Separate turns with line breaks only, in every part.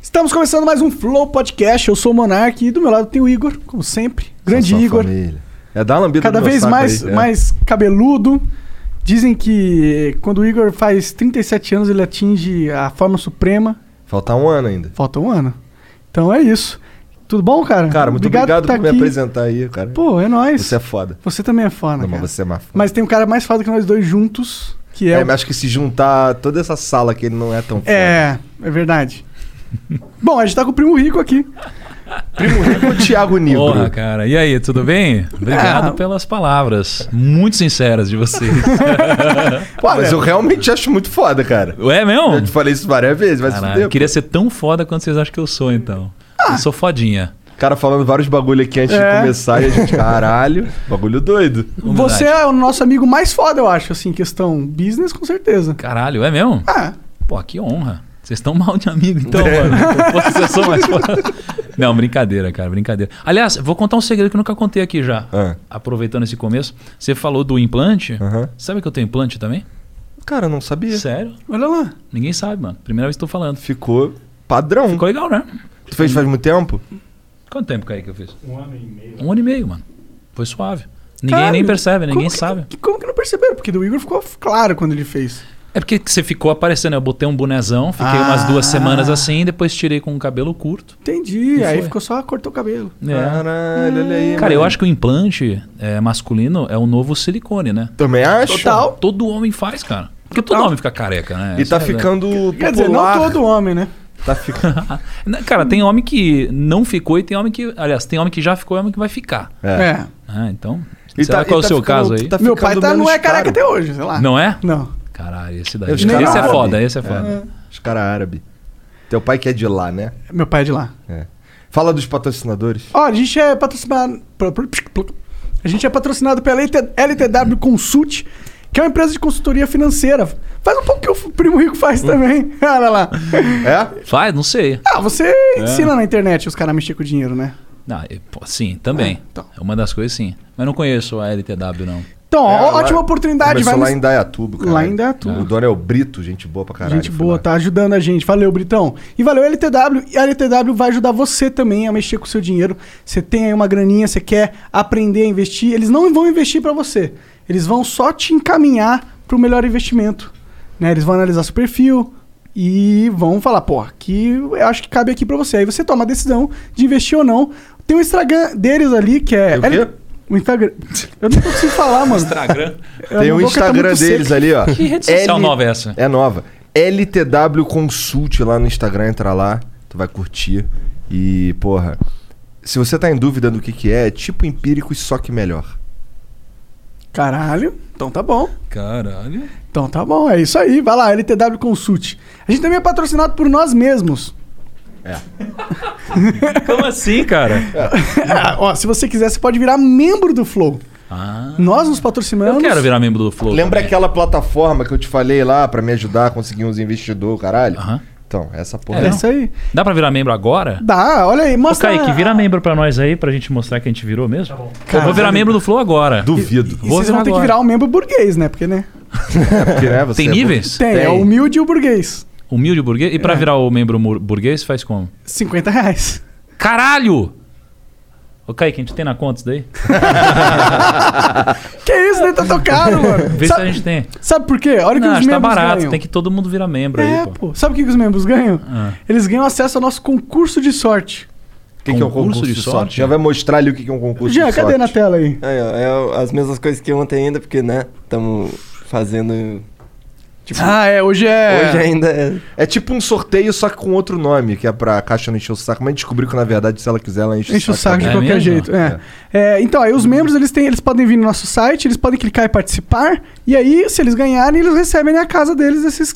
Estamos começando mais um Flow Podcast. Eu sou o Monark e do meu lado tem o Igor, como sempre. Grande
Sua
Igor.
família. É dar uma lambida
Cada
no meu
vez
saco
mais,
aí, é.
mais cabeludo. Dizem que quando o Igor faz 37 anos, ele atinge a forma suprema.
Falta um ano ainda.
Falta um ano. Então é isso. Tudo bom, cara?
Cara, muito obrigado,
por tá
por me
aqui.
apresentar aí, cara.
Pô, é nóis.
Você é foda.
Você também é foda,
Não,
cara.
mas você é má foda.
Mas tem um cara mais foda que nós dois juntos, que é...
É,
o-
mas acho que se juntar toda essa sala que ele não é tão foda.
é, é verdade. bom, a gente tá com o Primo Rico aqui.
Primo Rico ou Thiago Nigro?
Porra, cara. E aí, tudo bem? Obrigado
Ah.
pelas palavras. Muito sinceras de vocês.
Pô, mas eu realmente acho muito foda, cara.
Ué,
Eu te
É mesmo?
falei isso várias vezes, mas
Caralho,
fudeu.
eu queria ser tão foda quanto vocês acham que eu sou, então. Eu sou fodinha.
O Ah. cara falando vários bagulho aqui antes
É.
de começar e a gente, caralho, bagulho doido.
Humildade.
Você é o nosso amigo mais foda, eu acho, assim, questão business, com certeza.
Caralho, é mesmo?
Ah,
Pô, que honra. Vocês estão mal de amigo, então,
É.
mano. Pô, Vocês são mais foda. Não, brincadeira, cara, brincadeira. Aliás, vou contar um segredo que eu nunca contei aqui já.
Ah.
Aproveitando esse começo. Você falou do implante.
Aham.
Sabe que eu tenho implante também?
Cara, eu não sabia.
Sério?
olha lá.
Ninguém sabe, mano. Primeira vez que tô falando.
Ficou padrão.
Ficou legal, né?
Tu fez faz muito tempo?
Quanto tempo, Kaique, que eu fiz? Um ano e meio. Um ano e meio, mano. Foi suave. Ninguém
Caralho,
nem percebe, ninguém
como que-
sabe.
que- como que não perceberam? É, Porque do Igor ficou claro quando ele fez.
É porque você ficou aparecendo. Eu botei um bonezão, fiquei
Ah.
umas duas semanas assim, depois tirei com um cabelo curto.
Entendi.
E
aí
foi.
ficou só, cortou o cabelo.
É.
Caralho, olha aí.
Cara, eu
mano.
acho que o implante é, masculino é o novo silicone, né?
Também acho.
Total.
Todo homem faz, cara. Porque todo
Total.
homem fica careca, né?
E
Essa é
tá
a verdade.
ficando
Quer dizer, não
popular.
todo homem, né?
Tá ficando...
Né, Cara, tem homem que não ficou e tem homem que. Aliás, tem homem que já ficou e homem que vai ficar.
É.
Ah, então.
E
será
tá-
que é
e
o
tá
seu
ficando-
caso aí?
tá
Meu pai
ficando
tá, não
menos
é careca
caro.
até hoje, sei lá.
Não é?
Não.
Caralho, esse daí.
Os
Esse
caras
é
árabes.
foda, esse é foda.
Os caras árabes. Teu pai que é de lá, né?
Meu pai é de lá.
É. Fala dos patrocinadores.
Ó, a gente é patrocinado. A gente é patrocinado pela LT LTW Consult, que é uma empresa de consultoria financeira. Faz um pouco que o primo rico faz também. Olha lá.
É?
Faz? Não sei. É.
Ah, você ensina na internet os caras a mexer com o dinheiro, né?
Não, eu- pô, sim, também.
Ah, então.
É uma das coisas, sim. Mas não conheço a LTW, não.
Então, ó,
É, lá-
ótima oportunidade.
Começou
Vai
lá
no-
em Dayatuba, cara.
Lá em Dayatuba.
O dono é o Brito, gente boa pra caralho.
gente
fui
boa,
lá.
tá ajudando a gente. Valeu, Britão. E valeu, LTW. E a LTW vai ajudar você também a mexer com o seu dinheiro. Você tem aí uma graninha, você quer aprender a investir. Eles não vão investir pra você. Eles vão só te encaminhar pro melhor investimento. Né? Eles vão analisar seu perfil e vão falar, pô, aqui eu acho que cabe aqui pra você. Aí você toma a decisão de investir ou não. Tem o Instagram deles ali, que é.
Tem o quê?
O Instagram. Eu não consigo falar, mano.
Instagram.
É,
Tem
tá
o Instagram deles ali, ó.
Que rede social nova é essa?
É nova. LTW Consult lá no Instagram, entra lá. Tu vai curtir. E, porra, se você tá em dúvida do que que é, é tipo empírico, só que melhor.
Caralho. Então tá bom.
Caralho.
Então tá bom, é isso aí. Vai lá, LTW Consult. A gente também é patrocinado por nós mesmos.
Como assim, cara?
Ah, ó, se você quiser, você pode virar membro do Flow.
Ah,
Nós nos
eu
patrocinamos.
quero virar membro do Flow.
Lembra
também.
aquela plataforma que eu te falei lá pra me ajudar a conseguir uns investidores, caralho?
Aham.
Então, essa porra.
É isso aí.
Dá pra virar membro agora?
Dá, olha aí,
Ô,
mostra.
Kaique, vira membro pra nós aí, pra gente mostrar que a gente virou mesmo.
Tá
Eu
Cara,
vou virar membro do Flow agora.
Duvido.
E vocês vão ter que virar um membro burguês, né? Porque, né?
Porque, né, você
Tem
é
níveis?
Tem,
Tem.
é o humilde e o burguês. É.
Humilde burguês. E pra virar o membro mur- burguês, faz como?
50 reais.
Caralho! Ô, Kaique, a gente tem na conta isso daí?
Que isso, nem tá tão caro, mano.
Vê se a
sabe,
gente tem.
sabe por quê? Olha o que
Não,
os
acho que tá
membros
barato,
ganham.
tem que todo mundo virar membro
É,
aí, pô.
pô. Sabe o que que os membros ganham?
Ah.
Eles ganham acesso ao nosso concurso de sorte.
O que, que é um concurso de sorte? Já vai mostrar ali o que, que é um concurso
Jean,
de sorte.
cadê na tela aí?
Aí, ó, é as mesmas coisas que ontem ainda, porque, né, estamos fazendo... Tipo,
Ah, é, hoje é.
hoje ainda é...
É tipo um sorteio, só que com outro nome, que é pra caixa não encher o saco. Mas descobriu que, na verdade, se ela quiser, ela enche,
Enche o saco de
É
também.
qualquer
mesmo?
jeito. É. É, então, aí os membros eles têm, eles podem vir no nosso site, eles podem clicar e participar. E aí, se eles ganharem, eles recebem na casa deles esses,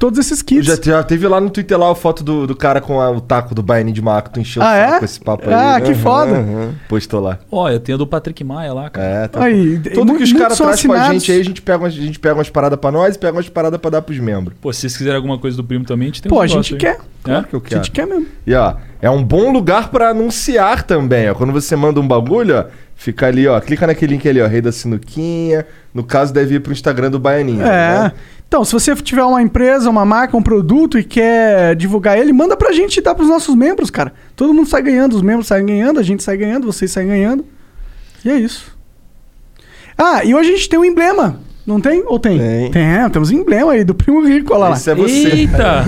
todos esses kits.
Já, já teve lá no Twitter lá a foto do, do cara com a- o taco do Bayern de Maco, tu encheu
Ah,
o
é?
saco com esse papo aí.
Ah,
né?
que foda.
Aham.
Postou lá.
Ó, eu tenho a do Patrick Maia lá, cara.
É, tá.
Aí,
Tudo que os
muitos
caras
são
trazem pra
assinados.
gente aí, a gente pega umas, a gente pega umas paradas pra nós e pega umas paradas pra dar pros membros.
Pô, se vocês quiserem alguma coisa do primo também, a gente tem
Pô,
um
a
negócio
gente
aí.
quer.
Claro que eu
É? A
quero.
gente quer mesmo.
E ó, é um bom lugar pra anunciar também, ó. Quando você manda um bagulho, ó, fica ali, ó. Clica naquele link ali, ó. Rei da Sinuquinha. No caso, deve ir pro Instagram do Baianinho.
É.
né?
Então, se você tiver uma empresa, uma marca, um produto e quer divulgar ele, manda pra gente e dá pros nossos membros, cara. Todo mundo sai ganhando, os membros saem ganhando, a gente sai ganhando, vocês saem ganhando. E é isso. Ah, e hoje a gente tem um emblema. Não tem? Ou tem?
Tem.
temos um emblema aí do Primo Rico, olha lá.
Esse é você.
Eita!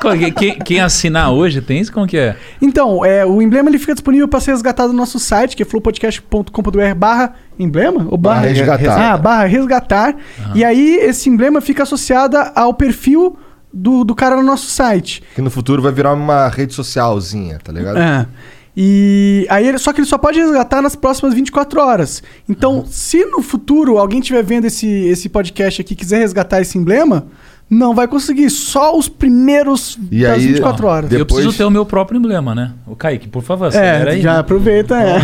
Qual- que- quem, quem assinar hoje tem isso? Como que é?
Então, é, o emblema ele fica disponível pra ser resgatado no nosso site, que é flowpodcast.com.br barra emblema? Ou barra,
Barra resgatar.
Ah, barra resgatar. E aí esse emblema fica associado ao perfil do, do cara no nosso site.
Que no futuro vai virar uma rede socialzinha, tá ligado?
É. E aí ele, só que ele só pode resgatar nas próximas 24 horas. Então, se no futuro alguém estiver vendo esse, esse podcast aqui e quiser resgatar esse emblema, não vai conseguir. Só os primeiros
E
das
aí-
24 horas.
Depois-
Eu preciso ter o meu próprio emblema, né? O Kaique, por favor, acelera
É,
aí.
já aproveita. É.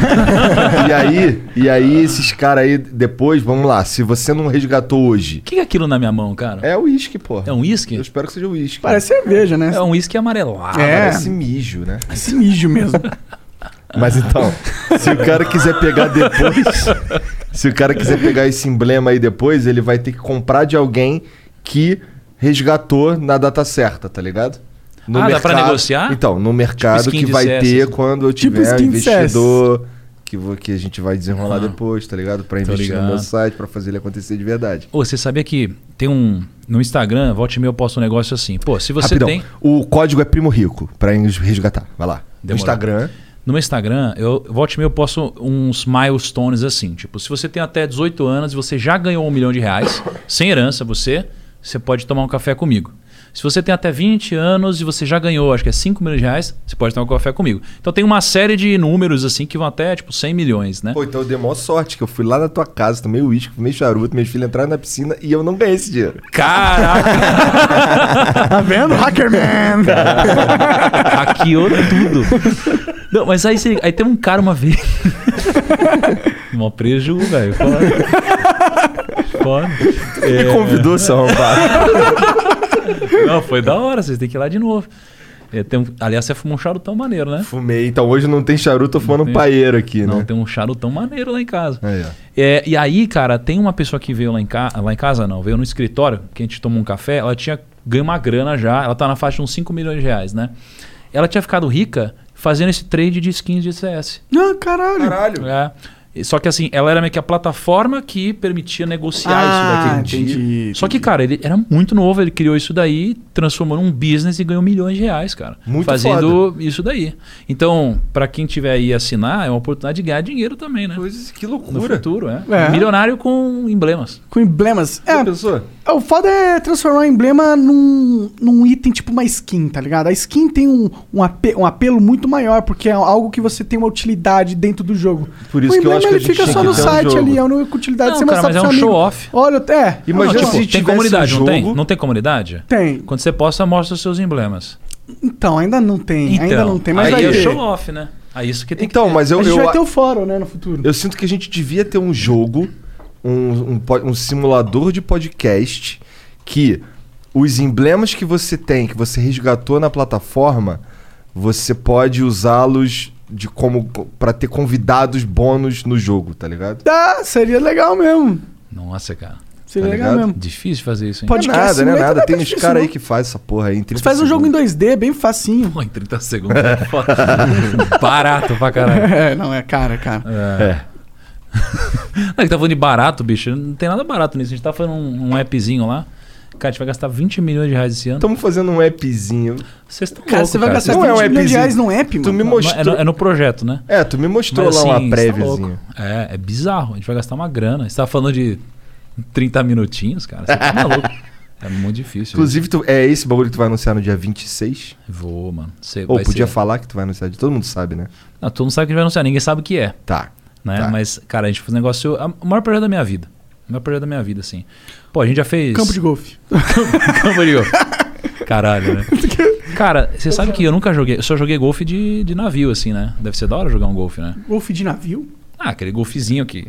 e aí, e aí esses caras aí, depois, vamos lá. Se você não resgatou hoje,
O que é aquilo na minha mão, cara?
é o uísque, porra.
É um
Eu
uísque?
espero que seja uísque.
Parece cerveja, né?
É um uísque amarelado.
É.
Parece mijo, né?
Esse mijo mesmo. Tá
Mas então, se o cara quiser pegar depois, se o cara quiser pegar esse emblema aí depois, ele vai ter que comprar de alguém que resgatou na data certa, tá ligado?
Ah, dá pra negociar? tipo
Então, no mercado
skin
que
de
vai
CS,
ter
assim.
quando eu
Tipo
tiver
skin de
investidor que, vou- que a gente vai desenrolar
Ah.
depois, tá ligado? Pra investir no meu
ligado.
site, pra fazer ele acontecer de verdade.
Ô, você sabia que tem um. No Instagram, volta e meia eu posto um negócio assim. Pô, se você
Rapidão,
tem.
o código é Primo Rico pra resgatar. Vai lá. No
Demorou.
Instagram.
No meu Instagram, eu volta e meia eu posto uns milestones assim. Tipo, se você tem até 18 anos e você já ganhou um milhão de reais, sem herança, você, você pode tomar um café comigo. Se você tem até 20 anos e você já ganhou, acho que é 5 milhões de reais, você pode tomar um café comigo. Então tem uma série de números assim que vão até tipo 100 milhões, né?
Pô, então eu dei maior sorte que eu fui lá na tua casa, tomei uísque, fumei charuto, meus filhos entraram na piscina e eu não ganhei esse dinheiro.
Caraca!
Tá vendo? Hackerman!
Hackeou é tudo. Não, mas aí, você- aí tem um cara uma vez. Mó preju, velho. Foda. Foda. É.
Me convidou, seu arrombado.
Não, foi da hora, vocês têm que ir lá de novo. É, tem um- aliás, você fumou um charutão maneiro, né?
Fumei, então hoje não tem charuto, tô fumando um
tem.
paeiro aqui,
Não,
né?
tem um charutão maneiro lá em casa.
Aí, ó.
É, e aí, cara, tem uma pessoa que veio lá em, ca... lá em casa, não, veio no escritório, que a gente tomou um café, ela tinha ganho uma grana já, ela tá na faixa de uns 5 milhões de reais, né? Ela tinha ficado rica fazendo esse trade de skins de CS.
Ah, caralho.
Caralho.
É. E Só que assim, ela era meio que a plataforma que permitia negociar isso daqui.
Ah, entendi.
Só que, cara, ele era muito novo, ele criou isso daí, transformou num business e ganhou milhões de reais, cara.
Muito
Fazendo isso daí. Então, pra quem tiver aí assinar, é uma oportunidade de ganhar dinheiro também, né?
Coisas, que
No
loucura.
futuro, é.
É.
Milionário com emblemas.
Com emblemas.
Já
É,
pensou?
o foda é transformar o emblema num, num item tipo uma skin, tá ligado? A skin tem um, um, ape- um apelo muito maior, porque é algo que você tem uma utilidade dentro do jogo.
Por isso
o
que eu
emblema
acho que a
ele
gente
fica
tinha
só
que
no
ter um
site
jogo.
ali, é uma utilidade
Não,
você
cara,
mostrar
mas é
pro seu
um
amigo.
show-off.
Olha, é.
Imagina
não, tipo,
se
tem
tivesse
comunidade,
um
não tem?
jogo-
Não tem comunidade?
Tem.
Quando você posta, mostra os seus emblemas.
Então, ainda não tem. ainda
Então,
não tem, mas
aí
vai
é
ter.
show off, né? Aí isso que tem
Então,
que ter.
mas eu,
a gente
eu,
vai ter o fórum, né, no futuro.
eu sinto que a gente devia ter um jogo, um, um, po- um simulador de podcast que os emblemas que você tem, que você resgatou na plataforma, você pode usá-los de como para ter convidados bônus no jogo, tá ligado?
Tá, seria legal mesmo.
Nossa, cara.
Seria
Tá
legal
ligado?
mesmo.
Difícil fazer isso, hein?
Pode-
não
Podcast
é nada, não é
simulator não
nada.
é
Tem
tão
uns
difícil,
caras aí
não.
que faz essa porra aí em 30
Você faz um jogo em
segundos.
2D, bem facinho.
Pô, em 30 segundos. é foda. Barato pra caralho. É.
É, não, é cara, cara.
É.
Não, ele tá falando de barato, bicho. Não tem nada barato nisso. A gente tá fazendo um, um appzinho lá. Cara, a gente vai gastar 20 milhões de reais esse ano.
Estamos fazendo um appzinho.
Vocês estão
Cara,
loucos,
você vai
cara.
gastar
Não é um
20 milhões de
appzinho.
reais num app,
Tu
mano.
me
Não, é, no,
mostrou.
é no projeto, né?
É, tu me mostrou
Mas,
lá
assim,
uma
você tá louco.
préviazinha.
é, é bizarro. A gente vai gastar uma grana. Você tava falando de 30 minutinhos, cara. Você tá maluco. É muito difícil.
Inclusive, tu- é esse bagulho que tu vai anunciar no dia 26?
Vou, mano. Você
Ou
vai
podia
ser...
falar que tu vai anunciar, todo mundo sabe, né?
Não, todo mundo sabe que a gente vai anunciar. Ninguém sabe o que é.
Tá.
né?
Tá.
Mas, cara, a gente fez um negócio. a- O maior projeto da minha vida. O maior projeto da minha vida, assim. Pô, a gente já fez.
Campo de golfe.
Campo de golfe. Caralho, né? Cara, você sabe que eu nunca joguei. Eu só joguei golfe de, de navio, assim, né? Deve ser da hora jogar um golfe, né?
Golfe de navio?
Ah, aquele golfezinho que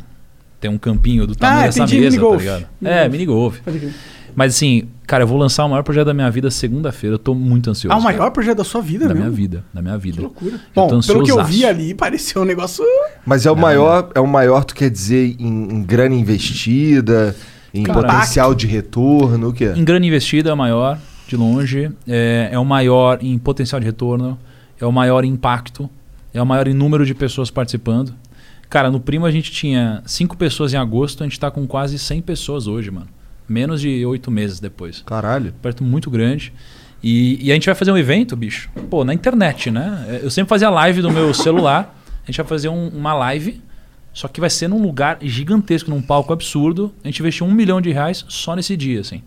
tem um campinho do tamanho
Ah,
dessa
entendi,
mesa, tá
minigolfe.
ligado? É,
Minigolfe.
mini golfe.
Pode crer.
Mas assim, cara, eu vou lançar o maior projeto da minha vida segunda-feira. Eu tô muito ansioso.
Ah, o maior
cara.
projeto da sua vida,
da
mesmo?
minha vida, da minha vida.
Que loucura.
Eu
Bom,
tô
pelo que eu vi
ansiosaço.
ali, pareceu um negócio...
Mas é o maior, é o maior, tu quer dizer, em, em grana investida, em
Cara.
potencial de retorno, o quê?
Em grana investida é o maior, de longe. É, é o maior em potencial de retorno. É o maior em impacto. É o maior em número de pessoas participando. Cara, no Primo a gente tinha 5 pessoas em agosto, a gente tá com quase 100 pessoas hoje, mano. Menos de 8 meses depois.
Caralho.
Perto muito grande. E, e a gente vai fazer um evento, bicho. Pô, na internet, né? É, Eu sempre fazia live do meu celular. A gente vai fazer um- uma live, só que vai ser num lugar gigantesco, num palco absurdo. A gente investiu um milhão de reais só nesse dia, assim.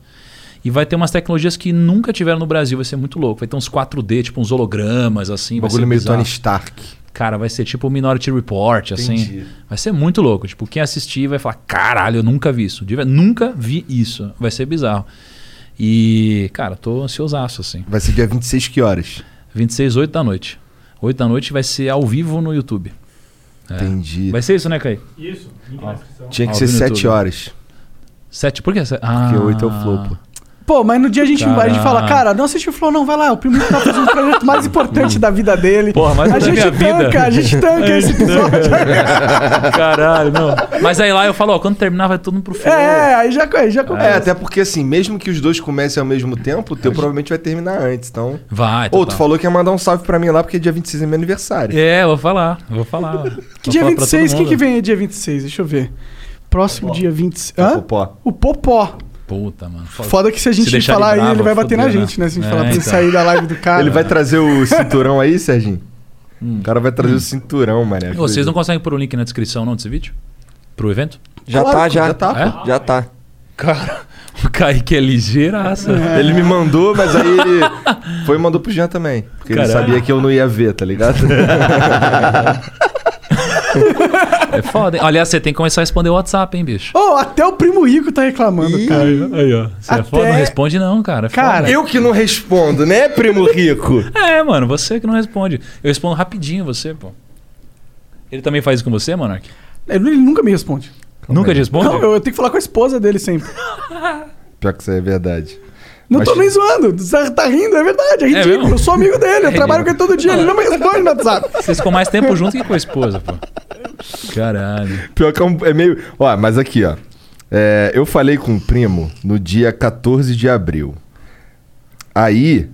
E vai ter umas tecnologias que nunca tiveram no Brasil, vai ser muito louco. Vai ter uns 4D, tipo uns hologramas, assim. vai ser
bagulho meio
bizarro.
Tony Stark.
Cara, vai ser tipo o Minority Report,
Entendi.
assim. Vai ser muito louco. Tipo, quem assistir vai falar: caralho, eu nunca vi isso. De ver- Nunca vi isso. Vai ser bizarro. E, cara, tô ansiosaço, assim.
Vai ser dia 26 que horas?
26, 8 da noite. 8 da noite vai ser ao vivo no YouTube. É.
Entendi.
Vai ser isso, né, Caio?
Isso, link na descrição.
Tinha que
Ao
ser
vivo no
7
YouTube.
horas.
7, por que? se- Ah,
Porque 8 é o flow, pô.
Pô, mas no dia a gente, a gente fala,
Caralho.
cara, não assiste o Flow, não, vai lá, o primo tá fazendo o projeto mais importante da vida dele.
Porra, mais
a
da
gente
minha
tanca,
vida. É né?
a gente tanca esse episódio.
Caralho, não. Mas aí lá eu falo: ó, quando terminar vai todo mundo pro flow.
É, aí já, aí já
É,
começa.
até porque assim, mesmo que os dois comecem ao mesmo tempo, o teu provavelmente vai terminar antes, então...
Vai,
Ou tu
total.
falou que ia mandar um salve pra mim lá, porque dia 26 é meu aniversário.
É, eu vou falar, eu vou falar.
que dia 26, quem que vem é dia 26? Deixa eu ver. Próximo dia 26.
Tá,
Hã?
Popó?
O Popó.
Puta, mano.
Foda que se a
Se
gente
deixar
falar
ele
ele, ele
bravo,
vai bater na
fudeu, né?
gente, né? Se a gente
É,
falar pra ele
então.
sair da live do cara.
Ele vai trazer o cinturão aí, Serginho? O cara vai trazer o cinturão, mané.
Ô, Hum. Vocês não conseguem pôr o link na descrição não desse vídeo? Pro evento?
Já
Claro,
tá, já.
já tá,
pô.
Já tá.
Cara, o Kaique é ligeiraça.
É.
Ele me mandou, mas aí ele foi e mandou pro Jean também. Porque
Caralho.
ele sabia que eu não ia ver, tá ligado?
É foda. hein? Aliás, você tem que começar a responder o WhatsApp, hein, bicho?
Oh, até o primo rico tá reclamando, cara.
Aí, ó. Você é
Até-
foda, não responde não, cara. É foda.
Cara,
eu que não respondo, né, primo rico?
É, mano, você que não responde. Eu respondo rapidinho você, pô. Ele também faz isso com você, Monark?
Ele ele nunca me responde.
Nunca te responde?
Não, eu, eu tenho que falar com a esposa dele sempre. Tá
Pior que isso é verdade.
Não
Mas-
tô nem zoando. Você tá rindo, é verdade. É ridículo.
mesmo?
eu sou amigo dele, eu
É
trabalho com ele
ridículo.
todo dia. Ele não me responde no WhatsApp.
Vocês ficam mais tempo junto que com a esposa, pô. Caralho.
Pior que é, um- é meio. Ó, mas aqui, ó. É, eu falei com o primo no dia 14 de abril. Aí.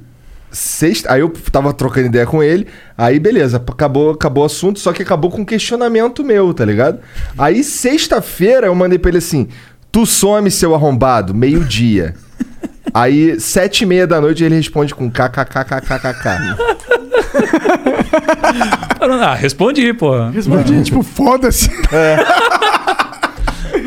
Sexta, aí eu tava trocando ideia com ele. Aí, beleza, acabou, acabou o assunto, só que acabou com um questionamento meu, tá ligado? Aí, sexta-feira, eu mandei pra ele assim: Tu some, seu arrombado, meio-dia. aí, sete e meia da noite, ele responde com kkkkkkk.
Ah, respondi, pô.
Respondi, tipo, foda-se.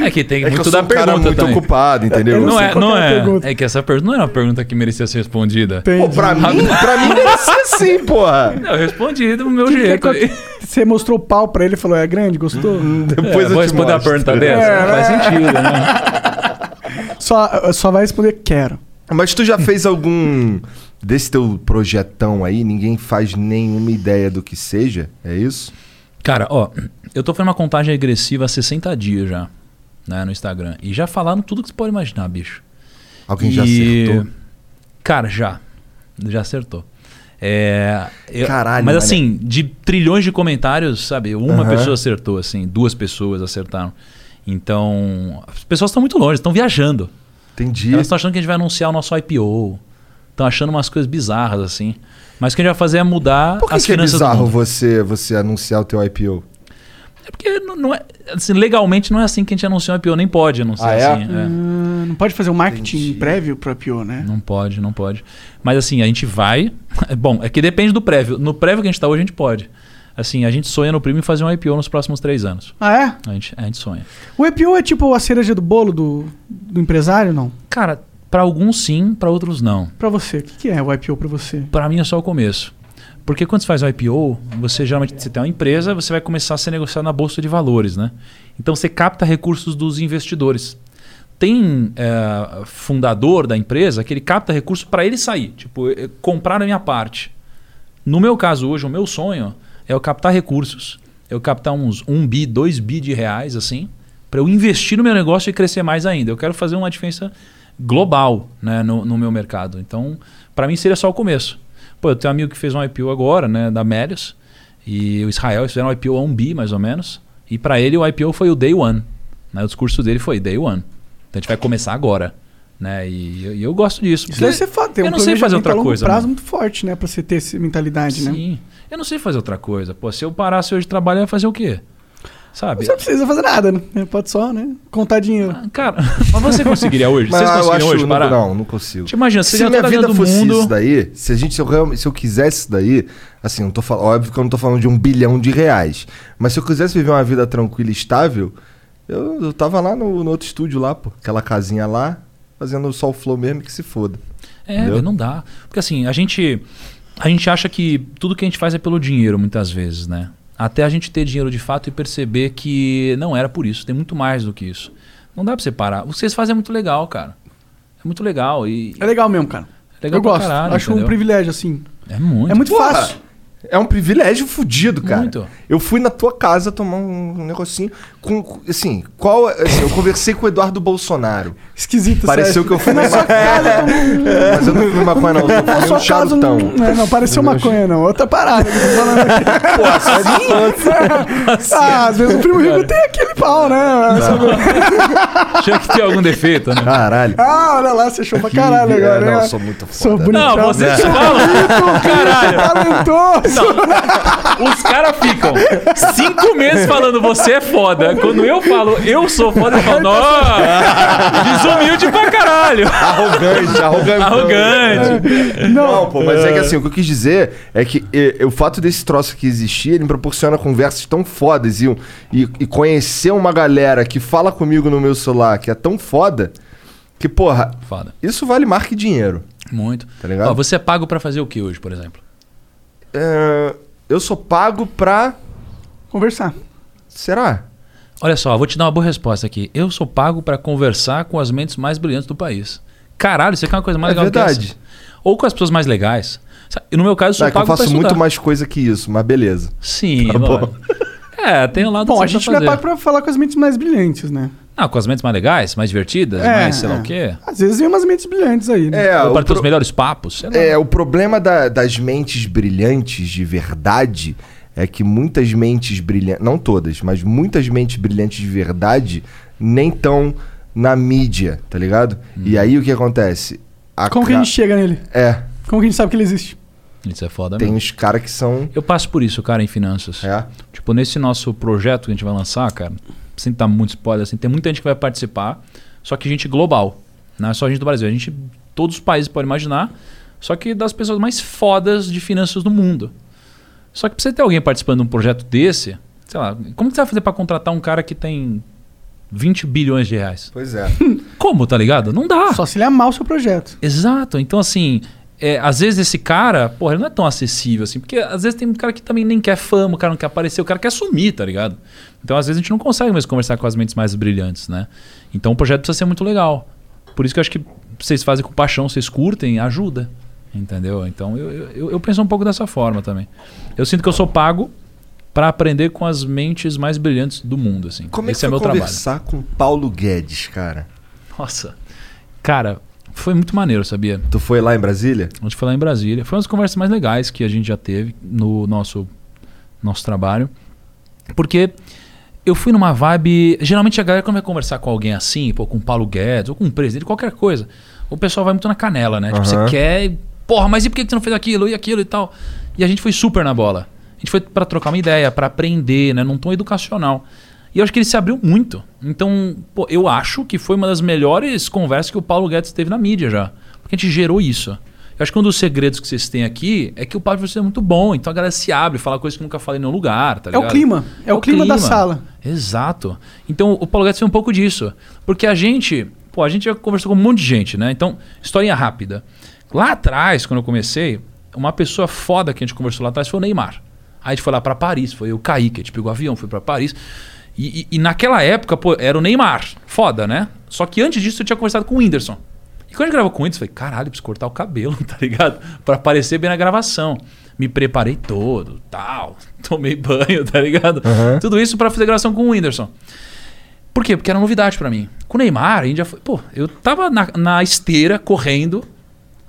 É que tem
É que eu
muito
sou
da
um cara
pergunta
muito
também.
ocupado, entendeu?
Não
sei
é,
qual
não
que era a
é.
pergunta.
É que essa pergunta não era uma pergunta que merecia ser respondida.
Pô, pra mim, pra mim merecia sim, porra.
Não, Eu respondi do meu
Que- é
jeito.
que- Você mostrou o pau pra ele e falou, é grande, gostou?
Uhum. Depois
É, vou responder a
mostro.
pergunta dessa?
É,
Não faz sentido, né?
Só, só vai responder, quero.
Mas tu já fez algum desse teu projetão aí? Ninguém faz nenhuma ideia do que seja? É isso?
Cara, ó, eu tô fazendo uma contagem regressiva há 60 dias já, né, no Instagram. E já falaram tudo que você pode imaginar, bicho.
Alguém
e...
já acertou?
Cara, já. Já acertou. É, eu-
Caralho,
Mas
mané.
assim, de trilhões de comentários, sabe? Uma pessoa acertou, assim, duas assim, pessoas acertaram. Então, as pessoas estão muito longe, estão viajando.
Entendi.
Elas estão achando que a gente vai anunciar o nosso IPO. Estão achando umas coisas bizarras, assim. Mas o que a gente vai fazer é mudar
Por que,
as
que é
finanças do
bizarro
mundo.
você, você anunciar o teu IPO?
É porque não, não é, assim, legalmente não é assim que a gente anuncia um IPO, nem pode anunciar
Ah, é?
assim. é.
Ah, não pode fazer um marketing
Entendi.
prévio pro IPO, né?
Não pode, não pode. Mas assim, a gente vai. Bom, é que depende do prévio. No prévio que a gente está hoje, a gente pode. Assim, a gente sonha no primo em fazer um IPO nos próximos três anos.
Ah, é?
A gente, a gente sonha.
O IPO é tipo a cereja do bolo do, do empresário, não?
Cara, para alguns sim, para outros não.
Pra você, o que, que é o IPO pra você?
Para mim é só o começo. Porque quando você faz um IPO, você geralmente você tem uma empresa, você vai começar a ser negociado na bolsa de valores, né? Então você capta recursos dos investidores. Tem eh, fundador da empresa que ele capta recurso para ele sair, tipo eh, comprar a minha parte. No meu caso hoje, o meu sonho é eu captar recursos, eu captar uns 1 bi, 2 bi de reais assim, para eu investir no meu negócio e crescer mais ainda. Eu quero fazer uma diferença global né, no, no meu mercado. Então, para mim seria só o começo. Pô, eu tenho um amigo que fez um IPO agora, né, da Melius, e o Israel eles fizeram um IPO a 1 bi mais ou menos, e para ele o IPO foi o day one. Né, o discurso dele foi day one. Então a gente vai começar agora. Né, e, eu- e eu gosto disso.
Isso
porque-
deve ser fato. Tem
eu
um
não sei fazer
planejamento
outra
a longo
coisa,
prazo
mano.
muito forte, né? Pra você ter essa mentalidade, né?
Sim. Eu não sei fazer outra coisa. Pô, se eu parasse hoje de trabalho, eu ia fazer o quê? Sabe?
Você não precisa fazer nada, né? Pode só, né? Contar dinheiro.
Ah, Cara, mas você conseguiria hoje?
Mas
Vocês
eu acho
conseguiriam hoje
não,
parar?
não, não consigo.
Te imagina, você
se
já
minha
tá
vida
ganhando o
fosse
mundo.
isso daí, se a gente se eu, realmente- se eu quisesse isso daí, assim, não tô falando, óbvio que eu não tô falando de um bilhão de reais, mas se eu quisesse viver uma vida tranquila e estável, eu, eu tava lá no, no outro estúdio lá, pô, aquela casinha lá, fazendo só o flow mesmo que se foda.
É,
Entendeu?
velho, não dá. Porque assim, a gente a gente acha que tudo que a gente faz é pelo dinheiro muitas vezes, né? Até a gente ter dinheiro de fato e perceber que não era por isso, tem muito mais do que isso. Não dá pra você parar. O que vocês fazem é muito legal, cara. É muito legal e
É legal mesmo, cara.
legal
eu
pra
gosto.
caralho,
Acho um
entendeu?
privilégio, assim.
É muito.
É muito
Porra!
fácil.
É um privilégio fudido, cara.
Muito.
Eu fui na tua casa tomar um negocinho com, com- assim, qual, assim, eu conversei com o Eduardo Bolsonaro.
Esquisito,
Pareceu
sério.
que eu fui
Mas só
maconha.
cara,
Mas eu não fui maconha, não. Eu
eu
fui um
um sua casa não,
charutão.
não, não pareceu maconha, não. Outra parada. que eu tô falando aqui. ah, às vezes o primo rico tem aquele pau, né?
Tinha que ter algum defeito, né?
Caralho.
Ah, olha lá, você achou pra caralho
Que-
agora,
é,
né?
Não, sou muito foda. É.
Sou bonito.
Não,
Então,
vocês falam. Caralho.
Talentoso!
Não, os caras ficam cinco meses falando você é foda. Quando eu falo eu sou foda, eu falo, nossa, desumilde pra caralho.
Arrogante, arrogante. É.
Arrogante.
Não,
Não, pô, mas é que assim, o que eu quis dizer é que eh, o fato desse troço aqui existir, ele me proporciona conversas tão fodas e, um- e, e conhecer uma galera que fala comigo no meu celular que é tão foda, que, porra,
Foda.
isso vale marca e dinheiro,
Muito.
tá ligado?
Ó, você é pago pra fazer o que hoje, por exemplo?
Eh, eu sou pago pra.
Conversar.
Será?
Olha só, vou te dar uma boa resposta aqui. Eu sou pago pra conversar com as mentes mais brilhantes do país. Caralho, você quer uma coisa mais
É
legal
verdade.
que essa? Ou com as pessoas mais legais. Sabe, No meu caso, eu sou
É que
pago
eu faço
pra
muito
estudar.
mais coisa que isso, mas beleza.
Sim,
Tá bom.
lógico. É, tem um lado
Bom,
que
a
você
gente
pra
não é
fazer.
pago pra falar com as mentes mais brilhantes, né?
Ah, com as mentes mais legais, mais divertidas, mais sei lá o quê.
Às vezes vem umas mentes brilhantes aí, né?
É,
Ou
o
para ter os
pro-
melhores papos, sei lá.
É, o problema da- das mentes brilhantes de verdade é que muitas mentes brilhantes, não todas, mas muitas mentes brilhantes de verdade nem estão na mídia, tá ligado? E
Hum.
aí o que acontece? A
Como que a
ca-
gente chega nele?
É,
Como que a gente sabe que ele existe?
Isso é foda
tem
mesmo.
uns caras que são.
Eu passo por isso, cara, em finanças.
É.
Tipo, nesse nosso projeto que a gente vai lançar, cara, sem dar muito spoiler, assim, tem muita gente que vai participar, só que gente global. Não é só gente do Brasil. A gente, todos os países podem imaginar, só que das pessoas mais fodas de finanças do mundo. Só que pra você ter alguém participando de um projeto desse, sei lá, como que você vai fazer pra contratar um cara que tem 20 bilhões de reais?
Pois é.
Como, tá ligado? Não dá.
Só se ele amar o seu projeto.
Exato. Então, assim, é, às vezes esse cara, porra, ele não é tão acessível assim. Porque às vezes tem um cara que também nem quer fama, o cara não quer aparecer, o cara quer sumir, tá ligado? Então, às vezes a gente não consegue mais conversar com as mentes mais brilhantes, né? Então, o projeto precisa ser muito legal. Por isso que eu acho que vocês fazem com paixão, vocês curtem, ajuda. Entendeu? Então, eu, eu- eu, eu penso um pouco dessa forma também. Eu sinto que eu sou pago pra aprender com as mentes mais brilhantes do mundo, assim.
Como é
Esse
que
é meu
foi
trabalho.
conversar com Paulo Guedes, cara?
Nossa. Cara, foi muito maneiro, sabia?
Tu foi lá em Brasília?
A gente foi lá em Brasília. Foi uma das conversas mais legais que a gente já teve no nosso, nosso trabalho. Porque eu eu fui numa vibe. Geralmente a galera, quando vai conversar com alguém assim, pô, com o Paulo Guedes, ou com um presidente, qualquer coisa, o pessoal vai muito na canela, né? Tipo, você
Aham.
quer. e, Porra, mas e por que que você não fez aquilo e aquilo e tal? E a gente foi super na bola. A gente foi pra trocar uma ideia, pra aprender, né? Num tom educacional. E eu acho que ele se abriu muito. Então, pô, eu acho que foi uma das melhores conversas que o Paulo Guedes teve na mídia já. Porque a gente gerou isso. Eu acho que um dos segredos que vocês têm aqui é que o papo de vocês é muito bom. Então a galera se abre, fala coisas que nunca fala em nenhum lugar, tá
É o
ligado?
clima. É o clima da sala.
Exato. Então o Paulo Guedes tem um pouco disso. Porque a gente, pô, a gente já conversou com um monte de gente, né? Então, historinha rápida. Lá atrás, quando eu comecei, uma pessoa foda que a gente conversou lá atrás foi o Neymar. Aí a gente foi lá pra Paris, foi o Kaique, a gente pegou o avião, foi pra Paris. E, e- e naquela época, pô, era o Neymar. Foda, né? Só que antes disso eu tinha conversado com o Whindersson. E quando eu gravou com o Whindersson, eu falei, caralho, preciso cortar o cabelo, tá ligado? Pra aparecer bem na gravação. Me preparei todo, tal. Tomei banho, tá ligado? Tudo isso pra fazer gravação com o Whindersson. Por quê? Porque era novidade pra mim. Com o Neymar, a gente já foi. Pô, eu tava na, na esteira, correndo.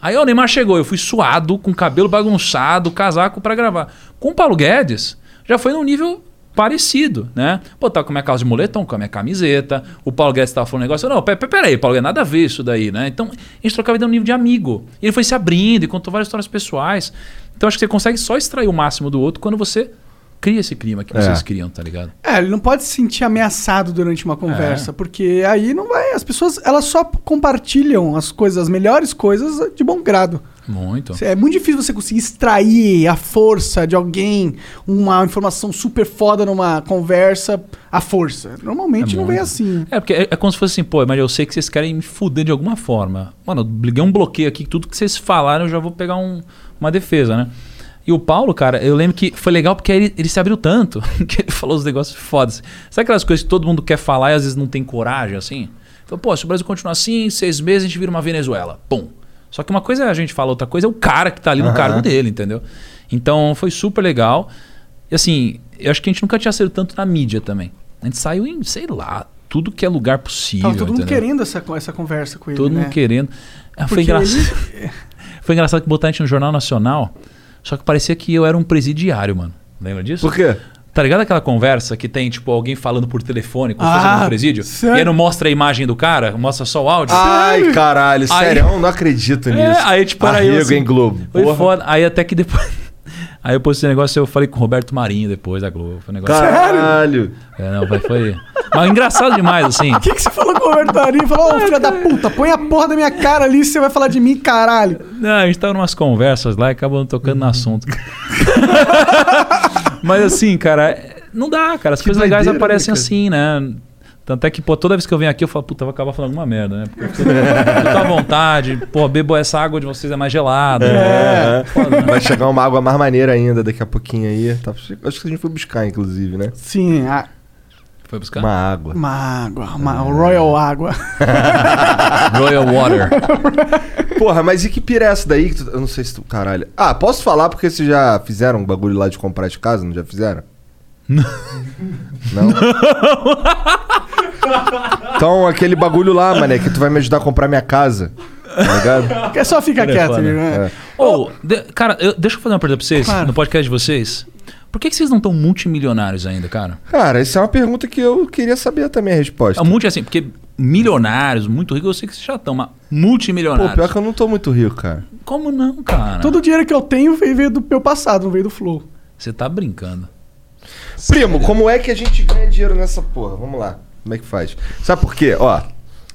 Aí ó, o Neymar chegou, eu fui suado, com cabelo bagunçado, casaco pra gravar. Com o Paulo Guedes, já foi num nível parecido, né? Pô, tava com a minha calça de moletom, com a minha camiseta. O Paulo Guedes tava falando um negócio. eu, Não, pe- pe- peraí, Paulo Guedes, nada a ver isso daí, né? Então, a gente trocava ideia um nível de amigo. E ele foi se abrindo e contou várias histórias pessoais. Então, acho que você consegue só extrair o máximo do outro quando você cria esse clima que
É.
vocês criam, tá ligado?
É, ele não pode se sentir ameaçado durante uma
É.
conversa, porque aí não vai. As pessoas elas só compartilham as coisas, as melhores coisas de bom grado.
Então.
Muito.
É muito difícil você conseguir extrair a força de alguém, uma informação super foda numa conversa, a força. Normalmente
É
não vem
muito.
assim.
É, porque é, é como se fosse assim, pô, mas eu sei que vocês querem me fuder de alguma forma. Mano, eu liguei um bloqueio aqui, tudo que vocês falaram eu já vou pegar um- uma defesa, né? E o Paulo, cara, eu lembro que foi legal porque ele, ele se abriu tanto, que ele falou os negócios fodas. Sabe aquelas coisas que todo mundo quer falar e às vezes não tem coragem, assim? Falou, pô, se o Brasil continuar assim, em seis meses a gente vira uma Venezuela. Pum. Só que uma coisa é a gente fala, outra coisa é o cara que tá ali no cargo dele, entendeu? Então foi super legal. E assim, eu acho que a gente nunca tinha saído tanto na mídia também. A gente saiu em, sei lá, tudo que é lugar possível.
Tava todo mundo
entendeu?
querendo essa, co- essa conversa com ele.
Todo
né?
mundo querendo. Ah, Foi
Porque
engraçado. Foi engraçado que botaram a gente no Jornal Nacional, só que parecia que eu era um presidiário, mano. Lembra disso?
Por quê?
Tá ligado aquela conversa que tem, tipo, alguém falando por telefone, como se
Ah,
fosse no presídio?
sério?
E aí não mostra a imagem do cara, mostra só o áudio?
Ai, caralho,
Aí-
sério, é um eu não acredito nisso.
É, aí tipo, era eu.
Arrego,
assim.
hein, Globo.
Foi
Porra.
foda. Aí até que depois. Aí eu postei esse negócio, eu falei com o Roberto Marinho depois da Globo. Foi um negócio.
Caralho.
É, não, foi- foi. Mas engraçado demais, assim.
O que, que você falou com o Roberto Marinho? Falou, ô filha da puta, põe a porra da minha cara ali se você vai falar de mim, caralho.
Não, a gente tava numas conversas lá e acabou tocando no assunto. Mas assim, cara, é- não dá, cara. As coisas legais
doideira, né,
aparecem
cara?
assim, né? Tanto é que, pô, toda vez que eu venho aqui, eu falo, puta, eu vou acabar falando alguma merda, né? Porque eu tô- eu tô à vontade, pô, bebo essa água de vocês é mais gelada.
É.
Foda, né?
Vai chegar uma água mais maneira ainda daqui a pouquinho aí. Tá- acho que a gente foi buscar, inclusive, né?
Sim, a,
Foi buscar.
Uma água.
uma água,
É.
uma Royal Água.
Royal Water.
Porra, mas e que pira é essa daí? que tu- eu não sei se tu. Caralho. Ah, posso falar porque vocês já fizeram um bagulho lá de comprar de casa? Não já fizeram? Não. Então, aquele bagulho lá, mané, que tu vai me ajudar a comprar minha casa. Tá ligado?
Porque só fica
Telefone.
quieto, né?
É.
Ô, de- cara, eu- deixa eu fazer uma pergunta pra vocês,
Claro.
no podcast de vocês. Por que, que vocês não estão multimilionários ainda, cara?
Cara, essa é uma pergunta que eu queria saber também a resposta.
É multi assim, porque milionários, muito ricos, eu sei que vocês já estão, mas
Pô,
multimilionários.
pior que eu não tô muito rico, cara.
Como não, cara?
Todo o dinheiro que eu tenho veio veio do meu passado, não veio do Flow.
Você tá brincando.
Primo, como é que a gente ganha dinheiro nessa porra? Vamos lá. Como é que faz? Sabe por quê? Ó,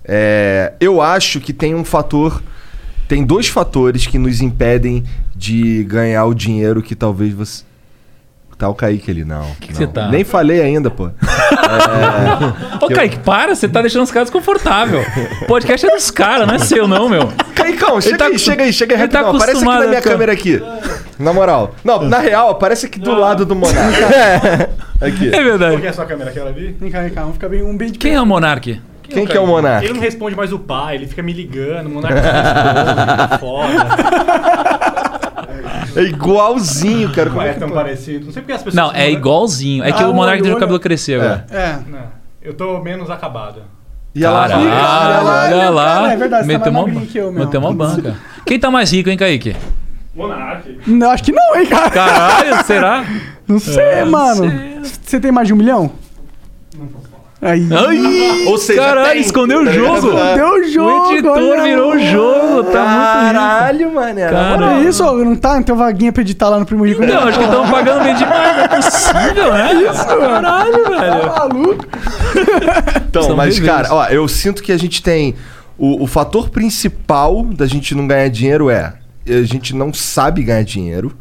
é, eu acho que tem um fator. Tem dois fatores que nos impedem de ganhar o dinheiro que talvez você. Tá o Kaique ali, não.
que
não.
você tá?
Nem falei ainda, pô.
Ô, Kaique, para, você tá deixando os caras desconfortáveis. O podcast é dos caras, não é seu, não, meu.
Caicão, chega
tá
aí,
acostum-
chega aí, chega aí,
ele tá
rapidão. Aparece aqui na
acostumado,
minha
cara.
câmera aqui. Na moral. Não, na real, aparece aqui do lado do Monarca. É. Aqui.
É verdade.
Quem é a sua câmera? Aquela ali?
Vem cá, vem cá, vamos ficar bem um bem de
Quem é o Monark?
Quem que é o Monarca?
Ele não responde mais o pai, ele fica me ligando, o monarca tá foda.
É igualzinho, cara. Como
Não
é
é
que
tão parecido. Não sei porque as pessoas.
Não, é igualzinho. É que
Ah,
o Monark
olho,
deixou o
olho.
cabelo né? crescer agora.
É.
Não, eu tô menos acabado.
E ela
Caralho,
fica.
olha lá.
Cara, é verdade, você tá
meteu
mais
uma,
magrinho que eu, meu.
meteu uma banca. Quem tá mais rico, hein, Kaique?
Monark.
Não, acho que não, hein, cara.
Caralho, será? É,
Não sei, mano. Você tem mais de um milhão? Aí.
Ai,
Ou seja,
caralho,
tem. Tá
escondeu o jogo.
Deu o jogo,
o editor
olha,
virou o jogo, tá muito
Caralho, mano. era
Cara,
moral.
Olha isso, ó, não tá? Não tem vaguinha pra editar lá no Primo Rico.
rico. Não, acho que estão pagando bem demais, não é possível, né? Isso, caralho, velho.
Tá maluco.
Então,
São
mas,
viveiros.
cara, ó, eu sinto que a gente tem. O, o fator principal da gente não ganhar dinheiro é. A gente não sabe ganhar dinheiro,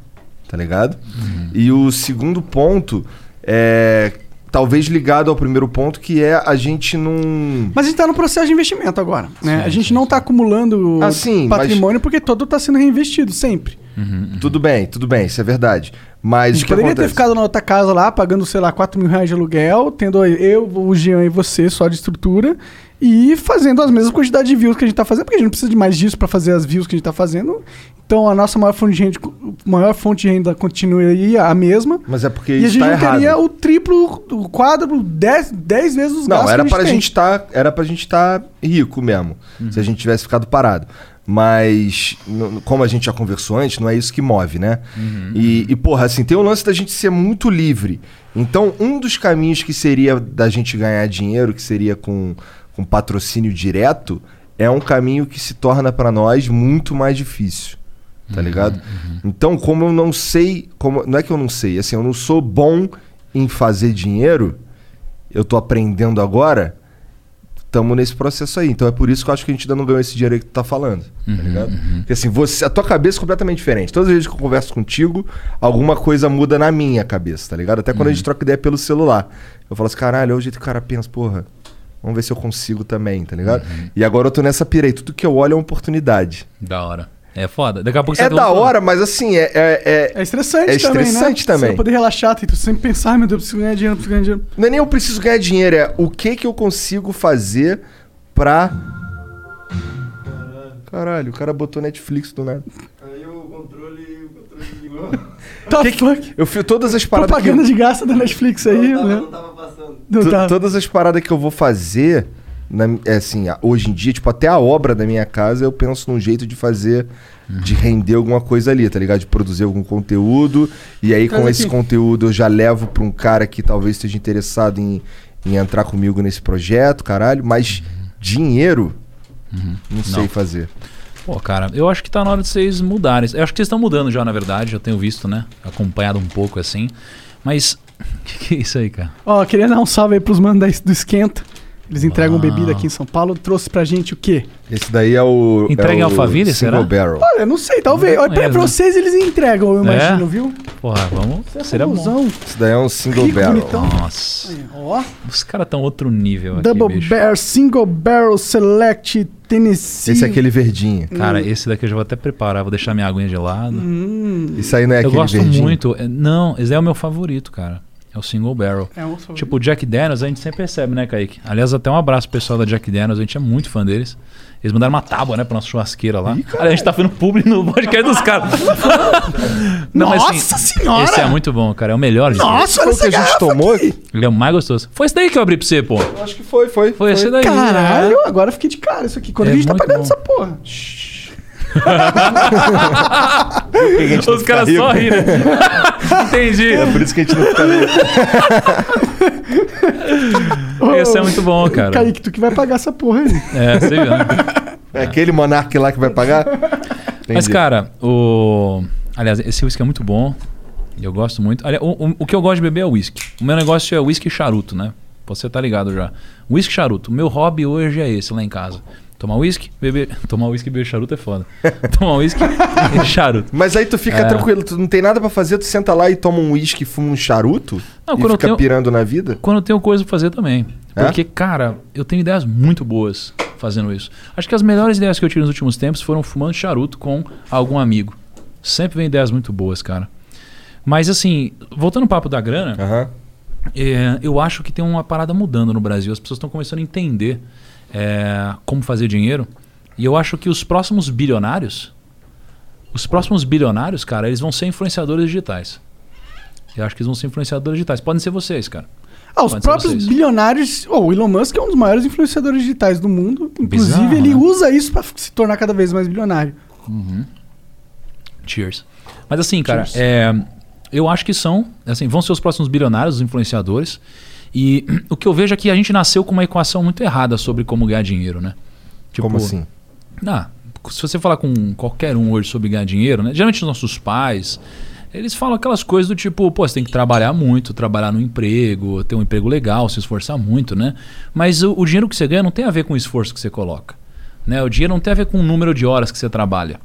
tá ligado?
Uhum.
E o segundo ponto é. Talvez ligado ao primeiro ponto, que é a gente não.
Mas a gente tá no processo de investimento agora. Né?
Sim,
a gente
sim,
não tá acumulando
Ah, sim, mas-
patrimônio porque todo tá sendo reinvestido sempre.
Uhum, Tudo bem, tudo bem, isso é verdade. Mas.
A
o
gente
que
poderia
acontece?
ter ficado na outra casa lá, pagando, sei lá, 4 mil reais de aluguel, tendo eu, o Jean e você só de estrutura, e fazendo as mesmas quantidades de views que a gente tá fazendo, porque a gente não precisa de mais disso para fazer as views que a gente tá fazendo. Então a nossa maior fonte de renda, maior fonte de renda continuaria a mesma.
Mas é porque
e a
isso
gente
tá
não
errado.
teria o triplo, o quádruplo, 10 dez vezes os gastos
Não, era
que
pra
a gente tem. Uhum.
gente tá, era pra gente estar rico mesmo, se a gente tivesse ficado parado. Mas, n- como a gente já conversou antes, não é isso que move, né?
Uhum.
E, e, porra, assim, tem o lance da gente ser muito livre. Então, um dos caminhos que seria da gente ganhar dinheiro, que seria com, com patrocínio direto, é um caminho que se torna pra nós muito mais difícil. Tá
Uhum,
ligado? Então, como eu não sei. Como, não é que eu não sei, assim, eu não sou bom em fazer dinheiro eu tô aprendendo agora, estamos nesse processo aí. Então é por isso que eu acho que a gente ainda não ganhou esse dinheiro aí que tu tá falando. tá ligado?
Uhum.
Porque assim, você, a tua cabeça é completamente diferente. Todas as vezes que eu converso contigo, alguma coisa muda na minha cabeça, tá ligado? Até quando a
Uhum.
gente troca ideia pelo celular. Eu falo assim, caralho, é o jeito que o cara pensa, porra. Vamos ver se eu consigo também, tá ligado?
Uhum.
E agora eu tô nessa pira aí. Tudo que eu olho é uma oportunidade.
Da hora. É foda. Daqui a pouco tá
é da
falando.
hora, mas assim, é- é- é,
É estressante
É
também,
estressante
né?
também.
Você não poder relaxar, tem que sempre pensar, "Ai, meu Deus, preciso ganhar dinheiro, preciso ganhar dinheiro.
Não é nem eu preciso ganhar dinheiro, é o que que eu consigo fazer pra. Caralho, o cara botou Netflix do nada.
Aí o controle, o controle ligou.
Tá,
Que que-
fuck.
Eu fiz todas as paradas. Que
Propaganda de graça da Netflix aí,
Não tá tava,
né?
não tava passando.
Não
to-
tá.
Todas as paradas que eu vou fazer, na, é assim, a- hoje em dia, tipo, até a obra da minha casa, eu penso num jeito de fazer,
Uhum.
de render alguma coisa ali, tá ligado? De produzir algum conteúdo. E aí,
Traz
com
aqui.
esse conteúdo, eu já levo pra um cara que talvez esteja interessado em, em entrar comigo nesse projeto, caralho. Mas dinheiro, não sei
Uhum. Não.
fazer.
Pô, cara, eu acho que tá na hora de vocês mudarem. Eu acho que vocês estão mudando já, na verdade. Eu tenho visto, né? Acompanhado um pouco assim. Mas. O que, que é isso aí, cara?
Ó, queria dar um salve aí pros manos da- do Esquenta. Eles entregam
Ah.
Uau.
bebida aqui em São Paulo. Trouxe pra gente o quê?
Esse daí é o.
Entrega
é
em
o
Alphaville, será?
Single Barrel.
Olha, não sei, talvez.
Não
Olha, pra,
conheço,
pra
né?
vocês eles entregam, eu
É?
imagino, viu?
Porra, vamos. Seria bom.
Famosão.
Esse daí é um Single
Rico,
Barrel.
bonitão.
Nossa.
Ó,
Os caras estão outro nível
Double
um aqui, bicho.
Bear, Single Barrel Select Tennessee.
Esse é aquele verdinho.
Cara, esse daqui eu já vou até preparar. Vou deixar minha aguinha de lado.
Isso aí não é
eu
aquele
gosto
verdinho.
muito. é- Não, esse é o meu favorito, cara. É o Single Barrel.
É um favorito.
Tipo, o Jack Daniels a gente sempre recebe, né, Kaique? Aliás, até um abraço pro pessoal da Jack Daniels, a gente é muito fã deles. Eles mandaram uma tábua, né, pra nossa churrasqueira lá. Cara, a gente tá fazendo publi no podcast dos caras. Não, mas, assim,
Nossa senhora!
Esse é muito bom, cara. É o melhor de todos.
Nossa, olha
Foi o que
essa
a gente
garrafa
tomou?
aqui.
Ele é o mais gostoso. Foi esse daí que eu abri pra você, pô. Foi,
Acho que foi, foi.
esse daí. né?
Caralho, agora eu fiquei de cara isso aqui. Quando
É
a gente tá
muito
pagando
bom.
essa porra?
Os caras
rico.
só riram. Entendi.
É por isso que a gente não fica rico.
Esse é muito bom, cara.
Kaique, tu que vai pagar essa porra aí.
É, você viu, né?
É aquele monarca lá que vai pagar?
Mas,
Entendi.
cara, o. Aliás, esse whisky é muito bom. E eu gosto muito. Aliás, o, o- o que eu gosto de beber é whisky. O meu negócio é whisky e charuto, né? Você tá ligado já. Whisky e charuto. O meu hobby hoje é esse lá em casa. Tomar whisky, beber. Tomar whisky e beber charuto é foda. Tomar whisky e charuto.
Mas aí tu fica
É.
tranquilo, tu não tem nada pra fazer, tu senta lá e toma um uísque, fuma um charuto
Não,
e
quando eu
fica
tenho-
pirando na vida?
Quando eu tenho coisa pra fazer também.
É?
Porque, cara, eu tenho ideias muito boas fazendo isso. Acho que as melhores ideias que eu tive nos últimos tempos foram fumando charuto com algum amigo. Sempre vem ideias muito boas, cara. Mas assim, voltando ao papo da grana,
Aham.
É, eu acho que tem uma parada mudando no Brasil. As pessoas estão começando a entender é, como fazer dinheiro. E eu acho que os próximos bilionários, os próximos bilionários, cara, eles vão ser influenciadores digitais. Eu acho que eles vão ser influenciadores digitais. Podem ser vocês, cara.
Ah, os
Pode ser
próprios
vocês.
bilionários. ó, o Elon Musk é um dos maiores influenciadores digitais do mundo. Inclusive,
Bizarro,
ele
né?
usa isso pra se tornar cada vez mais bilionário.
Uhum. Cheers. Mas assim, cara,
Cheers.
é, eu acho que são, assim, vão ser os próximos bilionários, os influenciadores. E o que eu vejo é que a gente nasceu com uma equação muito errada sobre como ganhar dinheiro, né?
Como assim?
Ah, se você falar com qualquer um hoje sobre ganhar dinheiro, né? Geralmente os nossos pais, eles falam aquelas coisas do tipo, pô, você tem que trabalhar muito, trabalhar no emprego, ter um emprego legal, se esforçar muito, né? Mas o, o dinheiro que você ganha não tem a ver com o esforço que você coloca. Né? O dinheiro não tem a ver com o número de horas que você trabalha.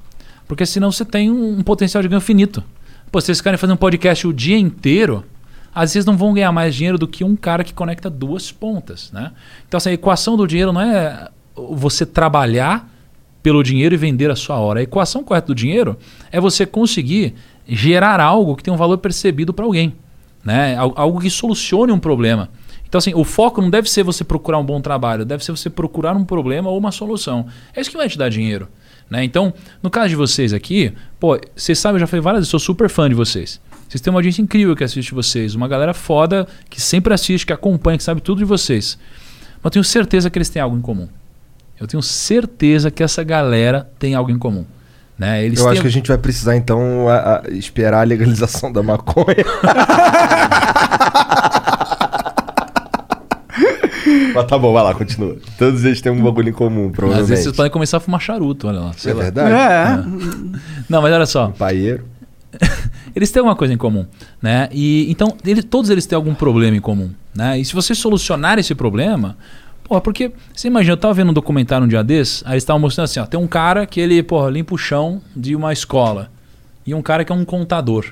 Porque senão você tem um, um potencial de ganho finito. Pô, se vocês querem fazer um podcast o dia inteiro, às vezes não vão ganhar mais dinheiro do que um cara que conecta duas pontas, né? Então, assim, a equação do dinheiro não é você trabalhar pelo dinheiro e vender a sua hora. A equação correta do dinheiro é você conseguir gerar algo que tem um valor percebido para alguém, né? Al- Algo que solucione um problema. Então, assim, o foco não deve ser você procurar um bom trabalho, deve ser você procurar um problema ou uma solução. É isso que vai te dar dinheiro. Né? Então, no caso de vocês aqui, pô, vocês sabem, eu já falei várias vezes, eu sou super fã de vocês. Vocês têm uma audiência incrível que assiste vocês, uma galera foda que sempre assiste, que acompanha, que sabe tudo de vocês. Mas eu tenho certeza que eles têm algo em comum. Eu tenho certeza que essa galera tem algo em comum. Né? Eles
Eu
têm...
acho que a gente vai precisar, então, a- a- esperar a legalização da maconha. Mas tá bom, vai lá, continua. Todos eles têm um bagulho em comum,
Às
provavelmente.
vezes vocês podem começar a fumar charuto, olha lá.
Isso é verdade? Um
É,
Não, mas olha só.
Paieiro.
Eles têm uma coisa em comum, né? E então ele- todos eles têm algum problema em comum, né? E se você solucionar esse problema, porra, porque você imagina, eu tava vendo um documentário um dia desses, aí eles estavam mostrando assim, ó, tem um cara que ele, porra, limpa o chão de uma escola e um cara que é um contador.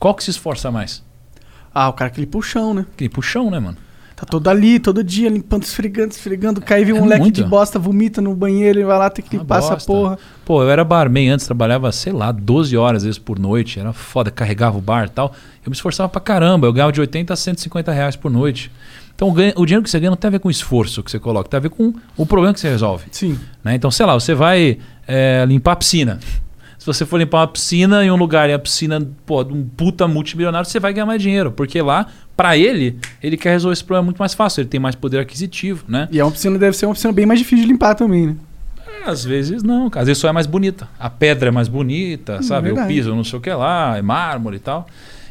Qual que se esforça mais?
Ah, o cara que limpa o chão, né?
Que limpa o chão, né, mano?
Tá todo ali, todo dia, limpando, esfregando, esfregando. Cai, vem um
É
moleque
muito.
de bosta, vomita no banheiro e vai lá, tem que
Uma
limpar essa
bosta.
porra.
Pô, eu era barman antes, trabalhava, sei lá, 12 horas às vezes por noite, era foda, carregava o bar e tal. Eu me esforçava pra caramba, eu ganhava de 80 a 150 reais por noite. Então o, ganho- o dinheiro que você ganha não tem a ver com o esforço que você coloca, tem a ver com o problema que você resolve.
Sim.
né? Então, sei lá, você vai é, limpar a piscina. Se você for limpar uma piscina em um lugar e a piscina pô, de um puta multimilionário, você vai ganhar mais dinheiro. Porque lá, pra ele, ele quer resolver esse problema muito mais fácil, ele tem mais poder aquisitivo, né?
E é uma piscina, deve ser uma piscina bem mais difícil de limpar também, né?
É, Às vezes não, cara. às vezes só é mais bonita. A pedra é mais bonita, sabe?
verdade.
O piso, não sei o que lá, é mármore e tal.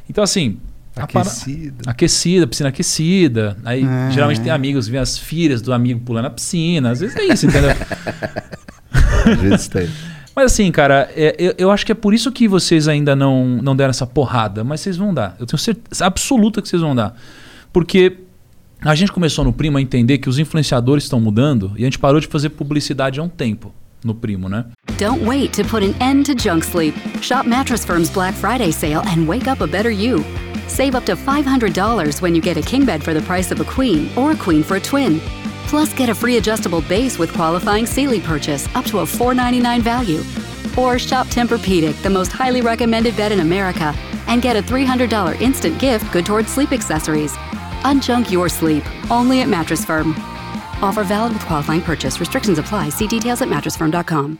Então, assim. a para-
Aquecido.
Aquecida, É. piscina aquecida. Aí
Ah.
geralmente tem amigos, vêm as filhas do amigo pulando na piscina. Às vezes é isso, entendeu?
Às vezes tem.
Mas assim, cara, é, eu, eu acho que é por isso que vocês ainda não, não deram essa porrada, mas vocês vão dar. Eu tenho certeza absoluta que vocês vão dar. Porque a gente começou no Primo a entender que os influenciadores estão mudando e a gente parou de fazer publicidade há um tempo no Primo, né?
Don't wait to put an end to junk sleep. Shop Mattress Firm's Black Friday sale and wake up a better you. Save up to $500 when you get a king bed for the price of a queen or a queen for a twin. Plus, get a free adjustable base with qualifying Sealy purchase up to a $499 value. Or shop Tempur-Pedic, the most highly recommended bed in America, and get a $300 instant gift good towards sleep accessories. Unjunk your sleep, only at Mattress Firm. Offer valid with qualifying purchase. Restrictions apply. See details at mattressfirm.com.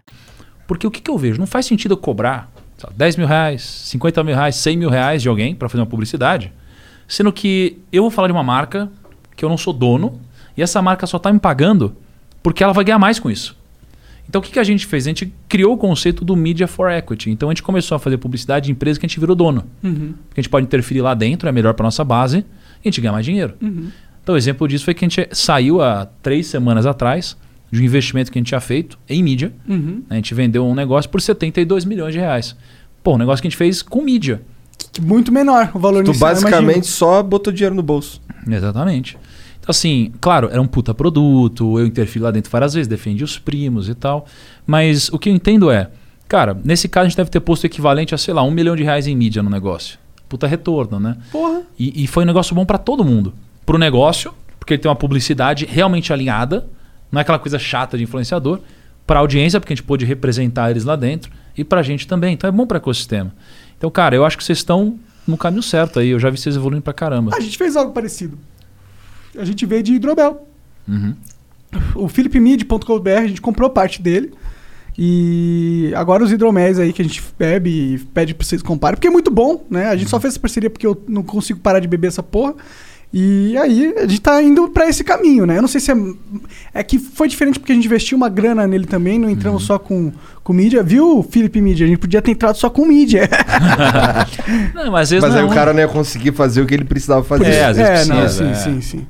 Porque o que, que eu vejo? Não faz sentido eu cobrar sei lá, 10 mil reais, 50 mil reais, 100 mil reais de alguém para fazer uma publicidade, sendo que eu vou falar de uma marca que eu não sou dono e essa marca só está me pagando porque ela vai ganhar mais com isso. Então o que, que a gente fez? A gente criou o conceito do Media for Equity. Então a gente começou a fazer publicidade de empresa que a gente virou dono. Porque a gente pode interferir lá dentro, é melhor para nossa base e a gente ganha mais dinheiro.
Uhum.
Então, o exemplo disso foi que a gente saiu há três semanas atrás de um investimento que a gente tinha feito em mídia.
Uhum.
A gente vendeu um negócio por 72 milhões de reais. Pô, um negócio que a gente fez com mídia.
Que Muito menor o valor
Tu
inicial,
basicamente
imagino.
só botou dinheiro no bolso.
Exatamente. Então, assim, claro, era um puta produto, eu interfiro lá dentro várias vezes, defendi os primos e tal. Mas o que eu entendo é, cara, nesse caso a gente deve ter posto o equivalente a, sei lá, um milhão de reais em mídia no negócio. Puta retorno, né?
Porra.
E, e foi um negócio bom pra todo mundo. Pro negócio, porque ele tem uma publicidade realmente alinhada, não é aquela coisa chata de influenciador. Pra audiência, porque a gente pôde representar eles lá dentro. E pra gente também. Então é bom pro ecossistema. Então, cara, eu acho que vocês estão no caminho certo aí. Eu já vi vocês evoluindo pra caramba.
A gente fez algo parecido. a gente veio de hidrobel.
Uhum.
O philipmid.com.br, a gente comprou parte dele. E agora os hidroméis aí que a gente bebe e pede pra vocês comparem, porque é muito bom, né? A gente
Uhum.
só fez essa parceria porque eu não consigo parar de beber essa porra. E aí a gente tá indo pra esse caminho, né? Eu não sei se é. É que foi diferente porque a gente investiu uma grana nele também, não
Uhum.
entramos só com, com mídia, viu, Felipe Mídia? A gente podia ter entrado só com mídia.
Não, mas às vezes
Mas
não é
aí o
um,
cara não ia conseguir fazer o que ele precisava fazer.
É, às vezes
não,
precisa,
sim,
é.
sim, sim.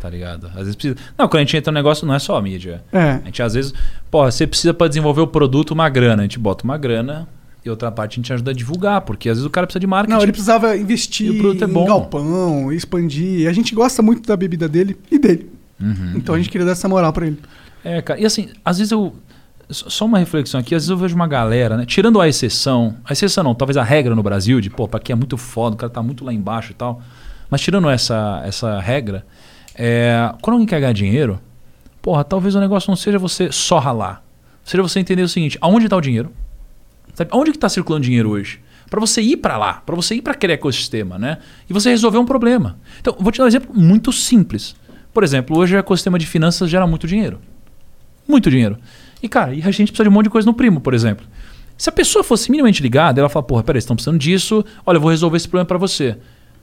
Tá ligado? Às vezes precisa. Não, quando a gente entra no negócio, não é só a mídia.
É.
A gente às vezes. Porra, você precisa pra desenvolver o produto uma grana. A gente bota uma grana e outra parte a gente ajuda a divulgar, porque às vezes o cara precisa de marketing.
Não, ele precisava investir
E o produto é
em
bom.
galpão, expandir. A gente gosta muito da bebida dele e dele.
Uhum.
Então a gente queria dar essa moral pra ele.
É, cara. E assim, às vezes eu. só- Só uma reflexão aqui, às vezes eu vejo uma galera, né? Tirando a exceção, a exceção não, talvez a regra no Brasil de, pô, pra aqui é muito foda, o cara tá muito lá embaixo e tal. Mas tirando essa, essa regra, é, quando alguém quer ganhar dinheiro, porra, talvez o negócio não seja você só ralar. Seja você entender o seguinte, aonde tá o dinheiro? Sabe, onde que está circulando dinheiro hoje? Para você ir para lá, para você ir para aquele ecossistema, né? E você resolver um problema. Então, vou te dar um exemplo muito simples. Por exemplo, hoje o ecossistema de finanças gera muito dinheiro. Muito dinheiro. E, cara, e a gente precisa de um monte de coisa no primo, por exemplo. Se a pessoa fosse minimamente ligada, ela fala, porra, peraí, vocês estão precisando disso, olha, eu vou resolver esse problema para você.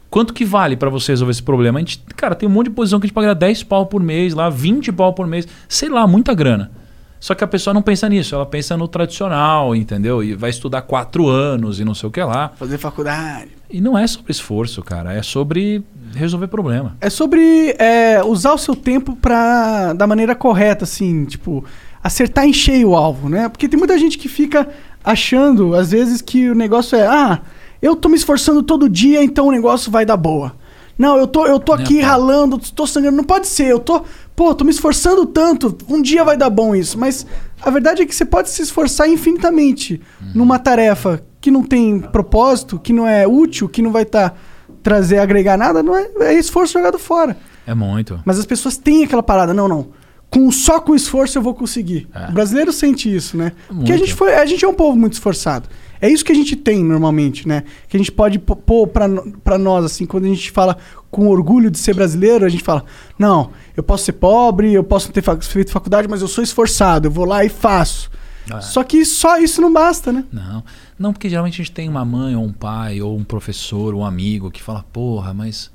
Quanto que vale para você resolver esse problema? A gente, cara, tem um monte de posição que a gente paga 10 pau por mês, lá 20 pau por mês, sei lá, muita grana. Só que a pessoa não pensa nisso, ela pensa no tradicional, entendeu? E vai estudar quatro anos e não sei o que lá.
Fazer faculdade.
E não é sobre esforço, cara, é sobre resolver problema.
É sobre é, usar o seu tempo pra, da maneira correta, assim, tipo, acertar em cheio o alvo, né? Porque tem muita gente que fica achando, às vezes, que o negócio é, ah, eu tô me esforçando todo dia, então o negócio vai dar boa. Não, eu tô, eu tô
Nem a
aqui
pau.
ralando, tô sangrando. Não pode ser, eu tô. Pô, tô me esforçando tanto, um dia vai dar bom isso. Mas a verdade é que você pode se esforçar infinitamente numa tarefa que não tem propósito, que não é útil, que não vai tá estar. trazer, agregar nada, não é, é esforço jogado fora.
É muito.
Mas as pessoas têm aquela parada, não, não. Com, só com esforço eu vou conseguir.
É.
O brasileiro sente isso, né? Porque a
Muito.
gente, foi, a gente é um povo muito esforçado. É isso que a gente tem normalmente, né? Que a gente pode pô- pôr pra, no- pra nós, assim, quando a gente fala com orgulho de ser brasileiro, a gente fala: não, eu posso ser pobre, eu posso não ter fa- feito faculdade, mas eu sou esforçado, eu vou lá e faço.
É.
Só que só isso não basta, né?
Não. Não, porque geralmente a gente tem uma mãe ou um pai ou um professor ou um amigo que fala, porra, mas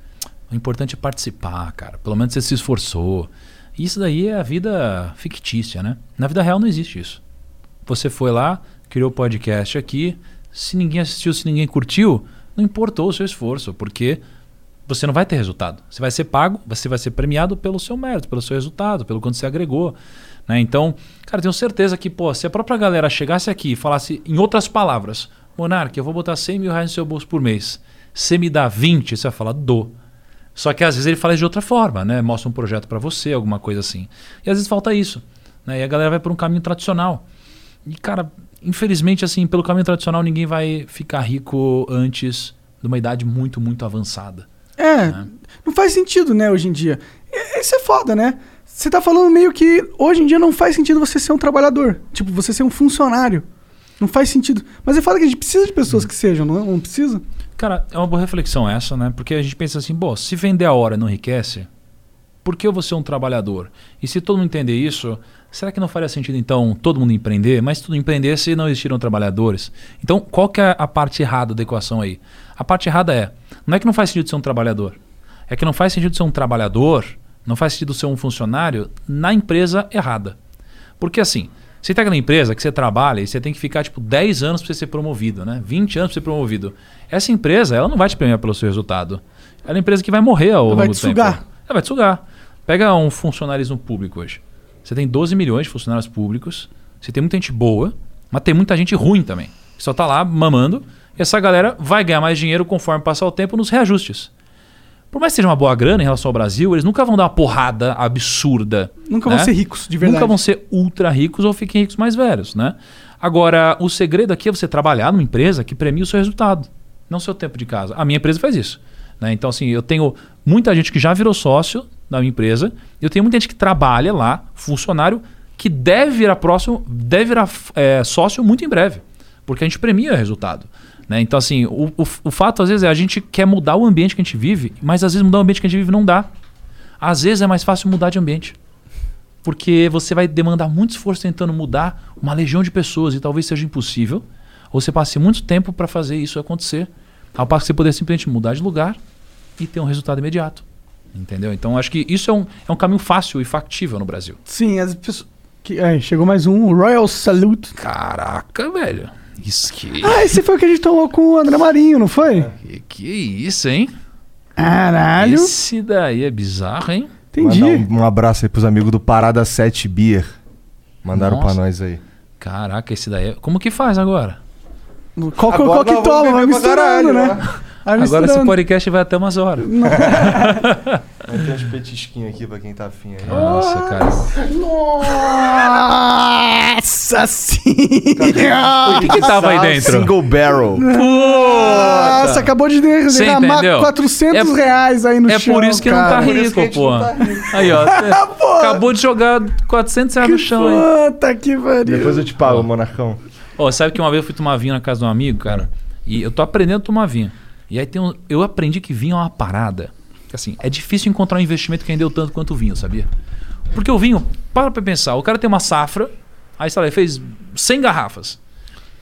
o importante é participar, cara. Pelo menos você se esforçou. E Isso daí é a vida fictícia, né? Na vida real não existe isso. Você foi lá, criou o podcast aqui. Se ninguém assistiu, se ninguém curtiu, não importou o seu esforço, porque você não vai ter resultado. Você vai ser pago, você vai ser premiado pelo seu mérito, pelo seu resultado, pelo quanto você agregou. né? Então, cara, eu tenho certeza que, pô, se a própria galera chegasse aqui e falasse, em outras palavras, Monark, eu vou botar 100 mil reais no seu bolso por mês. Você me dá 20, você vai falar, dou. Só que às vezes ele fala isso de outra forma, né? Mostra um projeto pra você, alguma coisa assim. E às vezes falta isso. Né? E a galera vai por um caminho tradicional. E, cara, infelizmente, assim, pelo caminho tradicional, ninguém vai ficar rico antes de uma idade muito, muito avançada.
É, não faz sentido, né, hoje em dia. E- Isso é foda, né? Você tá falando meio que hoje em dia não faz sentido você ser um trabalhador. Tipo, você ser um funcionário. Não faz sentido. Mas é foda que a gente precisa de pessoas que sejam, não, não precisa?
Cara, é uma boa reflexão essa, né? Porque a gente pensa assim, bom, se vender a hora não enriquece, por que eu vou ser um trabalhador? E se todo mundo entender isso, será que não faria sentido então todo mundo empreender? Mas se tudo empreendesse e não existiram trabalhadores? Então, qual que é a parte errada da equação aí? A parte errada é, não é que não faz sentido ser um trabalhador, é que não faz sentido ser um trabalhador, não faz sentido ser um funcionário na empresa errada. Porque assim, você tá na empresa que você trabalha e você tem que ficar tipo 10 anos para você ser promovido, né? 20 anos para ser promovido. Essa empresa, ela não vai te premiar pelo seu resultado. Ela é uma empresa que vai morrer ao
Ela
longo
vai
do
te
tempo.
sugar.
Ela vai te sugar. Pega um funcionarismo público hoje. Você tem 12 milhões de funcionários públicos, você tem muita gente boa, mas tem muita gente ruim também. Que só tá lá mamando, e essa galera vai ganhar mais dinheiro conforme passar o tempo nos reajustes. Por mais que seja uma boa grana em relação ao Brasil, eles nunca vão dar uma porrada absurda.
Nunca
né?
vão ser ricos, de verdade.
Nunca vão ser ultra ricos ou fiquem ricos mais velhos, né? Agora, o segredo aqui é você trabalhar numa empresa que premia o seu resultado, não o seu tempo de casa. A minha empresa faz isso. né? Então, assim, eu tenho muita gente que já virou sócio da minha empresa, eu tenho muita gente que trabalha lá, funcionário, que deve virar próximo, deve virar é, sócio muito em breve, porque a gente premia o resultado. né? Então, assim, o, o, o fato às vezes é a gente quer mudar o ambiente que a gente vive, mas às vezes mudar o ambiente que a gente vive não dá. Às vezes é mais fácil mudar de ambiente. Porque você vai demandar muito esforço tentando mudar uma legião de pessoas e talvez seja impossível. Ou você passe muito tempo para fazer isso acontecer, ao passo que você poder simplesmente mudar de lugar e ter um resultado imediato. Entendeu? Então acho que isso é um, é um caminho fácil e factível no Brasil.
Sim, as pessoas. Que, aí, chegou mais um, o Royal Salute.
Caraca, velho. Isso que.
Ah, esse foi o que a gente tomou com o André Marinho, não foi?
Que, que isso, hein?
Caralho.
Esse daí é bizarro, hein?
Entendi.
Mandar um, um abraço aí pros amigos do Parada 7 Beer. Mandaram
Nossa.
pra nós aí.
Caraca, esse daí é. Como que faz agora?
Qual, que- qual
Agora
que
nós vamos
toma?
beber
Vai
pra caralho,
misturando, né?
né?
Vai
Agora esse
misturando.
podcast vai até umas horas.
Tem uns petisquinhos aqui pra quem tá afim aí.
Nossa, cara.
Nossa senhora!
O que, que tava aí dentro?
Single Barrel.
É. Nossa, acabou de der-
Você
derramar
entendeu?
400
É-
reais aí no
É
chão,
por isso que não tá
cara.
isso que
rico,
a gente
pô.
não tá
Aí, ó. Acabou de jogar 400 reais no chão, hein?
Puta que pariu.
Depois eu te pago, monarcão.
Ó, sabe que uma vez eu fui tomar vinho na casa de um amigo, cara? E eu tô aprendendo a tomar vinho. E aí tem um, eu aprendi que vinho é uma parada. Assim, é difícil encontrar um investimento que rendeu tanto quanto o vinho, sabia? Porque o vinho, para pra pensar, o cara tem uma safra, aí sei lá, ele fez 100 garrafas.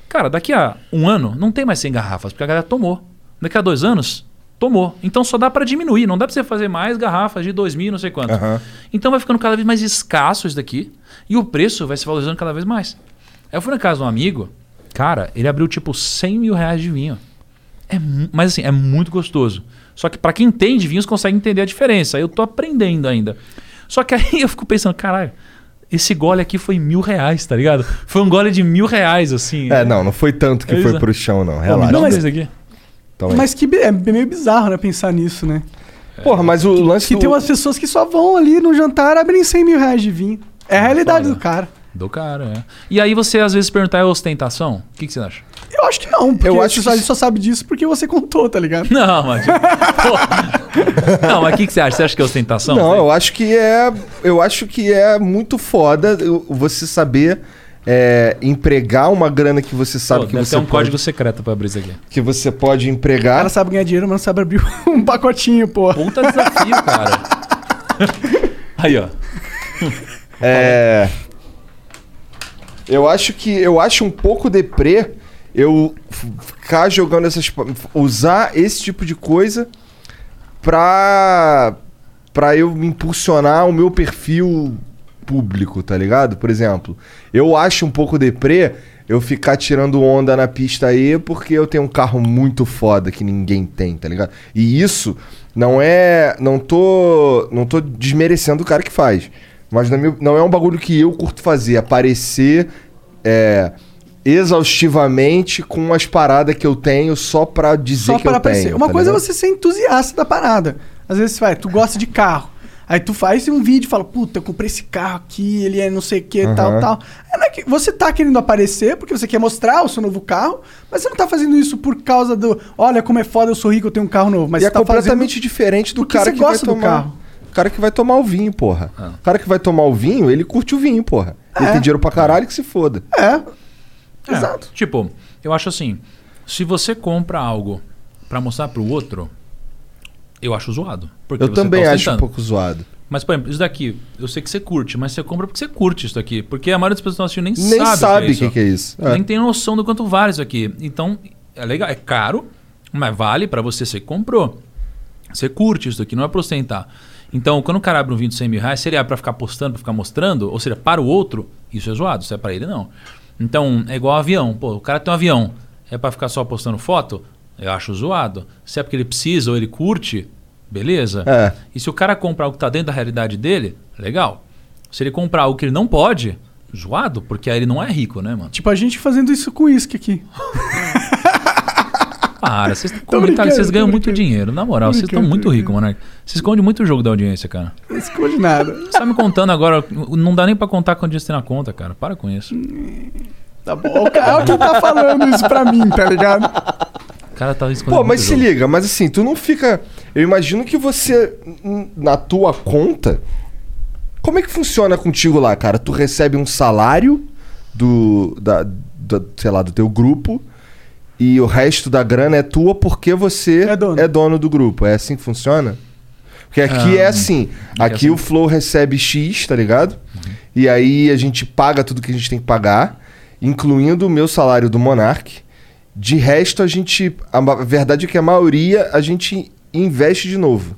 Cara, daqui a um ano não tem mais 100 garrafas, porque a galera tomou. Daqui a dois anos, tomou. Então só dá pra diminuir, não dá pra você fazer mais garrafas de 2 mil, não sei quanto. Então vai ficando cada vez mais escasso isso daqui e o preço vai se valorizando cada vez mais. Aí eu fui na casa de um amigo, cara, ele abriu tipo 100 mil reais de vinho. É, mu- mas assim, é muito gostoso. Só que pra quem entende vinhos consegue entender a diferença. Eu tô aprendendo ainda. Só que aí eu fico pensando, caralho, esse gole aqui foi mil reais, tá ligado? Foi um gole de mil reais, assim.
É, não, não foi tanto que
É
foi
isso.
pro chão, não. então
Pô, me
Relaxa.
dá um
mas-
desse aqui.
Toma aí.
Mas que bi- é meio bizarro, né? Pensar nisso, né?
É. porra, mas o lance
Que
do...
tem umas pessoas que só vão ali no jantar abrem 100 mil reais de vinho. É a realidade
Foda.
do cara.
Do cara, é. E aí você às vezes perguntar é ostentação? O que, que você acha?
Eu acho que não, porque
Eu acho
você
que
só,
isso-
só sabe disso porque você contou, tá ligado?
Não, Ah, mas. tipo, Pô. Não, mas o que, que você acha? Você acha que é ostentação?
Não, eu acho que é. Eu acho que é muito foda eu- você saber é, empregar uma grana que você sabe
Pô,
que,
deve
você
ter um
pode,
código secreto pra abrir isso aqui.
que você pode
O
empregar.
cara sabe ganhar dinheiro, mas não sabe abrir um pacotinho, pô.
Puta desafio, cara. Aí, ó.
É. Eu acho que. Eu acho um pouco deprê eu f- ficar jogando essas. pa- f- Usar esse tipo de coisa pra. pra eu me impulsionar o meu perfil público, tá ligado? Por exemplo, eu acho um pouco deprê eu ficar tirando onda na pista aí porque eu tenho um carro muito foda que ninguém tem, tá ligado? E isso não é. Não tô. Não tô desmerecendo o cara que faz. Mas na minha- não é um bagulho que eu curto fazer, aparecer é, exaustivamente com as paradas que eu tenho só pra dizer que
Só
eu
para aparecer.
tenho.
Uma
tá
coisa é
ligado?
você ser entusiasta da parada. Às vezes vai, tu gosta de carro. Aí tu faz um vídeo e fala, puta, eu comprei esse carro aqui, ele é não sei o que, tal,
Aham.
tal. É, não é que você tá querendo aparecer porque você quer mostrar o seu novo carro, mas você não tá fazendo isso por causa do, olha como é foda, eu sou rico, eu tenho um carro novo. Mas
e
você
é
tá
completamente diferente do
porque
cara
você
que
gosta do
vai tomar.
carro.
O cara que vai tomar o vinho, porra.
Ah.
O cara que vai tomar o vinho, ele curte o vinho, porra. Ele tem dinheiro pra caralho que se foda.
fazendo... É,
É,
exato.
Tipo, eu acho assim, se você compra algo pra mostrar pro outro, eu acho zoado. Porque
eu
você tá
também acho um
ostentando.
pouco zoado.
Mas, por exemplo, isso daqui, eu sei que você curte, mas você compra porque você curte isso daqui. Porque a maioria das pessoas que estão assistindo nem,
Nem sabe o que, que é
isso.
isso. É.
Nem tem noção do quanto vale isso aqui. Então, é legal, é caro, mas vale pra você, você comprou. Você curte isso daqui, não é pra ostentar. Então, quando o cara abre um vinho de 100 mil reais, se ele abre pra ficar postando, pra ficar mostrando, ou seja, para o outro, isso é zoado, isso é pra ele não. Então, é igual avião. Pô, o cara tem um avião, é pra ficar só postando foto? Eu acho zoado. Se é porque ele precisa ou ele curte, beleza.
É.
E se o cara comprar algo que tá dentro da realidade dele, legal. Se ele comprar algo que ele não pode, zoado, porque aí ele não é rico, né, mano?
Tipo, a gente fazendo isso com uísque aqui.
Para, vocês estão comentários,
brincando,
vocês
tô
ganham muito
brincando.
dinheiro. Na moral,
Tô
vocês estão
brincando, tô
muito ricos, Monark. Vocês escondem muito o jogo da audiência, cara.
Não esconde nada.
Você tá me contando agora, não dá nem pra contar quanto dinheiro você tem na conta, cara. Para com isso.
Tá bom. O cara é quem tá falando isso pra mim, tá ligado?
O cara tá escondendo
Pô,
muito
mas
o
se
jogo.
liga, mas assim, tu não fica. Eu imagino que você, n- na tua conta, como é que funciona contigo lá, cara? Tu recebe um salário do. Da, da- sei lá, do teu grupo. E o resto da grana é tua porque você
É dono.
do grupo. É assim que funciona? Porque aqui é assim: aqui o Flow recebe X, tá ligado? E aí a gente paga tudo que a gente tem que pagar, incluindo o meu salário do Monark. De resto, a gente. A ma- a verdade é que a maioria a gente investe de novo.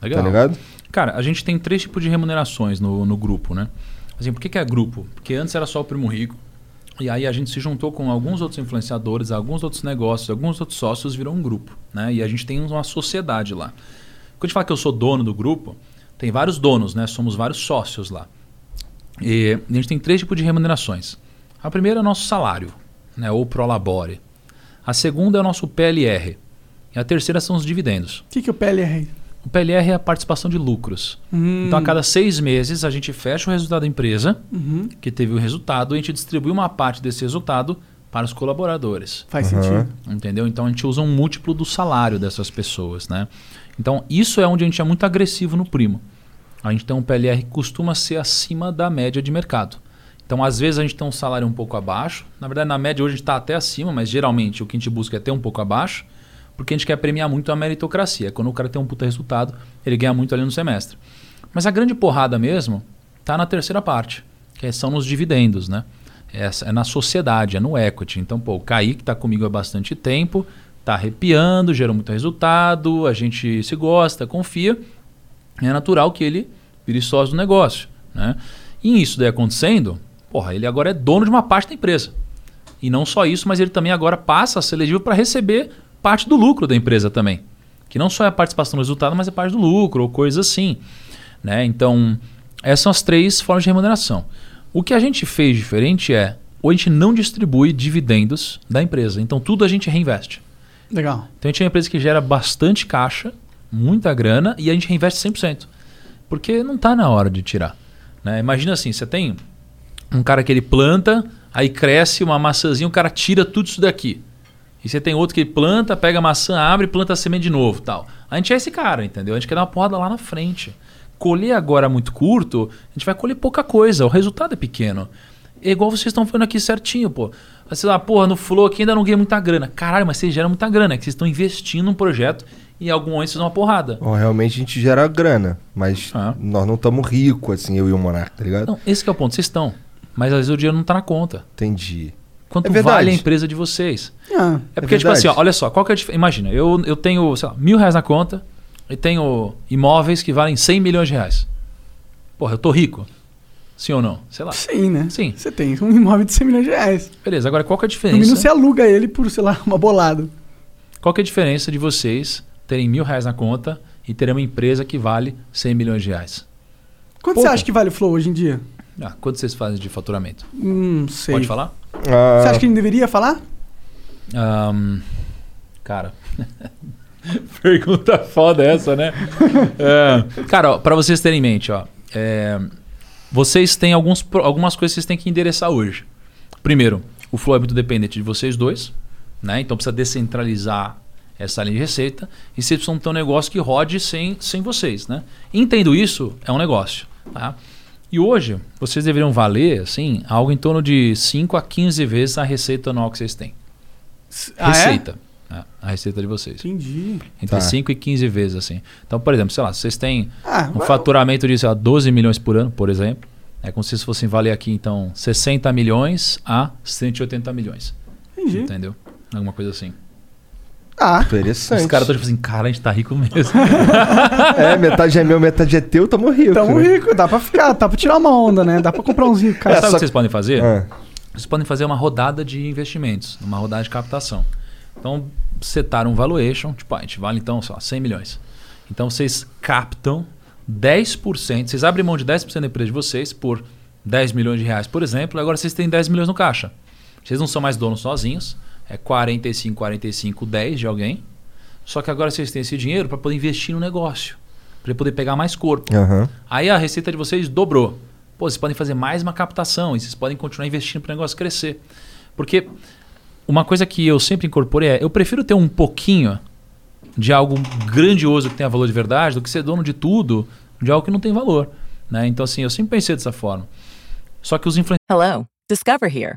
Legal.
Tá ligado?
Cara, a gente tem três tipos de remunerações no, no grupo, né? Assim, por que, que é grupo? Porque antes era só o Primo Rico. E aí a gente se juntou com alguns outros influenciadores, alguns outros negócios, alguns outros sócios, virou um grupo, né? E a gente tem uma sociedade lá. Quando a gente fala que eu sou dono do grupo, tem vários donos, né? Somos vários sócios lá. E a gente tem três tipos de remunerações. A primeira é o nosso salário, né? Ou prolabore. A segunda é o nosso PLR. E a terceira são os dividendos.
O que, que é o PLR?
O PLR é a participação de lucros. Então, a cada seis meses, a gente fecha o resultado da empresa, que teve o resultado, e a gente distribui uma parte desse resultado para os colaboradores.
Faz sentido.
Entendeu? Então, a gente usa um múltiplo do salário dessas pessoas. Né? Então, isso é onde a gente é muito agressivo no primo. A gente tem um PLR que costuma ser acima da média de mercado. Então, às vezes, a gente tem um salário um pouco abaixo. Na verdade, na média, hoje a gente está até acima, mas geralmente o que a gente busca é ter um pouco abaixo porque a gente quer premiar muito a meritocracia. Quando o cara tem um puta resultado, ele ganha muito ali no semestre. Mas a grande porrada mesmo tá na terceira parte, que são nos dividendos, né? Essa- É, na sociedade, é no equity. Então, pô, o Kaique tá comigo há bastante tempo, tá arrepiando, gerou muito resultado, a gente se gosta, confia. É natural que ele vire sócio do negócio, né? E isso daí acontecendo, porra, ele agora é dono de uma parte da empresa. E não só isso, mas ele também agora passa a ser elegível para receber parte do lucro da empresa também. Que não só é a participação no resultado, mas é parte do lucro ou coisa assim. Né? Então, essas são as três formas de remuneração. O que a gente fez diferente é, ou a gente não distribui dividendos da empresa. Então, tudo a gente reinveste.
Legal.
Então a gente é uma empresa que gera bastante caixa, muita grana e a gente reinveste 100%. Porque não está na hora de tirar. né? Imagina assim, você tem um cara que ele planta, aí cresce uma maçãzinha, o cara tira tudo isso daqui. E você tem outro que ele planta, pega a maçã, abre e planta a semente de novo tal. A gente é esse cara, entendeu? A gente quer dar uma porrada lá na frente. Colher agora muito curto, a gente vai colher pouca coisa, o resultado é pequeno. É igual vocês estão falando aqui certinho, pô. Aí Você lá, porra, no Flow aqui ainda não ganha muita grana. Caralho, mas vocês geram muita grana, é que vocês estão investindo num projeto e em algum momento vocês dão uma porrada.
Bom, Então, realmente a gente gera grana, mas
Ah.
nós não estamos ricos, assim, eu e o Monark, tá ligado?
Não, esse que é o ponto, vocês estão. Mas às vezes o dinheiro não tá na conta.
Entendi.
Quanto
É verdade.
vale a empresa de vocês?
Ah,
É porque, tipo
verdade.
assim, ó, olha só, qual que é a dif- Imagina, eu, eu tenho, sei lá, mil reais na conta e tenho imóveis que valem 100 milhões de reais. Porra, eu tô rico. Sim ou não? Sei lá.
sim, né?
Sim.
Você tem um imóvel de 100 milhões de reais.
Beleza, agora qual que é a
No mínimo
diferença?
você aluga ele por, sei lá, uma bolada.
Qual que é a diferença de vocês terem mil reais na conta e terem uma empresa que vale 100 milhões de reais?
Quanto
Pouco.
você acha que vale o Flow hoje em dia?
Ah, quanto vocês fazem de faturamento?
Hum, Não sei.
Pode falar?
Ah,
Você acha que a gente deveria falar?
Ahn, cara. Pergunta foda essa, né? É, cara, ó, pra vocês terem em mente, ó. é, vocês têm alguns, pro- algumas coisas que vocês têm que endereçar hoje. Primeiro, o flow é muito dependente de vocês dois, né? Então precisa descentralizar essa linha de receita e vocês precisam ter um negócio que rode sem, sem vocês, né? Entendo isso, é um negócio, tá? E hoje, vocês deveriam valer, assim, algo em torno de 5 a 15 vezes a receita anual que vocês têm
Ah, é?
receita. É, a receita de vocês.
Entendi.
Entre
Tá.
5 e 15 vezes, assim. Então, por exemplo, sei lá, vocês têm
Ah,
um
vai-
faturamento de sei lá, 12 milhões por ano, por exemplo. É como se vocês fossem valer aqui, então, 60 milhões a 180 milhões.
Entendi.
Entendeu? Alguma coisa assim.
Ah,
interessante.
Os caras estão tipo assim, cara, a gente tá rico mesmo.
É, metade é meu, metade é teu, tamo rico.
tamo
né?
rico. Dá pra ficar, dá pra tirar uma onda, né? Dá pra comprar umzinho,
Mas
cara.
sabe o
só
É, que vocês podem fazer?
Ah,
Vocês podem fazer uma rodada de investimentos, uma rodada de captação. Então, setar um valuation, tipo, ah, a gente vale então só 100 milhões. Então, vocês captam 10%, vocês abrem mão de 10% da empresa de vocês por 10 milhões de reais, por exemplo, e agora vocês têm 10 milhões no caixa. Vocês não são mais donos sozinhos, é 45, 45, 10 de alguém. Só que agora vocês têm esse dinheiro para poder investir no negócio, para poder pegar mais corpo.
Aham.
Aí a receita de vocês dobrou. Pô, vocês podem fazer mais uma captação e vocês podem continuar investindo para o negócio crescer. Porque uma coisa que eu sempre incorporei é: eu prefiro ter um pouquinho de algo grandioso que tenha valor de verdade do que ser dono de tudo de algo que não tem valor. Né? Então, assim, eu sempre pensei dessa forma. Só que os influenciadores.
Hello, Discover here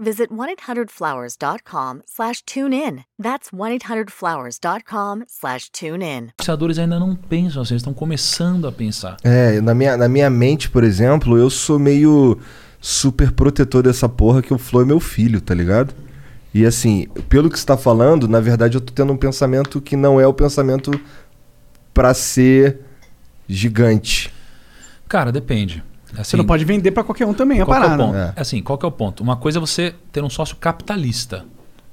visit 1-800-Flowers.com slash tune in. That's 1-800-Flowers.com slash tune in.
Os Pensadores ainda não pensam assim, eles estão começando a pensar.
É, na minha, na minha mente, por exemplo, eu sou meio super protetor dessa porra que o Flo é meu filho, tá ligado? E assim, pelo que você tá falando, na verdade eu tô tendo um pensamento que não é o pensamento pra ser gigante.
Cara, depende.
Você
Assim,
não pode vender pra qualquer um também, é
qual que é o
parada.
ponto?
É.
Assim, qual que é o ponto? Uma coisa é você ter um sócio capitalista.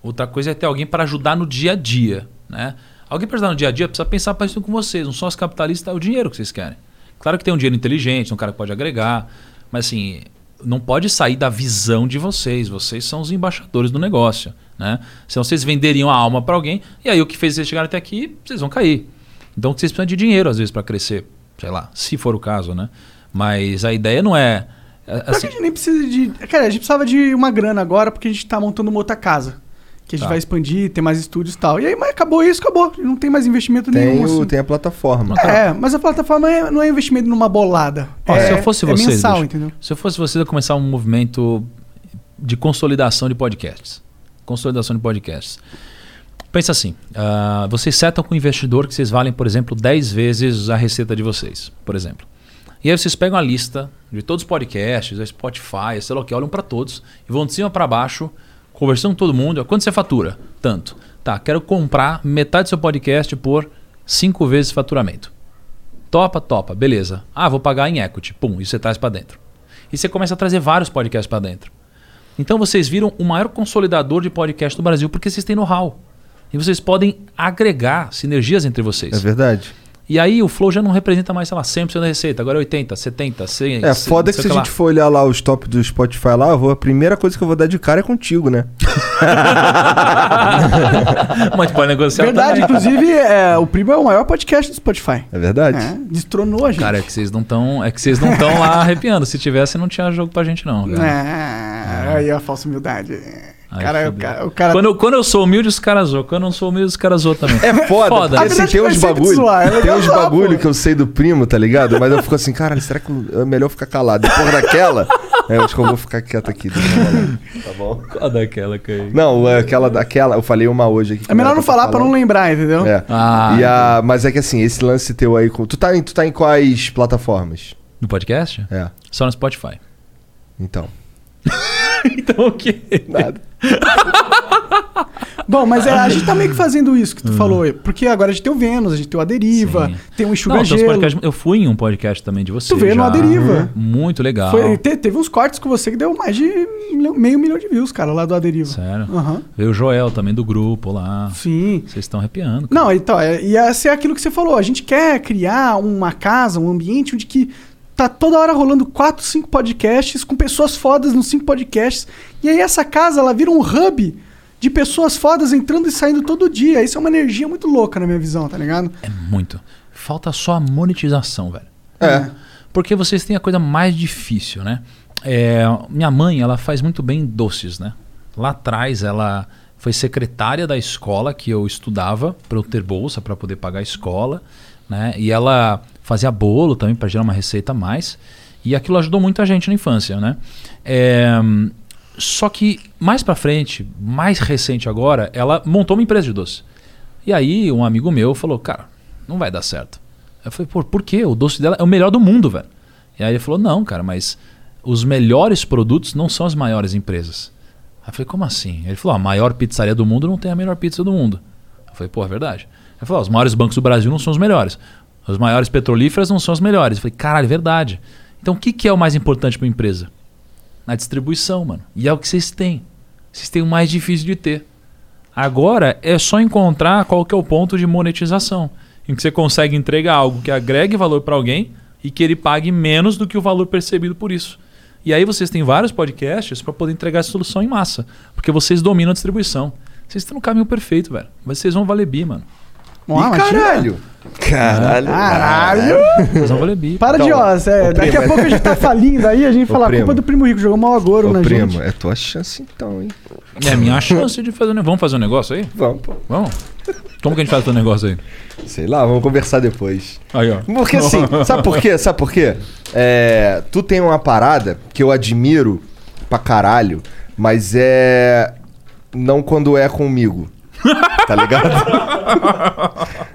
Outra coisa é ter alguém para ajudar no dia a dia, né? Alguém para ajudar no dia a dia precisa pensar parecido com vocês. Um sócio capitalista é o dinheiro que vocês querem. Claro que tem um dinheiro inteligente, um cara que pode agregar, mas assim, não pode sair da visão de vocês. Vocês são os embaixadores do negócio, né? Senão vocês venderiam a alma para alguém e aí o que fez vocês chegarem até aqui, vocês vão cair. Então vocês precisam de dinheiro às vezes para crescer, sei lá, se for o caso, né? Mas a ideia não é é,
Só que
assim,
a gente nem precisa de. Cara, a gente precisava de uma grana agora porque a gente tá montando uma outra casa. Que a gente
Tá.
vai expandir, ter mais estúdios e tal. E aí, mas acabou isso, acabou. Não tem mais investimento
Tem,
nenhum.
o-
assim.
tem a plataforma.
É, mas a plataforma é- não é investimento numa bolada.
Ó,
é,
se eu fosse
é
vocês,
mensal,
bicho,
entendeu?
se eu fosse vocês, eu ia começar um movimento de consolidação de podcasts. Consolidação de podcasts. Pensa assim, ah, vocês setam com um investidor que vocês valem, por exemplo, 10 vezes a receita de vocês, por exemplo. E aí vocês pegam a lista de todos os podcasts, a Spotify, sei lá o que, olham para todos e vão de cima para baixo, conversando com todo mundo. Quanto você fatura? Tanto. Tá, quero comprar metade do seu podcast por 5 vezes faturamento. Topa, topa, beleza. Ah, vou pagar em equity. Pum, isso você traz pra dentro. E você começa a trazer vários podcasts pra dentro. Então vocês viram o maior consolidador de podcast do Brasil porque vocês têm know-how. E vocês podem agregar sinergias entre
É
vocês.
verdade.
e aí o Flow já não representa mais, sei lá, 100% da receita. Agora é 80, 70, 100.
É, foda que se a gente for olhar lá os top do Spotify lá, eu vou- a primeira coisa que eu vou dar de cara é contigo, né?
Mas pode negociar
Verdade,
também.
inclusive, é, o Primo é o maior podcast do Spotify.
É verdade.
É, destronou a gente.
Cara, é que vocês não estão, é que vocês não estão lá arrepiando. Se tivesse não tinha jogo pra gente não, cara.
É, aí a falsa humildade.
Aí
cara, o
fudeu.
cara, o cara-
Quando eu, quando eu sou humilde, os caras zoam. Quando eu não sou humilde, os caras zoam também.
É
Foda.
foda, porque assim,
A verdade
tem
vai
uns
sempre
bagulho,
zoar, é legal
tem uns
zoar,
bagulho
pô.
que eu sei do primo, tá ligado? Mas eu fico assim, caralho, será que eu- é melhor ficar calado? Depois daquela, é, eu acho que eu vou ficar quieto aqui. deixa eu falar. Tá bom?
Qual daquela, cara?
Não, é aquela daquela, eu falei uma hoje aqui. que
é melhor
era
não
pra
falar pra não lembrar, entendeu?
É.
Ah,
e a, mas é que assim, esse lance teu aí com tu tá em, tu tá em quais plataformas?
No podcast?
É.
Só no Spotify.
Então.
Então o quê?
Nada.
Bom, mas é, a gente tá meio que fazendo isso que tu falou. aí, Porque agora a gente tem o Vênus, a gente tem o Aderiva,
Hum. Sim.
tem um
Não, então
o Enxuga
tem uns
Gelo.
podcasts- eu fui em um podcast também de você.
Tu veio
já.
no Aderiva.
Muito legal.
Foi- te- teve uns cortes com você que deu mais de milhão- meio milhão de views, cara, lá do Aderiva.
Sério.
Aham.
Veio o Joel também do grupo lá.
Sim.
Vocês estão arrepiando. cara.
Não, então, é, e essa é aquilo que você falou. A gente quer criar uma casa, um ambiente onde que tá toda hora rolando quatro, cinco podcasts com pessoas fodas nos cinco podcasts. E aí essa casa, ela vira um hub de pessoas fodas entrando e saindo todo dia. Isso é uma energia muito louca na minha visão, tá ligado?
É muito. Falta só a monetização, velho.
É.
Porque vocês têm a coisa mais difícil, né? É, minha mãe, ela faz muito bem doces, né? Lá atrás, ela foi secretária da escola que eu estudava para eu ter bolsa, para poder pagar a escola, né? E ela fazia bolo também para gerar uma receita a mais. E aquilo ajudou muito a gente na infância, né? É, só que mais pra frente, mais recente agora, ela montou uma empresa de doce. E aí um amigo meu falou, cara, não vai dar certo. Eu falei, pô, por quê? O doce dela é o melhor do mundo, velho. E aí ele falou, não, cara, mas os melhores produtos não são as maiores empresas. Aí eu falei, como assim? Ele falou, a maior pizzaria do mundo não tem a melhor pizza do mundo. Eu falei, pô, é verdade. Ele falou, "Ah, os maiores bancos do Brasil não são os melhores. Os maiores petrolíferas não são os melhores. Eu falei, caralho, é verdade. Então o que, que é o mais importante pra uma empresa? Na distribuição, mano. E é o que vocês têm. Vocês têm o mais difícil de ter. Agora é só encontrar qual que é o ponto de monetização, em que você consegue entregar algo que agregue valor para alguém e que ele pague menos do que o valor percebido por isso. E aí vocês têm vários podcasts para poder entregar essa solução em massa, porque vocês dominam a distribuição. Vocês estão no caminho perfeito, velho. Mas Vocês vão valer bi, mano.
Ó,
Ih,
mas tira-
caralho!
Caralho.
Caralho!
Vocês vão valer bi.
Para de
Então,
ó, Zé.
ô,
Daqui a
primo.
pouco a gente tá falindo aí, a gente fala, a
primo.
culpa é do primo rico, jogou mal agora
Ô,
na
primo,
gente.
é tua chance então, hein?
É a minha chance de fazer um negócio. Vamos fazer um negócio aí?
Vamos, pô.
Vamos? Como que a gente faz o negócio aí?
Sei lá, vamos conversar depois.
Aí, ó.
Porque assim, sabe por quê? Sabe por quê? É, tu tem uma parada que eu admiro pra caralho, mas é. Não quando é comigo. Tá ligado?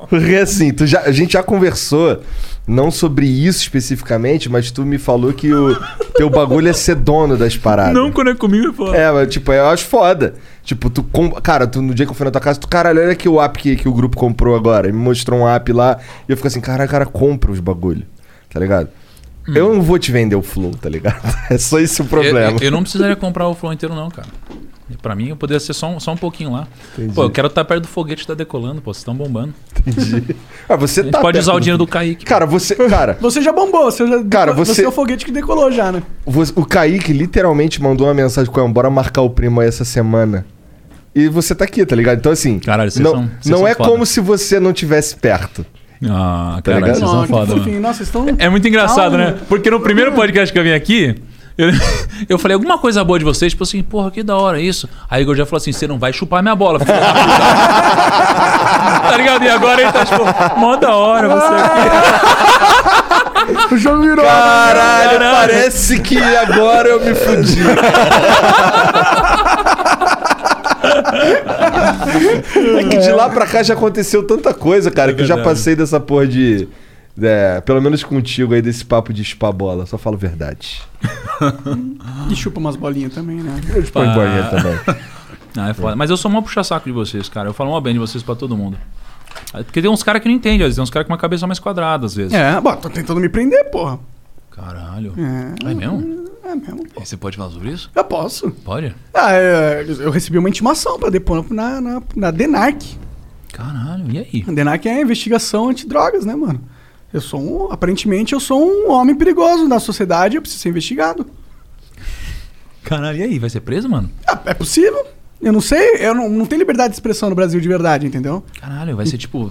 Porque assim, tu já, a gente já conversou, não sobre isso especificamente, mas tu me falou que o teu bagulho é ser dono das paradas.
Não, quando é comigo é foda.
É, mas, tipo, eu acho foda. Tipo, tu. Com... Cara, tu, no dia que eu fui na tua casa, tu, caralho, olha aqui o app que, que o grupo comprou agora. Ele me mostrou um app lá. E eu fico assim, caralho, cara, compra os bagulho. Tá ligado? Eu não vou te vender o flow, tá ligado? É só esse o problema.
Hum. Eu, eu não precisaria comprar o flow inteiro, não, cara. Pra mim, eu poderia ser só um, só um pouquinho lá. Pô, eu quero estar perto do foguete que tá decolando, pô. Vocês estão bombando.
Ah, você
A gente
tá
pode
perto
usar o dinheiro do Kaique.
Cara, você. Cara,
Você já bombou, você já.
Cara, você-
é o foguete que decolou já, né?
você- o Kaique literalmente mandou uma mensagem com ela, bora marcar o primo aí essa semana. E você tá aqui, tá ligado? Então, assim.
Caralho, vocês
não,
são- vocês
não
são
é
foda.
como se você não tivesse perto.
Ah,
Tá
cara,
ligado?
vocês são
Nossa,
foda,
é que
mano.
fofinho. Nossa, vocês estão.
É muito engraçado,
Calma.
né? Porque no primeiro podcast que eu vim aqui, eu, eu falei alguma coisa boa de vocês, tipo assim, porra, que da hora isso. Aí o Igor já falou assim: você não vai chupar minha bola. filho da puta." tá ligado? E agora ele tá tipo, mó da hora você aqui.
O jogo virou.
Caralho,
Caralho.
parece que agora eu me fudi. É que de lá pra cá já aconteceu tanta coisa, cara, que eu já
É verdade.
passei dessa porra de. é, pelo menos contigo aí, desse papo de chupar bola. Só falo verdade.
E chupa umas bolinhas também, né?
Eu te ponho bolinha também.
Ah, é foda. Mas eu sou mó puxa-saco de vocês, cara. Eu falo mó bem de vocês pra todo mundo. Ah, Porque tem uns caras que não entendem, às vezes. Tem uns caras com uma cabeça mais quadrada, às vezes.
É, bom, tô tentando me prender, porra.
Caralho.
É,
É mesmo?
é mesmo, pô.
E Você pode falar sobre isso?
Eu posso.
Pode?
Ah, é, eu recebi uma intimação pra depor na, na, na DENARC.
Caralho, e aí?
A DENARC é a investigação antidrogas, né, mano? Eu sou um. Aparentemente, eu sou um homem perigoso na sociedade, eu preciso ser investigado.
Caralho, e aí? Vai ser preso, mano?
Ah, É, possível. Eu não sei, eu não, não tenho liberdade de expressão no Brasil de verdade, entendeu?
Caralho, vai ser tipo. né?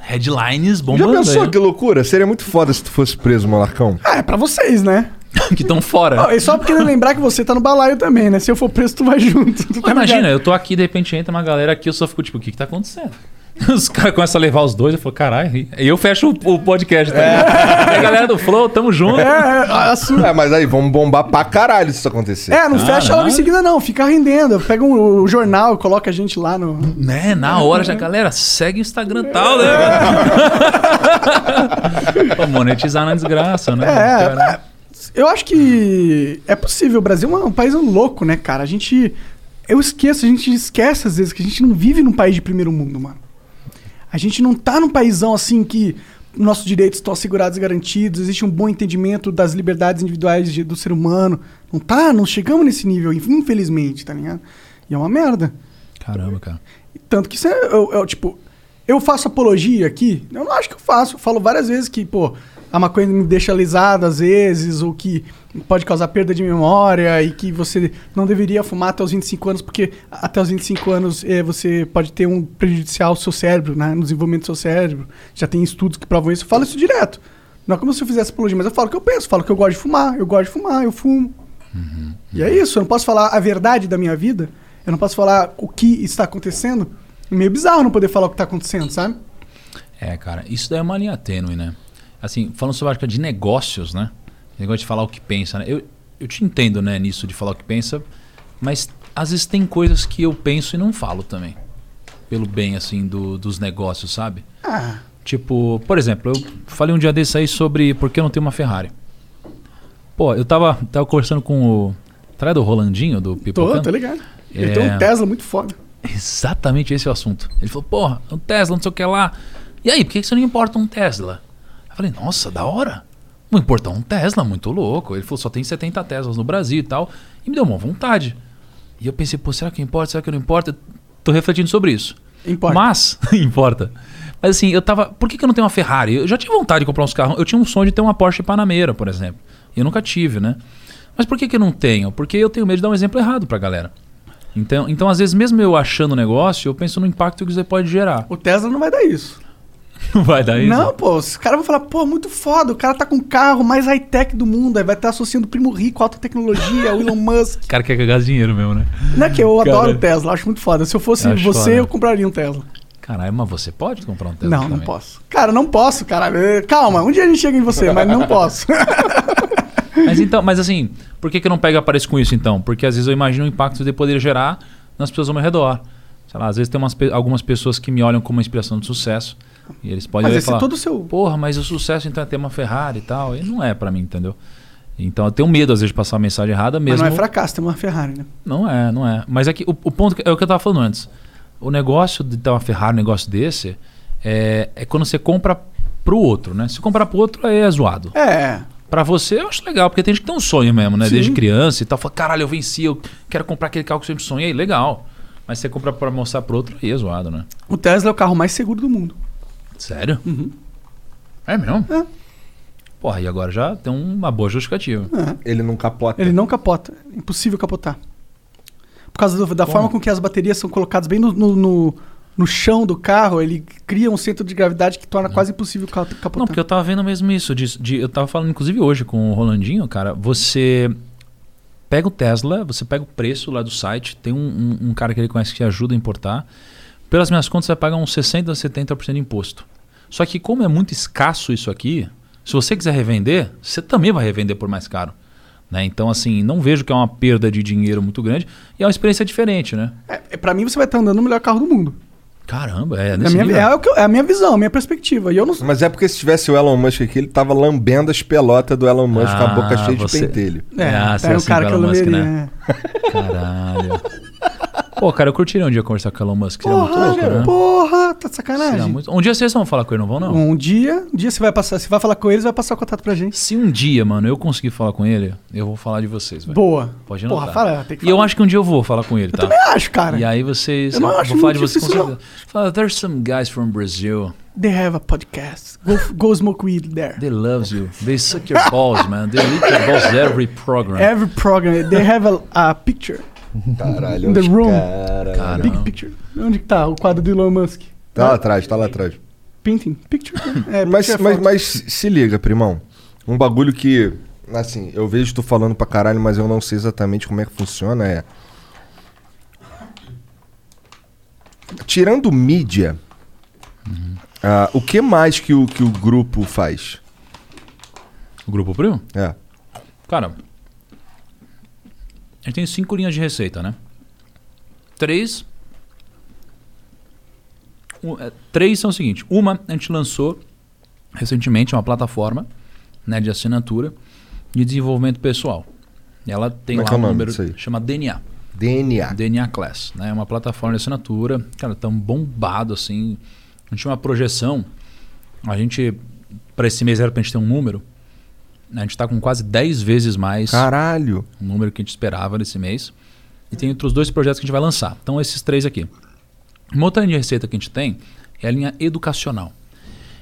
Headlines
Já
bombando
pensou
aí,
que loucura? Seria muito foda se tu fosse preso, malarcão.
Ah, é pra vocês, né?
que estão fora.
Ó, e só porque lembrar que você tá no balaio também, né? Se eu for preso, tu vai junto. Tu
Pô,
tá
imagina,
ligado?
eu tô aqui, de repente entra uma galera aqui, eu só fico tipo, o que que tá acontecendo? Os caras começam a levar os dois, eu falo, caralho. E eu fecho o, o podcast. Tá ligado? E a galera do Flow, tamo junto.
É, é, assu-
É, mas aí, vamos bombar pra caralho se isso acontecer.
é, não
tá
fecha logo
Caralho.
em seguida, não. Fica rendendo. Pega um, o jornal, coloca a gente lá no.
Né? Na hora já, galera, segue o Instagram tal, né? pra monetizar na desgraça, né?
É,
Caralho.
Eu acho que é possível. O Brasil é um país louco, né, cara? A gente. Eu esqueço, a gente esquece às vezes que a gente não vive num país de primeiro mundo, mano. A gente não tá num paísão assim que nossos direitos estão assegurados e garantidos, existe um bom entendimento das liberdades individuais de- do ser humano. Não tá, não chegamos nesse nível, infelizmente, tá ligado? E é uma merda.
Caramba, cara.
Tanto que isso é, eu, eu, tipo, eu faço apologia aqui? Eu não acho que eu faço. Eu falo várias vezes que, pô, a maconha me deixa alisado às vezes, ou que pode causar perda de memória, e que você não deveria fumar até os 25 anos, porque até os 25 anos eh, você pode ter um prejudicial ao seu cérebro, né? No desenvolvimento do seu cérebro. Já tem estudos que provam isso. Eu falo isso direto. Não é como se eu fizesse apologia, mas eu falo o que eu penso, falo que eu gosto de fumar, eu gosto de fumar, eu fumo. E é isso, eu não posso falar a verdade da minha vida, eu não posso falar o que está acontecendo. É meio bizarro não poder falar o que está acontecendo, sabe?
É, cara, isso daí é uma linha tênue, né? Assim, falando sobre a época de negócios, né? Negócio de falar o que pensa, né? Eu, eu te entendo, né, nisso de falar o que pensa, mas às vezes tem coisas que eu penso e não falo também. Pelo bem, assim, do- dos negócios, sabe?
Ah,
Tipo, por exemplo, eu falei um dia desse aí sobre por que eu não tenho uma Ferrari. Pô, eu tava, tava conversando com o. Atrás do Rolandinho, do Pipocando?
tô, tô ligado. Ele
É.
tem um Tesla muito foda.
Exatamente esse é o assunto. Ele falou, porra, um Tesla, não sei o que lá. E aí, por que que você não importa um Tesla? Eu falei, nossa, da hora. Vou importar um Tesla, muito louco. Ele falou, só tem 70 Teslas no Brasil e tal. E me deu uma vontade. E eu pensei, pô, será que importa? Será que não importa? Tô refletindo sobre isso.
Importa.
Mas, importa. Mas assim, eu tava. Por que, que eu não tenho uma Ferrari? Eu já tinha vontade de comprar uns carros. Eu tinha um sonho de ter uma Porsche Panamera, por exemplo. Eu nunca tive, né? Mas por que, que eu não tenho? Porque eu tenho medo de dar um exemplo errado pra galera. Então, então, às vezes, mesmo eu achando o negócio, eu penso no impacto que isso aí pode gerar.
O Tesla não vai dar isso.
Não vai dar isso?
Não, pô, os caras vão falar, pô, muito foda, o cara tá com o carro mais high-tech do mundo, aí vai estar associando o primo rico, alta tecnologia, o Elon Musk.
O cara quer que eu gaste dinheiro mesmo, né?
Não é que eu
Cara.
adoro o Tesla, acho muito foda. Se eu fosse
Eu acho
você,
foda.
eu compraria um Tesla.
Caralho, mas você pode comprar um Tesla
não, não
também?
posso. Cara, não posso, cara. Eh, Calma, um dia a gente chega em você, mas não posso.
Mas então, mas assim, por que, que eu não pego e apareço com isso então? Porque às vezes eu imagino o impacto de poder gerar nas pessoas ao meu redor. Sei lá, às vezes tem umas, pe- algumas pessoas que me olham como uma inspiração de sucesso. E eles podem
mas
olhar e
esse
falar,
é todo o seu.
Porra, mas o sucesso então é ter uma Ferrari e tal. E não é pra mim, entendeu? Então eu tenho medo às vezes de passar a mensagem errada
Mas
mesmo.
não é fracasso, tem uma Ferrari, né?
Não é, não é. Mas é que o, o ponto que- é o que eu tava falando antes. O negócio de ter uma Ferrari, um negócio desse, é, é quando você compra pro outro, né? Se comprar pro outro aí é zoado.
É.
Pra você eu acho legal, porque tem gente que tem um sonho mesmo, né?
Sim.
Desde criança e tal. Fala, caralho, eu venci, eu quero comprar aquele carro que eu sempre sonhei. Legal. Mas você compra pra mostrar pro outro, aí é zoado, né?
O Tesla é o carro mais seguro do mundo. Uhum.
Sério? É mesmo?
É.
Porra, e agora já tem uma boa justificativa.
É.
Ele não capota.
Ele não capota. É impossível capotar. Por causa do- da forma com que as baterias são colocadas bem no, no, no- no chão do carro, ele cria um centro de gravidade que torna quase impossível ca- capotar.
Uhum. Não, porque eu tava vendo mesmo isso. De, de- eu tava falando, inclusive, hoje com o Rolandinho, cara. Você pega o Tesla, você pega o preço lá do site. Tem um, um- um cara que ele conhece que ajuda a importar. Pelas minhas contas, você vai pagar uns 60% a 70% de imposto. Só que, como é muito escasso isso aqui, se você quiser revender, você também vai revender por mais caro. Né? Então, assim, não vejo que é uma perda de dinheiro muito grande. E é uma experiência diferente, né?
É, é, pra mim, você vai estar andando no melhor carro do mundo.
Caramba, é
É a,
nesse
minha,
nível.
é o que eu- é a minha visão, a minha perspectiva. E eu não sou.
Mas é porque se tivesse o Elon Musk aqui, ele tava lambendo as pelotas do Elon Musk com a
Ah,
boca cheia
você-
de pentelho.
É,
tá,
você é assim com Elon Musk,
lamberia,
né?
é.
Caralho. Pô, cara, eu curtiria um dia conversar com o Elon Musk. Seria muito
Porra,
louco, né?
porra, tá
Seria
de sacanagem.
muito- Um dia vocês vão falar com ele, não vão, não?
Um dia, um dia você vai passar, você vai falar com eles, vai passar o contato pra gente.
Se um dia, mano, eu conseguir falar com ele, eu vou falar de vocês, velho.
Boa.
Pode anotar.
Porra, fala, tem que
E eu
falar.
acho que um dia eu vou falar com ele, tá?
Também acho, cara.
E aí vocês.
Eu não acho
vou falar de
muito
vocês com
difícil,
certeza. Fala, there's some guys from Brazil.
They have a podcast. Go, go smoke weed there.
They loves you. They suck your balls, man. They lick your balls every program.
Every program, they have a, a picture.
Caralho, é?
In the
os
room.
cara-
Cara,
Big picture. Onde que tá o quadro do Elon Musk?
Tá lá atrás, tá lá atrás.
Painting. Picture. É,
Mas,
picture é
mas,
foto.
mas se se liga, primão. Um bagulho que, assim, eu vejo tu falando pra caralho, mas eu não sei exatamente como é que funciona é. Tirando mídia, ah, o que mais que o, que o grupo faz?
O grupo primo?
É.
Cara, a gente tem cinco linhas de receita, né? Três. um, é, três são o seguinte: uma, a gente lançou recentemente uma plataforma né, de assinatura de desenvolvimento pessoal. Ela tem
Como é que
lá
é o
um
nome
número,
disso aí?
chama DNA.
DNA.
DNA Class, né? É uma plataforma de assinatura, cara, tão bombado assim. A gente tinha uma projeção, a gente, para esse mês era pra gente ter um número, né? a gente tá com quase 10 vezes mais
Caralho.
o número que a gente esperava nesse mês. E tem outros dois projetos que a gente vai lançar. Então, esses três aqui. Uma outra linha de receita que a gente tem é a linha educacional.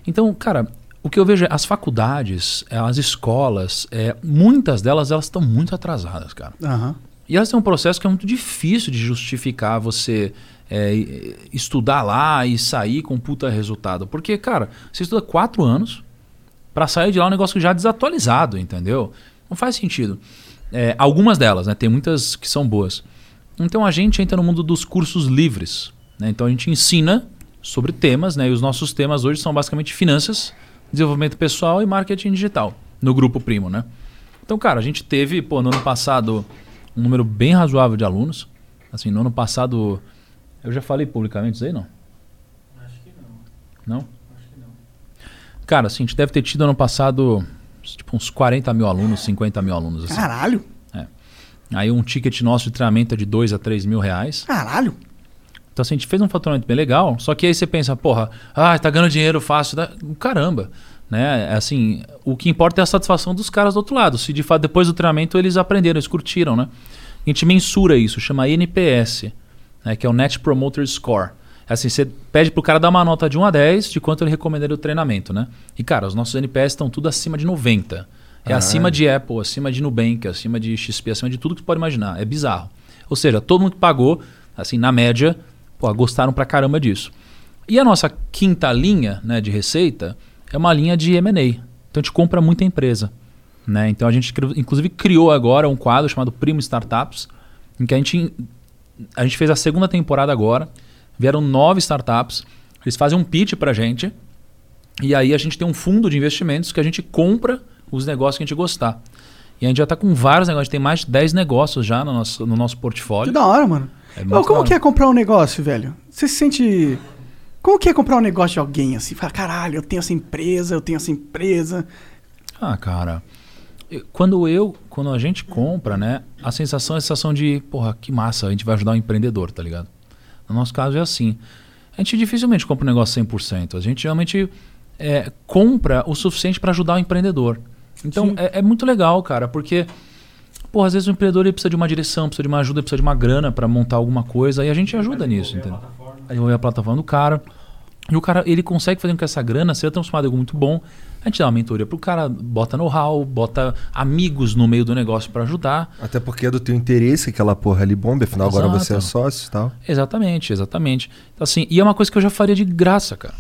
Então, cara, o que eu vejo é as faculdades, eh, as escolas, eh, muitas delas elas estão muito atrasadas, cara.
Aham.
E elas têm um processo que é muito difícil de justificar você é, e- estudar lá e sair com puta resultado. Porque, cara, você estuda quatro anos pra sair de lá um negócio já desatualizado, entendeu? Não faz sentido. É, algumas delas, né? Tem muitas que são boas. Então a gente entra no mundo dos cursos livres. né? Então a gente ensina sobre temas, né? E os nossos temas hoje são basicamente finanças, desenvolvimento pessoal e marketing digital, no grupo primo, né? Então, cara, a gente teve, pô, no ano passado, um número bem razoável de alunos. Assim, no ano passado. Eu já falei publicamente isso aí, não?
Acho que não.
Não?
Acho que não.
Cara, assim, a gente deve ter tido ano passado, tipo, uns 40 mil alunos, 50 mil alunos. Assim.
Caralho.
Aí um ticket nosso de treinamento é de 2 a 3 mil reais.
Caralho.
Então assim, a gente fez um faturamento bem legal, só que aí você pensa, porra, ah, tá ganhando dinheiro fácil, dá- caramba. Né? Assim, o que importa é a satisfação dos caras do outro lado. Se de fato depois do treinamento eles aprenderam, eles curtiram, né? A gente mensura isso, chama NPS, né, que é o Net Promoter Score. Assim, você pede pro cara dar uma nota de 1 a 10 de quanto ele recomendaria o treinamento, né? E, cara, os nossos NPS estão tudo acima de 90. É acima de Apple, acima de Nubank, acima de XP, acima de tudo que tu pode imaginar. É bizarro. Ou seja, todo mundo que pagou, assim, na média, pô, gostaram pra caramba disso. E a nossa quinta linha né, de receita é uma linha de M&A. Então, a gente compra muita empresa. Né? Então, a gente, cri- inclusive, criou agora um quadro chamado Primo Startups, em que a gente, a gente fez a segunda temporada agora. Vieram nove startups. Eles fazem um pitch pra gente. E aí a gente tem um fundo de investimentos que a gente compra os negócios que a gente gostar. E a gente já está com vários negócios. Tem mais de 10 negócios já no nosso, no nosso
Que
portfólio.
da hora, mano.
É
Ô,
muito
como
da
que é
hora.
comprar um negócio, velho? Você se sente. Como que é comprar um negócio de alguém assim? Fala, caralho, eu tenho essa empresa, eu tenho essa empresa.
Ah, cara. eu- Quando eu, quando a gente compra, né, a sensação é a sensação de, porra, que massa, a gente vai ajudar um empreendedor, tá ligado? No nosso caso é assim. A gente dificilmente compra um negócio 100%. A gente realmente é, compra o suficiente para ajudar o empreendedor. Então é, é muito legal, cara, porque porra, às vezes o empreendedor ele precisa de uma direção, precisa de uma ajuda, precisa de uma grana para montar alguma coisa e a gente ajuda nisso, entendeu? Aí eu olho a plataforma do cara. E o cara, ele consegue fazer com que essa grana seja transformada em algo muito bom. A gente dá uma mentoria pro cara, bota know-how, bota amigos no meio do negócio para ajudar.
Até porque é do teu interesse que aquela porra ali bomba, afinal agora
Exato.
você é sócio e tal.
Exatamente, exatamente. Então, assim, e é uma coisa que eu já faria de graça, cara.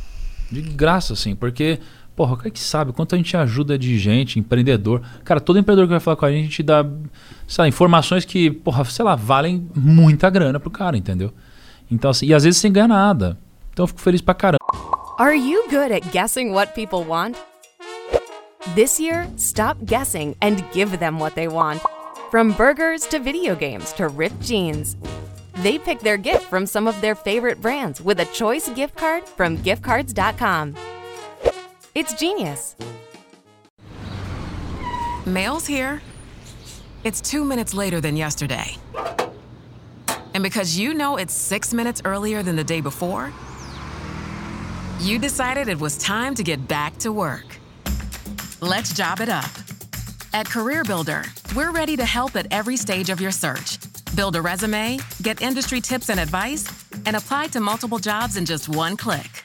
De graça, assim, porque, porra, o cara que sabe quanto a gente ajuda de gente, empreendedor. Cara, todo empreendedor que vai falar com a gente, a gente dá, sei lá, informações que, porra, sei lá, valem muita grana pro cara, entendeu? Então, assim, e às vezes sem ganhar nada. Então eu fico feliz pra caramba.
Are you good at guessing what people want? This year, stop guessing and give them what they want. From burgers to video games to ripped jeans. They pick their gift from some of their favorite brands with a choice gift card from giftcards.com. It's genius.
Mail's here. It's two minutes later than yesterday. And because you know it's six minutes earlier than the day before, you decided it was time to get back to work. Let's job it up. At CareerBuilder, we're ready to help at every stage of your search. Build a resume, get industry tips and advice, and apply to multiple jobs in just one click.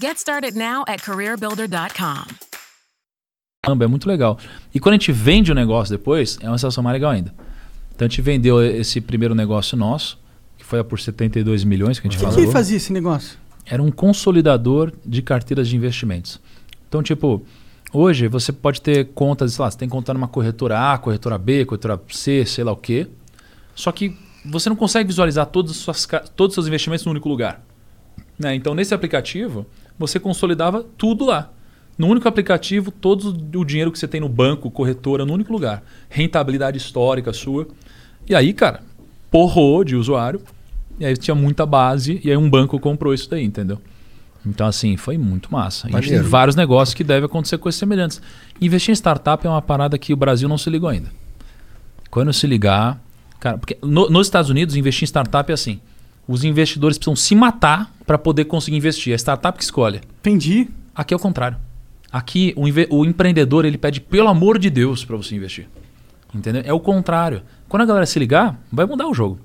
Get started now at careerbuilder.com.
caramba, é muito legal. E quando a gente vende o negócio depois, é uma sensação mais legal ainda. Então a gente vendeu esse primeiro negócio nosso, que foi a por 72 milhões que a gente
O que,
falou.
que fazia esse negócio?
Era um consolidador de carteiras de investimentos. Então, tipo, hoje você pode ter contas, sei lá, você tem conta numa corretora A, corretora B, corretora C, sei lá o quê. Só que você não consegue visualizar todas as suas ca- todos os seus investimentos num único lugar. né? Então, nesse aplicativo, você consolidava tudo lá. No único aplicativo, todo o dinheiro que você tem no banco, corretora, no único lugar. Rentabilidade histórica sua. E aí, cara, porrou de usuário. E aí tinha muita base. E aí um banco comprou isso daí, entendeu? Então, assim, foi muito massa. E A gente tem
Maneiro.
vários negócios que devem acontecer coisas semelhantes. Investir em startup é uma parada que o Brasil não se ligou ainda. Quando se ligar. Cara, porque no- nos Estados Unidos, investir em startup é assim. Os investidores precisam se matar para poder conseguir investir. É a startup que escolhe.
Entendi.
Aqui é o contrário. Aqui o, inve- o empreendedor ele pede pelo amor de Deus para você investir. Entendeu? É o contrário. Quando a galera se ligar, vai mudar o jogo.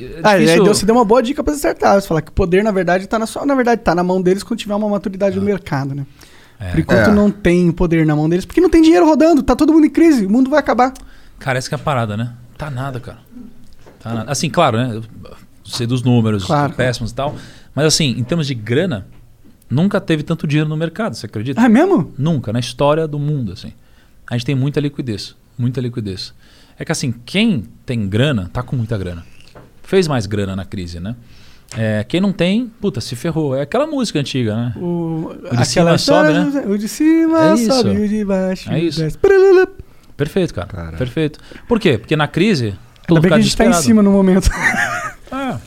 É
Ah, aí
difícil-
deu- você deu uma boa dica pra acertar. Você falar que o poder, na verdade, tá na sua. Na verdade, tá na mão deles quando tiver uma
É.
maturidade do mercado, né? Por enquanto
É.
não tem poder na mão deles, porque não tem dinheiro rodando, tá todo mundo em crise, o mundo vai acabar.
Cara, essa que é a parada, né? Tá nada, cara. Tá nada. Assim, claro, né? Eu sei dos números
Claro.
péssimos e tal. Mas assim, em termos de grana, nunca teve tanto dinheiro no mercado, você acredita?
Ah, é mesmo?
Nunca, na história do mundo, assim. A gente tem muita liquidez, muita liquidez. É que assim, quem tem grana, tá com muita grana. Fez mais grana na crise, né? É, quem não tem, puta, se ferrou. É aquela música antiga, né?
O,
de cima sobe, né?
O de cima
É isso.
sobe, o de baixo.
É isso.
desce. Ainda
Perfeito, cara. Perfeito. Por quê? Porque na crise, todo
bem que
cara
a gente tá em
desesperado.
cima no momento.
É.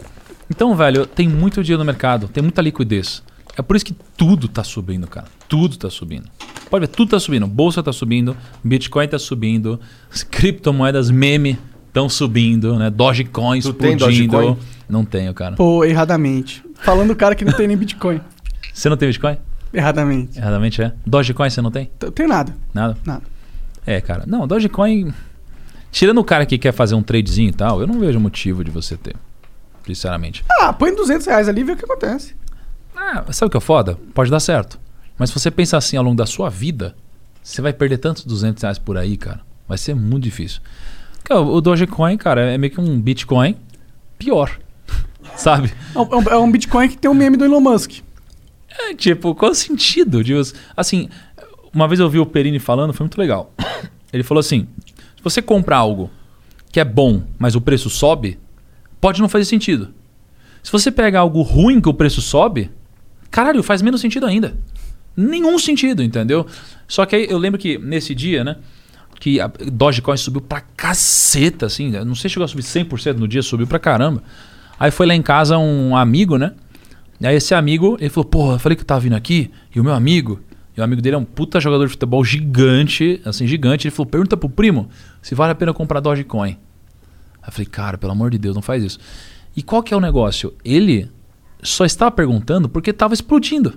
Então, velho, tem muito dinheiro no mercado, tem muita liquidez. É por isso que tudo tá subindo, cara. Tudo tá subindo. Pode ver, tudo tá subindo. Bolsa tá subindo, Bitcoin tá subindo, as criptomoedas meme estão subindo, né? Dogecoin
Tu tem
explodindo.
Dogecoin?
Não tenho, cara.
Pô, erradamente. Falando o cara que não tem nem Bitcoin.
Você não tem Bitcoin?
Erradamente.
Realmente é. Dogecoin você não tem?
T- Tem nada.
Nada?
Nada.
É, cara. Não, Dogecoin. Tirando o cara que quer fazer um tradezinho e tal, eu não vejo motivo de você ter. Sinceramente.
Ah, põe 200 reais ali e vê o que acontece.
Ah, mas sabe o que é foda? Pode dar certo. Mas se você pensar assim ao longo da sua vida, você vai perder tantos 200 reais por aí, cara. Vai ser muito difícil. Cara, o Dogecoin, cara, é meio que um Bitcoin pior. Sabe?
É um, é um Bitcoin que tem o meme do Elon Musk.
É, tipo, qual o sentido de us- Assim, uma vez eu vi o Perini falando, foi muito legal. Ele falou assim: se você comprar algo que é bom, mas o preço sobe, pode não fazer sentido. Se você pega algo ruim que o preço sobe, caralho, faz menos sentido ainda. Nenhum sentido, entendeu? Só que aí eu lembro que nesse dia, né? Que a Dogecoin subiu pra caceta, assim. eu Não sei se chegou a subir 100% no dia, subiu pra caramba. Aí foi lá em casa um amigo, né? E Aí esse amigo, ele falou, porra, eu falei que eu tava vindo aqui, e o meu amigo, e o amigo dele é um puta jogador de futebol gigante, assim, gigante, ele falou, pergunta pro primo se vale a pena comprar Dogecoin. Aí eu falei, cara, pelo amor de Deus, não faz isso. E qual que é o negócio? Ele só estava perguntando porque tava explodindo.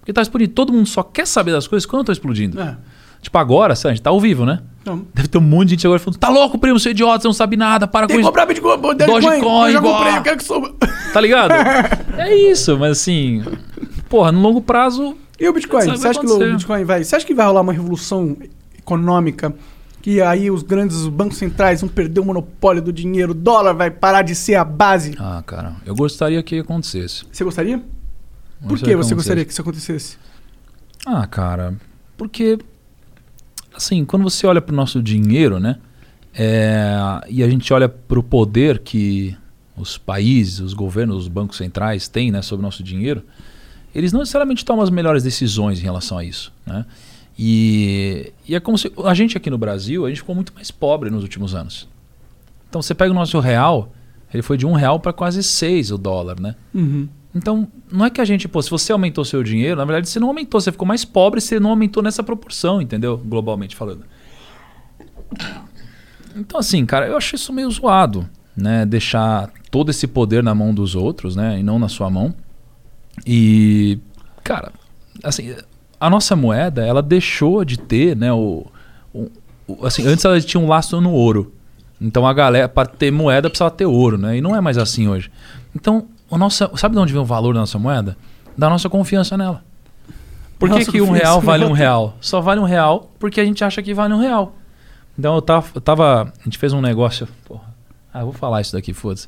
Porque tava explodindo. Todo mundo só quer saber das coisas quando estão explodindo. Tipo, agora, sei lá, a gente tá ao vivo, né?
Então,
Deve ter um monte de gente agora falando, tá louco, primo, seu idiota, você não sabe nada, para
tem
com
que
isso.
comprar Bitcoin, Dogecoin.
Dogecoin,
eu já
igual.
comprei, eu quero que suba.
Tá ligado? é isso, mas assim. Porra, no longo prazo.
E o Bitcoin?
Isso vai
Você acha que o
acontecer.
Bitcoin vai. Você acha que vai rolar uma revolução econômica? Que aí os grandes bancos centrais vão perder o monopólio do dinheiro, o dólar vai parar de ser a base.
Ah, cara, eu gostaria que acontecesse.
Você gostaria?
Não
Por
sei
que
como é.
você
seja.
gostaria que isso acontecesse?
Ah, cara, porque. Assim, quando você olha pro nosso dinheiro, né? é, e a gente olha pro poder que os países, os governos, os bancos centrais têm né, sobre o nosso dinheiro, eles não necessariamente tomam as melhores decisões em relação a isso, né? E, e é como se a gente aqui no Brasil a gente ficou muito mais pobre nos últimos anos. Então você pega o nosso real, ele foi de um real para quase seis o dólar, né?
Uhum.
Então, não é que a gente, pô, se você aumentou seu dinheiro, na verdade você não aumentou, você ficou mais pobre, você não aumentou nessa proporção, entendeu? Globalmente falando. Então, assim, cara, eu acho isso meio zoado, né? Deixar todo esse poder na mão dos outros, né? E não na sua mão. E, cara, assim, a nossa moeda, ela deixou de ter, né? O, o- o- assim, antes ela tinha um laço no ouro. Então a galera, para ter moeda, precisava ter ouro, né? E não é mais assim hoje. Então, o nossa, sabe de onde vem o valor da nossa moeda? Da nossa confiança nela. Por que,
Nossa
que um
confiança
real vale um
nela.
real? Só vale um real porque a gente acha que vale um real. Então eu tava. eu tava- a gente fez um negócio. Porra. Ah, eu vou falar isso daqui, foda-se.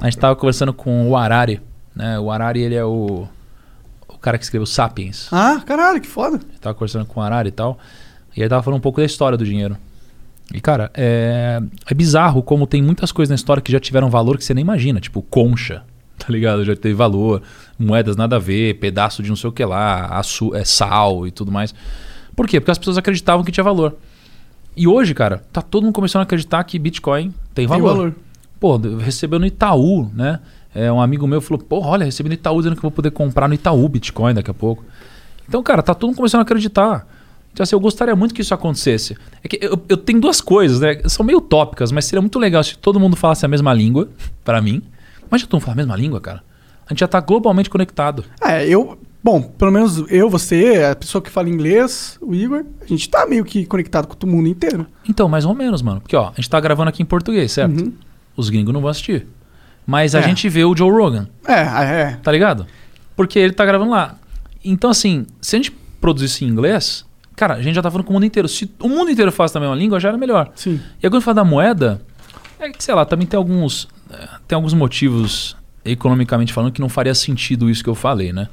A gente tava conversando com o Arari. Né? O Arari, ele é o, o cara que escreveu Sapiens.
Ah, caralho, que foda.
Eu tava conversando com o Arara e tal. E ele tava falando um pouco da história do dinheiro. E, cara, é, é bizarro como tem muitas coisas na história que já tiveram valor que você nem imagina. Tipo, concha, tá ligado? Já teve valor. Moedas nada a ver, pedaço de não sei o que lá, açu é, sal e tudo mais. Por quê? Porque as pessoas acreditavam que tinha valor. E hoje, cara, tá todo mundo começando a acreditar que Bitcoin tem valor.
valor.
Pô, d- recebeu no Itaú, né? É, um amigo meu falou, pô, olha, recebi no Itaú dizendo que eu vou poder comprar no Itaú Bitcoin daqui a pouco. Então, cara, tá todo mundo começando a acreditar. Então, assim, eu gostaria muito que isso acontecesse. É que eu, eu tenho duas coisas, né? São meio tópicas, mas seria muito legal se todo mundo falasse a mesma língua, pra mim. Mas já todo mundo fala a mesma língua, cara. A gente já tá globalmente conectado.
É, eu. Bom, pelo menos eu, você, a pessoa que fala inglês, o Igor, a gente tá meio que conectado com o mundo inteiro.
Então, mais ou menos, mano. Porque, ó, a gente tá gravando aqui em português, certo? Os gringos não vão assistir. Mas a
Uhum. É.
gente vê o Joe Rogan.
É, é.
Tá ligado? Porque ele tá gravando lá. Então, assim, se a gente produzisse em inglês, cara, a gente já tá falando com o mundo inteiro. Se o mundo inteiro faz também uma língua, já era melhor.
Sim.
E agora, quando fala da moeda, é que, sei lá, também tem alguns, eh, tem alguns motivos, economicamente falando, que não faria sentido isso que eu falei, né?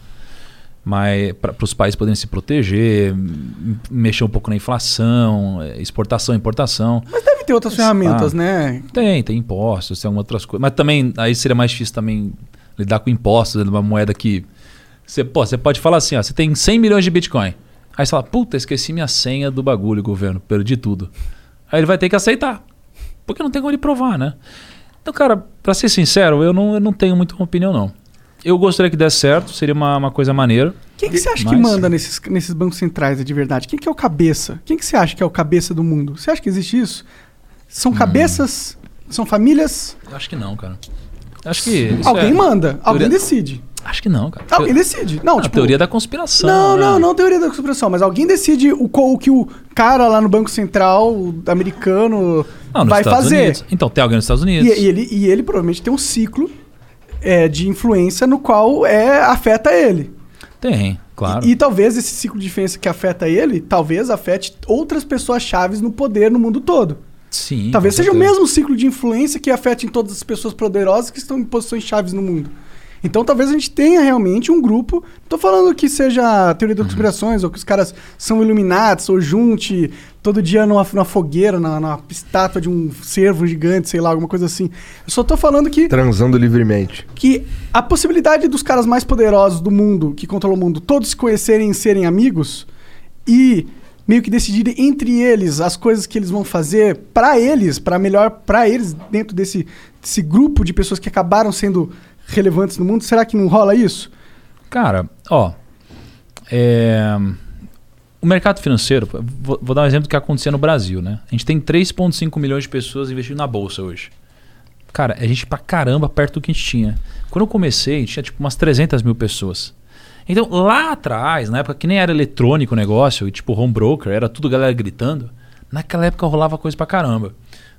Mas para os países poderem se proteger, m- mexer um pouco na inflação, eh, exportação, importação.
Mas deve ter
Ah.
outras ferramentas, né?
Tem, tem impostos, tem algumas outras coisas. Mas também, aí seria mais difícil também lidar com impostos de uma moeda que. Você, pô, você pode falar assim, ó, você tem 100 milhões de Bitcoin. Aí você fala, puta, esqueci minha senha do bagulho, governo, perdi tudo. Aí ele vai ter que aceitar. Porque não tem como ele provar, né? Então, cara, pra ser sincero, eu não, eu não tenho muito uma opinião, não. Eu gostaria que desse certo, seria uma, uma coisa maneira.
Quem que você acha que
Mas-
manda nesses, nesses bancos centrais de verdade? Quem que é o cabeça? Quem que você acha que é o cabeça do mundo? Você acha que existe isso?
Hum.
São cabeças? São famílias?
Eu acho que não, cara. Eu Acho que. isso
alguém
é-
manda, alguém
teoria-
decide.
Acho que não, cara.
Alguém decide. Não,
a
tipo,
teoria da conspiração.
Não,
né?
não, não teoria da conspiração, mas alguém decide o, co- o que o cara lá no Banco Central americano
Não, Ah, nos
vai
Estados
fazer.
Unidos. Então, tem alguém nos Estados
E,
Unidos.
e ele, e ele provavelmente tem um ciclo é, de influência no qual é, afeta ele.
Tem, claro.
E talvez esse ciclo de influência que afeta ele, talvez afete outras pessoas chaves no poder no mundo todo.
Sim.
talvez
com
seja o
certeza.
mesmo ciclo de influência que afeta em todas as pessoas poderosas que estão em posições chaves no mundo. Então talvez a gente tenha realmente um grupo. Não tô falando que seja teoria
Uhum.
das conspirações, ou que os caras são iluminados, ou junte todo dia numa, numa fogueira, na, na estátua de um cervo gigante, sei lá, alguma coisa assim. Eu só tô falando que
Transando livremente.
que a possibilidade dos caras mais poderosos do mundo, que controlam o mundo, todos se conhecerem e serem amigos e meio que decidirem entre eles as coisas que eles vão fazer pra eles, pra melhor pra eles dentro desse, desse grupo de pessoas que acabaram sendo relevantes no mundo, será que não rola isso?
Cara, ó. é, O mercado financeiro, vou, vou dar um exemplo do que acontecia no Brasil, né? A gente tem 3,5 milhões de pessoas investindo na bolsa hoje. Cara, a gente pra caramba perto do que a gente tinha. Quando eu comecei, tinha tipo umas 300 mil pessoas. Então, lá atrás, na época que nem era eletrônico o negócio, e tipo home broker, era tudo galera gritando, naquela época rolava coisa pra caramba.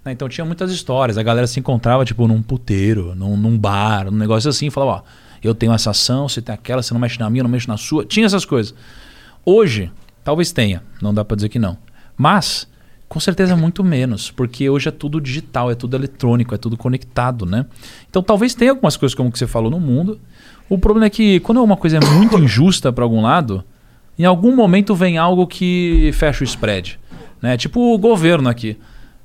Né? Então tinha muitas histórias, a galera se encontrava tipo num puteiro, num, num bar, num negócio assim, e falava, ó, eu tenho essa ação, você tem aquela, você não mexe na minha, eu não mexo na sua. Tinha essas coisas. Hoje, talvez tenha, não dá pra dizer que não. Mas, com certeza muito menos, porque hoje é tudo digital, é tudo eletrônico, é tudo conectado, né? Então talvez tenha algumas coisas como que você falou no mundo. O problema é que quando uma coisa é muito injusta pra algum lado, em algum momento vem algo que fecha o spread, né? Tipo o governo aqui.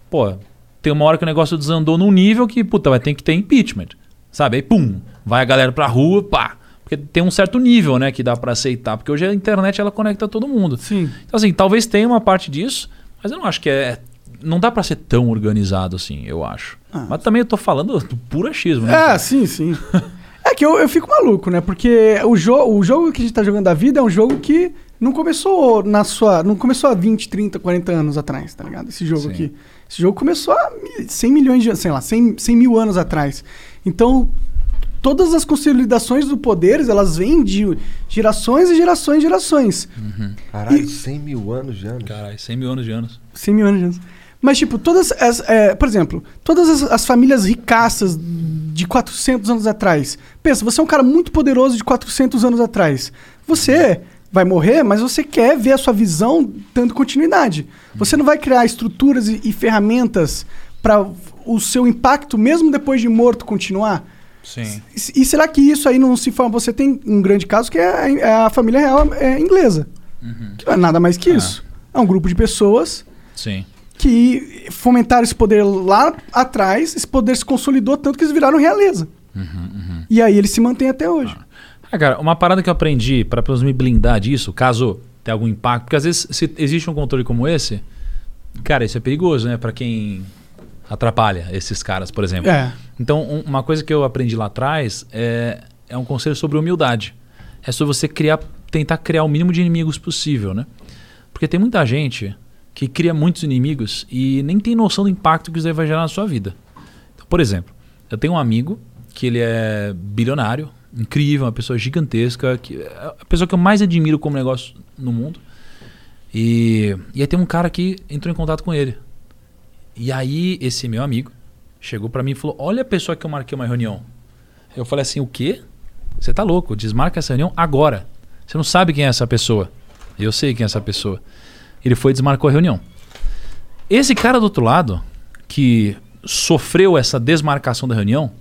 Pô, tem uma hora que o negócio desandou num nível que, puta, vai ter que ter impeachment. Sabe? Aí, pum, vai a galera pra rua, pá. Porque tem um certo nível, né, que dá pra aceitar. Porque hoje a internet, ela conecta todo mundo. Sim. Então, assim, talvez tenha uma parte disso, mas eu não acho que é... Não dá pra ser tão organizado assim, eu acho. Mas também eu tô falando do puro achismo, né?
É, sim, sim. É que eu, eu fico maluco, né? Porque o, jo o jogo que a gente tá jogando da vida é um jogo que não começou na sua. Não começou há 20, 30, 40 anos atrás, tá ligado? Esse jogo
Sim.
aqui. Esse jogo começou há mi- 100 milhões de anos, sei lá, 100, 100 mil anos atrás. Então, todas as consolidações do poderes, elas vêm de gerações e gerações e gerações.
Uhum. Caralho, 100 mil anos de anos.
Caralho, 100 mil anos de anos.
100 mil anos de anos. Mas, tipo, todas as. é, por exemplo, todas as, as famílias ricaças de 400 anos atrás. Pensa, você é um cara muito poderoso de 400 anos atrás. Você vai morrer, mas você quer ver a sua visão dando continuidade. Você não vai criar estruturas e, e ferramentas para o seu impacto, mesmo depois de morto, continuar?
Sim.
E, e será que isso aí não se forma? Você tem um grande caso que é a, é a família real é, inglesa. Que não é nada mais que isso. É um grupo de pessoas
Sim.
que fomentaram esse poder lá atrás, esse poder se consolidou tanto que eles viraram realeza.
Uhum,
E aí ele se mantém até hoje.
Ah, cara, uma parada que eu aprendi para pelo menos me blindar disso, caso tenha algum impacto, porque às vezes se existe um controle como esse, cara, isso é perigoso, né? Para quem atrapalha esses caras, por exemplo.
É.
Então, um- uma coisa que eu aprendi lá atrás é, é um conselho sobre humildade. É sobre você criar, tentar criar o mínimo de inimigos possível, né? Porque tem muita gente que cria muitos inimigos e nem tem noção do impacto que isso aí vai gerar na sua vida. Então, por exemplo, eu tenho um amigo que ele é bilionário, incrível, uma pessoa gigantesca, que é a pessoa que eu mais admiro como negócio no mundo. E, e aí tem um cara que entrou em contato com ele. E aí esse meu amigo chegou pra mim e falou: "Olha a pessoa que eu marquei uma reunião". Eu falei assim: "O quê? Você tá louco? Desmarca essa reunião agora. Você não sabe quem é essa pessoa". Eu sei quem é essa pessoa. Ele foi e desmarcou a reunião. Esse cara do outro lado, que sofreu essa desmarcação da reunião,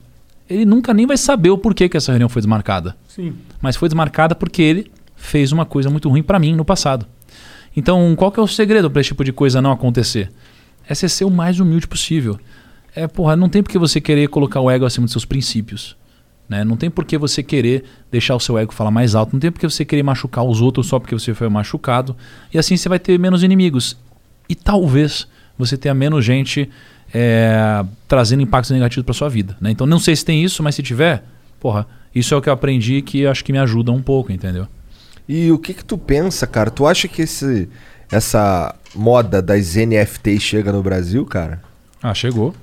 ele nunca nem vai saber o porquê que essa reunião foi desmarcada.
Sim.
Mas foi desmarcada porque ele fez uma coisa muito ruim pra mim no passado. Então, qual que é o segredo pra esse tipo de coisa não acontecer? É você ser o mais humilde possível. É, porra, não tem por que você querer colocar o ego acima dos seus princípios. Né? Não tem por que você querer deixar o seu ego falar mais alto. Não tem por que você querer machucar os outros só porque você foi machucado. E assim você vai ter menos inimigos. E talvez você tenha menos gente é, trazendo impactos negativos para sua vida. né? Então não sei se tem isso, mas se tiver, porra, isso é o que eu aprendi que acho que me ajuda um pouco, entendeu?
E o que que tu pensa, cara? Tu acha que esse, essa moda das NFTs chega no Brasil, cara?
Ah, chegou.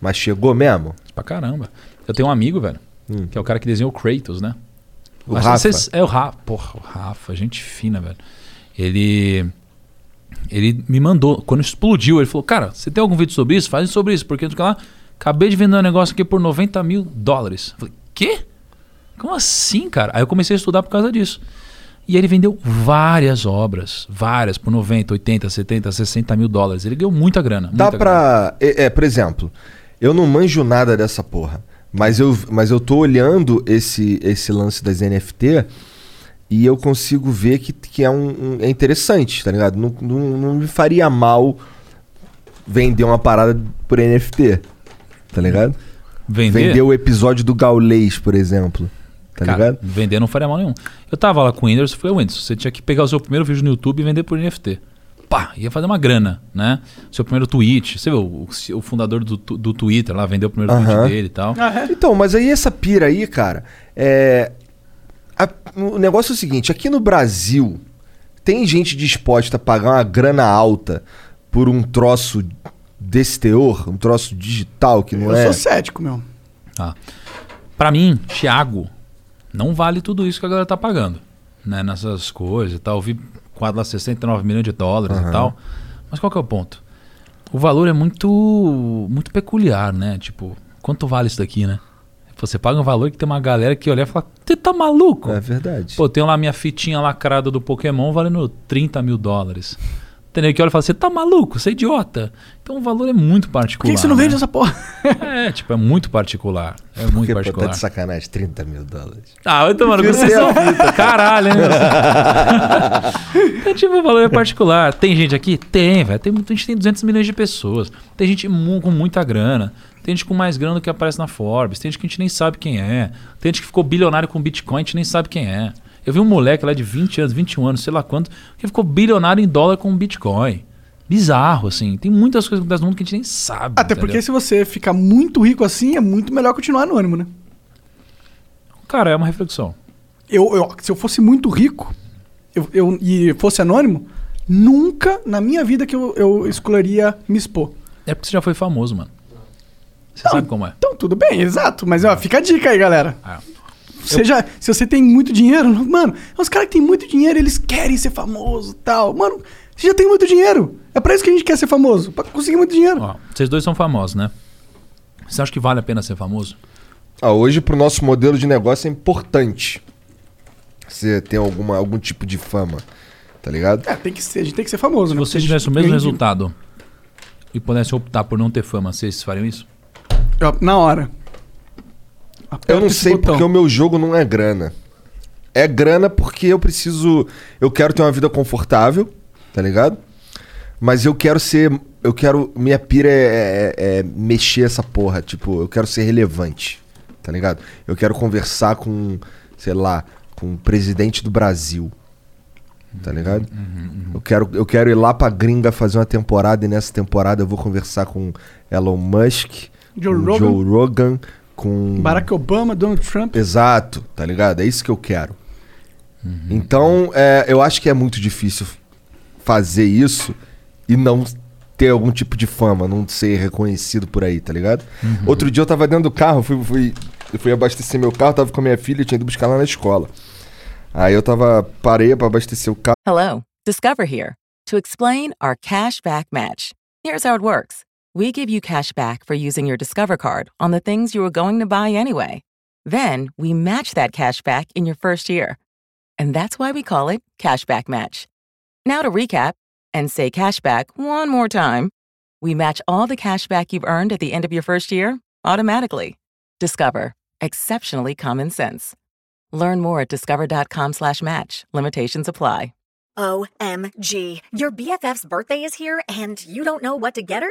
Mas chegou mesmo?
Pra caramba. Eu tenho um amigo, velho,
Hum.
que é o cara que desenhou o Kratos, né?
O
Mas
Rafa.
vocês- é o Rafa. Porra, o Rafa, gente fina, velho. Ele. Ele me mandou, quando explodiu, ele falou: Cara, você tem algum vídeo sobre isso? Faz sobre isso, porque não sei o que lá. Acabei de vender um negócio aqui por 90 mil dólares. Eu falei: Quê? Como assim, cara? Aí eu comecei a estudar por causa disso. E ele vendeu várias obras, várias, por 90, 80, 70, 60 mil dólares. Ele ganhou muita grana.
Dá
muita grana.
pra. É, é, por exemplo, eu não manjo nada dessa porra. Mas eu, mas eu tô olhando esse, esse lance das NFT e eu consigo ver que, que é, um, um- é interessante, tá ligado? Não, não, não me faria mal vender uma parada por NFT, tá ligado?
Vender?
o episódio do Gaulês, por exemplo, tá
Cara,
ligado?
Vender não faria mal nenhum. Eu tava lá com o Whindersson e falei, Whindersson, você tinha que pegar o seu primeiro vídeo no YouTube e vender por NFT. Pá, ia fazer uma grana, né? Seu primeiro tweet. Você viu, o, o fundador do, tu- do Twitter lá vendeu o primeiro
Aham.
tweet dele e tal.
Então, mas aí essa pira aí, cara, é. a- o negócio é o seguinte: aqui no Brasil, tem gente disposta a pagar uma grana alta por um troço desse teor, um troço digital que não
Eu
é.
sou
Ah.
cético, meu.
Tá. Pra mim, Thiago, não vale tudo isso que a galera tá pagando. Né? Nessas coisas e tal. Eu vi quadro lá 69 milhões de dólares
Aham.
e tal. Mas qual que é o ponto? O valor é muito muito peculiar, né? Tipo, quanto vale isso daqui, né? Você paga um valor que tem uma galera que olha e fala, você tá maluco?
É verdade.
Pô, eu tenho lá minha fitinha lacrada do Pokémon valendo 30 mil dólares. Entendeu? Que olha e fala, você tá maluco, você é idiota. Então o valor é muito
Por
particular.
que, que você não
né?
vende essa porra?
É, tipo, é muito particular. É muito
Porque, pô,
particular.
tá de sacanagem, 30 mil dólares.
Ah, vai tomar no cu,
Isso
vocês
é
são
a fita.
caralho, né? então, tipo, o valor é particular. Tem gente aqui? Tem, velho. Tem, muito- a gente tem 200 milhões de pessoas. Tem gente mu- com muita grana. Tem gente com mais grana do que aparece na Forbes. Tem gente que a gente nem sabe quem é. Tem gente que ficou bilionário com Bitcoin, a gente nem sabe quem é. Eu vi um moleque lá de 20 anos, 21 anos, sei lá quanto, que ficou bilionário em dólar com Bitcoin. Bizarro, assim. Tem muitas coisas que acontecem no mundo que a gente nem sabe.
Até
entendeu?
porque se você ficar muito rico assim, é muito melhor continuar anônimo, né?
Cara, é uma reflexão.
Eu, eu- se eu fosse muito rico eu, eu- e fosse anônimo, nunca na minha vida que eu, eu escolheria me expor.
É porque você já foi famoso, mano. Você sabe como é.
Então tudo bem, exato. Mas ó, fica a dica aí, galera.
Ah.
Você já- se você tem muito dinheiro, mano, os caras que têm muito dinheiro, eles querem ser famoso e tal. Mano, você já tem muito dinheiro. É pra isso que a gente quer ser famoso, pra conseguir muito dinheiro.
Ó, vocês dois são famosos, né? Você acha que vale a pena ser famoso?
Ah, hoje, pro nosso modelo de negócio, é importante você ter alguma, algum tipo de fama, tá ligado?
É, tem que ser, a gente tem que ser famoso, né?
Se vocês tivessem o mesmo resultado e pudessem optar por não ter fama, vocês fariam isso?
Ó, Na hora. Aperta
Eu não
esse
sei
botão.
porque o meu jogo não é grana. É grana porque eu preciso. Eu quero ter uma vida confortável, tá ligado? Mas eu quero ser. Eu quero. Minha pira é, é- é mexer essa porra. Tipo, eu quero ser relevante, tá ligado? Eu quero conversar com, sei lá, com o presidente do Brasil. Tá ligado?
Uhum,
Eu, quero, eu quero ir lá pra gringa fazer uma temporada e nessa temporada eu vou conversar com Elon Musk,
Joe
com
Rogan.
Joe Rogan,
Hum.
com.
Barack Obama, Donald Trump.
Exato, tá ligado? É isso que eu quero. Então, é, eu acho que é muito difícil fazer isso e não ter algum tipo de fama, não ser reconhecido por aí, tá ligado? Outro dia eu tava dentro do carro, fui, fui, eu fui abastecer meu carro, tava com a minha filha, tinha ido buscar lá na escola. Aí eu tava, parei pra abastecer o carro.
Hello, Discover here to explain our cash back match. Here's how it works we give you cash back for using your Discover card on the things you were going to buy anyway. Then we match that cash back in your first year. And that's why we call it cash back match. Now to recap and say cash back one more time. We match all the cash back you've earned at the end of your first year automatically. Discover. Exceptionally common sense. Learn more at discover.com slash match. Limitations apply.
OMG. Your BFF's birthday is here and you don't know what to get her?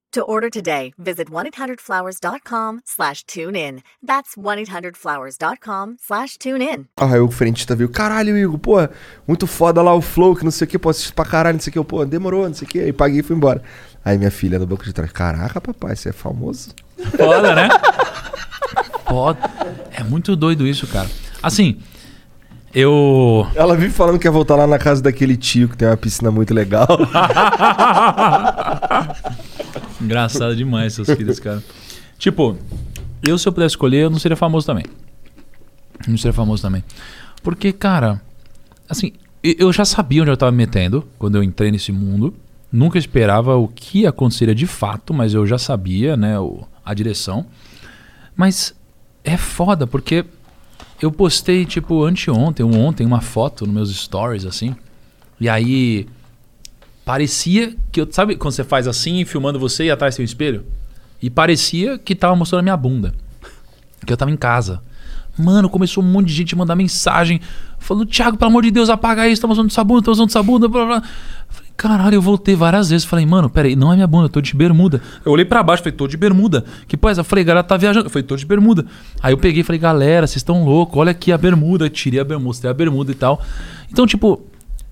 To order today, visit 1-800-Flowers.com slash tune in. That's 1-800-Flowers.com slash tune in.
Aí Ah, o frentista viu, caralho, Igor, pô, muito foda lá o flow, que não sei o que, pô, assisto pra caralho, não sei o que, eu, pô, demorou, não sei o que, aí paguei e fui embora. Aí minha filha no banco de trás, caraca, papai, você é famoso?
Foda, né? Foda. É muito doido isso, cara. Assim, Eu.
Ela vive falando que ia voltar lá na casa daquele tio que tem uma piscina muito legal.
Engraçado demais essas filhas, cara. Tipo, eu se eu pudesse escolher, eu não seria famoso também. Não seria famoso também. Porque, cara, assim, e- eu já sabia onde eu tava me metendo quando eu entrei nesse mundo. Nunca esperava o que aconteceria de fato, mas eu já sabia, né, o- a direção. Mas é foda, porque eu postei, tipo, anteontem, um ontem, uma foto nos meus stories, assim. E aí, parecia que eu. Sabe quando você faz assim, filmando você e atrás tem um espelho? E parecia que tava mostrando a minha bunda. Que eu tava em casa. Mano, começou um monte de gente a mandar mensagem falando: Thiago, pelo amor de Deus, apaga isso, tá mostrando sua bunda, tá mostrando sua bunda, blá blá. blá." Falei, caralho, eu voltei várias vezes. Falei, mano, peraí, não é minha bunda, eu tô de bermuda. Eu olhei pra baixo, falei, tô de bermuda. Que pô, é essa? Falei, galera, tá viajando. Eu falei, tô de bermuda. Aí eu peguei e falei, galera, vocês estão loucos, olha aqui a bermuda. Eu tirei a bermuda, tirei a bermuda e tal. Então, tipo,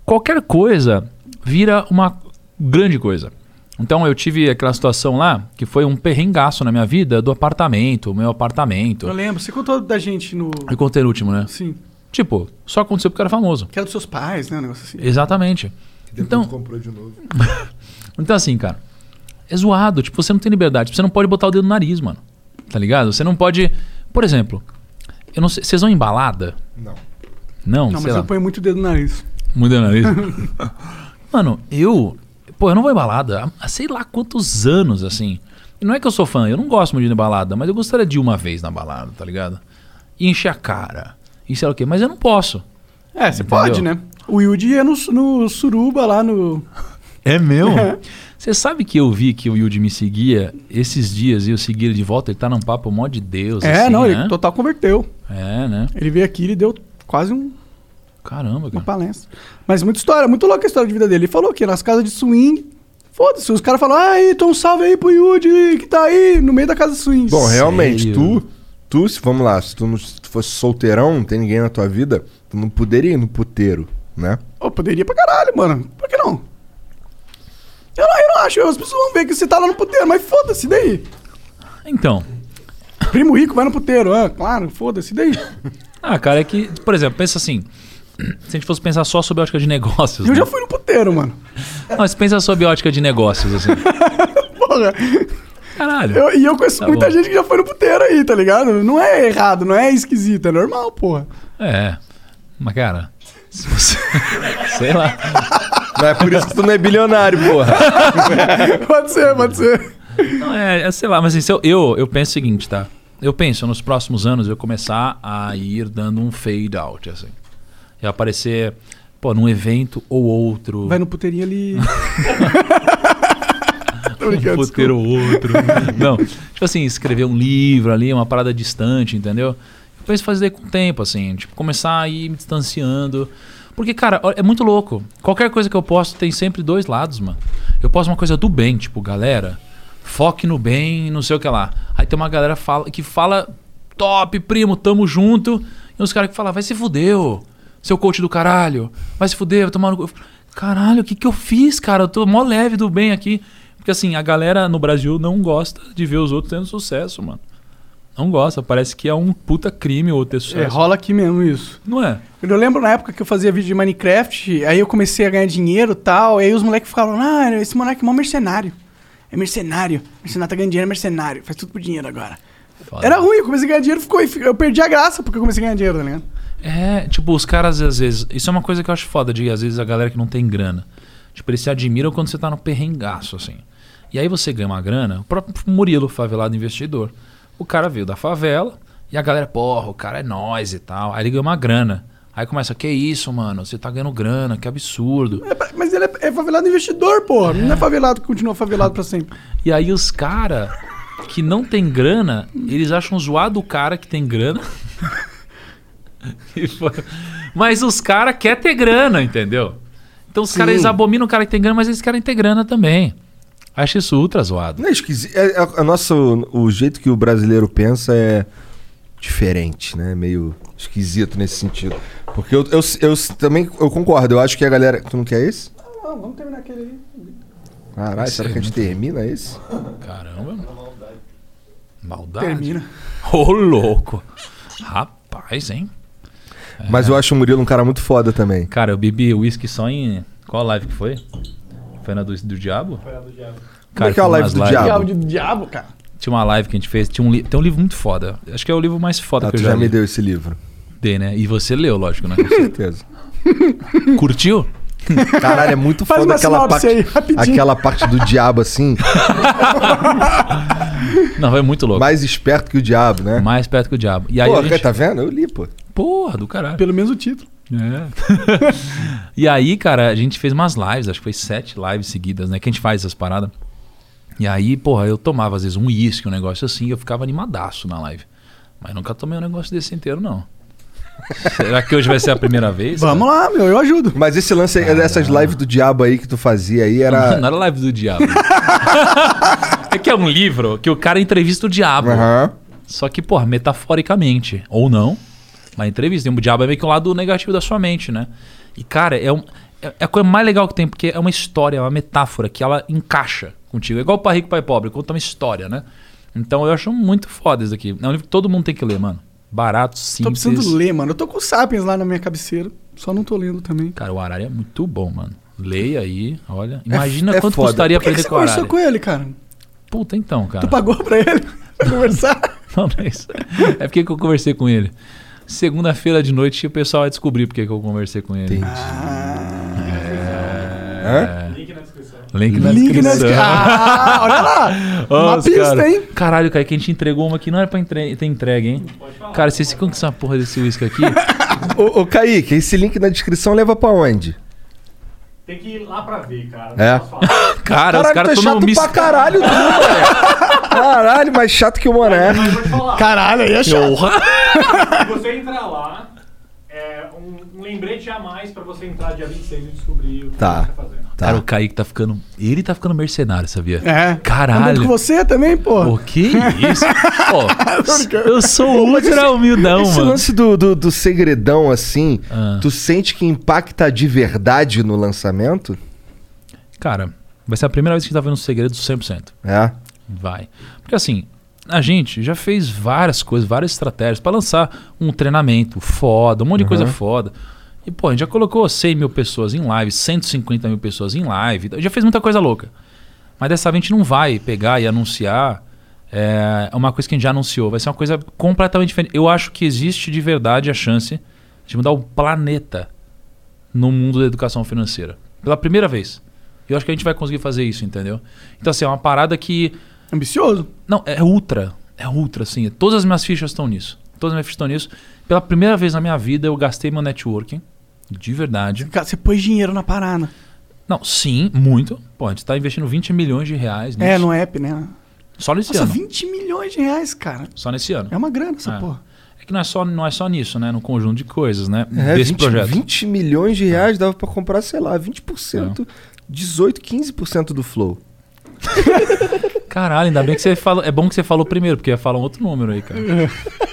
qualquer coisa vira uma grande coisa. Então eu tive aquela situação lá que foi um perrengaço na minha vida do apartamento, meu apartamento.
Eu lembro, você contou da gente no.
Eu contei no último, né?
Sim.
Tipo, só aconteceu porque era famoso.
Que era dos seus pais, né? Um negócio assim.
Exatamente. Então,
comprou de novo.
então assim, cara, é zoado. Tipo, você não tem liberdade. Tipo, Você não pode botar o dedo no nariz, mano. Tá ligado? Você não pode. Por exemplo, eu não sei, vocês vão em balada?
Não.
Não,
Não,
sei
mas
lá.
eu ponho muito o dedo no nariz.
Muda o nariz. Mano, eu. Pô, eu não vou em balada há- há sei lá quantos anos, assim. E não é que eu sou fã, eu não gosto muito de ir em balada, mas eu gostaria de ir uma vez na balada, tá ligado? E encher a cara. E sei lá o quê, mas eu não posso.
É, você Pode, né? O Yudi ia no, no Suruba lá no.
É meu? Você sabe que eu vi que o Yudi me seguia esses dias e eu segui ele de volta, ele tá num papo mó de Deus.
é,
assim,
não,
né?
ele total converteu.
É, né?
Ele veio aqui, ele deu quase um,
Caramba,
uma palestra. Mas muita história, muito louca a história de vida dele. Ele falou que nas casas de swing. Foda-se, os caras falam, ah, então um salve aí pro Yudi que tá aí no meio da casa de swing.
Bom, realmente, tu, tu, se vamos lá, se tu, não, se tu fosse solteirão, não tem ninguém na tua vida, tu não poderia ir no puteiro, né?
Eu poderia pra caralho, mano. Por que não? Eu não, eu não acho, as pessoas vão ver que você tá lá no puteiro, mas foda-se, e daí? tá-
Então.
Primo rico vai no puteiro, ah, claro, foda-se, e daí?
Ah, cara, é que, por exemplo, pensa assim. Se a gente fosse pensar só sobre a ótica de negócios.
Eu
né?
já fui no puteiro, mano.
Não, mas pensa sobre a ótica de negócios, assim.
Porra.
Caralho.
Eu- e eu conheço
Tá
muita
bom.
gente que já foi no puteiro aí, tá ligado? Não é errado, não é esquisito, é normal, porra.
É. Mas, cara, se você. Sei lá.
Não é por isso que tu não é bilionário, porra.
pode ser, pode ser.
Não, é, é, sei lá, mas assim, se eu, eu, eu penso o seguinte, tá? Eu penso, nos próximos anos, eu começar a ir dando um fade out, assim. E aparecer, pô, num evento ou outro.
Vai no puteirinho ali. Tô
um
brincando,
roteiro ou outro. Não, tipo assim, escrever um livro ali, uma parada distante, entendeu? Eu penso fazer com o tempo, assim, tipo, começar a ir me distanciando. Porque, cara, ó, é muito louco. Qualquer coisa que eu posto tem sempre dois lados, mano. Eu posto uma coisa do bem, tipo, galera, foque no bem, não sei o que lá. Aí tem uma galera fala- que fala, top, primo, tamo junto. E uns caras que falam, vai se fudeu, seu coach do caralho, vai se fuder, vai tomar no cu. Caralho, o que, que eu fiz, cara? Eu tô mó leve do bem aqui. Porque assim, a galera no Brasil não gosta de ver os outros tendo sucesso, mano. Não gosta, parece que é um puta crime ou ter sucesso.
É, rola aqui mesmo isso.
Não é?
Eu lembro na época que eu fazia vídeo de Minecraft, aí eu comecei a ganhar dinheiro e tal, e aí os moleques falavam, ah, esse moleque é mó mercenário. É mercenário. Mercenário tá ganhando dinheiro, é mercenário. Faz tudo por dinheiro agora. Era ruim, eu comecei a ganhar dinheiro, ficou, eu perdi a graça porque eu comecei a ganhar dinheiro, tá ligado?
É, tipo, os caras às vezes. Isso é uma coisa que eu acho foda de, às vezes, a galera que não tem grana. Tipo, eles se admiram quando você tá no perrengaço, assim. E aí você ganha uma grana, o próprio Murilo, favelado investidor. O cara veio da favela e a galera, porra, o cara é nós e tal. Aí ele ganha uma grana. Aí começa, que isso, mano? Você tá ganhando grana, que absurdo.
Mas ele é, é favelado investidor, porra. Não é favelado que continua favelado pra sempre.
E aí os cara que não tem grana, eles acham zoado o cara que tem grana. E fa- mas os cara quer ter grana, entendeu? Então os caras
Sim.
eles abominam o cara que tem grana, mas eles querem ter grana também. Acho isso ultra zoado.
Não é esquisito. É, é- a nossa, o jeito que o brasileiro pensa é diferente, né? Meio esquisito nesse sentido. Porque eu, eu, eu também eu concordo. Eu acho que a galera. Tu não quer esse?
Não, vamos terminar aquele ali.
Caralho, será que a gente termina esse?
Caramba. Maldade.
Termina.
Ô, louco. Rapaz, hein?
Mas eu acho o Murilo um cara muito foda também.
É. Cara, eu bebi uísque só em. Qual live que foi? Foi na do, do Diabo? Foi na do Diabo.
Como é que é a live do Diabo?
de diabo, cara.
Tinha uma live que a gente fez, tinha um li- tem um livro muito foda. Acho que é o livro mais foda
Ah,
que
tu
eu
já
já
me
li.
deu esse livro.
Dei, né? E você leu, lógico, né?
Com certeza.
Curtiu?
Caralho, é muito
Faz
foda
uma
aquela
sinopse
parte,
aí, rapidinho.
aquela parte do diabo assim.
Não, é muito louco.
Mais esperto que o diabo, né?
Mais esperto que o diabo. E aí
pô,
a gente-
tá vendo? Eu li, pô.
Porra, do caralho.
Pelo menos o título.
É. e aí, cara, a gente fez umas lives, acho que foi sete lives seguidas, né? Que a gente faz essas paradas. E aí, porra, eu tomava às vezes um uísque, um negócio assim, e eu ficava animadaço na live. Mas nunca tomei um negócio desse inteiro, não. Será que hoje vai ser a primeira vez?
Vamos
lá, meu, eu ajudo.
Mas esse lance aí, dessas lives do diabo aí que tu fazia aí era.
Não era live do diabo. é que é um livro que o cara entrevista o diabo. Só que, porra, metaforicamente. Ou não. Mas entrevista. O diabo é meio que o lado negativo da sua mente, né? E, cara, é, um- é- é a coisa mais legal que tem, porque é uma história, é uma metáfora que ela encaixa contigo. É igual o Pai Rico, Pai Pobre, conta uma história, né? Então eu acho muito foda isso daqui. É um livro que todo mundo tem que ler, mano. Barato,
Tô
simples.
precisando ler, mano. Eu tô com o Sapiens lá na minha cabeceira. Só não tô lendo também.
Cara, o Arara é muito bom, mano. Leia aí, olha. Imagina
É
quanto
foda.
custaria
Por que
aprender
que
com o
Você conversou
Arara.
com ele, cara.
Puta, então, cara.
Tu pagou pra ele pra conversar?
Não, não é isso. É porque que eu conversei com ele. Segunda-feira de noite o pessoal vai descobrir porque que eu conversei com ele. Entendi. É... Link na descrição. Link na
Link na
descrição.
descri- Ah, olha lá!
Ó,
Uma
os
pista,
cara.
hein?
Caralho, cara, que a gente entregou uma que não era pra entre... ter entregue, hein? Cara, vocês ficam com essa porra desse uísque aqui?
Ô, ô, Kaique, esse link na descrição leva pra onde?
Tem que ir lá pra ver, cara.
Cara,
É.
um os
Caralho,
caras
tá
tu é
estão
chato
no
pra caralho, tu, velho. Caralho, mais chato que o Moné.
Caralho, aí é chato.
Se você entrar lá, é um, um lembrete a mais pra você entrar dia 26 e descobrir o que
Tá.
você tá fazendo.
Cara, o Kaique tá ficando. Ele tá ficando mercenário, sabia?
É. Andando
Caralho.
com você também, pô.
O que é isso? Pô, eu sou ultra humildão,
Esse
mano.
lance do, do, do segredão, assim, tu sente que impacta de verdade no lançamento?
Cara, vai ser a primeira vez que a gente tá vendo um segredo 100%.
É?
Vai. Porque assim, a gente já fez várias coisas, várias estratégias pra lançar um treinamento foda, um monte de coisa
Uhum.
foda. E, pô, a gente já colocou 100 mil pessoas em live, 150 mil pessoas em live, então, já fez muita coisa louca. Mas dessa vez a gente não vai pegar e anunciar é, uma coisa que a gente já anunciou. Vai ser uma coisa completamente diferente. Eu acho que existe de verdade a chance de mudar o planeta no mundo da educação financeira. Pela primeira vez. Eu acho que a gente vai conseguir fazer isso, entendeu? Então, assim, é uma parada que.
Ambicioso?
Não, é ultra. É ultra, assim. Todas as minhas fichas estão nisso. Todas as minhas fichas estão nisso. Pela primeira vez na minha vida, eu gastei meu networking. De verdade.
Cara, você pôs dinheiro na parada.
Não, sim, muito. Pô, a gente tá investindo 20 milhões de reais nisso.
É, no app, né?
Só nesse
Nossa,
ano.
20 milhões de reais, cara.
Só nesse ano.
É uma grana essa
É.
porra.
É que não é, só, não é só nisso, né? No conjunto de coisas, né?
É,
Desse
20,
projeto.
20 milhões de reais dava pra comprar, sei lá, 20%, 18, 15% do Flow.
Caralho, ainda bem que você falou. É bom que você falou primeiro, porque ia falar um outro número aí, cara. Eu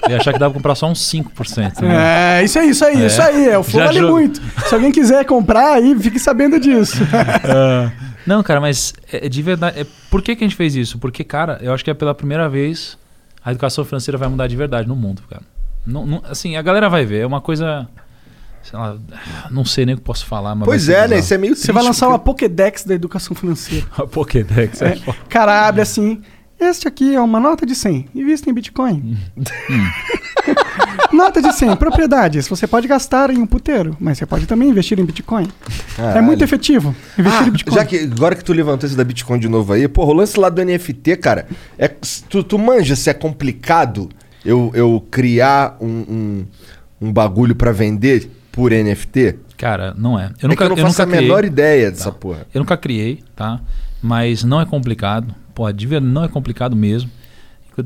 ia achar que dava pra comprar só uns 5%. Né?
É, isso aí, isso aí,
É.
isso aí. É, o flow
Já
vale
jogo.
muito. Se alguém quiser comprar aí, fique sabendo disso.
Ah, Não, cara, mas é, é de verdade. é- por que, que a gente fez isso? Porque, cara, eu acho que é pela primeira vez a educação financeira vai mudar de verdade no mundo, cara. Não, não- assim, a galera vai ver. É uma coisa. Sei lá, não sei nem o que posso falar, mas.
Pois
vai ser
é, né?
bizarro.
Isso é meio
Você vai lançar uma Pokédex da educação financeira.
A Pokédex.
É, cara, abre assim. Este aqui é uma nota de 100. Invista em Bitcoin.
Hum.
nota de 100. Propriedades. Você pode gastar em um puteiro, mas você pode também investir em Bitcoin. É
Caralho.
muito efetivo. Investir em Bitcoin.
Ah, Já que agora que tu levantou isso da Bitcoin de novo aí, porra, o lance lá do NFT, cara, é, tu, tu manja se é complicado eu, eu criar um, um, um bagulho pra vender por NFT?
Cara, não é.
É
Eu nunca,
que eu não
nunca
faço a menor
criei. tá?
ideia dessa porra.
Eu nunca criei, tá? Mas não é complicado. Pô, de ver- não é complicado mesmo.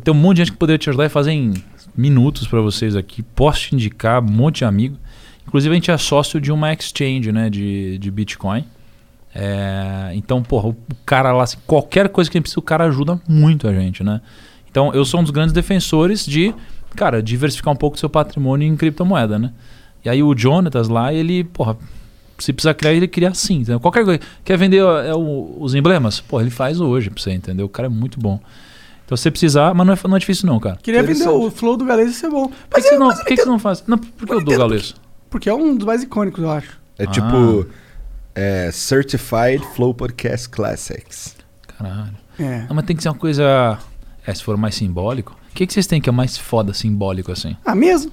Tem um monte de gente que poderia te ajudar e fazer em minutos pra vocês aqui. Posso te indicar um monte de amigo. Inclusive, a gente é sócio de uma exchange né, de, de Bitcoin. É, então, porra, o o cara lá, assim, qualquer coisa que ele precisa, o cara ajuda muito a gente, né? Então, eu sou um dos grandes defensores de, cara, diversificar um pouco seu patrimônio em criptomoeda, né? E aí o Jonatas lá, ele, porra, se precisar criar, ele cria assim. Entendeu? Qualquer coisa. Quer vender ó, é, o- os emblemas? Pô, ele faz hoje pra você, entendeu? O cara é muito bom. Então, se você precisar, mas não é, não é difícil não, cara.
Queria vender o flow do Galês e ser bom.
é Por que, que, você não, por que que você não faz? Não, por que eu dou galeço?
Porque é um dos mais icônicos, eu acho.
É tipo
Ah.
é, Certified Flow Podcast Classics.
Caralho.
É.
Ah, mas tem que ser uma coisa. É, se for mais simbólico. O que, que vocês têm que é mais foda simbólico assim?
Ah, mesmo?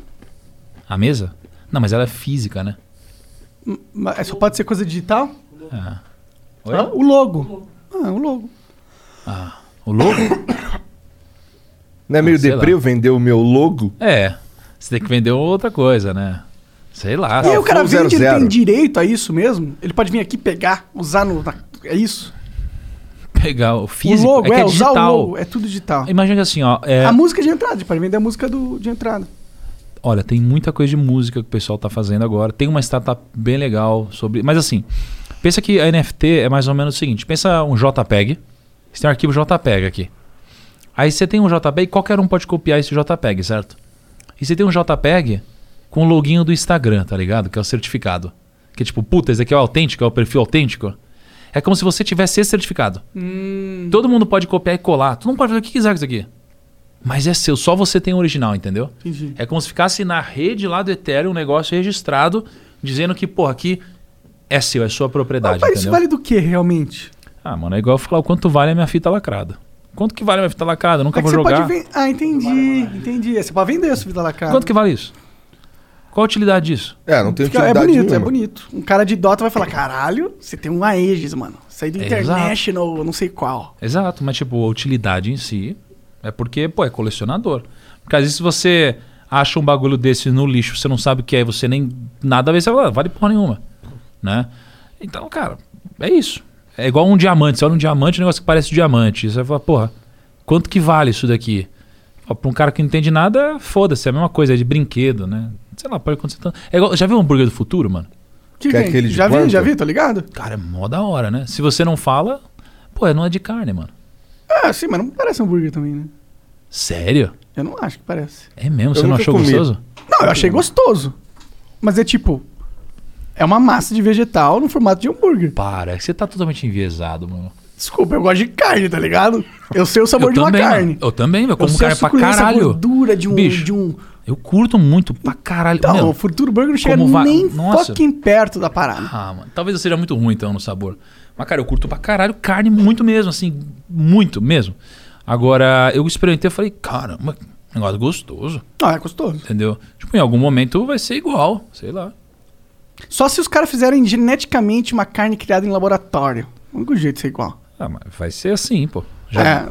A mesa? Não, mas ela é física, né?
M- Hum, mas Só pode ser coisa digital?
Ah.
Hã? O logo. Ah, o logo.
Ah, O logo? Ah,
Não é meio
sei lá.
deprê eu vender o meu logo?
é. Você tem que vender outra coisa, né? Sei lá.
e aí o cara
Flow
vende, ele
00.
tem direito a isso mesmo? Ele pode vir aqui pegar, usar no. na- é isso?
Pegar o físico.
o logo,
é,
é,
que é
usar o
digital.
logo, é tudo digital.
Imagina que assim, ó. é-
A música de entrada, para vender a música do, de entrada.
Olha, tem muita coisa de música que o pessoal tá fazendo agora. Tem uma startup bem legal sobre. Mas assim, pensa que a NFT é mais ou menos o seguinte: pensa um JPEG. Você tem um arquivo JPEG aqui. Aí você tem um JPEG, qualquer um pode copiar esse JPEG, certo? E você tem um JPEG com o loginho do Instagram, tá ligado? Que é o certificado. Que é tipo, puta, esse aqui é o autêntico, é o perfil autêntico. É como se você tivesse esse certificado. Todo mundo pode copiar e colar. Tu não pode fazer o que quiser com isso aqui. Mas é seu, só você tem o original, entendeu?
Entendi.
É como se ficasse na rede lá do Ethereum um negócio registrado, dizendo que, porra, aqui é seu, é sua propriedade,
Mas isso
entendeu?
vale do que realmente?
Ah, mano, é igual eu falar o quanto vale a minha fita lacrada. Quanto que vale a minha fita lacrada? Eu nunca
É que
vou
você
jogar.
pode vender. Ah, entendi, entendi. É, Você pode vender a subida da cara.
Quanto que é vale isso? Qual a utilidade disso?
É, não tem
Fica- é
utilidade
bonito,
nenhuma.
é bonito. Um cara de Dota vai falar: caralho, você tem um Aegis, mano. Isso aí do
É,
International, não sei qual.
Exato, mas tipo, a utilidade em si é porque, pô, é colecionador. Porque às vezes você acha um bagulho desse no lixo, você não sabe o que é, você nem nada a ver, você fala, "Ah, vale porra nenhuma, né? Então, cara, é isso. É igual um diamante, você olha um diamante, um negócio que parece um diamante, você fala, porra, quanto que vale isso daqui? Ó, Pra um cara que não entende nada, foda-se, é a mesma coisa, é de brinquedo, né? Sei lá, pode acontecer tanto. É igual- já viu o hambúrguer do futuro, mano?
Que
Que é
vem?
aquele de
já vi,
planta?
já vi, tá ligado?
Cara, é mó da hora, né? Se você não fala, pô, não é de carne, mano.
Ah, sim, mas não parece hambúrguer também, né?
Sério?
Eu não acho que parece.
É mesmo? Você
Eu
não
nunca
achou
comi.
gostoso?
Não, eu achei gostoso. Mas é tipo. É uma massa de vegetal no formato de hambúrguer.
Para, é que você tá totalmente enviesado, mano.
Desculpa, eu gosto de carne, tá ligado? Eu sei o sabor
eu
de uma
também,
carne.
mano. Eu também, meu.
Eu
Como
sei a
carne pra
suculência, a
caralho.
gordura de um.
Bicho,
De um
eu curto muito pra caralho.
então,
Meu,
o Futuro Burger não chega
como vai-
nem
Nossa.
fucking perto da parada.
Ah, mano. Talvez eu seja muito ruim, então, no sabor. Mas, cara, eu curto pra caralho carne muito mesmo, assim. Muito mesmo. Agora, eu experimentei e falei, caramba, negócio gostoso,
Não, é gostoso.
entendeu? Tipo, em algum momento vai ser igual, sei lá.
Só se os caras fizerem geneticamente uma carne criada em laboratório. O único jeito de ser igual.
Ah, mas vai ser assim, pô. Já,
É,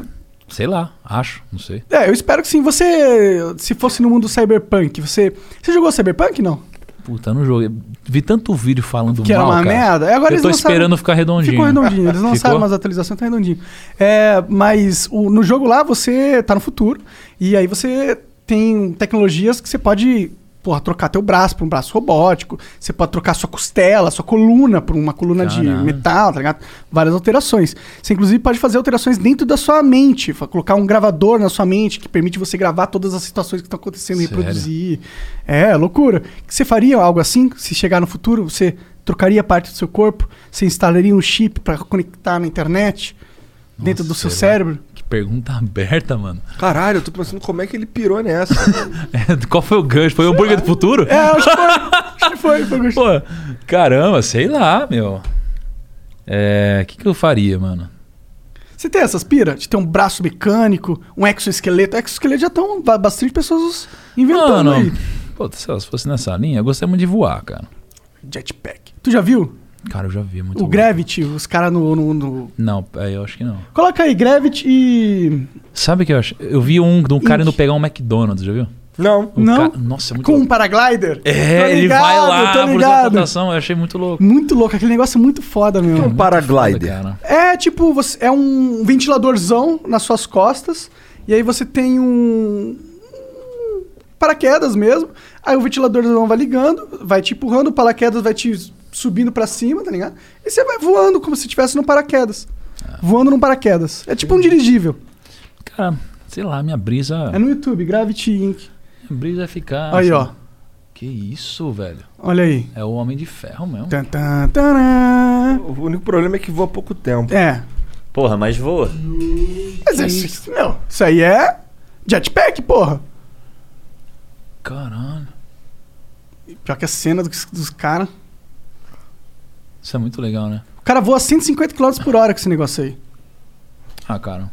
Sei lá, acho, não sei.
É, eu espero que sim. Você, se fosse no mundo cyberpunk, você. Você jogou cyberpunk, não?
Puta, no jogo. Vi tanto vídeo falando
Que era
mal,
uma
cara.
merda. É, agora
eu
eles
tô
lançaram-
esperando ficar redondinho.
Ficou redondinho. Eles lançaram
Ficou?
umas atualizações, tá redondinho. É, mas o- no jogo lá, você tá no futuro. E aí você tem tecnologias que você pode. Porra, trocar teu braço pra um braço robótico. Você pode trocar sua costela, sua coluna pra uma coluna de
Caralho.
metal, tá ligado? Várias alterações. Você, inclusive, pode fazer alterações dentro da sua mente. fa- Colocar um gravador na sua mente que permite você gravar todas as situações que estão acontecendo e
Sério?
reproduzir. E- É, loucura. Você faria algo assim? Se chegar no futuro, você trocaria parte do seu corpo? Você instalaria um chip pra conectar na internet? dentro do seu
será?
cérebro?
Que pergunta aberta, mano.
Caralho, eu tô pensando como é que ele pirou nessa.
Qual foi o gancho? Foi o hambúrguer do futuro?
É, acho que foi. acho que foi, foi gostoso.
Pô, caramba, sei lá, meu. É. O que, que eu faria, mano?
Você tem essas pira? De ter um braço mecânico, um exoesqueleto. Exoesqueleto já estão bastante pessoas
Mano.
inventando aí.
Pô, sei lá, se fosse nessa linha, eu gostaria muito de voar, cara.
Jetpack. Tu já viu?
Cara, eu já vi é muito.
o
louco.
Gravity, os caras no, no- no-
Não, é, eu acho que não.
Coloca aí, Gravity e.
Sabe o que eu acho? Eu vi um de um cara
Ink.
indo pegar um McDonald's, já viu?
Não.
Um
Não?
ca- Nossa, é muito
Com um
louco.
paraglider? Tô
É, ele vai
ligado,
lá,
tô
por
ligado.
computação, eu achei muito louco.
Muito louco, aquele negócio é muito foda mesmo.
Um paraglider.
Cara.
É tipo, você, é um ventiladorzão nas suas costas, e aí você tem um. um paraquedas mesmo. Aí o ventiladorzão vai ligando, vai te empurrando, o paraquedas vai te subindo pra cima, tá ligado? E você vai voando como se estivesse no paraquedas.
Ah.
Voando num paraquedas. É tipo um dirigível.
Cara, sei lá, minha brisa.
É no YouTube, Gravity Inc.
Minha brisa é ficar. assim,
aí, ó.
Que isso, velho.
Olha aí.
É o Homem de Ferro mesmo.
Tan, tan, tarã.
O único problema é que voa pouco tempo.
É.
Porra, mas voa.
Mas é, isso, não, isso aí é jetpack, porra.
Caralho.
Pior que a cena dos, dos caras.
Isso é muito legal, né?
O cara voa 150 km por hora com esse negócio aí.
Ah, cara.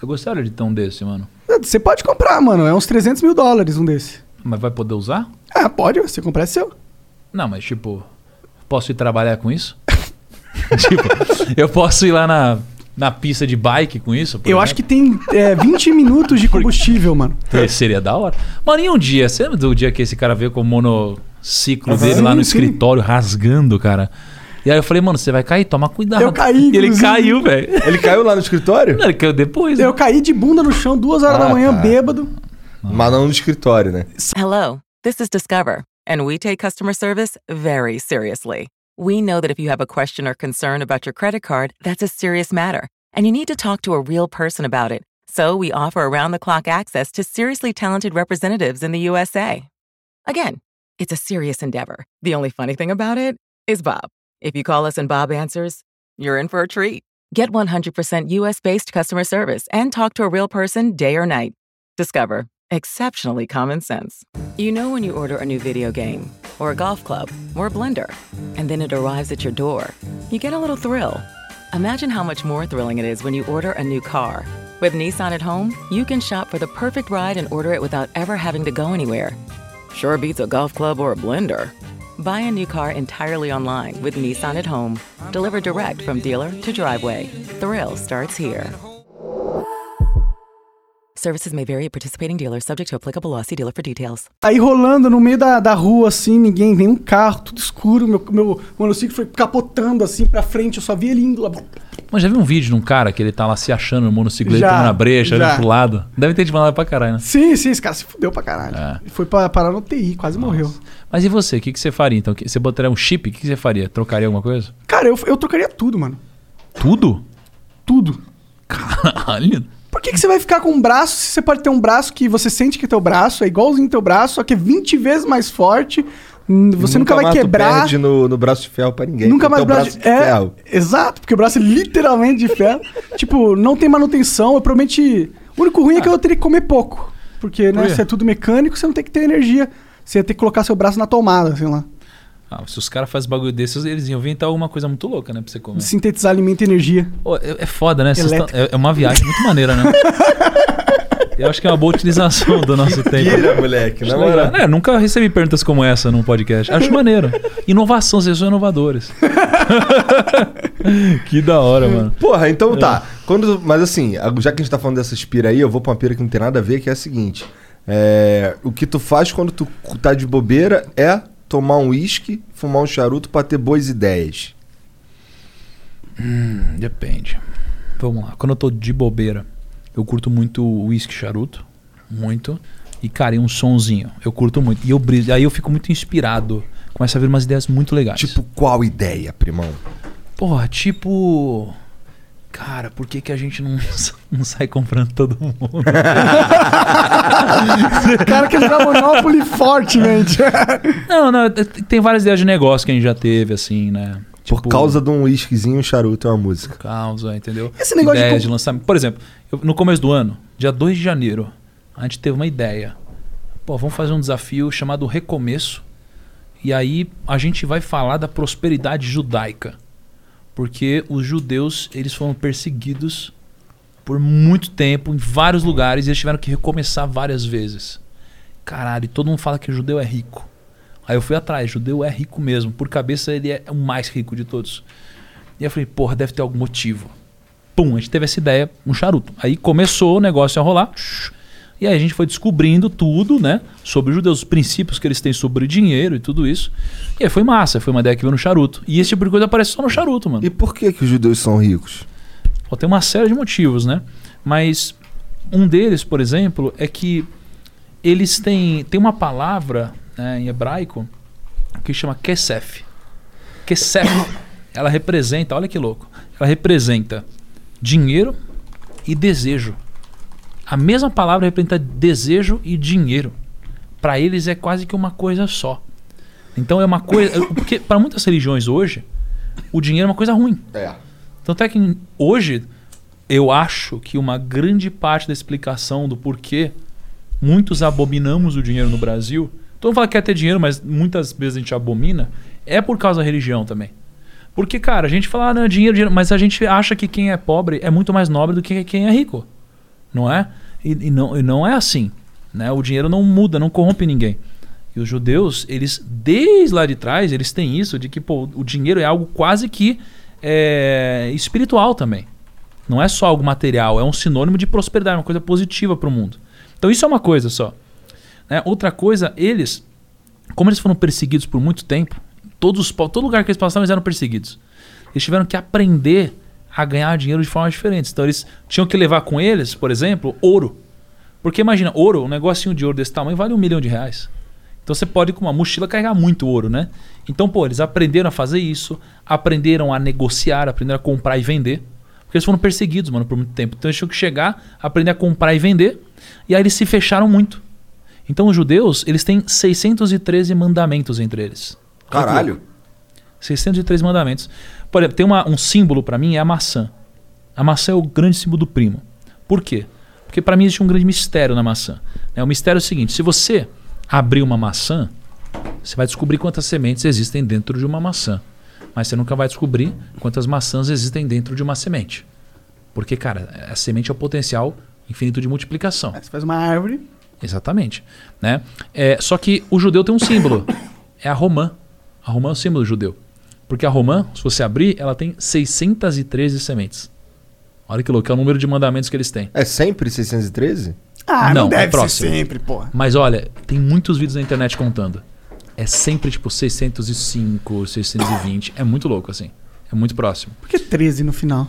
Eu gostaria de ter um desse, mano.
Você pode comprar, mano. É uns 300 mil dólares um desse.
Mas vai poder usar?
Ah, pode. Se você comprar, é seu.
Não, mas tipo, posso ir trabalhar com isso? tipo, eu posso ir lá na, na pista de bike com isso?
Eu acho que tem é, 20 minutos de combustível, mano.
que seria da hora. Mano, e um dia? Você lembra do dia que esse cara veio com o monociclo dele lá
Sim,
no
sim.
escritório rasgando, cara? E aí eu falei, mano, você vai cair, toma cuidado.
Eu caí,
E ele
inclusive.
caiu, velho.
Ele caiu lá no escritório?
Não, ele caiu depois. né?
Eu caí de bunda no chão duas horas
Ah,
da manhã,
tá.
bêbado.
Mas não no escritório, né?
Hello, this is Discover, and we take customer service very seriously. We know that if you have a question or concern about your credit card, that's a serious matter, and you need to talk to a real person about it. So we offer around the clock access to seriously talented representatives in the USA. Again, it's a serious endeavor. The only funny thing about it is Bob. If you call us and Bob answers, you're in for a treat. Get 100% US based customer service and talk to a real person day or night. Discover exceptionally common sense. You know when you order a new video game, or a golf club, or a blender, and then it arrives at your door, you get a little thrill. Imagine how much more thrilling it is when you order a new car. With Nissan at home, you can shop for the perfect ride and order it without ever having to go anywhere. Sure beats a golf club or a blender. Buy a new car entirely online with Nissan at home. Delivered direct from dealer to driveway. Thrill starts here. Services may vary at participating dealers, subject to applicable law. See dealer for details.
Aí rolando no meio da, da rua, assim, ninguém, nenhum carro, tudo escuro. Meu, meu monociclo foi capotando, assim, pra frente. Eu só vi ele indo lá.
Mas já vi um vídeo de um cara que ele tá lá se achando no monociclo, ele
Já,
tomando a brecha,
já.
olhando pro lado. Deve ter te mandado pra caralho, né? É.
Sim, sim, esse cara se fudeu pra caralho. Ele Foi pra, parar no TI, quase morreu.
Mas e você? O que, que você faria então? Que- Você botaria um chip? O que, que você faria? Trocaria alguma coisa?
Cara, eu, eu trocaria tudo, mano.
Tudo?
Tudo.
Caralho.
Por que, que você vai ficar com um braço se você pode ter um braço que você sente que é teu braço, é igualzinho teu braço, só que é 20 vezes mais forte? hum, Você nunca, vai
mais tu
quebrar.
perde no, no braço de ferro pra ninguém.
Nunca
porque
mais
teu
braço.
de
é,
ferro.
exato, porque o braço é literalmente de ferro. tipo, não tem manutenção. Eu prometi. O único ruim é que eu teria que comer pouco. Porque, né,
Por quê?
se é tudo mecânico, você não tem que ter energia. Você ia ter que colocar seu braço na tomada, sei lá.
Ah, se os caras fazem bagulho desses, eles iam inventar alguma coisa muito louca, né? Pra você comer.
De sintetizar alimento e energia.
Pô, é, é foda, né? Vocês tão-
Elétrico.
é, é uma viagem muito maneira, né? Eu acho que é uma boa utilização do nosso tempo.
Pira, moleque, na
Acho legal.
moral.
É, nunca recebi perguntas como essa num podcast. Acho maneiro. Inovação, vocês são inovadores. que da hora, mano. É.
Porra, então tá. Quando, mas assim, a- já que a gente tá falando dessas pira aí, eu vou pra uma pira que não tem nada a ver, que é a seguinte. É, o que tu faz quando tu tá de bobeira é tomar um uísque, fumar um charuto pra ter boas ideias.
Hum, Depende. Vamos lá. Quando eu tô de bobeira, eu curto muito uísque charuto. Muito. E, cara, e um sonzinho. Eu curto muito. E eu briso. Aí eu fico muito inspirado. Começa a vir umas ideias muito legais.
Tipo, qual ideia, primão?
Porra, tipo. Cara, por que, que a gente não, não sai comprando todo mundo?
O cara quer jogar Monopoly forte, gente.
não, não, t- tem várias ideias de negócio que a gente já teve, assim, né?
Por causa de um uísquezinho, um charuto é uma música.
causa, entendeu?
Esse negócio de
ideia de,
com-
lançamento. Por exemplo, eu- no começo do ano, dia 2 de janeiro, a gente teve uma ideia. Pô, vamos fazer um desafio chamado Recomeço. E aí a gente vai falar da prosperidade judaica. Porque os judeus, eles foram perseguidos por muito tempo em vários lugares e eles tiveram que recomeçar várias vezes. Caralho, e todo mundo fala que o judeu é rico. Aí eu fui atrás, judeu é rico mesmo. Por cabeça ele é o mais rico de todos. E eu falei, porra, deve ter algum motivo. Pum, a gente teve essa ideia, um charuto. Aí começou o negócio a rolar. shh, E aí a gente foi descobrindo tudo, né? Sobre os judeus, os princípios que eles têm sobre dinheiro e tudo isso. E aí foi massa, foi uma ideia que veio no charuto. E esse tipo de coisa aparece só no charuto, mano.
E por que que os judeus são ricos?
Pô, tem uma série de motivos, né? Mas um deles, por exemplo, é que eles têm, tem uma palavra né, em hebraico que chama kesef. Kesef, ela representa, olha que louco, ela representa dinheiro e desejo. A mesma palavra representa desejo e dinheiro. Para eles é quase que uma coisa só. Então é uma coisa, porque para muitas religiões hoje, o dinheiro é uma coisa ruim.
É.
Tanto é que em- hoje eu acho que uma grande parte da explicação do porquê muitos abominamos o dinheiro no Brasil Todo mundo fala que quer ter dinheiro, mas muitas vezes a gente abomina. É por causa da religião também. Porque, cara, a gente fala, ah, não, dinheiro, dinheiro, mas a gente acha que quem é pobre é muito mais nobre do que quem é rico. Não é? E, e não, e não é assim. Né? O dinheiro não muda, não corrompe ninguém. E os judeus, eles, desde lá de trás, eles têm isso de que pô, o dinheiro é algo quase que é, espiritual também. Não é só algo material, é um sinônimo de prosperidade, uma coisa positiva para o mundo. Então isso é uma coisa só. né? Outra coisa, eles, como eles foram perseguidos por muito tempo, todos os, po- todo lugar que eles passavam eles eram perseguidos. Eles tiveram que aprender a ganhar dinheiro de formas diferentes. Então eles tinham que levar com eles, por exemplo, ouro. Porque imagina, ouro, um negocinho de ouro desse tamanho vale um milhão de reais. Então você pode, com uma mochila, carregar muito ouro, né? Então, pô, eles aprenderam a fazer isso, aprenderam a negociar, aprenderam a comprar e vender. Porque eles foram perseguidos, mano, por muito tempo. Então eles tinham que chegar, aprender a comprar e vender. E aí eles se fecharam muito. Então os judeus, eles têm 613 mandamentos entre eles. Olha que
Caralho.
louco. 603 mandamentos. Por exemplo, tem uma- um símbolo pra mim, é a maçã. A maçã é o grande símbolo do primo. Por quê? Porque pra mim existe um grande mistério na maçã. né? O mistério é o seguinte: se você abrir uma maçã, você vai descobrir quantas sementes existem dentro de uma maçã. Mas você nunca vai descobrir quantas maçãs existem dentro de uma semente. Porque, cara, a semente é o potencial infinito de multiplicação.
Você faz uma árvore.
Exatamente. Né? É, só que o judeu tem um símbolo. É a romã. A romã é o símbolo judeu. Porque a romã, se você abrir, ela tem 613 sementes. Olha que louco, é o número de mandamentos que eles têm.
É sempre 613?
Ah, não, deve
é próximo.
ser sempre, porra.
Mas olha, tem muitos vídeos na internet contando. É sempre tipo 605, 620. É muito louco assim. É muito próximo.
Por que 13 no final?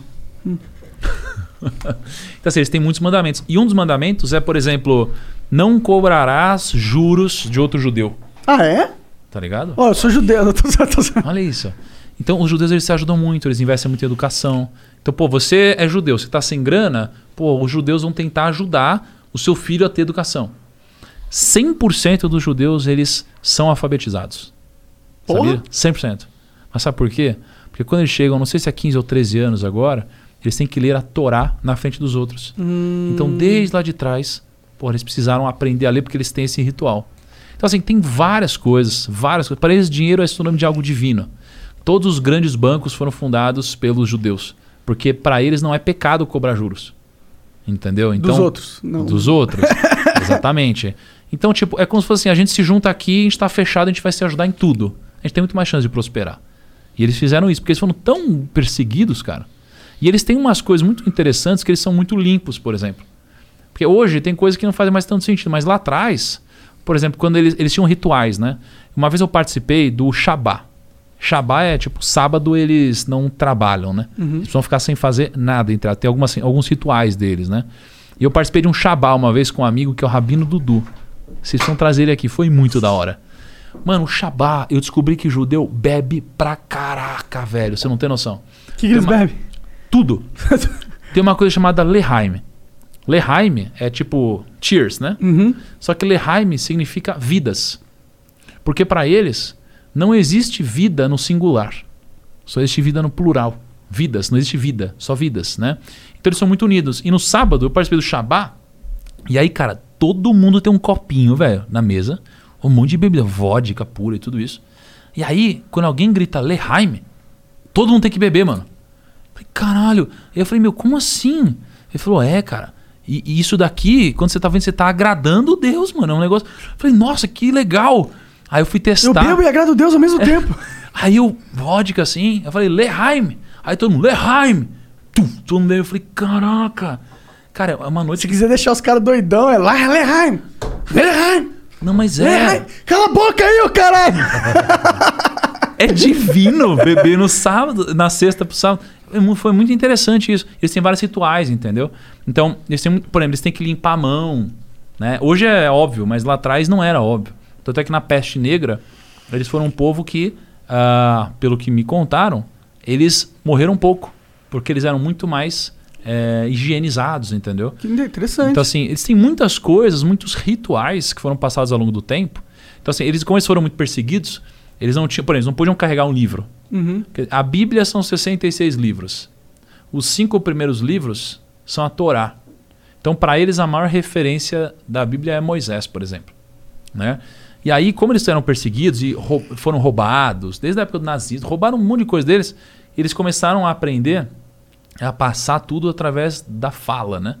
Então, assim, eles têm muitos mandamentos. E um dos mandamentos é, por exemplo, não cobrarás juros de outro judeu.
Ah, é?
Tá ligado?
Ó, eu sou judeu, eu tô, tô, tô-
Olha isso. Então, os judeus eles se ajudam muito, eles investem muito em educação. Então, pô, você é judeu, você tá sem grana, pô, os judeus vão tentar ajudar o seu filho a ter educação. 100% dos judeus, eles são alfabetizados.
Porra.
Sabia? 100%. Mas sabe por quê? Porque quando eles chegam, não sei se é 15 ou 13 anos agora, eles têm que ler a Torá na frente dos outros. Então, desde lá de trás, pô, eles precisaram aprender a ler porque eles têm esse ritual. Então, assim, tem várias coisas, várias coisas. Para eles, dinheiro é sinônimo de algo divino. Todos os grandes bancos foram fundados pelos judeus, porque para eles não é pecado cobrar juros. Entendeu? Então,
dos outros. Não.
dos outros. Exatamente. Então, tipo, é como se fosse assim, a gente se junta aqui, a gente tá fechado, a gente vai se ajudar em tudo. A gente tem muito mais chance de prosperar. E eles fizeram isso, porque eles foram tão perseguidos, cara. E eles têm umas coisas muito interessantes que eles são muito limpos, por exemplo. Porque hoje tem coisas que não fazem mais tanto sentido, mas lá atrás, por exemplo, quando eles, eles tinham rituais, né? Uma vez eu participei do Shabá. Shabá é tipo, sábado eles não trabalham, né?
Uhum.
Eles vão ficar sem fazer nada, entre tem algumas, assim, alguns rituais deles, né? E eu participei de um Shabá uma vez com um amigo que é o Rabino Dudu. Vocês vão trazer ele aqui, foi muito da hora. Mano, o Shabá, eu descobri que judeu bebe pra caraca, velho. Você não tem noção.
O que, que eles
Tem uma-
bebem?
Tudo. Tem uma coisa chamada Leheim. Leheim é tipo cheers, né? Só que Leheim significa vidas. Porque para eles não existe vida no singular. Só existe vida no plural. Vidas, não existe vida, só vidas, né? Então eles são muito unidos. E no sábado eu participei do Shabá. E aí, cara, todo mundo tem um copinho, velho, na mesa. Um monte de bebida, vodka pura e tudo isso. E aí, quando alguém grita Leheim, todo mundo tem que beber, mano. Falei, caralho. Aí eu falei, meu, como assim? Ele falou, é, cara. E, e isso daqui, quando você tá vendo, você tá agradando Deus, mano. É um negócio. Eu falei, nossa, que legal. Aí eu fui testar. É.
Eu bebo e agrado a Deus ao mesmo tempo.
Aí eu, vodka assim, eu falei, Leheim. Aí todo mundo, Leheim. Tum, todo mundo, bebeu. eu falei, caraca. Cara, é uma noite
Se
que.
quiser deixar os caras doidão, é lá, Leheim. Leheim.
Não, mas é.
Leheim. Cala a boca aí, ô caralho.
É divino beber no sábado, na sexta pro sábado. É mu- Foi muito interessante isso. Eles têm vários rituais, entendeu? Então, eles têm, muito- por exemplo, eles têm que limpar a mão. Né? Hoje é óbvio, mas lá atrás não era óbvio. Tanto é que na peste negra, eles foram um povo que, ah, pelo que me contaram, eles morreram pouco. Porque eles eram muito mais eh, higienizados, entendeu?
Que interessante.
Então, assim, eles têm muitas coisas, muitos rituais que foram passados ao longo do tempo. Então, assim, eles, como eles foram muito perseguidos, eles não tinham, por exemplo, não podiam carregar um livro. Porque A Bíblia são 66 livros. Os cinco primeiros livros são a Torá. Então, para eles, a maior referência da Bíblia é Moisés, por exemplo. Né? E aí, como eles eram perseguidos e rou- foram roubados, desde a época do nazismo, roubaram um monte de coisa deles, eles começaram a aprender a passar tudo através da fala, né?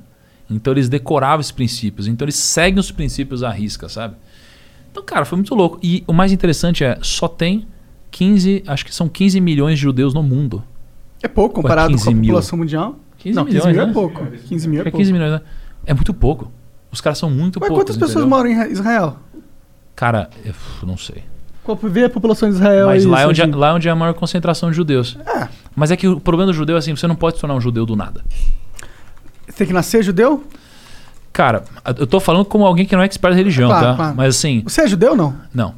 Então eles decoravam esses princípios, então eles seguem os princípios à risca, sabe? Então, cara, foi muito louco. E o mais interessante é, só tem 15, acho que são 15 milhões de judeus no mundo.
É pouco
Pô,
comparado com a
15 mil.
população mundial.
15
não,
milhões,
mil
né?
é pouco. 15 mil é
É
pouco.
15 milhões, né? É muito pouco. Os caras são muito
Mas
poucos.
quantas pessoas
entendeu?
moram em Israel?
Cara, eu f- não sei.
Qual- Vê a população de Israel
Mas
aí,
lá é, onde,
Serginho.
lá é onde é a maior concentração de judeus. Mas é que o problema do judeu é assim: você não pode se tornar um judeu do nada.
Você tem que nascer judeu?
Cara, eu tô falando como alguém que não é expert em religião,
Claro,
tá?
claro.
Mas assim.
Você é judeu ou não?
Não,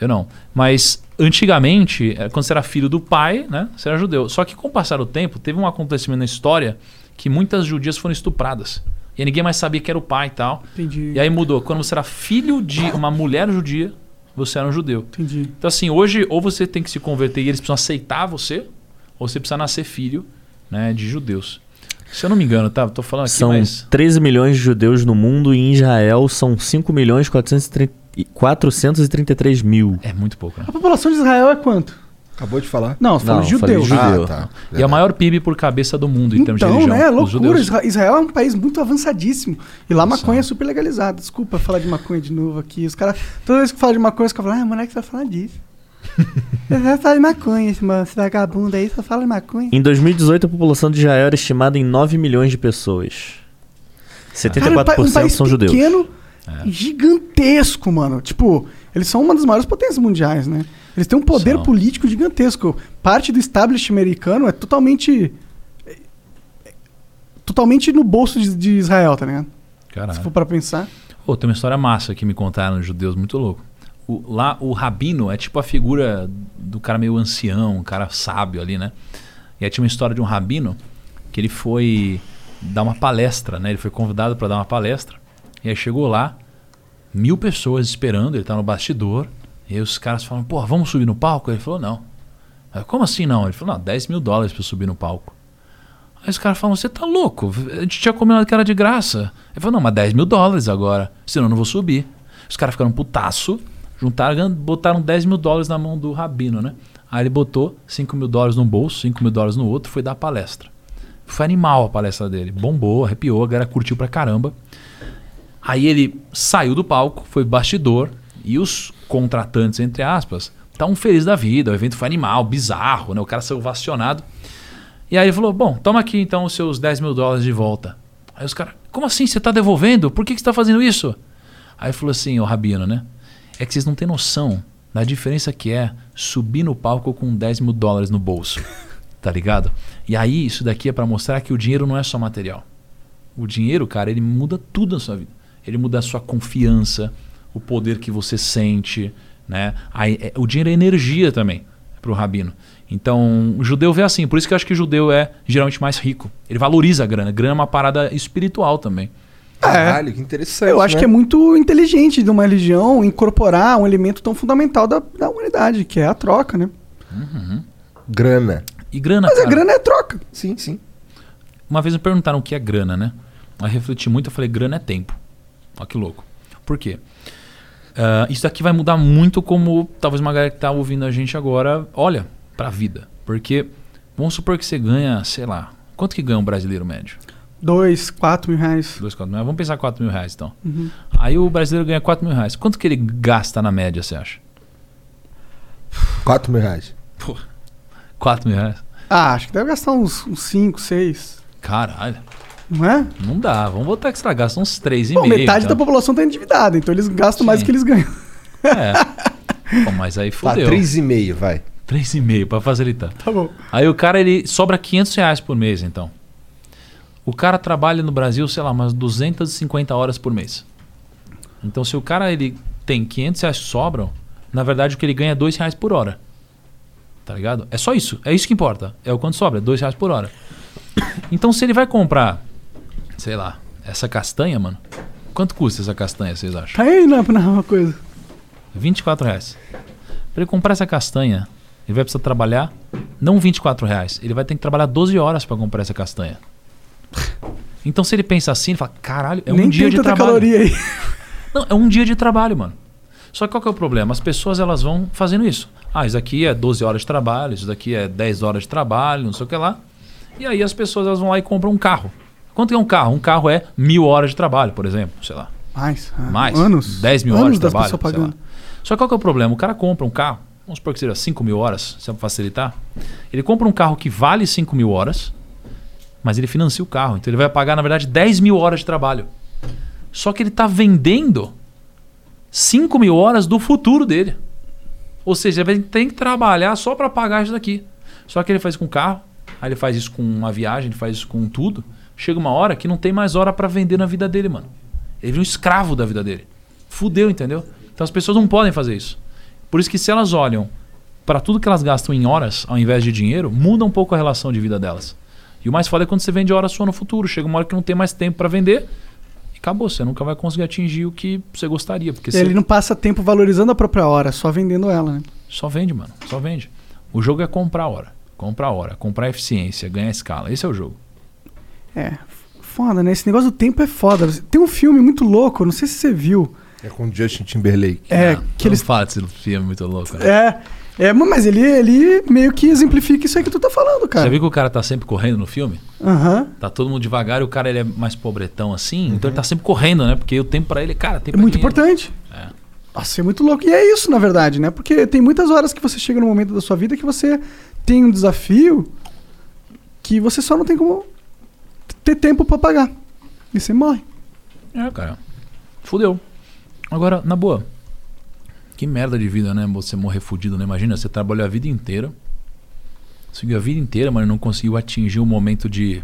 eu não. Mas antigamente, eh, quando você era filho do pai, né? Você era judeu. Só que com o passar do tempo, teve um acontecimento na história que muitas judias foram estupradas. E aí ninguém mais sabia que era o pai e tal.
Entendi.
E aí mudou. Quando você era filho de uma mulher judia, você era um judeu.
Entendi.
Então, assim, hoje, ou você tem que se converter e eles precisam aceitar você, ou você precisa nascer filho né, de judeus. Se eu não me engano, tá? Tô falando aqui,
São
mas.
13 milhões de judeus no mundo e em Israel são 5 milhões 433 mil.
É muito pouco, né?
A população de Israel é quanto?
Acabou de falar.
Não, você falou
Não,
de judeu.
falei de judeu.
Ah, tá.
E é o maior PIB por cabeça do mundo em termos de
Então,
religião. os
né? Loucura.
judeus.
Isra- Israel é um país muito avançadíssimo. E lá maconha é super legalizada. Desculpa falar de maconha de novo aqui. Os caras, toda vez que fala de maconha, os caras falam, ah, moleque, você vai falar disso. Você vai falar de maconha, esse, mano. esse vagabundo aí só fala de maconha.
Em 2018, a população de Israel era estimada em 9 milhões de pessoas. 74%
Cara, um país
são judeus.
pequeno,
É.
gigantesco, mano. Tipo, eles são uma das maiores potências mundiais, né? Eles têm um poder
São.
político gigantesco. Parte do establishment americano é totalmente... é- é- Totalmente no bolso de, de Israel, tá ligado? Se
Caralho.
for pra pensar.
Pô, tem uma história massa que me contaram os judeus, muito louco. O- lá, o rabino é tipo a figura do cara meio ancião, um cara sábio ali, né? E aí tinha uma história de um rabino que ele foi dar uma palestra, né? Ele foi convidado para dar uma palestra. E aí chegou lá, mil pessoas esperando, ele tá no bastidor. E aí os caras falam, pô, vamos subir no palco? Ele falou, não. Aí, Como assim não? Ele falou, não, 10 mil dólares para subir no palco. Aí os caras falam, você tá louco? A gente tinha combinado que era de graça. Ele falou, não, mas 10 mil dólares agora, senão eu não vou subir. Os caras ficaram putaço, juntaram, botaram 10 mil dólares na mão do Rabino, né? Aí ele botou 5 mil dólares num bolso, 5 mil dólares no outro, foi dar a palestra. Foi animal a palestra dele. Bombou, arrepiou, a galera curtiu pra caramba. Aí ele saiu do palco, foi bastidor, e os contratantes, entre aspas, estavam felizes da vida. O evento foi animal, bizarro, né? O cara saiu ovacionado. E aí ele falou: Bom, toma aqui então os seus 10 mil dólares de volta. Aí os caras, como assim? Você tá devolvendo? Por que, que você tá fazendo isso? Aí falou assim, o Rabino, né? É que vocês não têm noção da diferença que é subir no palco com 10 mil dólares no bolso. Tá ligado? E aí, isso daqui é pra mostrar que o dinheiro não é só material. O dinheiro, cara, ele muda tudo na sua vida. Ele muda a sua confiança, o poder que você sente, né? Aí, é- o dinheiro é energia também para o rabino. Então, o judeu vê assim. Por isso que eu acho que o judeu é geralmente mais rico. Ele valoriza a grana. Grana é uma parada espiritual também.
Caralho, que interessante.
É.
né?
Eu acho que é muito inteligente de uma religião incorporar um elemento tão fundamental da, da humanidade, que é a troca, né?
Uhum.
Grana.
E grana,
Mas a
cara,
grana é troca.
Sim, sim.
Uma vez me perguntaram o que é grana, né? Aí eu refleti muito, eu falei, grana é tempo. Olha que louco. Por quê? Ah, isso daqui vai mudar muito como talvez uma galera que tá ouvindo a gente agora olha pra vida. Porque vamos supor que você ganha, sei lá, quanto que ganha um brasileiro médio?
Dois, quatro mil reais.
Dois, quatro mil, Ah, vamos pensar 4 mil reais então.
Uhum.
Aí o brasileiro ganha 4 mil reais. Quanto que ele gasta na média, você acha?
4 mil reais.
4 mil reais?
Ah, acho que deve gastar uns, uns cinco, seis.
Caralho,
Não é?
não dá. Vamos botar que você gasta uns 3,5.
Bom, metade
então.
da população tá endividada, então eles gastam mais do
Sim.
que eles ganham.
É. Pô, mas aí
Tá,
fodeu.
3,5, vai.
3,5 pra facilitar.
Tá bom.
Aí o cara, ele sobra 500 reais por mês, então. O cara trabalha no Brasil, sei lá, umas 250 horas por mês. Então, se o cara, ele tem 500 reais que sobram, na verdade, o que ele ganha é 2 reais por hora. Tá ligado? É só isso. É isso que importa. É o quanto sobra, 2 reais por hora. Então, se ele vai comprar, sei lá, essa castanha, mano... Quanto custa essa castanha, vocês acham?
Tá aí, não, não é uma coisa.
24 reais. Pra ele comprar essa castanha, ele vai precisar trabalhar não 24 reais, ele vai ter que trabalhar 12 horas pra comprar essa castanha. Então se ele pensa assim, ele fala, caralho, é um
Nem
dia
tem
de
tanta
trabalho.
caloria aí.
Não, é um dia de trabalho, mano. Só que qual que é o problema? As pessoas elas vão fazendo isso. Ah, isso daqui é 12 horas de trabalho, isso daqui é 10 horas de trabalho, não sei o que lá. E aí as pessoas elas vão lá e compram um carro. Quanto que é um carro? Um carro é mil horas de trabalho, por exemplo, sei lá.
Mais. ah,
Mais.
Anos.
10 mil
anos
horas de
das
trabalho.
pessoas
sei lá.
pagando.
Só que qual que é o problema? O cara compra um carro, vamos supor que seja 5 mil horas, só para facilitar. Ele compra um carro que vale 5 mil horas, mas ele financia o carro. Então ele vai pagar, na verdade, 10 mil horas de trabalho. Só que ele está vendendo 5 mil horas do futuro dele. Ou seja, ele tem que trabalhar só para pagar isso daqui. Só que ele faz isso com o carro, aí ele faz isso com uma viagem, ele faz isso com tudo. Chega uma hora que não tem mais hora para vender na vida dele, mano. Ele vira um escravo da vida dele. Fudeu, entendeu? Então as pessoas não podem fazer isso. Por isso que se elas olham para tudo que elas gastam em horas ao invés de dinheiro, muda um pouco a relação de vida delas. E o mais foda é quando você vende hora sua no futuro. Chega uma hora que não tem mais tempo para vender e acabou. Você nunca vai conseguir atingir o que você gostaria. Porque você
Ele não passa tempo valorizando a própria hora, só vendendo ela, né?
só vende, mano. Só vende. O jogo é comprar hora. Comprar hora. Comprar eficiência. Ganhar escala. Esse é o jogo.
É, foda, né? Esse negócio do tempo é foda. Tem um filme muito louco, não sei se você viu.
É com Justin Timberlake.
É, que
não
eles.
fala desse filme muito louco. né?
É, é, ma- mas ele, ele meio que exemplifica isso aí que tu tá falando, cara.
Você viu que o cara tá sempre correndo no filme?
Aham.
Tá todo mundo devagar e o cara ele é mais pobretão assim, então ele tá sempre correndo, né? Porque o tempo pra ele, cara,
Uhum. É
tempo
muito
dinheiro.
importante.
É.
Nossa, é muito louco. E é isso, na verdade, né? Porque tem muitas horas que você chega no momento da sua vida que você tem um desafio que você só não tem como ter tempo pra pagar. E você morre.
É, cara. Fudeu. Agora, na boa. Que merda de vida, né? Você morrer fudido, né? Imagina, você trabalhou a vida inteira. Seguiu a vida inteira, mas não conseguiu atingir o momento de,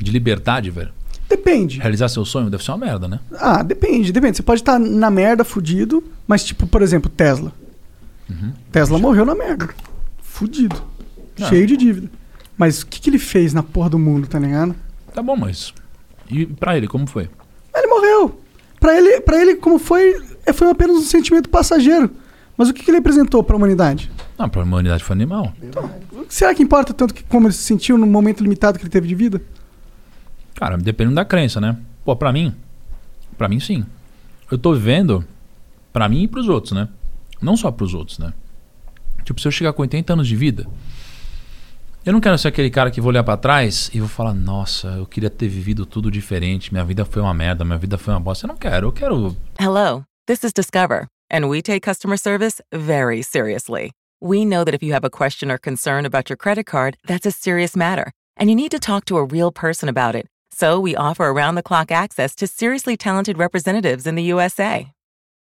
de liberdade, velho.
Depende.
Realizar seu sonho deve ser uma merda, né?
Ah, depende, depende. Você pode estar na merda, fudido, mas tipo, por exemplo, Tesla. Tesla morreu na merda. Fudido.
Uhum. Ah.
Cheio de dívida. Mas o que, que ele fez na porra do mundo, tá ligado?
Tá bom, mas. E pra ele, como foi?
Ele morreu. Pra ele, pra ele como foi, é, foi apenas um sentimento passageiro. Mas o que, que ele apresentou pra humanidade?
Não, pra humanidade foi animal.
Será que importa tanto que como ele se sentiu no momento limitado que ele teve de vida?
Cara, dependendo da crença, né? Pô, pra mim, pra mim sim. Eu tô vivendo pra mim e pros outros, né? Não só pros outros, né? Tipo, se eu chegar com 80 anos de vida, eu não quero ser aquele cara que vou olhar pra trás e vou falar, nossa, eu queria ter vivido tudo diferente, minha vida foi uma merda, minha vida foi uma bosta. Eu não quero, eu quero
Hello, this is Discover, and we take customer service very seriously. We know that if you have a question or concern about your credit card, that's a serious matter, and you need to talk to a real person about it. So we offer around the clock access to seriously talented representatives in the USA.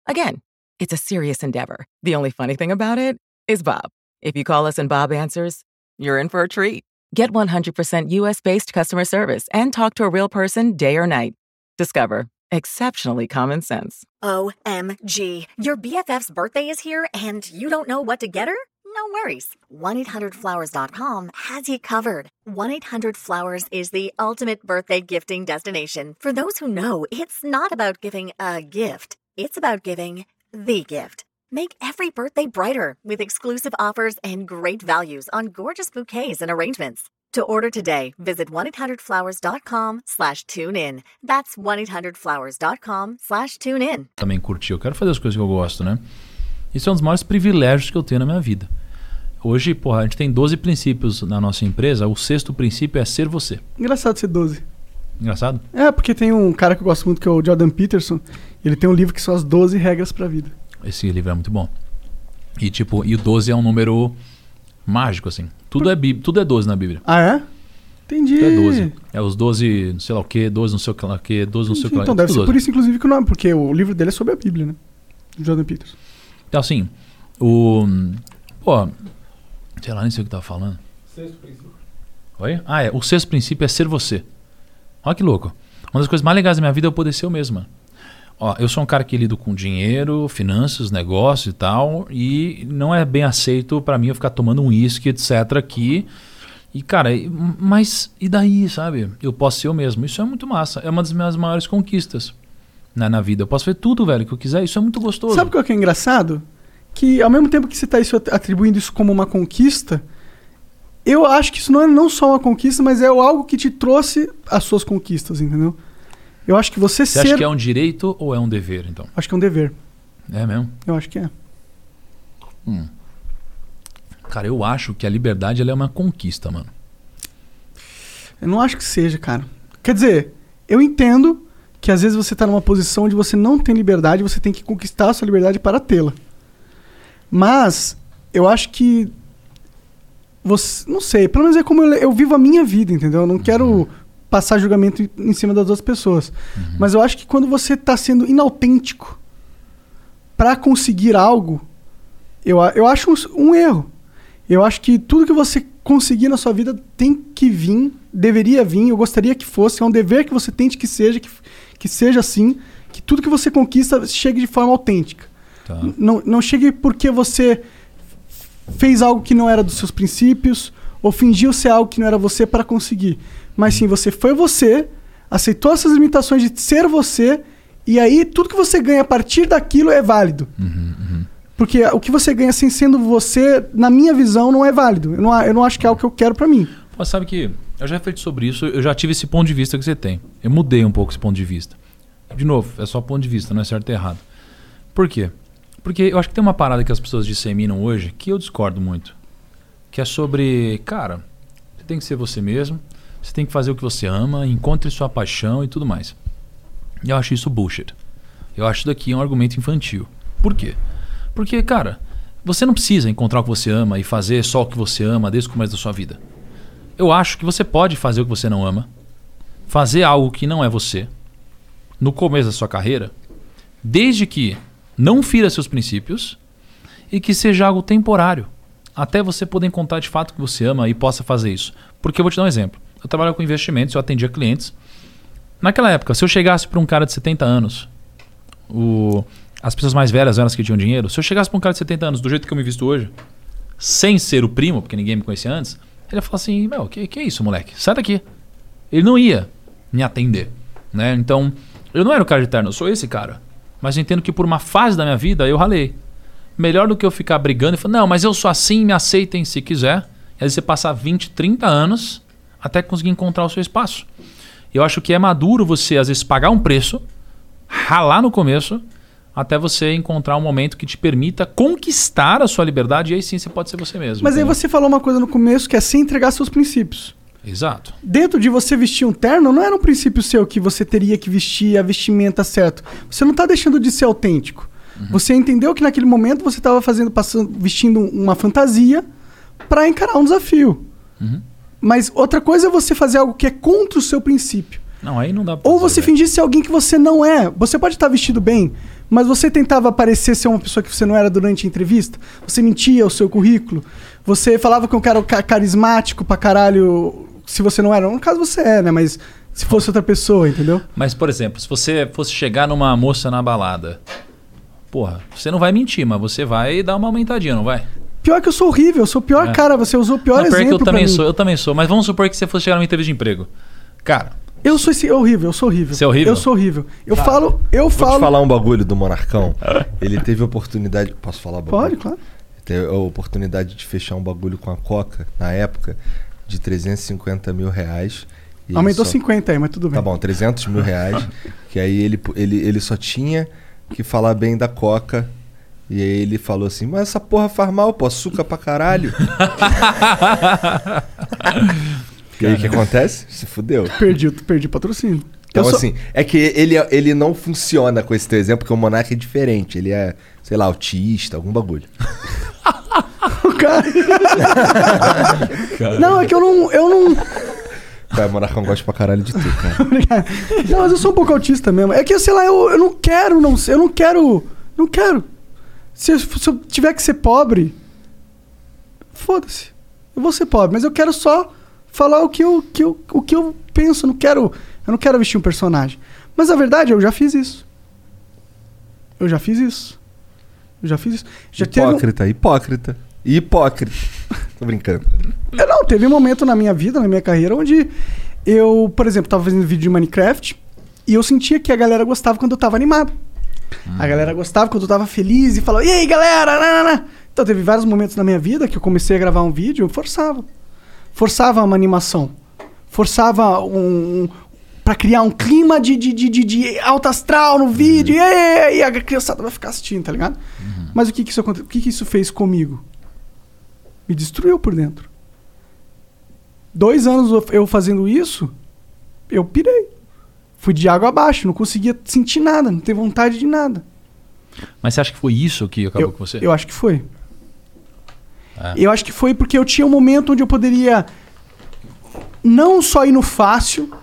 Again, it's a serious endeavor. The only funny thing about it is Bob. If you call us and Bob answers, you're in for a treat. Get 100% US based customer service and talk to a real person day or night. Discover exceptionally common sense.
OMG. Your BFF's birthday is here and you don't know what to get her? No worries. 1-800-Flowers.com has you covered. 1-800-Flowers is the ultimate birthday gifting destination. For those who know, it's not about giving a gift. It's about giving the gift. Make every birthday brighter with exclusive offers and great values on gorgeous bouquets and arrangements. To order today, visit 1-800-Flowers.com slash tune in. That's 1-800-Flowers.com slash tune in.
também curtir, eu quero fazer as coisas que eu gosto, né? Isso é um dos maiores privilégios que eu tenho na minha vida. Hoje, porra, a gente tem 12 princípios na nossa empresa, o sexto princípio é ser você.
Engraçado ser 12.
Engraçado?
É, porque tem um cara que eu gosto muito, que é o Jordan Peterson. Ele tem um livro que são as 12 regras pra vida.
Esse livro é muito bom. E tipo, e o 12 é um número mágico, assim. Tudo é, bí- tudo é 12 na Bíblia.
Ah, é? Entendi.
Tudo é 12. É os 12, não sei lá o que, 12 não sei o que, 12 não sei o que. lá,
Então
é
deve
tudo 12.
ser por isso, inclusive, que o nome, porque o livro dele é sobre a Bíblia, né? Do Jordan Peterson.
Então assim, o... Pô, sei lá, nem sei o que eu tava falando.
Sexto princípio.
Oi? Ah, é. O sexto princípio é ser você. Olha que louco. Uma das coisas mais legais da minha vida é eu poder ser eu mesmo, mano. Ó, eu sou um cara que lido com dinheiro, finanças, negócio e tal, e não é bem aceito pra mim eu ficar tomando um uísque, etc. aqui. E, cara, e- mas e daí, sabe? Eu posso ser eu mesmo. Isso é muito massa. É uma das minhas maiores conquistas na, na vida. Eu posso fazer tudo, velho, que eu quiser. Isso é muito gostoso.
Sabe o que é engraçado? Que ao mesmo tempo que você está isso, atribuindo isso como uma conquista, eu acho que isso não é não só uma conquista, mas é algo que te trouxe as suas conquistas, entendeu? Eu acho que você,
Você
ser.
acha que é um direito ou é um dever, então?
Acho que é um dever.
É mesmo?
Eu acho que é.
Hum. Cara, eu acho que a liberdade ela é uma conquista, mano.
Eu não acho que seja, cara. Quer dizer, eu entendo que às vezes você tá numa posição onde você não tem liberdade, você tem que conquistar a sua liberdade para tê-la. Mas eu acho que você, não sei, pelo menos é como eu, le- eu vivo a minha vida, entendeu? Eu não quero passar julgamento em- em cima das outras pessoas. Mas eu acho que quando você tá sendo inautêntico para conseguir algo, eu, a- eu acho um, um erro. Eu acho que tudo que você conseguir na sua vida tem que vir, deveria vir, eu gostaria que fosse, é um dever que você tente que seja, que, que seja assim, que tudo que você conquista chegue de forma autêntica. N- Não, não chegue porque você fez algo que não era dos seus princípios ou fingiu ser algo que não era você para conseguir. Mas sim, você foi você, aceitou essas limitações de ser você e aí tudo que você ganha a partir daquilo é válido. Porque o que você ganha sem sendo você, na minha visão, não é válido. Eu não, a- eu não acho que é o que eu quero pra mim.
Pô, sabe que eu já refleti sobre isso, eu já tive esse ponto de vista que você tem. Eu mudei um pouco esse ponto de vista. De novo, é só ponto de vista, não é certo e errado. Por quê? Porque eu acho que tem uma parada que as pessoas disseminam hoje que eu discordo muito. Que é sobre, cara, você tem que ser você mesmo, você tem que fazer o que você ama, encontre sua paixão e tudo mais. E eu acho isso bullshit. Eu acho isso daqui um argumento infantil. Por quê? Porque, cara, você não precisa encontrar o que você ama e fazer só o que você ama desde o começo da sua vida. Eu acho que você pode fazer o que você não ama, fazer algo que não é você, no começo da sua carreira, desde que não fira seus princípios e que seja algo temporário, até você poder encontrar de fato o que você ama e possa fazer isso. Porque eu vou te dar um exemplo. Eu trabalho com investimentos, eu atendia clientes. Naquela época, se eu chegasse para um cara de 70 anos, o- as pessoas mais velhas eram as que tinham dinheiro, se eu chegasse para um cara de 70 anos do jeito que eu me visto hoje, sem ser o primo, porque ninguém me conhecia antes, ele ia falar assim, meu, que, que é isso, moleque? Sai daqui. Ele não ia me atender, né? Então, eu não era o cara de terno, eu sou esse cara. Mas eu entendo que por uma fase da minha vida eu ralei. Melhor do que eu ficar brigando e falar, não, mas eu sou assim, me aceitem se quiser. E aí você passar 20, 30 anos até conseguir encontrar o seu espaço. Eu acho que é maduro você, às vezes, pagar um preço, ralar no começo, até você encontrar um momento que te permita conquistar a sua liberdade e aí sim você pode ser você mesmo.
Mas aí
entendeu?
você falou uma coisa no começo que é sem entregar seus princípios.
Exato.
Dentro de você vestir um terno, não era um princípio seu que você teria que vestir a vestimenta certo. Você não tá deixando de ser autêntico. Você entendeu que naquele momento você estava fazendo, passando, vestindo uma fantasia para encarar um desafio. Mas outra coisa é você fazer algo que é contra o seu princípio.
Não, aí não dá pra
Ou você fingir ser alguém que você não é. Você pode estar vestido bem, mas você tentava parecer ser uma pessoa que você não era durante a entrevista. Você mentia o seu currículo. Você falava que um cara ca- carismático pra caralho, se você não era. No caso você é, né? Mas se fosse outra pessoa, entendeu?
Mas, por exemplo, se você fosse chegar numa moça na balada, porra, você não vai mentir, mas você vai dar uma aumentadinha, não vai?
Pior que eu sou horrível, eu sou o pior
É.
cara, você usou o pior
não, pior que
exemplo
eu
pra
também
mim.
sou, eu também sou. Mas vamos supor que você fosse chegar numa entrevista de emprego. Cara,
Eu sou esse- horrível, eu sou horrível.
Você é horrível?
Eu sou horrível. Eu falo, eu
Tá. Vou
falo.
te falar um bagulho do Monarcão. Ele teve a oportunidade. Posso falar o bagulho?
Pode, claro.
Teve a oportunidade de fechar um bagulho com a Coca, na época, de 350 mil reais. E ele
Aumentou
só-
50 aí, mas tudo bem.
Tá bom, 300 mil reais. que aí ele, ele, ele só tinha que falar bem da Coca. E aí ele falou assim, mas essa porra faz mal, pô, açúcar pra caralho. e aí o que acontece? Se fudeu.
Perdi, perdi o patrocínio.
Então,
Eu sou-
assim, é que ele, ele não funciona com esse teu exemplo, porque o Monark é diferente. Ele é, sei lá, autista, algum bagulho.
Não, é que eu não. Eu não...
Cara, o Monarcão gosta pra caralho de tudo, cara.
Obrigado. Não, mas eu sou um pouco autista mesmo. É que, sei lá, eu, eu não quero, não, eu não quero. Não quero. Se, eu- se eu tiver que ser pobre, foda-se. Eu vou ser pobre, mas eu quero só falar o que eu, que eu, o que eu penso. Eu não quero, eu não quero vestir um personagem. Mas a verdade, eu já fiz isso. Eu já fiz isso. Eu já fiz isso. Já teve um-
hipócrita, hipócrita. Hipócrita. Tô brincando.
Eu não, teve um momento na minha vida, na minha carreira, onde eu, por exemplo, tava fazendo vídeo de Minecraft e eu sentia que a galera gostava quando eu tava animado. A galera gostava quando eu tava feliz e falava, e aí galera? Nanana. Então teve vários momentos na minha vida que eu comecei a gravar um vídeo, eu forçava. Forçava uma animação. Forçava um. um- pra pra criar um clima de, de, de, de, de alto astral no vídeo. E, aí, e a criançada vai ficar assistindo, tá ligado? Mas o que que isso aconte- o que que isso fez comigo? Me destruiu por dentro. Dois anos eu- eu fazendo isso, eu pirei. Fui de água abaixo, não conseguia sentir nada, não ter vontade de nada.
Mas você acha que foi isso que acabou com você?
Eu acho que foi.
É.
Eu acho que foi porque eu tinha um momento onde eu poderia não só ir no fácil, tá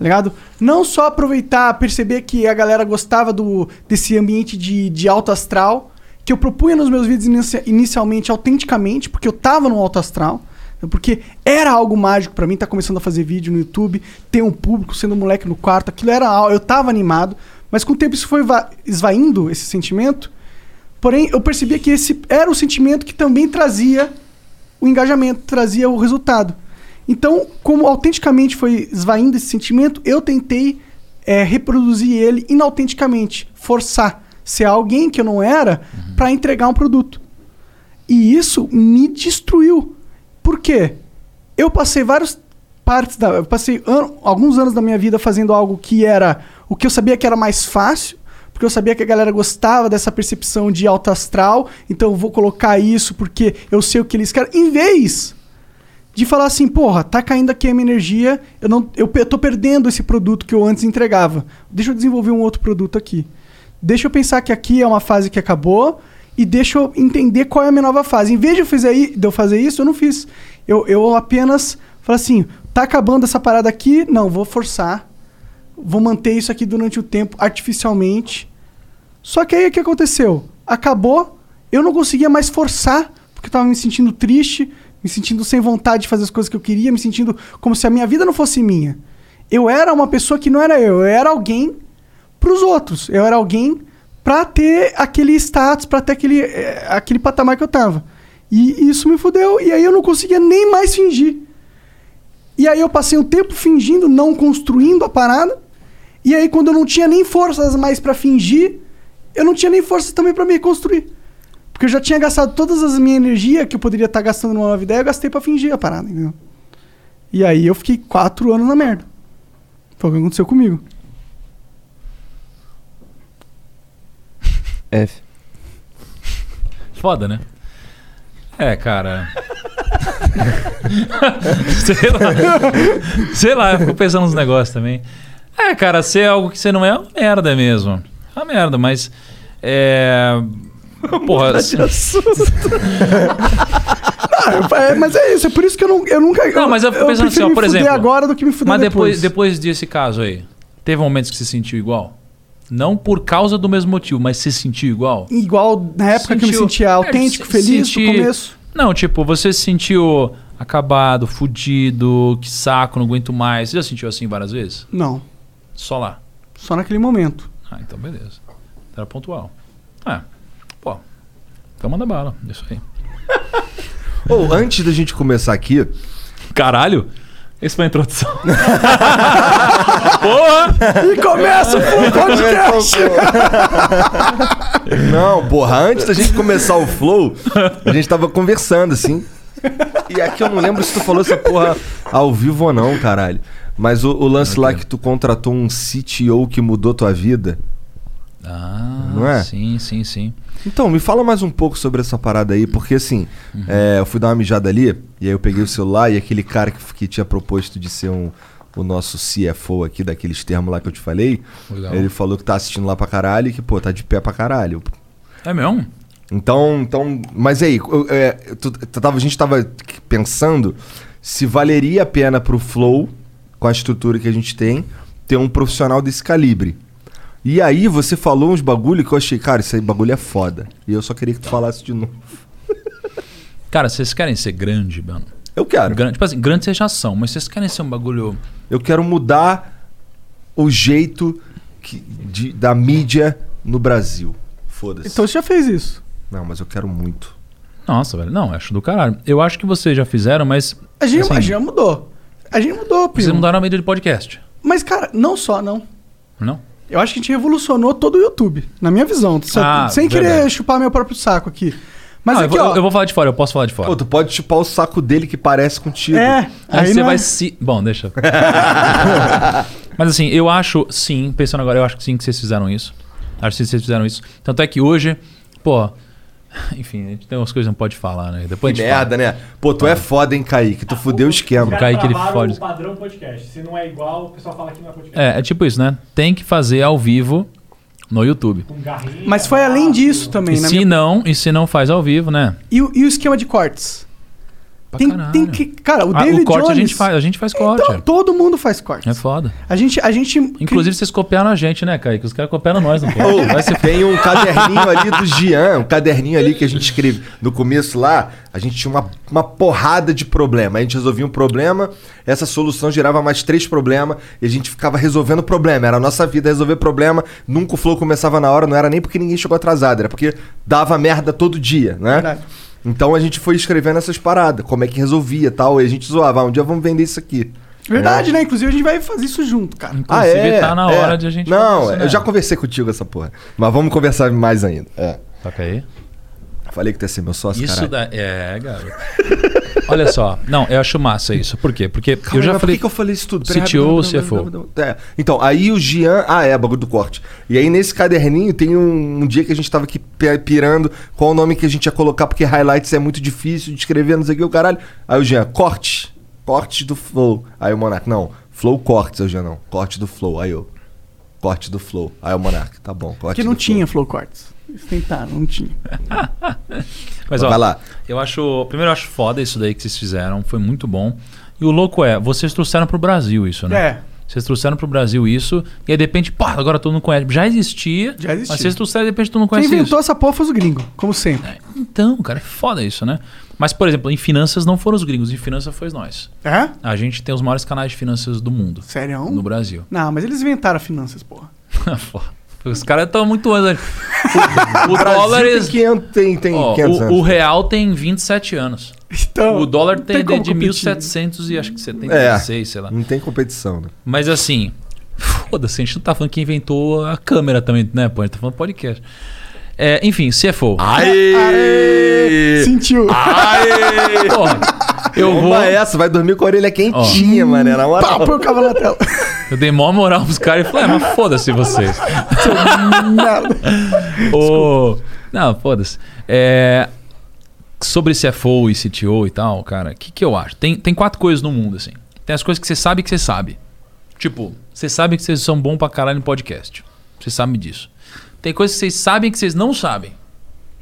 ligado? Não só aproveitar, perceber que a galera gostava do, desse ambiente de, de alto astral, que eu propunha nos meus vídeos inicia- inicialmente, autenticamente, porque eu tava no alto astral. né? Porque era algo mágico pra mim, tá começando a fazer vídeo no YouTube, ter um público, sendo um moleque no quarto, aquilo era algo, eu tava animado, mas com o tempo isso foi va- esvaindo esse sentimento, Porém, eu percebia que esse era o sentimento que também trazia o engajamento, trazia o resultado. Então, como autenticamente foi esvaindo esse sentimento, eu tentei eh, reproduzir ele inautenticamente, forçar ser alguém que eu não era pra entregar um produto. E isso me destruiu. Por quê? Eu passei vários partes da, eu passei ano- alguns anos da minha vida fazendo algo que era o que eu sabia que era mais fácil, porque eu sabia que a galera gostava dessa percepção de alto astral, então eu vou colocar isso porque eu sei o que eles querem. Em vez de falar assim, porra, tá caindo aqui a minha energia, eu não, eu, pe- eu tô perdendo esse produto que eu antes entregava. Deixa eu desenvolver um outro produto aqui. Deixa eu pensar que aqui é uma fase que acabou e deixa eu entender qual é a minha nova fase. Em vez de eu, fizer, i- de eu fazer isso, eu não fiz. Eu, eu apenas falo assim, tá acabando essa parada aqui? Não, vou forçar. Vou manter isso aqui durante o tempo artificialmente. Só que aí o que aconteceu? Acabou, eu não conseguia mais forçar, porque eu tava me sentindo triste, me sentindo sem vontade de fazer as coisas que eu queria, me sentindo como se a minha vida não fosse minha. Eu era uma pessoa que não era eu, eu era alguém pros outros. Eu era alguém pra ter aquele status, pra ter aquele, eh, aquele patamar que eu tava. E isso me fudeu, e aí eu não conseguia nem mais fingir. E aí eu passei um tempo fingindo, não construindo a parada. E aí quando eu não tinha nem forças mais pra fingir, eu não tinha nem forças também pra me reconstruir. Porque eu já tinha gastado todas as minha energia que eu poderia estar gastando numa nova ideia, eu gastei pra fingir a parada, entendeu? E aí eu fiquei quatro anos na merda. Foi o que aconteceu comigo.
F.
Foda, né? É, cara. sei lá. Sei lá, eu fico pensando nos negócios também. É, cara, ser algo que você não é é uma merda mesmo. É uma merda, mas. É. Porra.
Ah, é, mas é isso, é por isso que eu, não, eu nunca.
Não, mas eu fico pensando assim,
prefiro
ó,
me
por
fuder
exemplo.
agora do que me fuder
mas depois,
depois.
depois desse caso aí, teve momentos que se sentiu igual? Não por causa do mesmo motivo, mas se sentiu igual?
Igual na época que eu
Sentiu- É,
me sentia autêntico,
se-
feliz
sentir-
no começo.
Não, tipo, você se sentiu acabado, fudido, que saco, não aguento mais. Você já sentiu assim várias vezes?
Não,
Só lá.
só naquele momento.
Ah, então beleza. Era pontual. Ah, pô. Então manda bala. Isso aí.
Ou antes da gente começar aqui.
Caralho! Esse foi a introdução. Porra!
E começa o Flow Podcast!
Não, porra, antes da gente começar o flow, a gente tava conversando assim. E aqui eu não lembro se tu falou essa porra ao vivo ou não, caralho. Mas o, o lance lá que tu contratou um CTO que mudou tua vida.
Ah,
Não é?
sim, sim, sim.
Então, me fala mais um pouco sobre essa parada aí, porque assim,
Uhum.
é, eu fui dar uma mijada ali, e aí eu peguei o celular e aquele cara que, que tinha proposto de ser um, o nosso CFO aqui, daqueles termos lá que eu te falei,
Legal.
ele falou que tá assistindo lá pra caralho e que, pô, tá de pé pra caralho.
É mesmo?
Então, então mas aí, eu- é, tu- tu tava- a gente tava pensando se valeria a pena pro Flow, com a estrutura que a gente tem, ter um profissional desse calibre. E aí você falou uns bagulho que eu achei, cara, esse aí bagulho é foda. E eu só queria que tu falasse de novo.
Cara, vocês querem ser grande, mano?
Eu quero.
Grande, tipo assim, grande vocês já são, mas vocês querem ser um bagulho.
Eu quero mudar o jeito que- de- da mídia no Brasil. Foda-se.
Então você já fez isso.
Não, mas eu quero muito.
Nossa, velho. Não, acho do caralho. Eu acho que vocês já fizeram, mas.
A gente,
assim,
a gente já mudou. A gente mudou,
Vocês
primo.
mudaram a mídia de podcast,
Mas, cara, não só, não.
não?
Eu acho que a gente revolucionou todo o YouTube, na minha visão. só-
Ah,
sem querer
verdade.
chupar meu próprio saco aqui. Mas
Não,
aqui,
eu, vou,
ó.
eu vou falar de fora, eu posso falar de fora.
Pô, tu pode chupar o saco dele que parece contigo.
É,
Aí, você vai se. Bom, deixa. Mas assim, eu acho, sim, pensando agora, eu acho que sim que vocês fizeram isso. Acho que vocês fizeram isso. Tanto é que hoje, pô. Enfim, a gente tem umas coisas que não pode falar, né? Depois
Que
a gente fala.
merda, né? Pô, tu é foda, hein, Kaique? Tu fudeu o esquema.
O Kaique, ele
Trabalho
fode.
o padrão podcast. Se não é igual, o pessoal fala que não é podcast.
É, é tipo isso, né? Tem que fazer ao vivo no YouTube.
Mas foi além disso também,
E
né?
se não, e se não faz ao vivo, né?
E, o- e o esquema de cortes? Tem, tem que. Cara, o
Ah,
Daily
o corte
Jones.
a gente faz, a gente faz corte.
Então, todo mundo faz corte.
É foda.
A gente, a gente.
Inclusive, vocês copiaram a gente, né, Kaique? Os caras copiaram nós, não
Ô,
pode. Vai se
tem um caderninho ali do Jean, um caderninho ali que a gente escreve. No começo lá, a gente tinha uma, uma porrada de problema. A gente resolvia um problema, essa solução gerava mais três problemas e a gente ficava resolvendo problema. Era a nossa vida resolver problema. Nunca o flow começava na hora, não era nem porque ninguém chegou atrasado, era porque dava merda todo dia, né? Então a gente foi escrevendo essas paradas, como é que resolvia e tal. E a gente zoava, ah, um dia vamos vender isso aqui.
É.
Verdade, né? Inclusive, a gente vai fazer isso junto, cara.
Ah, é,
tá
é. Não,
fazer isso,
eu
né?
já conversei contigo essa porra. Mas vamos conversar mais ainda. É.
Toca aí.
Falei que tu ia ser meu sócio,
Isso
caralho.
da... É, garoto. Olha só. Não, eu acho massa isso. Por quê? Porque eu
Caralho,
já
mas
falei...
Por que, que eu falei isso tudo? Peraí, rapidão,
CTO,
rapidão,
CFO.
rapidão, rapidão. É, Então, aí o Jean... Ah, é, bagulho do corte. E aí nesse caderninho tem um, um dia que a gente tava aqui pi- pirando qual o nome que a gente ia colocar, porque highlights é muito difícil de escrever, não sei o que, o caralho. Aí o Jean, corte. Corte do Flow. Aí o Monark, não. Flow cortes, aí o Jean, não. Corte do Flow. Aí eu... Corte do Flow. Aí o Monark, tá bom. Corte
Porque não
do Flow.
tinha flow cortes. Eles tentaram, não tinha.
Mas, ó,
Vai lá.
Eu acho. Primeiro, eu acho foda isso daí que vocês fizeram. Foi muito bom. E o louco é, vocês trouxeram pro Brasil isso, né?
É.
Vocês trouxeram pro Brasil isso. E aí, de repente, pá, agora todo mundo conhece. Já existia.
Já existia.
Mas vocês trouxeram, de repente, todo mundo
Quem
conhece isso.
inventou essa porra foi os gringos, como sempre.
Então, cara, é foda isso, né? Mas, por exemplo, em finanças não foram os gringos, em finanças foi nós.
É?
A gente tem os maiores canais de finanças do mundo.
Sério?
No Brasil.
Não, mas eles inventaram finanças, porra.
Foda. os caras estão muito antes. né? O, o
Brasil
dólar
tem
ex-
500 tem- tem
Ó,
500
o,
anos.
o real tem 27 anos.
Então,
o dólar
não
tem,
tem como
de
competir,
1700 e acho que 76,
É,
sei lá.
não tem competição, né?
Mas assim, foda-se, a gente não tá falando que inventou a câmera também, né? Pô, a gente tá falando podcast. É, enfim, CFO.
Aê!
Sentiu.
Aê!
Porra, eu
Toma
vou...
é essa, vai dormir com a orelha quentinha, mano. Na moral.
Pá, põe o cavalo na tela.
Eu dei maior moral pros caras e falei, ah, mas foda-se vocês. Ô, Não, foda-se. É, sobre CFO e CTO e tal, cara, o que, que eu acho? Tem, tem quatro coisas no mundo, assim. Tem as coisas que você sabe que você sabe. Tipo, você sabe que vocês são bons pra caralho em podcast. Você sabe disso. Tem coisas que vocês sabem que vocês não sabem.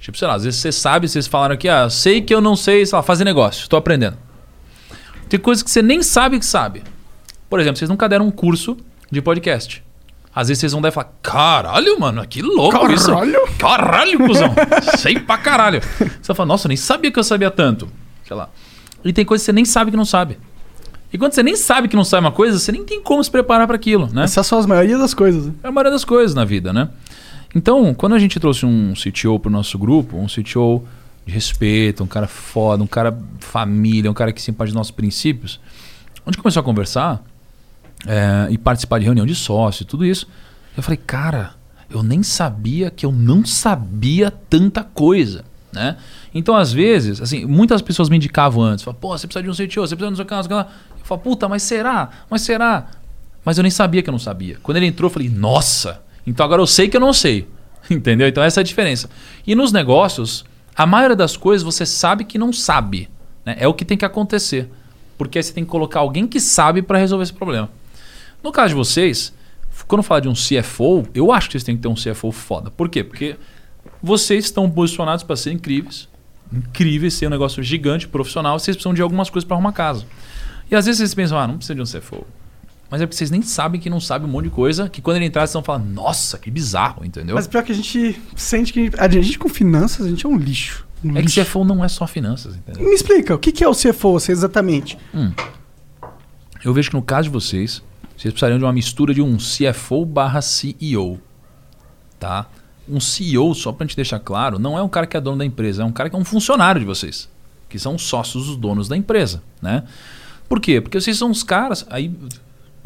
Tipo, sei lá, às vezes você sabe, vocês falaram aqui, ah, sei que eu não sei, sei lá, fazer negócio, tô aprendendo. Tem coisas que você nem sabe que sabe. Por exemplo, vocês nunca deram um curso de podcast. Às vezes vocês vão dar e falar, caralho, mano, que louco isso.
Caralho?
Caralho, cuzão. sei pra caralho. Você fala, nossa, eu nem sabia que eu sabia tanto. Sei lá. E tem coisas que você nem sabe que não sabe. E quando você nem sabe que não sabe uma coisa, você nem tem como se preparar pra aquilo, né?
Essas são as maiorias das coisas. né?
É a maioria das coisas na vida, né? Então, quando a gente trouxe um CTO pro nosso grupo, um CTO de respeito, um cara foda, um cara família, um cara que se empate dos nossos princípios, onde começou a conversar é, e participar de reunião de sócio e tudo isso, eu falei, cara, eu nem sabia que eu não sabia tanta coisa, né? Então, às vezes, assim, muitas pessoas me indicavam antes, falavam, pô, você precisa de um CTO, você precisa de um não sei o que, não sei o que lá. Eu falo, puta, mas será? Mas será? Mas eu nem sabia que eu não sabia. Quando ele entrou, eu falei, nossa, então agora eu sei que eu não sei. Entendeu? Então essa é a diferença. E nos negócios, a maioria das coisas você sabe que não sabe. né? É o que tem que acontecer. Porque aí você tem que colocar alguém que sabe para resolver esse problema. No caso de vocês, quando eu falar de um CFO, eu acho que vocês têm que ter um CFO foda. Por quê? Porque vocês estão posicionados para ser incríveis. Incríveis, ser um negócio gigante, profissional. Vocês precisam de algumas coisas para arrumar casa. E às vezes vocês pensam, ah, não precisa de um CFO. Mas é porque vocês nem sabem que não sabe um monte de coisa, que quando ele entrar, vocês vão falar, nossa, que bizarro, entendeu?
Mas pior que a gente sente que. A gente, a gente com finanças, a gente é um lixo. Um
é que
lixo.
CFO não é só finanças, entendeu?
Me explica, o que que é o CFO assim, exatamente?
Eu vejo que no caso de vocês, vocês precisariam de uma mistura de um CFO barra CEO. Tá? Um CEO, só pra gente deixar claro, não é um cara que é dono da empresa, é um cara que é um funcionário de vocês. Que são os sócios, os donos da empresa. Né? Por quê? Porque vocês são uns caras, aí,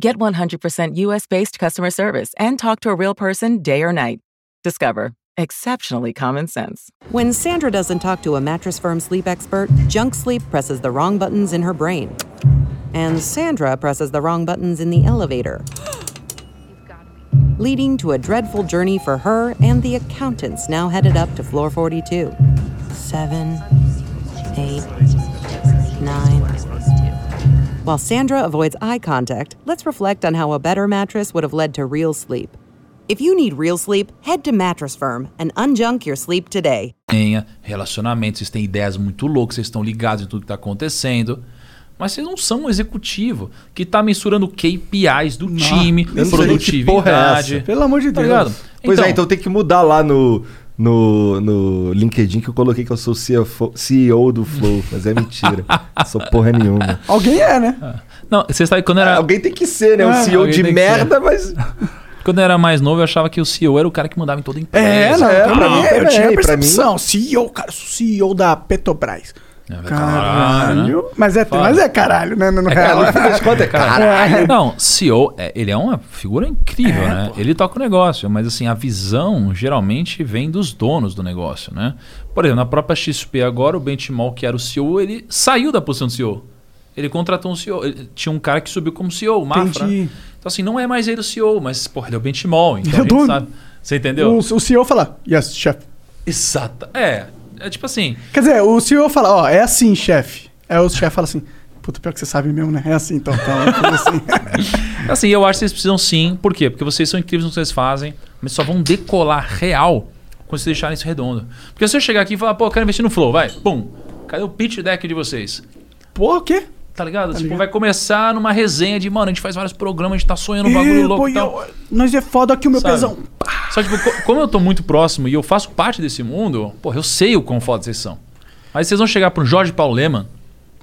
Get 100% US based customer service and talk to a real person day or night. Discover exceptionally common sense.
When Sandra doesn't talk to a mattress firm sleep expert, junk sleep presses the wrong buttons in her brain. And Sandra presses the wrong buttons in the elevator, leading to a dreadful journey for her and the accountants now headed up to floor 42. Seven, eight, nine. While Sandra avoids eye contact, let's reflect on how a better mattress would have led to real sleep. If you need real sleep, head to Mattress Firm and unjunk your sleep today.
Tenha relacionamento, vocês têm ideias muito loucas, vocês estão ligados em tudo que está acontecendo. Mas vocês não são um executivo que tá está mensurando KPIs do time,
Ah, Eu não sei nem que porra é
produtividade.
essa. Pelo amor de
Tá
Deus.
ligado?
Pois é, então tem que mudar lá no, no, no LinkedIn que eu coloquei que eu sou CFO CEO do Flow, mas é mentira. sou porra nenhuma.
Alguém é, né?
Ah. Não, você sabe quando era.
Ah, Alguém tem que ser, né? Um
É,
CEO
alguém
de
tem que
merda,
ser.
mas.
Quando eu era mais novo, eu achava que o CEO era o cara que mandava em toda a empresa.
É, não, pra
Caralho.
mim, eu tinha a
é,
percepção. CEO, cara, eu sou CEO da Petrobras.
É, caralho, né?
Caralho. Mas é, mas é caralho, né? Não, não
É,
é,
cara, no fim das contas, é
Caralho.
caralho. Não, CEO, é, ele é uma figura incrível, né? Ele toca o negócio, mas assim, a visão geralmente vem dos donos do negócio, né? Por exemplo, na própria XP agora, o Benchimol, que era o CEO, ele saiu da posição de CEO. Ele contratou um CEO. Ele- tinha um cara que subiu como CEO, o Mafra.
Entendi.
Então assim, não é mais ele o CEO, mas, porra, ele é o Benchimol, então
Ele é
a gente
dono.
sabe. Você entendeu?
O, o CEO fala, yes, chefe.
Exata. É, é tipo assim...
Quer dizer, o CEO fala, ó, é assim, chefe. Aí o chefe fala assim, puta, pior que você sabe mesmo, né? É assim, então, tá. é assim.
Assim, eu acho que vocês precisam sim. Por quê? Porque vocês são incríveis no que vocês fazem, mas só vão decolar real quando vocês deixarem isso redondo. Porque se eu chegar aqui e falar, pô, eu quero investir no Flow, vai, pum. Cadê o pitch deck de vocês?
Pô, o quê?
Tá ligado? tipo, vai começar numa resenha de, mano, a gente faz vários programas, a gente tá sonhando um bagulho
Ih,
louco
pô,
e tal.
eu- nós é foda aqui o meu
Sabe?
pesão.
Só que, tipo, co- como eu tô muito próximo e eu faço parte desse mundo, porra, eu sei o quão foda vocês são. Aí vocês vão chegar pro Jorge Paulo Leman,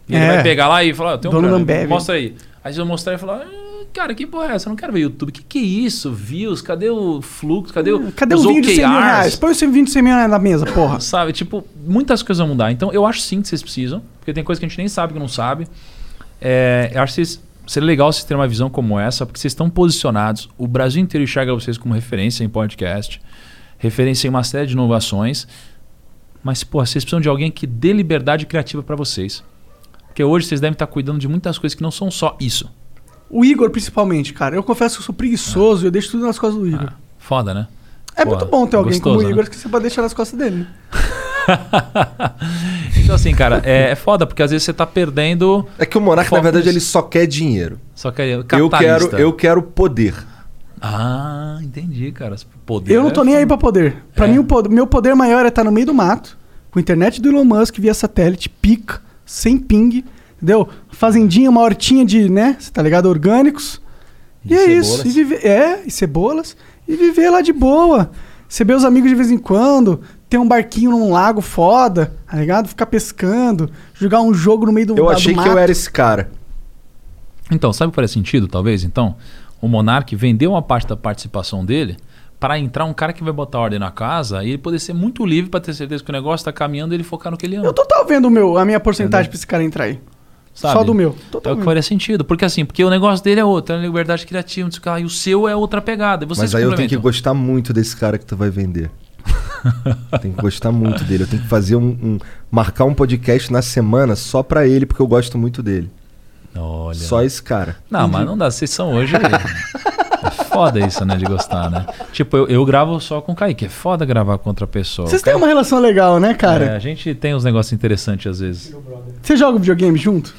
e ele
É.
vai pegar lá e falar, tem um
Dono da
cara,
Ambev.
mostra aí. Aí vocês vão mostrar e falar, "Ah, cara, que porra é essa? Eu não quero ver YouTube. Que que é isso? Views? Cadê o fluxo? Cadê, o,
Hum, Cadê
os
o vídeo de 100 mil
OKRs?"
reais? Põe o seu vídeo de 100 mil reais na mesa, porra.
Sabe, tipo, muitas coisas vão mudar. Então, eu acho sim que vocês precisam, porque tem coisa que a gente nem sabe que não sabe. É, eu acho que vocês- seria legal vocês terem uma visão como essa, porque vocês estão posicionados. O Brasil inteiro enxerga vocês como referência em podcast, referência em uma série de inovações. Mas, pô, vocês precisam de alguém que dê liberdade criativa pra vocês. Porque hoje vocês devem estar cuidando de muitas coisas que não são só isso.
O Igor, principalmente, cara. Eu confesso que eu sou preguiçoso e eu deixo tudo nas costas do Igor.
Foda, né?
É
Pô,
muito bom ter alguém
gostoso,
como o
né?
Igor que você pode deixar nas costas dele. né?
Então, assim, cara, é, é foda, porque às vezes você tá perdendo.
É que o Monark, na verdade, ele só quer dinheiro.
Só quer.
Eu quero,
capitalista.
eu quero poder.
Ah, entendi, cara. Esse Poder.
Né?
é
Eu não tô nem aí pra poder. Pra mim, o pod- meu poder maior é estar no meio do mato, com a internet do Elon Musk via satélite, pica, sem ping, entendeu? Fazendinha, uma hortinha de, né? Você tá ligado? Orgânicos. E, é isso. E viver, é, e cebolas. E viver lá de boa. Você vê os amigos de vez em quando, ter um barquinho num lago foda, tá ligado? Ficar pescando, jogar um jogo no meio do
Eu
da- do
achei que eu
mato.
era esse cara.
Então, sabe o que faz sentido, talvez? Então, o Monark vendeu uma parte da participação dele para entrar um cara que vai botar ordem na casa e ele poder ser muito livre para ter certeza que o negócio tá caminhando e ele focar no que ele ama.
Eu total vendo o meu, a minha porcentagem pra esse cara entrar aí.
sabe?
Só do meu.
É o que faria sentido. Porque assim, porque o negócio dele é outro, é liberdade criativa, não sei o que lá, e o seu é outra pegada. e Vocês
Mas aí eu tenho que
complementam.
gostar muito desse cara que tu vai vender. tem que gostar muito dele. Eu tenho que fazer um, um- marcar um podcast na semana só pra ele, porque eu gosto muito dele.
Olha.
Só esse cara.
Não, mas não dá. Vocês são hoje. é foda isso, né? De gostar, né? Tipo, eu, eu gravo só com o Kaique. É foda gravar com outra pessoa.
Vocês
O
têm uma relação legal, né, cara?
É, a gente tem uns negócios interessantes às vezes.
Você joga videogame junto?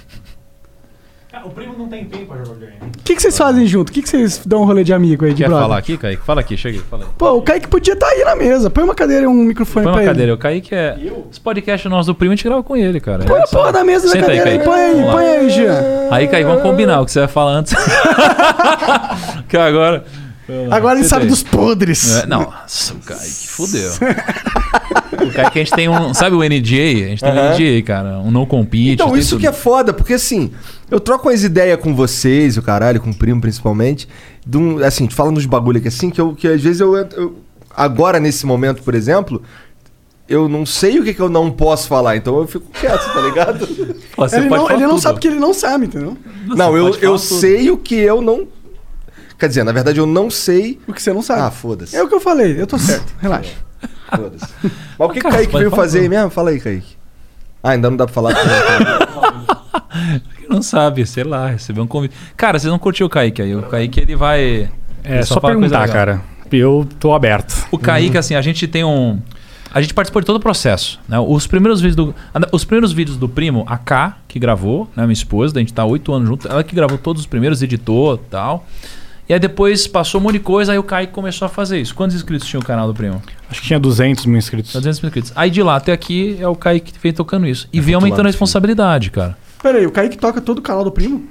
Cara, o primo não tem tempo pra jogar videogame.
O que, que vocês fazem junto? O que, que vocês dão um rolê de amigo aí, de
Quer
brother?
falar aqui, Kaique? Fala aqui, chega aí, fala aí.
Pô, o Kaique podia estar aí na mesa. Põe uma cadeira e um microfone
Põe uma
pra
cadeira,
ele.
o Kaique é. Esse podcast nosso do primo a gente grava com ele, cara. É
Põe a porra da mesa da
Senta aí,
cadeira aí,
Kaique.
põe aí,
Vamos lá.
põe aí, Jean.
Aí, Kaique, vamos combinar o que você vai falar antes. que agora.
Agora ele sabe dos podres.
É, não, nossa, o Kaique fudeu. o Kaique, a gente tem um. Sabe o NDA? A gente tem um
Aham.
NDA, cara. Um não compete.
Então,
tem
isso
tudo.
que é foda, porque assim, eu troco as ideias com vocês, o caralho, com o primo principalmente, de um, assim, fala nos bagulho aqui assim, que, eu, que às vezes eu, eu- Agora, nesse momento, por exemplo, eu não sei o que, que eu não posso falar, então eu fico quieto, tá ligado?
ele não, ele não sabe que ele não sabe, entendeu?
Não, eu, eu sei o que eu não. Quer dizer, na verdade, eu não sei.
O que você não sabe.
Ah, foda-se. É,
É o que eu falei, eu tô certo, relaxa.
Foda-se. Mas o que o
Cara,
Kaique
pode
veio
falar.
fazer aí mesmo? Fala aí, Kaique. Ah, ainda não dá pra falar. né?
Ele não sabe, sei lá, recebeu um convite. Cara, vocês não curtiram o Kaique aí. O Kaique, ele vai.
É,
ele
só,
fala coisa
perguntar,
legal.
cara. Eu tô aberto.
O
Uhum.
Kaique, assim, a gente tem um. A gente participou de todo o processo. Né? Os, primeiros vídeos do, os primeiros vídeos do primo, a K, que gravou, né? minha esposa, a gente tá há oito anos junto, ela que gravou todos os primeiros, editou e tal. E aí depois passou um monte de coisa, aí o Kaique começou a fazer isso. Quantos inscritos tinha o canal do primo?
Acho que tinha 200 mil inscritos. É,
200 mil inscritos. Aí de lá até aqui é o Kaique que vem tocando isso. E vem
muito
aumentando
lado,
a responsabilidade, cara.
Pera aí, o Kaique toca todo o canal do primo?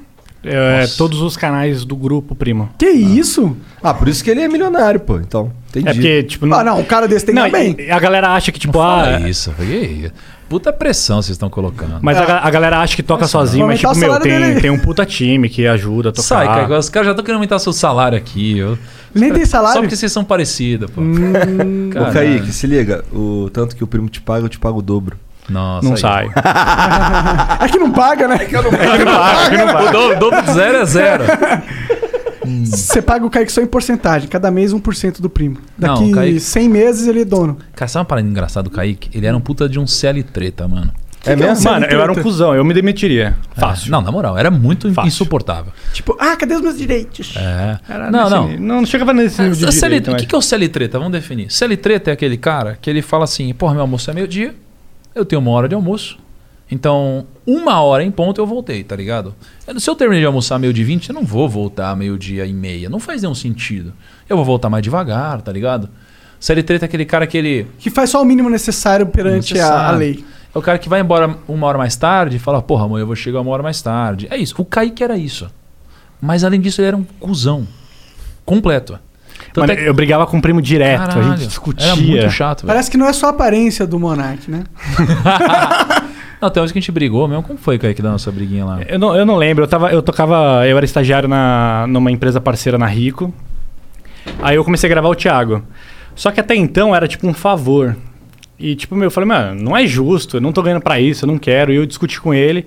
É, todos os canais do grupo, primo.
Que isso?
Ah, por isso que ele é milionário, pô. Então, entendi.
É porque, tipo...
Ah, não, o cara desse tem que
não,
dar bem.
e- e A galera acha que, tipo, ah...
Fala isso, foi Puta pressão vocês estão colocando.
Mas a, ga- a galera acha que toca
Mas
sozinho, mas,
Ah. aumentar
tipo,
o
meu,
salário
tem,
dele.
tem um puta time que ajuda a tocar.
Sai, Kaique, os caras já estão querendo aumentar seu salário aqui. Eu...
Nem tem salário? Hum.
Só porque vocês são parecidos, pô.
Ô, Kaique, se liga, o tanto que o primo te paga, eu te pago o dobro.
Nossa,
Não
aí.
sai.
É que não paga, né?
O dobro- o dobro de zero é zero. Hum.
Você paga o Kaique só em porcentagem, cada mês 1% do primo.
Não, o
Daqui
Kaique-
100 meses ele é dono.
Cara, sabe uma parada engraçada do Kaique? Ele era um puta de um CL treta, mano.
Que É que é um mesmo? CL
Mano, eu era um
treta?
cuzão, eu me demitiria.
Fácil. Não, na moral, era muito insuportável.
Tipo, ah, cadê os meus direitos?
É.
Era
não,
nesse-
não.
Não chegava nesse nível de
A CL
direito,
O
mas-
que, que é o CL treta? Vamos definir. CL treta é aquele cara que ele fala assim: porra, meu almoço é meio-dia, eu tenho uma hora de almoço. Então, uma hora em ponto eu voltei, tá ligado? Eu- Se eu terminei de almoçar meio-dia e 20, eu não vou voltar meio-dia e meia. Não faz nenhum sentido. Eu vou voltar mais devagar, tá ligado? CL treta é aquele cara que ele.
Que faz só o mínimo necessário perante a, a
Necessário.
lei.
É o cara que vai embora uma hora mais tarde e fala, porra, amanhã eu vou chegar uma hora mais tarde. É isso. O Kaique era isso. Mas além disso, ele era um cuzão. Completo. Tanto
Mano,
é que-
eu brigava
um
com o primo direto, a
Caralho,
gente discutia.
era muito chato, velho.
Parece que não é só a aparência do Monark, né?
Não, tem uma vez que a gente brigou mesmo. Como foi, Kaique, da nossa briguinha
É.
lá?
Eu não, eu não lembro, eu, tava, eu tocava. Eu era estagiário na, numa empresa parceira na Rico. Aí eu comecei a gravar o Thiago. Só que até então era tipo um favor. E tipo, meu, eu falei, mano, não é justo, eu não tô ganhando pra isso, eu não quero. E eu discuti com ele.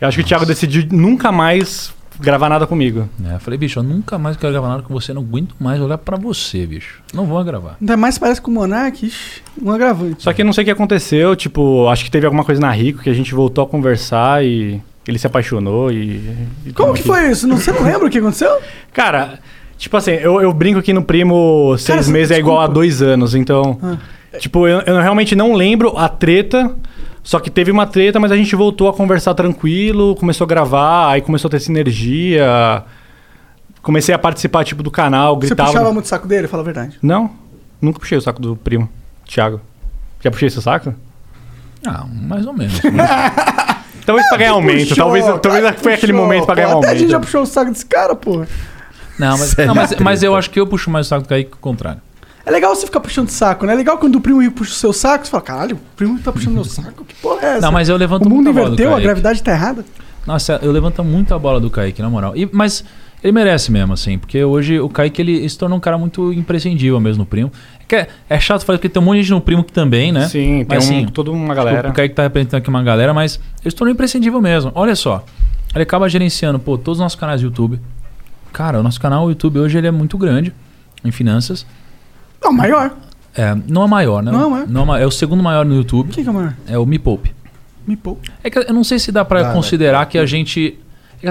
Eu acho que o Thiago decidiu nunca mais gravar nada comigo.
É, eu falei, bicho, eu nunca mais quero gravar nada com você. Não aguento mais olhar pra você, bicho. Não vou gravar.
Ainda mais parece com o Monark, ixi, um agravante.
Só que eu não sei o que aconteceu, tipo, acho que teve alguma coisa na Rico que a gente voltou a conversar e ele se apaixonou e. e
Como
tamo
que
aqui.
foi isso? Não, você não lembra o que aconteceu?
Cara, tipo assim, eu, eu brinco aqui no primo seis
Cara,
meses é igual a
desculpa. Ah.
dois anos, então. Tipo, eu, eu realmente não lembro a treta. Só que teve uma treta, mas a gente voltou a conversar tranquilo, começou a gravar, aí começou a ter sinergia. Comecei a participar, tipo, do canal,
Você
gritava.
puxava muito o saco dele? Fala a verdade.
Não, nunca puxei o saco do primo, Thiago. Já puxei seu saco?
Ah, mais ou menos.
Talvez pra ganhar
que
aumento,
Ah, puxou,
talvez,
claro
talvez
que
foi aquele
puxou,
momento pra
pô.
ganhar
Até
aumento.
a gente já puxou o saco desse cara, pô.
Não, mas,
Sério,
não, mas,
é treta.
mas eu acho que eu puxo mais o saco do Kaique que o contrário.
É legal você ficar puxando saco, né? É legal quando o primo puxa o seu saco, você fala, caralho, o primo tá puxando meu saco? Que porra é essa?
Não, mas eu levanto
O mundo
muito a bola do
inverteu, a
Kaique.
gravidade tá errada?
Nossa, eu levanto muito a bola do Kaique, na moral. E- mas ele merece mesmo, assim, porque hoje o Kaique ele se tornou um cara muito imprescindível mesmo no primo. É, que é- é chato falar porque tem um monte de gente no primo que também, né?
Sim, tem um- toda uma galera.
O Kaique tá representando aqui uma galera, mas ele se tornou imprescindível mesmo. Olha só, ele acaba gerenciando, pô, todos os nossos canais do YouTube. Cara, o nosso canal do YouTube hoje ele é muito grande em finanças.
Não, maior.
É, não é maior, né?
Não é.
Não é, ma- é o segundo maior no YouTube. O
que, é maior?
É o Me Poupe.
Me poupa.
É que eu não sei se dá pra
Dá, né?
considerar que a gente.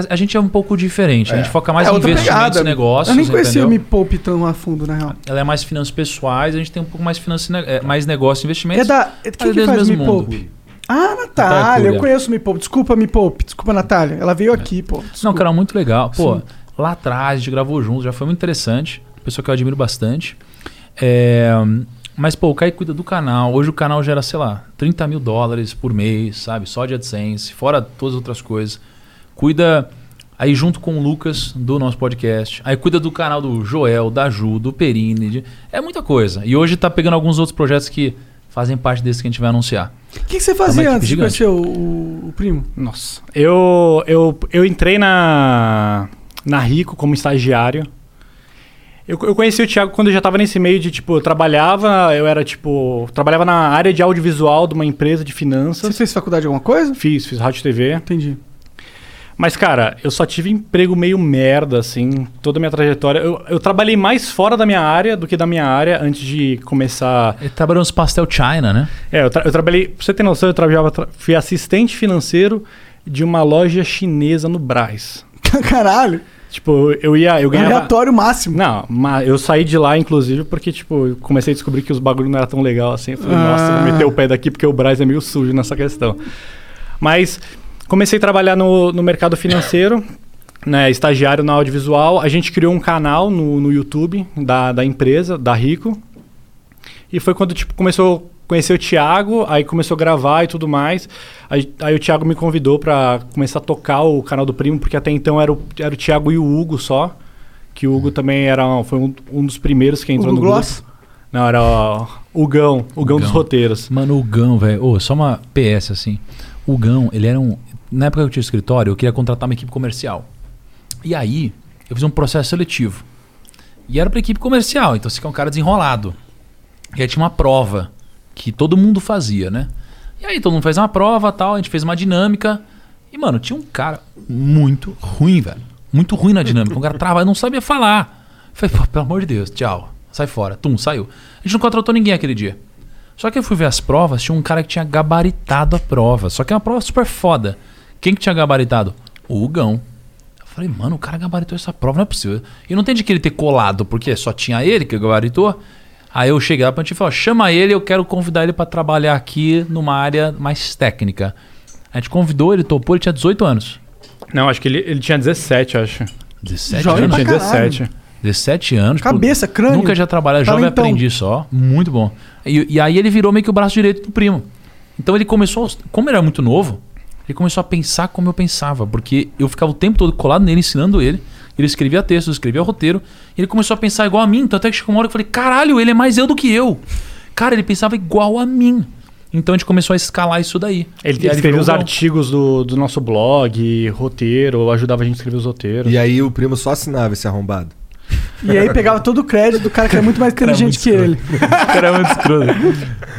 A gente é um pouco diferente. A gente foca mais
É
em
outra
investimentos
pegada.
e negócios.
Eu nem conhecia
entendeu?
o Me Poupe tão a fundo, na real.
Ela é mais finanças pessoais, a gente tem um pouco mais, finanças, ne- é, mais negócio e investimentos.
É da. Quem
Mas é
que
do
faz
mesmo
Me
mundo.
Poupe? Ah,
Natália
Natália, eu
Curia.
conheço o Me Poupe. Desculpa, Me Poupe. Desculpa, Natália. Ela
É.
veio aqui, pô.
Não, cara, muito legal. Pô,
Sim.
lá atrás a gente gravou junto, já foi muito interessante. Pessoa que eu admiro bastante. É, mas, pô, o Kai cuida do canal. Hoje o canal gera, sei lá, 30 mil dólares por mês, sabe? Só de AdSense, fora todas as outras coisas. Cuida. A Aí junto com o Lucas do nosso podcast. Aí cuida do canal do Joel, da Ju, do Perini. de- É muita coisa. E hoje tá pegando alguns outros projetos que fazem parte desse que a gente vai anunciar.
O que, que você
Tá uma
fazia
equipe
antes de
gigante.
conhecer o, o- o primo?
Nossa. Eu, eu, eu entrei na, na Rico como estagiário. Eu, eu conheci o Thiago quando eu já tava nesse meio de, tipo, eu trabalhava, eu era, tipo, trabalhava na área de audiovisual de uma empresa de finanças. Você
fez faculdade de alguma coisa?
Fiz, fiz rádio e TV.
Entendi.
Mas, cara, eu só tive emprego meio merda, assim, toda a minha trajetória. Eu, eu trabalhei mais fora da minha área do que da minha área antes de começar.
Ele trabalhou nos pastel China, né?
É, eu, tra- eu trabalhei. Pra você ter noção, eu trabalhava. tra- fui assistente financeiro de uma loja chinesa no Brás.
Caralho!
Tipo, eu- eu ia. Eu ganhava.
Aleatório máximo.
Não, mas eu saí de lá, inclusive, porque, tipo, eu comecei a descobrir que os bagulhos não eram tão legal assim. Eu falei,
Ah.
nossa, vou meter o pé daqui porque o Brás é meio sujo nessa questão. Mas comecei a trabalhar no, no mercado financeiro, né, estagiário na audiovisual. A gente criou um canal no, no YouTube da, da empresa, da Rico. E foi quando, tipo, começou a conhecer o Thiago, aí começou a gravar e tudo mais. Aí, aí o Thiago me convidou pra começar a tocar o canal do Primo, porque até então era o, era o Thiago e o Hugo só. Que o Hugo também era um- foi um, um dos primeiros que entrou
Hugo
no grupo.
Gloss?
Não, era o Hugão, o Hugão dos roteiros.
Mano, o Gão, velho. Ô, só uma PS assim. O Gão, ele era um. Na época que eu tinha escritório, eu queria contratar uma equipe comercial. E aí, eu fiz um processo seletivo. E era pra equipe comercial, então você que é um cara desenrolado. E aí tinha uma prova que todo mundo fazia, né? E aí todo mundo fez uma prova tal, a gente fez uma dinâmica. E, mano, tinha um cara muito ruim, velho. Muito ruim na dinâmica. Um cara travado, não sabia falar. Eu Falei, pô, pelo amor de Deus, tchau. Sai fora. Tum, saiu. A gente não contratou ninguém aquele dia. Só que eu fui ver as provas, tinha um cara que tinha gabaritado a prova. Só que é uma prova super foda. Quem que tinha gabaritado? O Hugão. Eu falei, mano, o cara gabaritou essa prova, não é possível. E não tem de que ele ter colado, porque só tinha ele que gabaritou. Aí eu cheguei lá pra gente e falei, ó, chama ele, eu quero convidar ele pra trabalhar aqui numa área mais técnica. A gente convidou, ele topou, ele tinha 18 anos.
Não, acho que ele, ele tinha 17, acho.
17
Jovem
anos?
pra Tinha caralho. 17.
17 anos. pô,
Cabeça, crânio.
Nunca já trabalhei, jovem
Talentão.
aprendiz só. Muito bom. E, e aí ele virou meio que o braço direito do primo. Então ele começou, aos- como ele era muito novo, ele começou a pensar como eu pensava, porque eu ficava o tempo todo colado nele, ensinando ele. Ele escrevia texto, eu escrevia roteiro. E ele começou a pensar igual a mim, tanto é que chegou uma hora que eu falei, caralho, ele é mais eu do que eu. Cara, ele pensava igual a mim. Então a gente começou a escalar isso daí. E
Ele, ele
aí virou
escreveu os
um-
artigos do, do nosso blog, roteiro, ajudava a gente a escrever os roteiros.
E aí o primo só assinava esse arrombado.
E aí pegava todo o crédito do cara que é muito mais inteligente que ele.
cara é muito escroto.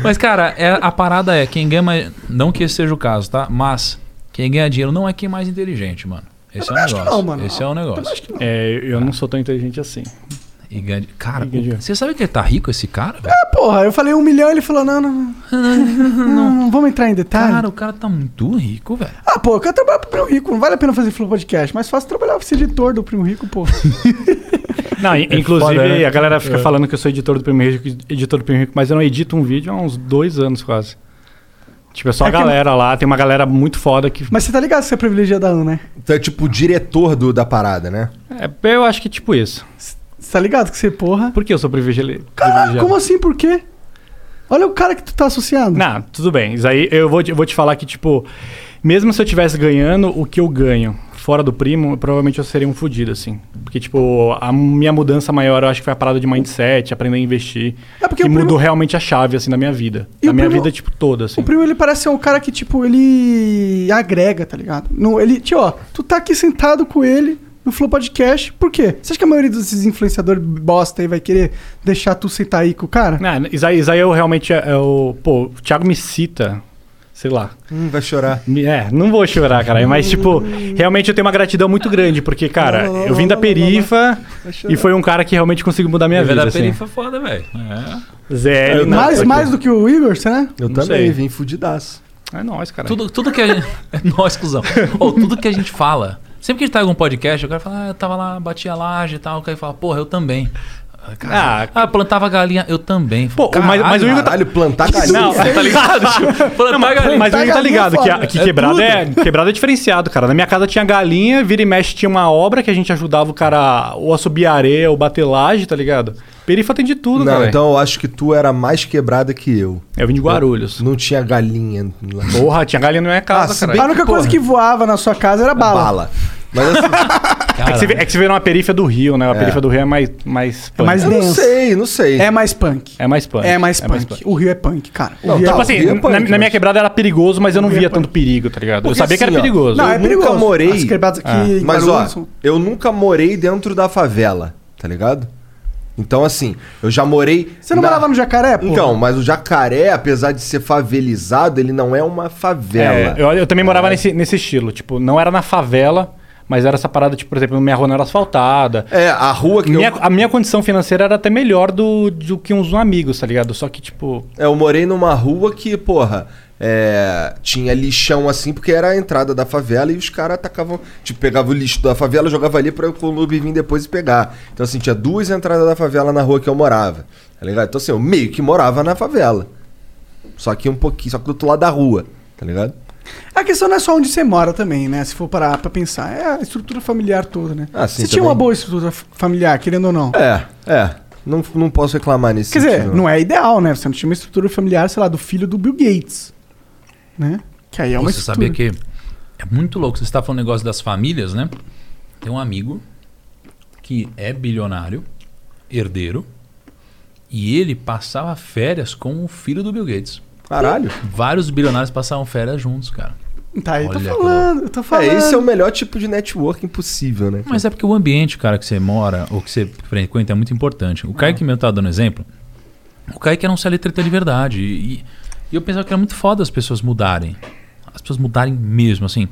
Mas, cara, é- a parada é, quem ganha mais... Não que esse seja o caso, tá? Mas quem ganha dinheiro não é quem é mais inteligente, mano. Esse é o
Também acho
negócio.
que não, mano.
Esse é o negócio.
É, eu não sou tão inteligente assim.
E ganha di- Cara, o- você sabe que ele tá rico, esse cara? velho?
Ah, porra, eu falei um milhão, ele falou, não, não, não, não, não vamos entrar em detalhe.
Cara, o cara tá muito rico, velho.
Ah, pô, eu quero trabalhar pro Primo Rico, não vale a pena fazer flow podcast, mas faço trabalhar pra ser editor do Primo Rico, pô.
Não, in-
É
inclusive
foda, né?
a galera fica
É.
falando que eu sou editor do Primeiro Rico, editor do Primeiro Rico, mas eu não edito um vídeo há uns dois anos quase. Tipo, é só
É
a
que-
galera lá, tem uma galera muito foda que.
Mas você tá ligado que você é privilegiadão, né?
Tu é tipo o diretor do, da parada, né?
É, eu acho que é tipo isso.
Você tá ligado que você, porra.
Por que eu sou privilegi-
Caralho,
privilegiado?
como assim? Por quê? Olha o cara que tu tá associado.
Não, tudo bem. Isso aí eu vou, te- eu vou te falar que, tipo, mesmo se eu tivesse ganhando o que eu ganho fora do primo, provavelmente eu seria um fudido, assim. Porque, tipo, a minha mudança maior eu acho que foi a parada de mindset, aprender a investir. É porque que mudou realmente a chave, assim, na minha vida. na minha vida, tipo, toda, assim.
O Primo, ele parece ser um cara que, tipo, ele agrega, tá ligado? No, ele, tio, ó, tu tá aqui sentado com ele no Flow Podcast, por quê? Você acha que a maioria desses influenciadores bosta aí vai querer deixar tu sentar aí com o cara?
Não, isso aí, isso aí Ah, eu realmente. é- é o- pô, o Thiago me cita. Sei lá.
Hum, vai chorar. Hum.
É, não vou chorar, cara. Mas, tipo, realmente eu tenho uma gratidão muito grande, porque, cara, eu vim da perifa e foi um cara que realmente conseguiu mudar minha
Ele
vida.
da
assim.
perifa foda, velho. É.
Zé, ele não-
mais, mais do que o Igor, você né?
Eu
Não
também,
sei.
vim fudidaço.
É nóis, cara.
Tudo, tudo que a gente... É nóis, cuzão. Ou tudo que a gente fala... Sempre que a gente tá em algum podcast, o cara fala, ah, eu tava lá, bati a laje e tal. O cara fala, porra, eu também. Ah, cara, ah, plantava galinha, eu também. Pô,
mas- mas o Igor tá-
Caralho, plantar
Não,
tá ligado? Tipo, plantar
Não, mas,
galinha.
mas o Igor tá ligado que, a- que quebrada, é,
tudo.
quebrada é diferenciado, cara. Na minha casa tinha galinha, vira e mexe tinha uma obra que a gente ajudava o cara ou a subir areia ou bater laje, tá ligado? Perifa tem de tudo,
não,
cara.
então eu acho que tu era mais quebrada que eu.
Eu vim de Guarulhos.
não tinha galinha. lá.
Porra, tinha galinha na minha casa,
Ah, se
cara.
bem
a única
que,
coisa
porra.
que voava na sua casa era bala.
Bala. Mas assim,
É que, você, é que você veio na perifa do Rio, né? A perifa do Rio é mais. mais punk.
mais Eu não denso.
sei, não sei.
É mais punk.
É mais punk.
É mais punk. O Rio é punk, cara. O
Não,
Rio
tipo
tá,
é-
assim,
o Rio é
na-
punk,
na,
mas-
minha quebrada era perigoso, mas eu
é
não via tanto perigo, tá ligado? eu
Porque
sabia que era
assim, ó,
perigoso. Ah.
eu nunca morei.
As quebradas aqui em
mas ó,
Guarulhos são-
eu nunca morei dentro da favela, tá ligado? Então, assim, eu já morei.
Você não morava no jacaré, pô?
Então, mas o jacaré, apesar de ser favelizado, ele não é uma
É,
favela.
eu, eu também morava nesse, nesse estilo. Tipo, não era na favela, mas era essa parada, tipo, por exemplo, minha rua não era asfaltada.
É, a rua que
minha,
eu-
A minha condição financeira era até melhor do, do que uns amigos, tá ligado? Só que, tipo.
É, eu morei numa rua que, porra, é, tinha lixão assim, porque era a entrada da favela e os caras atacavam. Tipo, pegava o lixo da favela, jogava ali pra o clube vir depois e pegar. Então, assim, tinha duas entradas da favela na rua que eu morava. Tá ligado? Então, assim, eu meio que morava na favela. Só que um pouquinho, só que do outro lado da rua, tá ligado?
A questão não é só onde você mora também, né? Se for parar pra pensar. É a estrutura familiar toda, né?
Ah, sim,
você tinha
também.
uma boa estrutura f- familiar, querendo ou não.
É, é. Não, não posso reclamar nesse
Quer
sentido.
dizer, não é ideal, né? Você não tinha uma estrutura familiar, sei lá, do filho do Bill Gates. Né? Que aí é uma
Pô, Você sabia
estrutura.
que é muito louco. Você está falando do negócio das famílias, né? Tem um amigo que é bilionário, herdeiro, e ele passava férias com o filho do Bill Gates.
Caralho.
Vários bilionários passavam férias juntos, cara.
Tá, eu tô
Olha que
falando, eu tô falando.
É, esse é o melhor tipo de networking possível, né?
Mas é porque o ambiente, cara, que você mora ou que você frequenta é muito importante. O Kaique mesmo tá dando exemplo. O Kaique era um CLT de verdade. E, e eu pensava que era muito foda as pessoas mudarem. As pessoas mudarem mesmo, assim.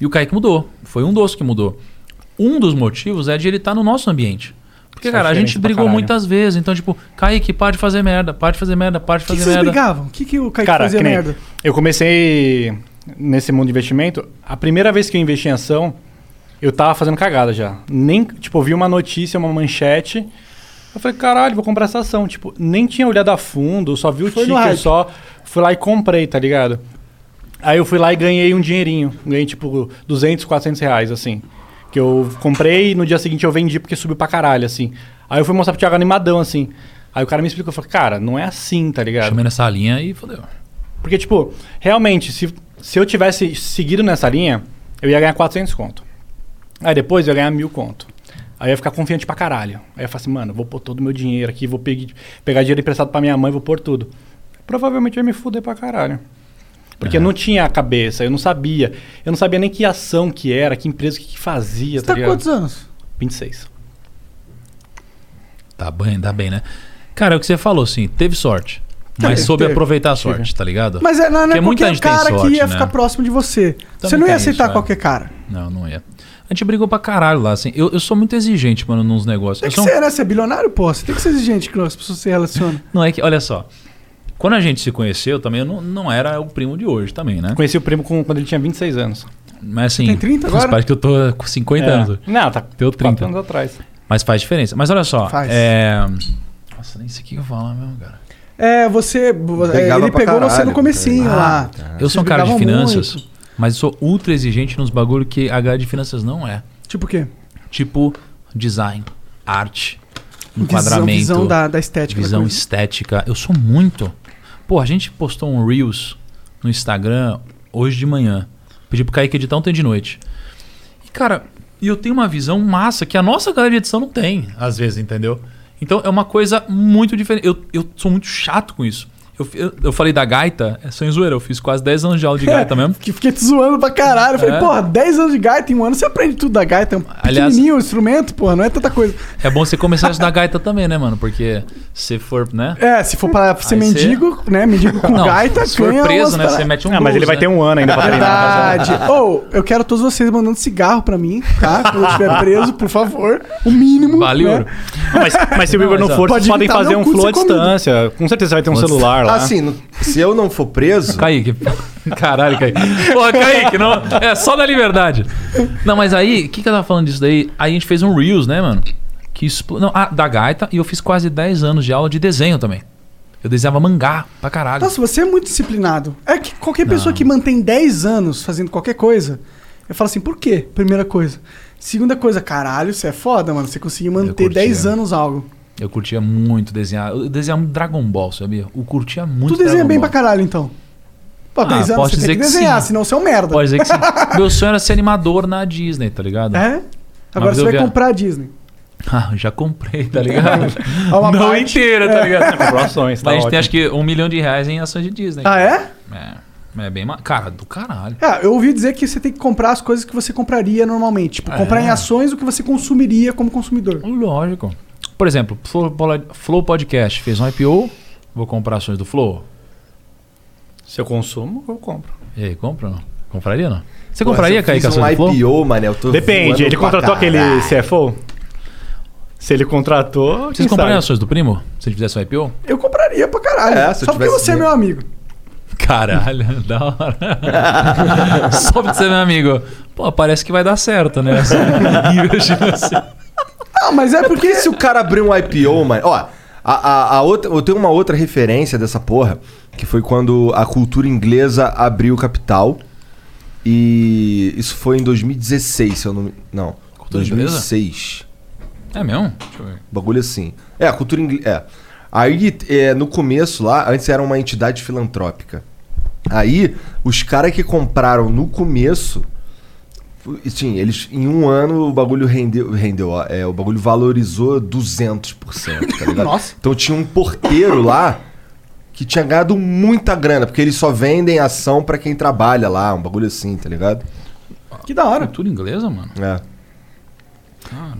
E o Kaique mudou. Foi um dos que mudou. Um dos motivos é de ele estar no nosso ambiente. Porque,
Isso é
cara, a
diferente
gente
pra
brigou
caralho.
muitas vezes. Então, tipo, Kaique, para de fazer merda, para de fazer merda, para de
que
fazer
vocês
merda.
brigavam? O que, que o Kaique
Cara,
fazia
que nem-
merda?
Eu comecei nesse mundo de investimento. A primeira vez que eu investi em ação, eu tava fazendo cagada já. Nem, tipo, eu vi uma notícia, uma manchete. Eu falei, caralho, vou comprar essa ação. Tipo, nem tinha olhado a fundo, só vi o
Foi no
ticker
hype.
só. Fui lá e comprei, tá ligado? Aí eu fui lá e ganhei um dinheirinho. Ganhei, tipo, 200, 400 reais, assim. Que eu comprei e no dia seguinte eu vendi porque subiu pra caralho, assim. Aí eu fui mostrar pro Thiago animadão, assim. Aí o cara me explicou, eu falei, cara, não é assim, tá ligado?
Chamei nessa linha e fodeu.
Porque, tipo, realmente, se, se eu tivesse seguido nessa linha, eu ia ganhar 400 conto. Aí depois eu ia ganhar mil conto. Aí eu ia ficar confiante pra caralho. Aí eu ia falar assim, mano, vou pôr todo o meu dinheiro aqui, vou pe- pegar dinheiro emprestado pra minha mãe, vou pôr tudo. Provavelmente eu ia me fuder pra caralho. Porque eu não tinha a cabeça, eu não sabia. Eu não sabia nem que ação que era, que empresa que, que fazia,
Você tá com
ligado?
quantos anos?
26.
Tá bem, tá bem, né? Cara, é o que você falou, assim, teve sorte. Mas
Teve,
soube
teve.
aproveitar a sorte, tá ligado?
Mas é, não, não
Porque
é
muita
qualquer
gente tem
cara que
sorte,
ia
né?
ficar próximo de você. você
Também
não ia
tem
aceitar
isso, é.
qualquer cara.
Não, não ia. A gente brigou pra caralho lá, assim. Eu, eu sou muito exigente, mano, nos negócios.
Tem
Eu
que
sou um-
ser, né? Você é bilionário, pô. Você tem que ser exigente com as pessoas que se relacionam.
Não é que, olha só. Quando a gente se conheceu também, eu não, não era o primo de hoje também, né?
Conheci o primo com- quando ele tinha 26 anos.
Mas assim,
Tem 30
faz
agora?
parte que eu tô com 50
É.
anos.
Não, tá
Deu 30.
quatro anos atrás.
Mas faz diferença. Mas olha só.
Faz.
É... Nossa, nem sei o que eu falo mesmo, cara.
É, você.
Brigava
ele
pra
pegou você
caralho,
no comecinho
tá.
lá.
Eu
Vocês
sou um cara de
brigavam
finanças,
muito.
mas sou ultra exigente nos bagulho que a galera de finanças não é.
Tipo o quê?
Tipo design, arte,
Visão-
enquadramento.
visão da- da estética da
Visão
coisa.
estética. Eu sou muito. Pô, a gente postou um Reels no Instagram hoje de manhã. Pedi pro Kaique editar ontem de noite. E, cara, e eu tenho uma visão massa que a nossa galera de edição não tem, às vezes, entendeu? Então é uma coisa muito diferente. Eu, eu sou muito chato com isso. Eu, fi- eu, eu falei da gaita, é sem zoeira, eu fiz quase 10 anos de aula de gaita mesmo.
Que fiquei te zoando pra caralho. Eu falei,
É.
porra, 10 anos de gaita, em um ano você aprende tudo da gaita. É um
Aliás-
pequenininho o instrumento, porra, não é tanta coisa.
É bom você começar a estudar gaita também, né, mano? Porque se for, né?
É, se for pra ser
Aí cê-
mendigo, né? Mendigo com
Não,
gaita,
se for
ganha
preso,
umas
né,
paradas.
você mete um Ah, mas ele blues, vai né? ter
um ano ainda pra treinar. né?
Verdade. Ou, eu quero todos vocês mandando cigarro pra mim, tá? Quando eu estiver preso, por favor. O mínimo.
Valeu.
né?
Mas, mas se o Igor não
mas, ó,
for, vocês
pode
podem
evitar
fazer
meu
um
cu
flow à
ser comido.
distância. Com certeza você vai ter um celular lá.
Assim, no- se eu não for preso.
Kaique. Caralho, Kaique. Porra, Kaique, não. É só da liberdade. Não, mas aí, o que, que eu tava falando disso daí? Aí a gente fez um Reels, né, mano? Que expl... não, ah, da gaita, e eu fiz quase 10 anos de aula de desenho também. Eu desenhava mangá pra caralho.
Nossa, você é muito disciplinado. É que qualquer pessoa que mantém 10 anos fazendo qualquer coisa, eu falo assim, por quê? Primeira coisa. Segunda coisa, caralho, você é foda, mano. Você conseguiu manter 10 anos algo.
Eu curtia muito desenhar. Eu desenhava muito Dragon Ball, sabia? Eu curtia muito
tu desenha
Dragon
bem
Ball. Ah,
pra caralho, então. Pô,
Ah,
10 anos você tem que desenhar, senão você é um merda.
Pode dizer que sim. Meu sonho era ser animador na Disney, tá ligado?
É? Agora você vai comprar a Disney.
Ah, já comprei, tá ligado?
Há uma
Não
parte-
inteira, tá
É.
ligado?
Comprou ações, tá
Mas
ótimo.
tem acho que um milhão de reais em ações de Disney.
Ah, é?
É. Mas É bem... ma- Cara, do caralho.
É, eu ouvi dizer que você tem que comprar as coisas que você compraria normalmente. Tipo, comprar
É.
em ações o que você consumiria como consumidor.
Lógico. Por exemplo, Flow Pola- Flow Podcast fez um IPO, vou comprar ações do Flow.
Se eu consumo, eu compro.
E aí, compra ou não? Compraria ou não? Você
Pô,
compraria,
se eu fiz
Kaique, ações do
um
Flow?
IPO, mané, eu tô
Depende,
voando
ele
pra
contratou aquele
caralho.
CFO? Se ele contratou.
Vocês comprariam ações do primo? Se ele fizesse um IPO?
Eu compraria pra caralho.
É, se eu
Só porque
tivesse
você é meu
dinheiro.
amigo.
Caralho, da hora. Só pra ser meu amigo. Pô, parece que vai dar certo, né? Imagina assim.
Ah, mas é
porque... se o cara abrir um IPO, mano... Ó, a, a, a outra, eu tenho uma outra referência dessa porra, que foi quando a cultura inglesa abriu capital. E isso foi em 2016, se eu não... me- Não,
Cultura inglesa?
2006.
É mesmo? Deixa eu ver.
Bagulho assim. É, a cultura inglesa. É. Aí, é, no começo lá, antes era uma entidade filantrópica. Aí, os caras que compraram no começo. Sim, eles em um ano o bagulho rendeu, rendeu ó, é, o bagulho valorizou 200%, tá ligado?
Nossa.
Então tinha um porteiro lá que tinha ganhado muita grana, porque eles só vendem ação pra quem trabalha lá, um bagulho assim, tá ligado?
Que da hora.
Cultura inglesa, mano.
É.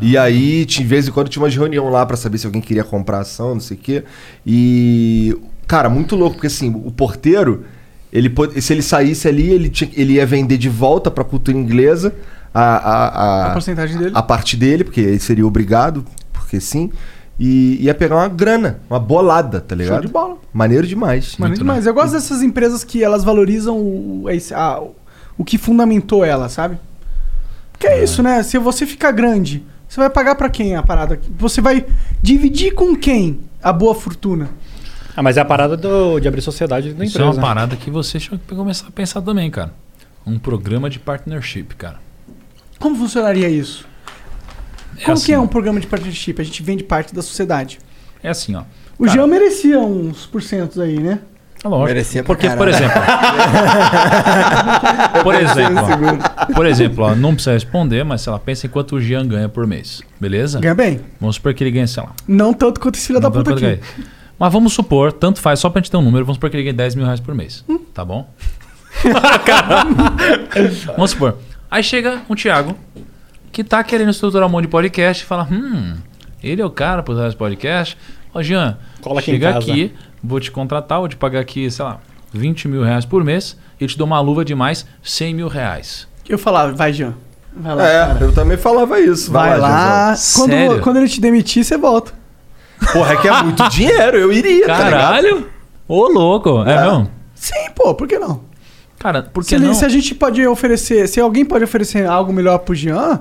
E aí, tinha- de vez em quando, tinha umas reunião lá pra saber se alguém queria comprar ação, não sei o quê. E, cara, muito louco, porque assim, o porteiro, ele po- se ele saísse ali, ele, tinha- ele ia vender de volta pra cultura inglesa a, a,
A porcentagem dele.
A parte dele, porque ele seria obrigado, porque sim. E ia pegar uma grana, uma bolada, tá ligado?
de bola.
Maneiro demais.
Mano, é demais. Eu gosto dessas empresas que elas valorizam o, a esse- a- o que fundamentou ela, sabe? Porque é isso, né? Se você ficar grande, você vai pagar pra quem a parada? Você vai dividir com quem a boa fortuna?
Ah, mas é a parada do- de abrir sociedade da
Isso
empresa.
é uma parada que você tinha que começar a pensar também, cara. Um programa de partnership, cara.
Como funcionaria isso?
É
Como que
assim,
é um programa de partnership? A gente vende parte da sociedade.
É assim, ó.
O Jean merecia uns porcentos aí, né?
É lógico.
Merecia pra
Porque, por
caralho.
exemplo. por exemplo. ó, por exemplo, ó, não precisa responder, mas sei lá, pensa em quanto o Jean ganha por mês. Beleza?
Ganha bem.
Vamos supor que ele ganha, sei lá.
Não tanto quanto esse filho da
Não
puta
tanto
aqui.
quanto ele ganha. Mas vamos supor, tanto faz, só pra gente ter um número, vamos supor que ele ganha 10 mil reais por mês.
Hum.
Tá bom? vamos supor. Aí chega um Thiago, que tá querendo estruturar um monte de podcast e fala: hum, ele é o cara pra usar esse podcast. Ó, Jean,
Cola aqui em
chega
casa.
aqui, vou te contratar, vou te pagar aqui, sei lá, 20 mil reais por mês e te dou uma luva de mais 100 mil reais.
Eu falava, vai, Jean. Vai lá.
É,
cara.
eu também falava isso.
Vai, lá.
Jeanzão.
Quando, quando ele te demitir, você volta.
Porra, é que é muito dinheiro, eu iria, tá ligado?
Caralho! Ô, louco! É, mesmo?
Sim, pô, por que não?
Cara, por que
se, ele-
não?
se a gente pode oferecer, se alguém pode oferecer algo melhor pro Jean,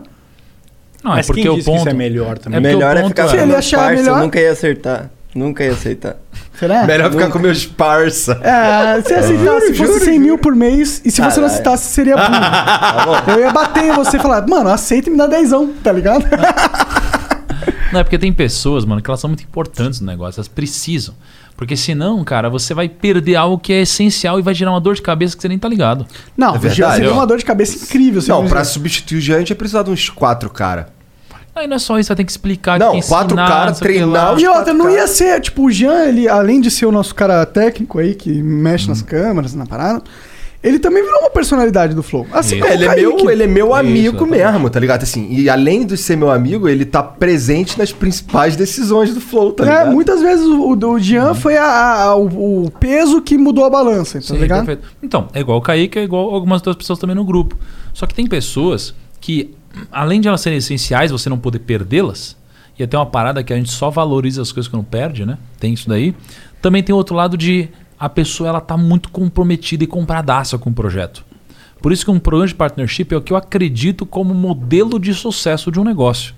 Não,
Mas
é porque
quem
o
disse que
ponto.
isso é melhor também?
É porque
melhor
o
é
ponto
ficar
é...
com
Se ele
meus
achar
parça,
melhor-
Eu nunca ia acertar. Nunca ia aceitar.
será?
Melhor ficar com meus parça.
É, se aceitasse, se
Juro,
fosse
juro,
100 mil por mês, e se você não
Caralho. Tá
aceitasse, seria burro. Eu ia bater em você e falar, mano, aceita e me dá dezão, tá ligado?
Não, é porque tem pessoas, mano, que elas são muito importantes no negócio, elas precisam. Porque senão, cara, você vai perder algo que é essencial e vai gerar uma dor de cabeça que você nem tá ligado.
Não,
É verdade.
você deu uma dor de cabeça incrível.
Não, pra substituir o Jean, tinha precisado de uns quatro cara.
Aí não é só isso, vai ter que explicar.
Não,
tem que
quatro
ensinar,
cara,
não sei o que
treinar
lá.
E outra, não ia ser, tipo, o Jean, ele, além de ser o nosso cara técnico aí, que mexe
Uhum.
nas câmeras, na parada, ele também virou uma personalidade do Flow. Assim como
É, ele,
o
é meu,
Kaique.
ele é meu amigo
exatamente.
mesmo, tá ligado? Assim, e além de ser meu amigo, ele tá presente nas principais decisões do Flow, tá
É,
ligado?
muitas vezes o, o do
Uhum.
Jean foi a- a- o, o peso que mudou a balança, tá
Sim,
ligado?
perfeito. Então, é igual o Kaique, é igual algumas outras pessoas também no grupo. Só que tem pessoas que, além de elas serem essenciais, você não poder perdê-las, e até uma parada que a gente só valoriza as coisas que não perde, né? Tem isso daí. Também tem o outro lado de a pessoa ela tá muito comprometida e compradaça com o projeto. Por isso que um programa de partnership é o que eu acredito como modelo de sucesso de um negócio.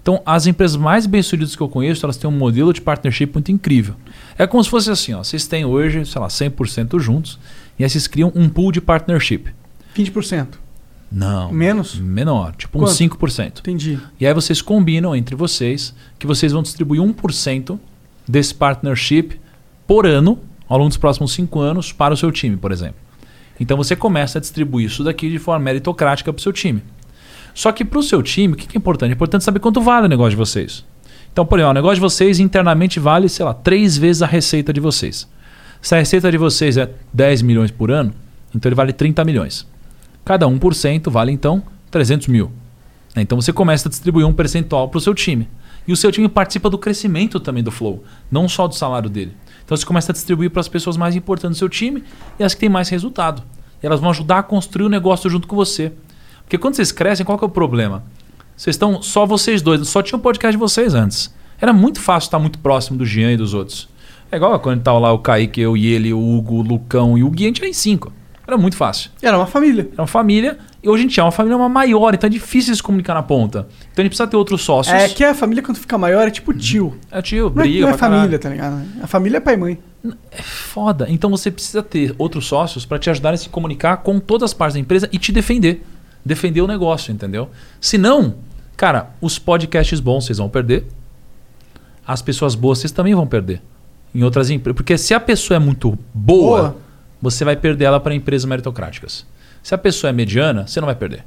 Então, as empresas mais bem-sucedidas que eu conheço, elas têm um modelo de partnership muito incrível. É como se fosse assim, ó, vocês têm hoje, sei lá, 100% juntos, e aí vocês criam um pool de partnership.
20%.
Não.
Menos?
Menor, tipo
Quanto?
uns 5%.
Entendi.
E aí vocês combinam entre vocês que vocês vão distribuir 1% desse partnership por ano, ao longo dos próximos 5 anos, para o seu time, por exemplo. Então você começa a distribuir isso daqui de forma meritocrática para o seu time. Só que para o seu time, o que que é importante? É importante saber quanto vale o negócio de vocês. Então, por exemplo, o negócio de vocês internamente vale, sei lá, três vezes a receita de vocês. Se a receita de vocês é 10 milhões por ano, então ele vale 30 milhões. Cada 1% vale, então, 300 mil. Né? Então você começa a distribuir um percentual para o seu time. E o seu time participa do crescimento também do Flow, não só do salário dele. Então você começa a distribuir para as pessoas mais importantes do seu time e as que têm mais resultado. E elas vão ajudar a construir o negócio junto com você. Porque quando vocês crescem, qual que é o problema? Vocês estão só vocês dois, só tinha o podcast de vocês antes. Era muito fácil estar muito próximo do Jean e dos outros. É igual quando estava lá o Kaique, eu e ele, o Hugo, o Lucão e o Gui, a gente era em cinco. Era muito fácil.
Era uma família.
Era uma família. E hoje a gente é uma família uma maior, então é difícil se comunicar na ponta. Então a gente precisa ter outros sócios.
É que a família, quando fica maior, é tipo tio.
É tio,
Não é,
briga.
não é
pra caralho.
família, tá ligado? A família é pai e mãe.
É foda. Então você precisa ter outros sócios para te ajudar a se comunicar com todas as partes da empresa e te defender. Defender o negócio, entendeu? Se não, cara, os podcasts bons vocês vão perder. As pessoas boas vocês também vão perder. Em outras empresas. Porque se a pessoa é muito boa, você vai perder ela para empresas meritocráticas. Se a pessoa é mediana, você não vai perder.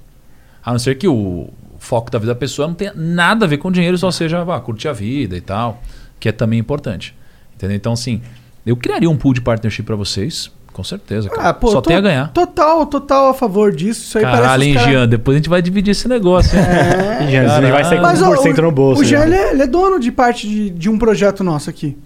A não ser que o foco da vida da pessoa não tenha nada a ver com dinheiro,
É.
só seja vá, curtir a vida e tal, que é também importante. Entendeu? Então, assim, eu criaria um pool de partnership pra vocês, com certeza. Cara.
Ah, pô,
só
tô-
tem a ganhar.
Total, total a favor disso. Isso aí
Caralho,
parece.
hein,
os cara-
Jean? Depois a gente vai dividir esse negócio. hein?
É.
Jean, você vai sair com
Mas, ó,
1% no bolso.
O Jean
né?
ele é, ele é dono de parte de, de um projeto nosso aqui.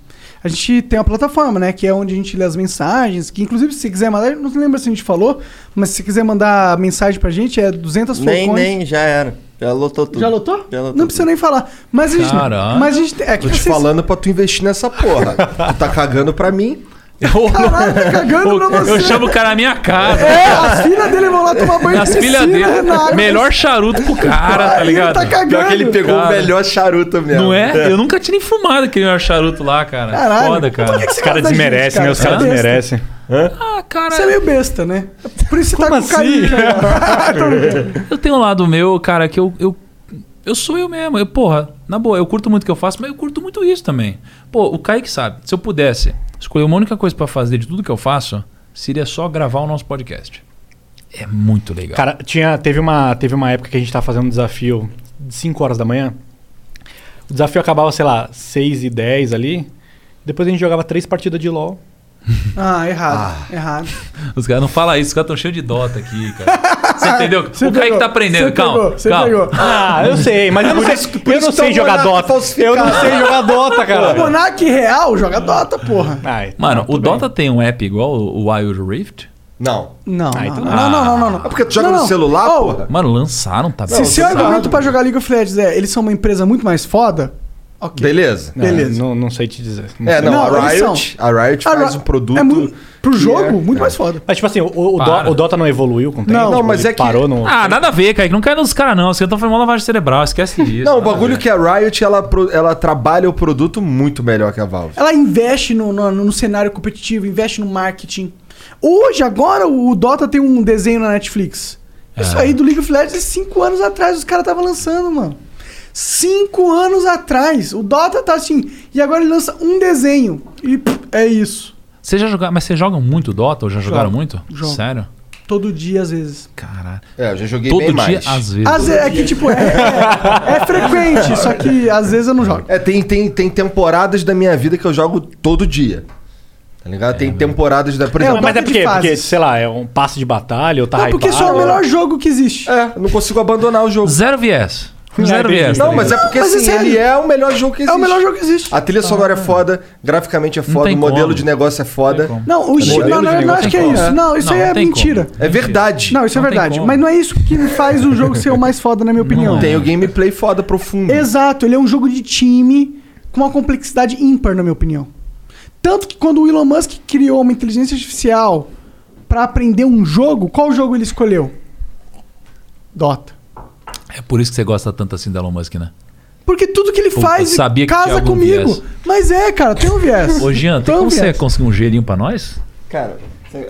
A gente tem uma plataforma, né? Que é onde a gente lê as mensagens. Que inclusive, se você quiser mandar, eu não lembro se a gente falou, mas se você quiser mandar mensagem pra gente, é 200
Nem,
flocões.
nem, já era. Já lotou tudo.
Já lotou?
Já lotou.
Não precisa nem falar. Mas a gente.
Caralho.
Mas a gente. É que
Tô te
vocês-
falando pra tu investir nessa porra. tu tá cagando pra mim.
Caralho, tá cagando pra você.
Eu chamo o cara na minha casa.
É, as filhas dele vão lá tomar banho
As
de
filhas
piscina,
dele.
Renato.
Melhor charuto pro cara, tá
Ele
ligado?
tá cagando. Pior que ele pegou o melhor
charuto
mesmo.
Não é?
É.
Eu nunca tinha nem fumado aquele melhor charuto lá, cara.
Caralho. então
Foda, cara.
Por que que Os você caras gosta da desmerecem, gente, né? Os cara? caras Besta. desmerecem.
Ah, cara.
Você é meio besta, né? Por isso você tá com
assim?
carinho. Ah, então-
eu tenho um lado meu, cara, que eu, eu. Eu sou eu mesmo. Eu, porra, na boa, eu curto muito o que eu faço, mas eu curto muito isso também. Pô, o Kaique sabe, se eu pudesse escolher uma única coisa pra fazer de tudo que eu faço, seria só gravar o nosso podcast. É muito legal.
Cara, tinha, teve, uma, teve uma época que a gente tava fazendo um desafio de 5 horas da manhã. O desafio acabava, sei lá, 6 e 10 ali. Depois a gente jogava três partidas de LOL.
Ah, errado. Errado.
Os caras não falam isso, os caras estão cheios de dota aqui, cara. Você entendeu? o Kaique tá aprendendo,
Você
calma.
pegou, você
calma.
pegou. Ah, eu sei, mas eu não
Por
sei-
isso- por
eu
isso
não
que
sei
tá o
jogar
Monark
Dota.
falsificado.
Eu não sei jogar Dota, cara. Ah, então.
O Monark real joga Dota, porra.
Mano, o Dota tem um app igual o o Wild Rift? Não.
Não, não, não, não, não, não, não. É porque tu joga Não, no não. celular,
Oh.
Ô, porra?
Mano,
Ah,
lançaram,
Ah,
tá
Se seu argumento pra jogar League of Legends é eles são uma empresa muito mais foda, ok.
Beleza.
Beleza.
Não, não sei te dizer.
É, não, a
eles
Riot,
são.
a Riot
A
faz
Ri-
um produto.
é muito- pro
que
jogo,
é-
muito mais foda.
Mas tipo assim, o, o,
Para.
Do- o Dota não evoluiu com o tempo?
Não,
Tipo,
mas
ele
é que-
Parou no...
Ah, nada a ver, Kaique. Não cai nos caras, não. Os caras estão fazendo uma lavagem cerebral, esquece disso.
Não, o
nada a
bagulho
ver.
que a Riot, ela, pro- ela trabalha o produto muito melhor que a Valve.
Ela investe no, no, no cenário competitivo, investe no marketing. Hoje, agora, o Dota tem um desenho na Netflix. Isso aí do League of Legends, é cinco anos atrás, os caras estavam lançando, mano. Cinco anos atrás. O Dota tá assim. E agora ele lança um desenho. E pff, é isso.
Vocês já jogaram, mas vocês jogam muito Dota ou já jogaram
Jogo.
muito?
Jogo.
Sério?
Todo dia, às vezes.
Caralho.
É, eu já joguei
Todo
bem
dia,
mais.
às vezes.
Às vezes, é que, tipo, é, é, é frequente, só que às vezes eu não jogo.
É, tem, tem, tem temporadas da minha vida que eu jogo todo dia. Tá
É,
ligado?
né?
tem temporadas da. Por
É,
exemplo,
mas é porque, porque, sei lá, é um passe de batalha ou tá hypado.
é jogo que existe.
É, eu não consigo abandonar o jogo.
Zero viés.
Não,
Zero
entendi.
viés. tá
Não, mas é
ligado?
porque
Mas
assim,
esse é-
ele é o melhor jogo que
É
existe.
o melhor jogo que existe.
A trilha sonora é foda, graficamente é foda,
Tá. tem
o modelo
como.
de negócio é foda.
Não, o Gil, não, não, não acho que é isso. Não, isso aí é mentira.
É verdade.
Não, isso é verdade.
como.
Mas não é isso que faz o jogo ser o mais foda, na minha opinião.
Tem o gameplay foda profundo.
Exato, ele é um jogo de time com uma complexidade ímpar, na minha opinião. Tanto que quando o Elon Musk criou uma inteligência artificial pra aprender um jogo, qual jogo ele escolheu? Dota.
É por isso que você gosta tanto assim da Elon Musk, né?
Porque tudo que ele
Puta,
faz
eu sabia que tinha
casa
algum
comigo.
viés.
Mas é, cara, tem um viés.
Ô, Jean, tem
um
como você
viés.
conseguir um gelinho pra nós?
Cara,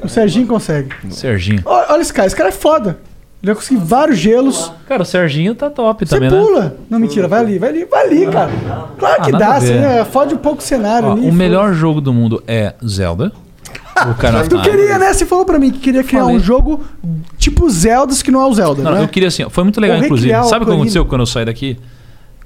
O Serginho consegue.
Serginho.
Olha, olha esse cara, esse cara é foda. Ele vai conseguir vários gelos.
Cara, o Serginho tá top
Você
também, né?
pula. Não, mentira, vai ali, vai ali, vai ali, cara. Claro que
Ah, nada
dá,
a ver.
você é, fode um pouco o cenário
Ó,
ali.
o melhor jogo do mundo é Zelda. o cara.
Tu queria, né? Você falou pra mim que queria criar um jogo tipo Zelda, que não é o Zelda,
Não,
né?
eu queria assim, ó, foi muito legal,
Ou
inclusive.
recriar o
Sabe o que
Ocarina.
aconteceu quando eu saí daqui?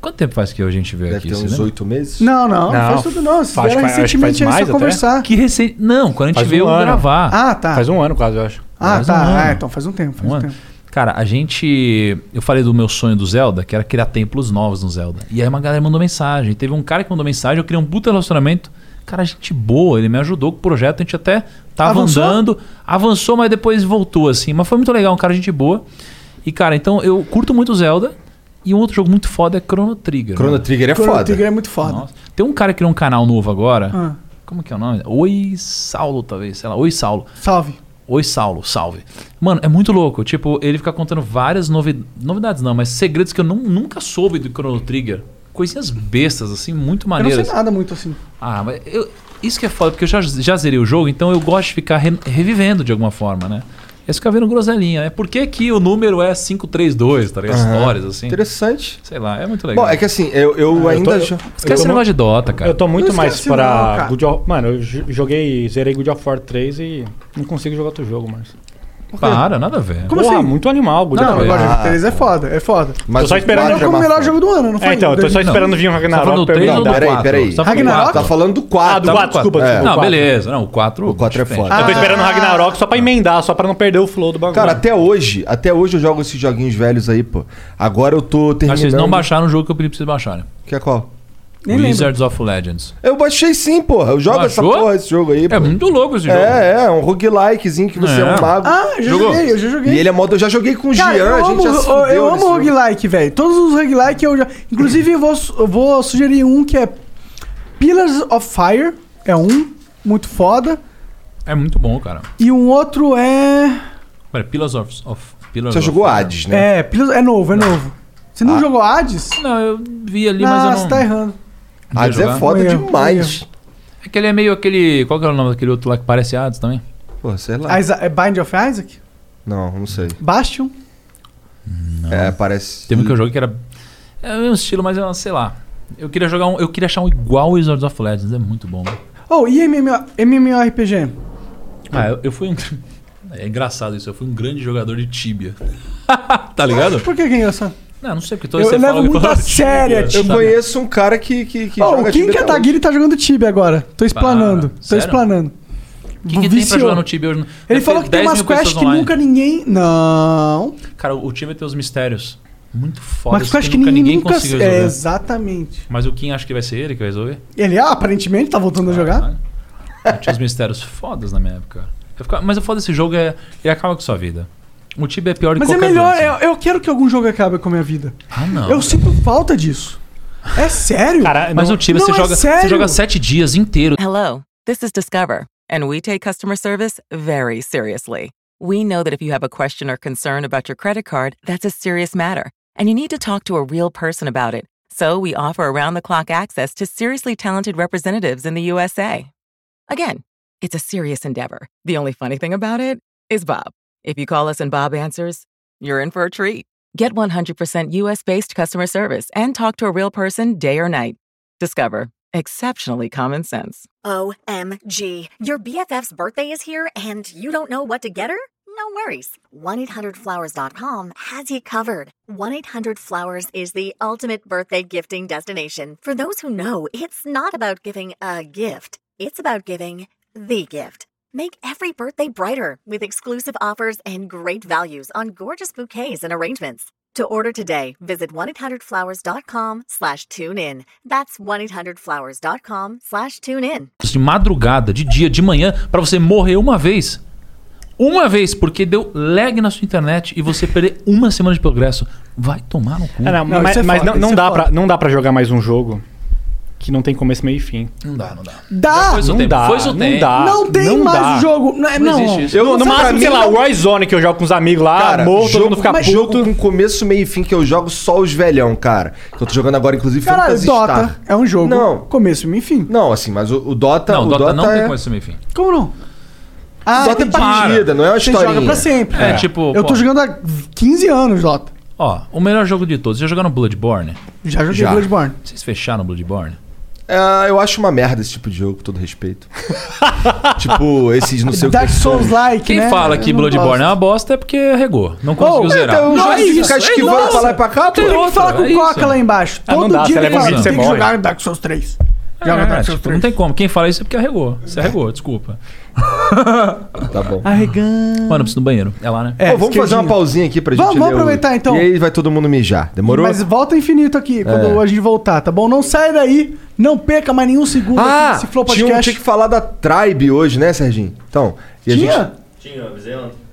Quanto tempo faz que a gente veio aqui?
ter uns
oito
meses?
Não, não, não faz tudo não. Vocês vieram recentemente aí só conversar.
Que recente. Não, quando a gente
Faz um
veio
ano.
gravar.
Ah, tá. Faz
um ano quase, eu acho.
Ah,
Faz
tá.
um ano.
Ah, então faz um tempo. Faz
Um
um
ano.
tempo.
Cara, a gente. Eu falei do meu sonho do Zelda, que era criar templos novos no Zelda. E aí uma galera mandou mensagem. Teve um cara que mandou mensagem, eu criei um puta relacionamento. Cara, gente boa, ele me ajudou com o projeto, a gente até tava
Avançou?
andando. Avançou, mas depois voltou, assim. Mas foi muito legal, um cara gente boa. E, cara, então eu curto muito Zelda. E um outro jogo muito foda é Chrono Trigger.
Chrono
mano.
Trigger é Chrono foda. Trigger
é muito foda.
Tem um cara que criou um canal novo agora.
Ah.
Como que é o nome? Oi Saulo, talvez, sei lá. Oi Saulo.
Salve.
Oi Saulo, salve. Mano, é muito louco. Tipo, ele fica contando várias novi- novidades, não, mas segredos que eu nu- nunca soube do Chrono Trigger. Coisinhas bestas, assim, muito
Eu não
maneiras.
sei nada muito assim.
Ah, mas eu- isso que é foda, porque eu já, já zerei o jogo, então eu gosto de ficar re- revivendo de alguma forma, né? Aí você fica vendo groselinha, né? Por que, que o número é 532, tá ligado?
Aham.
Histórias, assim.
Interessante.
Sei lá, é muito legal.
Bom, é que assim, eu,
Ah,
eu ainda.
eu tô-
jo-
eu
Esquece esse negócio de Dota, cara.
Eu tô muito
Não
mais
esquece não,
pra
cara.
Good of... Mano, eu jo- joguei, zerei Good of War 3 e não consigo jogar outro jogo mais.
quê? Para, nada a ver.
Como Porra, assim? muito animal. Good
Não,
of War.
agora o jogo 3 é foda, é foda.
Ah, Mas Tô só o esperando- quatro
Valeu como
é
o
mais
melhor jogo do ano, não foi?
É, então, eu tô só esperando vir o
Tá
Ragnarok.
falando do
pra eu
três ou
jogar.
do
Peraí, peraí.
Tá falando do
Ragnarok?
quatro? É.
Tá falando do 4.
Ah, do 4, desculpa, desculpa.
Não,
o quatro.
beleza. Não, o 4. O 4 é foda.
Eu tô esperando o Ragnarok só pra emendar, só pra não perder o flow do bagulho. Ah,
Cara, até hoje, até hoje eu jogo esses joguinhos velhos aí, pô. Agora eu tô terminando.
Mas vocês não baixaram o jogo que eu pedi pra vocês baixarem.
Que é qual?
Nem né? Wizards of Legends.
Eu baixei sim, porra. Eu jogo essa
Baixou?
porra, esse jogo aí.
É muito louco esse jogo.
É, é, um roguelikezinho que você é, um
É.
mago.
Ah, eu já
Jogou?
joguei, eu já joguei.
E ele é modo. Eu já joguei com o
Cara,
Jean,
eu
a
amo,
gente já se
eu, eu
fudeu
amo
nesse jogo.
roguelike, velho. Todos os roguelike eu já. Inclusive, eu vou, su- eu vou sugerir um que é Pillars of Fire. É um, muito foda.
É muito bom, cara.
E um outro é.
Pera, Pillars of... of Pillars
Você
of
jogou
Fire.
Hades, né? Ah.
É, Pillars, é novo, é novo. Você não jogou Hades?
Não, eu vi ali,
ah,
mas eu não-
você tá errando.
Hades é
jogar.
foda
Foi eu,
demais.
É que ele é meio aquele... Qual que era o nome daquele outro lá que parece Hades também?
Pô, sei lá.
Isa- é Bind of Isaac?
Não, não sei.
Bastion?
É, parece.
Tem um que eu joguei que era... É o mesmo estilo, mas eu sei lá. Eu queria jogar um... Eu queria achar um igual ao Wizards of Legends. É muito bom.
Oh, e MMO MMORPG?
Ah, eu, eu fui um... É engraçado isso. Eu fui um grande jogador de Tibia. tá ligado?
Por que que é engraçado?
Não, não sei, porque
Eu levo
que
muito
fala
a
de Tibia,
sério a
sabe?
Eu conheço um cara que, que, que
oh,
joga
o Kim
Tibia até hoje.
Kataguiri tá jogando Tibia agora. Tô explanando. tô
Ah, sério?
explanando.
O que, que tem pra
Viciou.
jogar no Tibia hoje?
Ele
Deve
falou
ter
que tem
10
umas
mil
quests
pessoas
que
online.
nunca ninguém. Não.
Cara, o Tibia tem os mistérios. Muito foda.
Umas quests que
nunca
ninguém
ninguém
nunca.
conseguiu
É,
resolver.
exatamente.
Mas o Kim acha que vai ser ele que vai resolver?
Ele ah, aparentemente tá voltando a jogar.
Eu tinha os mistérios fodas na minha época. Eu ficava- mas o foda desse jogo é. Ele acaba com sua vida. O Tibia é pior do que
Mas é
qualquer
melhor,
dança.
eu, eu quero que algum jogo acabe com a minha vida.
Ah, não.
Eu sinto falta disso. É sério?
mas
não-
o Tibia
não
você,
é
joga, você
sério.
joga sete dias inteiro.
Hello, this is Discover, and we take customer service very seriously. We know that if you have a question or concern about your credit card, that's a serious matter, and you need to talk to a real person about it. So we offer around the clock access to seriously talented representatives in the USA. Again, it's a serious endeavor. The only funny thing about it is Bob. If you call us and Bob answers, you're in for a treat. Get 100% US based customer service and talk to a real person day or night. Discover exceptionally common sense.
OMG. Your BFF's birthday is here and you don't know what to get her? No worries. 1-800-Flowers.com has you covered. 1-800-Flowers is the ultimate birthday gifting destination. For those who know, it's not about giving a gift. It's about giving the gift. Make every birthday brighter with exclusive offers and great values on gorgeous bouquets and arrangements. To order today, visit 1-800-Flowers.com slash tune in. That's 1-800-Flowers.com slash tune in.
de madrugada, de dia, de manhã, pra você morrer uma vez. Uma vez, porque deu lag na sua internet e você perder uma semana de progresso. Vai tomar no cu.
É, não, mas mas não, não dá pra, não dá pra jogar mais um jogo que não tem começo, meio e fim.
Não dá, não dá.
Dá!
Não dá, não dá.
Não tem
Não
mais
dá.
jogo. Não, é- não.
Eu, no
Sabe,
máximo,
pra
sei
mim,
lá,
não-
o Warzone que eu jogo com os amigos lá,
Cara,
morro, todo
jogo,
mundo fica
mas
puto.
jogo com começo, meio e fim que eu jogo só os velhão, cara. Que eu tô jogando agora, inclusive,
Caralho,
Phantasy
Dota
Star.
é um jogo.
Não.
Começo, meio e fim.
Não, assim, mas o, o Dota.
Não,
o
Dota, não
é-
tem começo, meio e fim.
Como não?
Dota é
entendi.
partida, não é uma
Você
historinha.
joga pra sempre.
É, tipo,
Eu
pô.
tô jogando há 15 anos, Dota.
Ó, o melhor jogo de todos. Já jogaram Bloodborne?
Já joguei Bloodborne.
Vocês fecharam Bloodborne?
É, eu acho uma merda esse tipo de jogo, com todo respeito. tipo, esses não sei o que.
Dark Souls-like,
Quem
né?
fala
Eu
que
não
Bloodborne
gosto.
é uma bosta é porque regou. Não conseguiu
Oh,
zerar.
então,
Não,
joga
é
isso,
isso,
fica
é
esquivando
isso. é
pra lá e pra cá, pô. Tem que falar com o Coca lá embaixo.
Ah, não
Todo
dá,
dia
você
ele
leva um
fala,
vídeo, você
tem que
morre.
jogar Dark Souls 3. Joga
É,
Dark Souls
tipo, não
3.
tem como. Quem fala isso é porque arregou. Você arregou, desculpa.
tá bom.
Arregando.
Mano, eu preciso no banheiro. É lá, né?
Pô, vamos fazer uma pausinha aqui pra gente.
Vamos- vamos
ler o-
aproveitar, então.
E aí vai todo mundo mijar. Demorou?
Mas volta infinito aqui, quando
É.
a gente voltar, tá bom? Não sai daí, não perca mais nenhum segundo aqui
Ah,
desse Flow
tinha, um- tinha que
Podcast.
falar da Tribe hoje, né, Serginho? Então, e a gente...
Tinha?
Tinha, eu avisei ontem.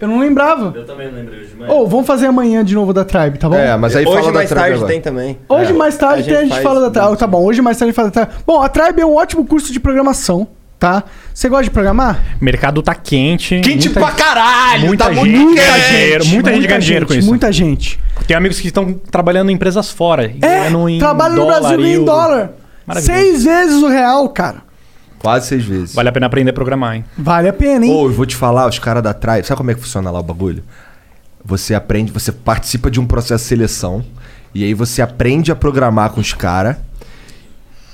Eu não lembrava.
Eu também não lembrei hoje de manhã.
Ou vamos fazer amanhã de novo da Tribe, tá bom?
É, mas aí
Hoje
fala
mais
da Tribe
tarde
agora.
tem também.
Hoje
É.
mais tarde
A
a
gente
gente,
faz-
fala da Tribe. Tá bom, hoje mais tarde a gente fala da Tribe. Bom, a Tribe é um ótimo curso de programação, tá? Você gosta de programar?
O mercado tá quente.
Quente pra
caralho! Muita
tá
gente
muito
ganha
quente.
dinheiro. Muita,
Muita
gente ganha
gente,
dinheiro com isso.
Muita gente.
Tem amigos que estão trabalhando em empresas fora. e ganhando em
Trabalho no
dólar
Brasil
e
ganha em
euro.
dólar.
Maravilhoso.
Seis vezes o real, cara.
Quase seis vezes.
Vale a pena aprender a programar, hein?
Vale a pena, hein?
Ou eu vou te falar, os caras da Tribe, sabe como é que funciona lá o bagulho? Você aprende, você participa de um processo de seleção e aí você aprende a programar com os caras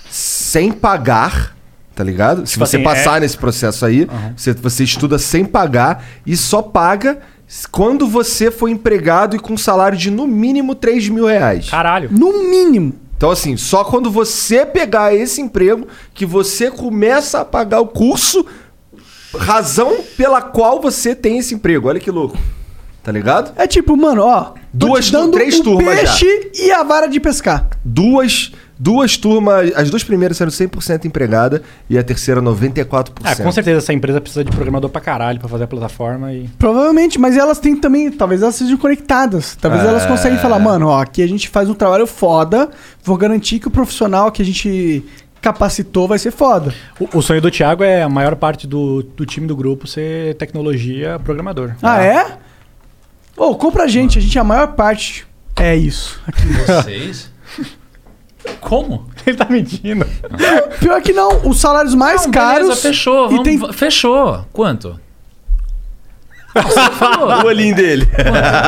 sem pagar, tá ligado? Se
Tipo
você
assim,
passar
é-
nesse processo aí, você, você estuda sem pagar e só paga s- quando você for empregado e com um salário de no mínimo 3 mil reais.
Caralho.
No mínimo.
Então, assim, só quando você pegar esse emprego que você começa a pagar o curso, razão pela qual você tem esse emprego. Olha que louco. Tá ligado?
É tipo, mano, ó.
Duas,
tô te dando
três
o
turmas já.
peixe e a vara de pescar.
Duas, duas turmas, as duas primeiras sendo 100% empregada e a terceira 94%.
Ah, com certeza essa empresa precisa de programador pra caralho pra fazer a plataforma e.
Provavelmente, mas elas têm também. Talvez elas sejam conectadas. Talvez
É.
elas conseguem falar, mano, ó, aqui a gente faz um trabalho foda. Vou garantir que o profissional que a gente capacitou vai ser foda.
O, o sonho do Thiago é a maior parte do, do time do grupo ser tecnologia programador.
Ah, é? Ô, compra a gente, a gente é a maior parte. É isso. Aqui.
Vocês? Como?
Ele tá mentindo.
Pior que não, os salários mais
Não,
caros.
beleza, fechou.
e
vamos-
tem-
va- Fechou. Quanto? Você falou.
O olhinho dele.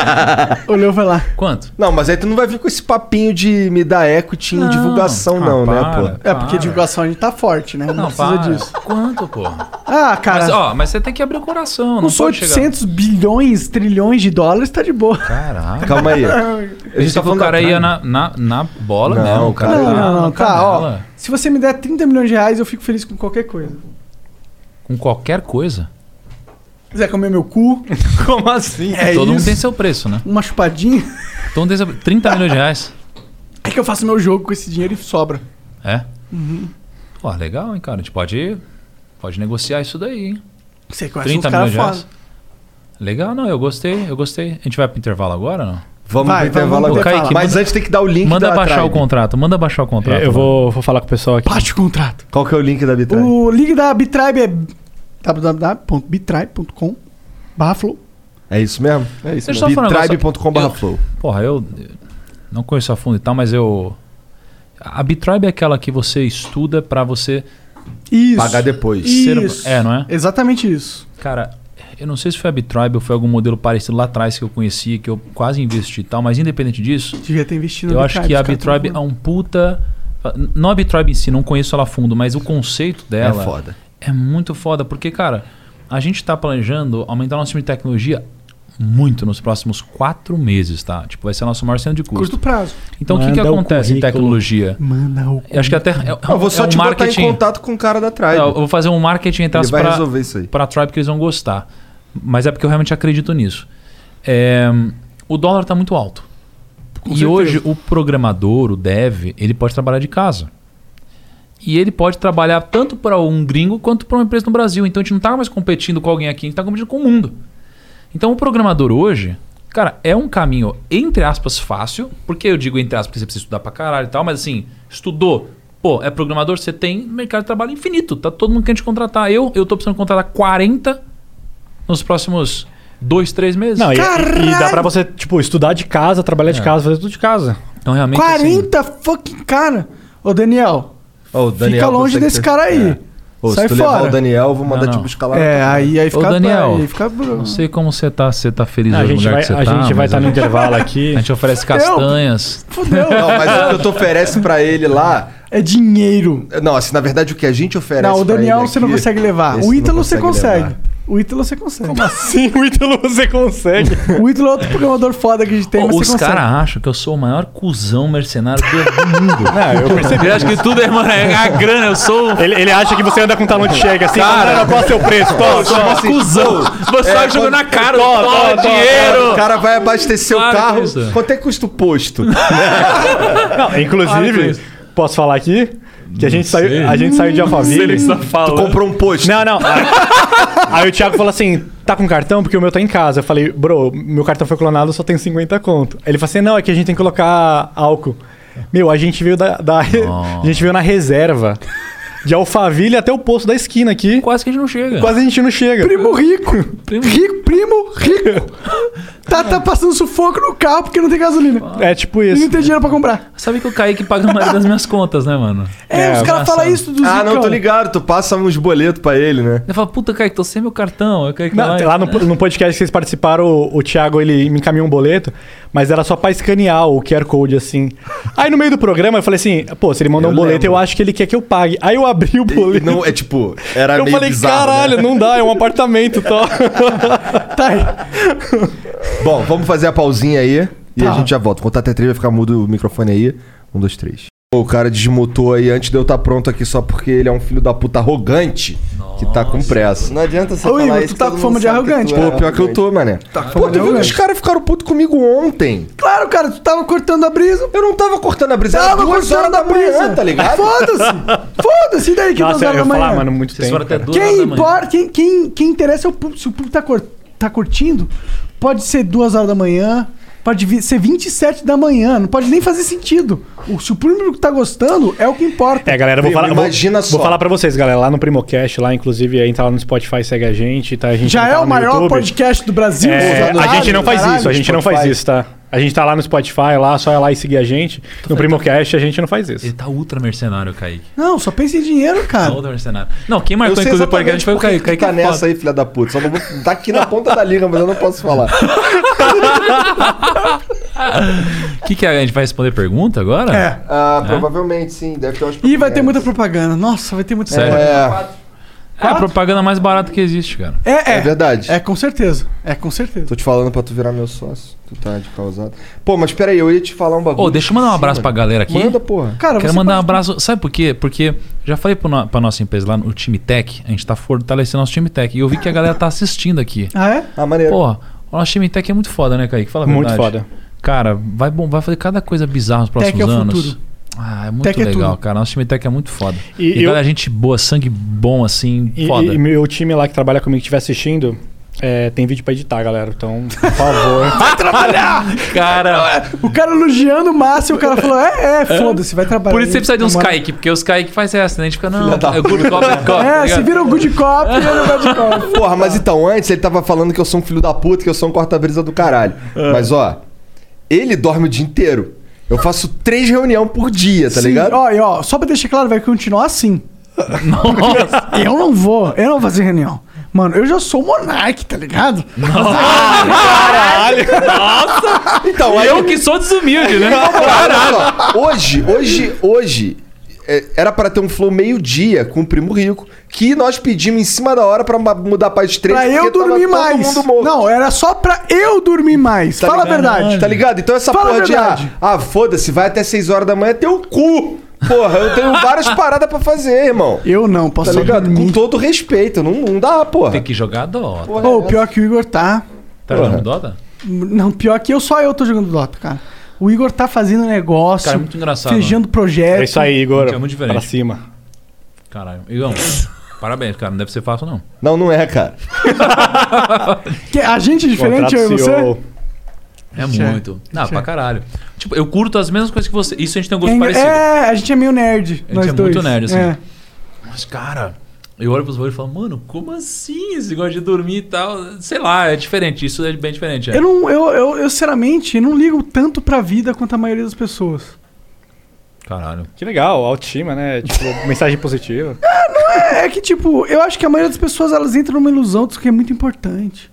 Olhou, vai lá.
Quanto?
Não, mas aí tu não vai vir com esse papinho de me dar equity em
Não.
divulgação,
Ah,
não,
para,
né, pô?
É, porque divulgação a gente tá forte, né? Não,
Não,
precisa
para.
disso.
Quanto, pô?
Ah, cara.
Mas, ó, mas você tem que abrir o coração. Não,
não sou
pode chegar.
800 bilhões, trilhões de dólares, tá de boa.
Caraca.
Calma aí.
Eu disse que o cara ia na, na, na bola
Não,
mesmo. O cara
Não,
ia na-
não, não.
na
Tá, ó.
canela.
Se você me der 30 milhões de reais, eu fico feliz com qualquer coisa.
Com qualquer coisa.
Quiser comer meu cu,
Como assim?
É
Todo mundo
isso.
tem seu preço, né?
uma chupadinha.
Então tem seu... 30 milhões de reais.
É que eu faço meu jogo com esse dinheiro e sobra.
É?
Uhum.
Pô, legal, hein, cara? A gente pode, pode negociar isso daí, hein?
Você conhece
30
uns
milhões
caras
de reais?
foda.
Legal, não, eu gostei, eu gostei. A gente vai pro intervalo agora ou não?
Vamos
Vai,
pro intervalo
vamos pro
agora.
intervalo.
Mas antes tem que dar o link
Manda
da
baixar
Tribe.
o contrato, manda baixar o contrato.
Eu vou, vou falar com o pessoal aqui.
Bate o contrato.
Qual que é o link da
Tá
Bitribe?
O link da Bitribe é www.bitribe.com barra flow.
É isso mesmo? É isso
Deixa eu só falar um negócio.
Bitribe.com/flow.
Porra, eu eu não conheço a fundo e tal, mas eu. A Bitribe é aquela que você estuda pra você
Isso.
Pagar depois.
Isso.
É, não é?
Exatamente isso.
Cara, eu não sei se foi a Bitribe ou foi algum modelo parecido lá atrás que eu conhecia, que eu quase investi e tal, mas independente disso,
Devia ter investido
eu
na
acho que a
os caras tão
Bitribe é
falando.
um puta. Não a Bitribe em si, não conheço ela a fundo, mas o conceito dela.
É foda.
É muito foda, porque, cara, a gente tá planejando aumentar nosso time de tecnologia muito nos próximos quatro meses, tá? Tipo, vai ser a nossa maior cena de custo.
Curto prazo. é
Então, o que, que
Manda o
acontece em
currículo.
tecnologia?
Manda o
Eu acho que até. É, é
Eu vou
um-
só
é um
te botar
marketing.
em contato com o cara da Tribe.
É, eu vou fazer um marketing entre
Ele
aspas,
vai
pra-
resolver isso aí.
pra Tribe que eles vão gostar. Mas é porque eu realmente acredito nisso. É, o dólar tá muito alto. e
certeza.
hoje o programador, o dev, ele pode trabalhar de casa. E ele pode trabalhar tanto para um gringo quanto para uma empresa no Brasil. Então a gente não está mais competindo com alguém aqui, a gente está competindo com o mundo. Então o programador hoje, cara, é um caminho, entre aspas, fácil. Porque eu digo entre aspas, porque você precisa estudar pra caralho e tal, mas assim, estudou. Pô, é programador, você tem mercado de trabalho infinito. Tá todo mundo querendo te contratar. Eu, eu tô precisando contratar 40 nos próximos dois, três meses.
Não, e, e dá
Caralho!
pra você, tipo, estudar de casa, trabalhar de
É.
casa, fazer tudo de casa.
Então realmente. assim,
40 fucking cara. Ô, Daniel,
Ó, o Daniel
fica longe
consegue
desse
ter-
cara aí.
É. Ô,
Sai
se tu levar
fora.
o Daniel, eu vou mandar
Não,
te
não.
buscar lá.
É, aí, aí fica
Ô, Daniel,
aí fica bravo.
não sei como você tá, você tá feliz
Não, a
hoje no
gente
lugar
vai
que você tá.
estar
mas
no
a gente-
intervalo aqui.
A gente oferece
Fudeu.
castanhas.
Fudeu.
Não, mas o que tu oferece pra ele lá,
É dinheiro.
Não, assim, na verdade o que a gente oferece.
Não, o
pra
Daniel
ele
você não
aqui,
consegue levar.
esse
O
não
Ítalo você consegue.
levar.
O Ítalo você consegue. Como
assim o Ítalo você consegue?
o Ítalo é outro programador foda que a gente tem, mas você
Os
consegue.
caras acham que eu sou o maior cuzão mercenário do mundo.
eu percebi
acho que
isso.
tudo é, mano, é a grana, eu sou. um
Ele, ele acha que você anda com talão de cheque assim,
Cara,
cara, qual é o seu preço? Tô, É,
eu sou mó cuzão. Você vai jogando na cara, toma, dinheiro.
O cara vai abastecer
Para
o
com
carro.
isso.
Quanto é que custa o posto?
Não,
Para com
inclusive,
isso.
posso falar aqui? Que a gente, saiu, a gente saiu de Alphaville.
Ele está falando. Tu comprou
um post. Não, não. Aí, aí o Thiago falou assim: tá com cartão? Porque o meu tá em casa. Eu falei, bro, meu cartão foi clonado, eu só tenho 50 conto. Aí ele falou assim: não, é que a gente tem que colocar álcool. Meu, a gente veio da. da- a gente veio na reserva. De Alphaville até o posto da esquina aqui.
Quase que a gente não chega.
Quase a gente não chega.
Primo rico. Rico, primo rico. Tá, tá passando sufoco no carro porque não tem gasolina.
É tipo
E não tem dinheiro pra comprar.
Sabe que o Kaique paga a maioria das minhas contas, né, mano?
É, os caras falam isso do
Ah, não,
Zicão.
tô ligado. Tu passa uns boletos pra ele, né?
Ele fala, puta, Kaique, tô sem meu cartão. Eu Kaique
Não,
vai-
lá no, no podcast que vocês participaram, o, o Thiago ele me encaminhou um boleto, mas era só pra escanear o QR Code, assim. Aí no meio do programa eu falei assim, pô, se ele mandou um boleto, eu acho que ele quer que eu pague. Aí eu abri o boleto.
Não, é tipo, era
eu
meio
falei,
bizarro,
caralho,
né? Tá
não dá, é um apartamento tal.
Bom, vamos fazer a pausinha aí e
Tá.
a gente já volta. Contar até três, vai ficar mudo o microfone aí. Um, dois, três. O cara desmutou aí antes de eu estar pronto aqui só porque ele é um filho da puta arrogante que tá com pressa.
Não adianta você
Ô,
falar
Igor,
isso.
tu tá
todo
com
mundo
fama de
sabe
arrogante, Tá
tu é
pô, pior que eu tô, mané. Pô, tu viu que os caras ficaram putos comigo ontem?
Claro, cara, tu tava cortando a brisa.
Eu não tava cortando a brisa, era
Tava
duas
cortando
horas
a
da manhã,
brisa.
tá ligado?
Foda-se. Foda-se, e daí que
Nossa,
duas horas
eu ia
da
falar,
manhã.
mano, muito Vocês tempo, foram até cara. duas horas
Quem
da manhã.
importa, quem, quem, quem interessa é o público. Se o público tá, cur- tá curtindo, pode ser duas horas da manhã, pode vi- ser 27 da manhã, não pode nem fazer sentido. O, se o público tá gostando, é o que importa.
É, galera, eu vou
Meu,
falar. vou-
imagina
vou,
só.
falar pra vocês, galera, lá no Primocast, lá, inclusive, aí entra lá no Spotify, segue a gente, tá? A gente
Já
tá
é
lá
o
no
maior
YouTube.
podcast do Brasil.
É,
Caralho,
a gente não faz
caralho,
isso, a gente não faz
Spotify.
isso, tá? A gente tá lá no Spotify, lá, só ir lá e seguir a gente. No Primocast, a gente não faz isso.
Ele tá ultra mercenário, Kaique.
Não, só pensa em dinheiro, cara.
Tá ultra mercenário. Não, quem marcou, inclusive, o podcast foi o Kaique. Kaique
tá
é
nessa
foda.
aí, filha da puta. Só não vou, tá aqui na ponta da liga, mas eu não posso falar.
Né? O que, que é? A gente vai responder pergunta agora?
É.
Ah, provavelmente sim, deve ter umas É.
E vai ter muita propaganda. Nossa, vai ter muita
Sério?
propaganda.
É a propaganda mais barata que existe, cara.
É, é. É
verdade.
É, com certeza. É, com certeza.
Tô te falando pra tu virar meu sócio. Tu tá de causado. Pô, mas pera aí, eu ia te falar um bagulho.
Ô, deixa eu mandar um
Sim,
abraço pra
mano.
galera aqui.
Manda, porra.
Quero mandar um abraço. Sabe por quê? Porque já falei pro no- pra nossa empresa lá no Time Tech, a gente tá fortalecendo nosso Time Tech. E eu vi que a galera tá assistindo aqui.
Ah, é?
Ah, maneiro.
Porra, o nosso Time Tech é muito foda, né, Kaique? Fala a
Muito
verdade.
foda.
Cara, vai, bom, vai fazer cada coisa bizarra nos
Tech
próximos
é o
anos.
futuro.
Ah, é muito
Tech é
legal,
tudo.
cara. Nosso time tech é muito foda.
E
E,
eu-
galera, gente boa, sangue bom, assim,
E,
foda.
e meu time lá que trabalha comigo, que estiver assistindo, é, tem vídeo pra editar, galera. Então, por favor.
Vai trabalhar!
Cara,
O cara elogiando o Márcio, o cara falou: é, é, foda-se, vai trabalhar.
por isso você precisa de uns
Tomara-
Kaique, porque os Kaique faz essa, né? A gente fica, não,
Filha da
é good cop, bad cop. tá
É,
ligado?
se vira um good cop, ele não vai de cop.
Porra, mas então antes ele tava falando que eu sou um filho da puta, que eu sou um corta-brisa do caralho.
É.
Mas ó, ele dorme o dia inteiro. Eu faço três reuniões por dia, tá
Sim,
ligado?
Ó, e ó, só pra deixar claro, vai continuar assim.
Nossa.
Eu não vou, eu não vou fazer reunião. Mano, eu já sou monarque, tá ligado?
Caralho!
Nossa!
Então, aí-
eu que sou desumilde, né?
Não, não,
Caralho!
olha só. Hoje, hoje, hoje, é, era pra ter um flow meio-dia com o Primo Rico, que nós pedimos em cima da hora pra ma- mudar pra estreia.
Pra eu dormir mais. Não, era só pra eu dormir mais. Fala a verdade.
Tá ligado? Então essa
Fala a
porra de ah,
verdade.
ah, foda-se, vai até 6 horas da manhã é teu cu. Porra, eu tenho várias paradas pra fazer, irmão.
Eu não, posso
Tá
só
ligado? Com todo respeito, não, não dá, porra.
Tem que jogar Dota.
Pô,
é
o pior que o Igor tá.
Tá jogando Dota?
Não, pior que eu, só eu tô jogando Dota, cara. O Igor tá fazendo negócio.
Cara, é muito engraçado,
Fechando projeto.
É isso aí, Igor.
É muito diferente.
Pra cima.
Caralho. Igão, parabéns, cara. Não deve ser fácil, não.
Não, não é, cara.
Que a gente é diferente, eu e você?
É
Gente, é.
muito. Não,
Gente,
pra
é.
caralho. Tipo, eu curto as mesmas coisas que você. Isso a gente tem um gosto
É,
parecido.
é, a gente é meio nerd.
A gente
nós
é
dois.
muito nerd, assim.
É.
Mas, cara, eu olho pros olhos e falo, mano, como assim esse negócio de dormir e tal? Sei lá, é diferente. Isso é bem diferente. é.
Eu não, eu, eu, eu sinceramente eu não ligo tanto pra vida quanto a maioria das pessoas.
Caralho.
Que legal, autoestima, né? Tipo, mensagem positiva.
Não é, é que tipo, eu acho que a maioria das pessoas elas entram numa ilusão disso que é muito importante.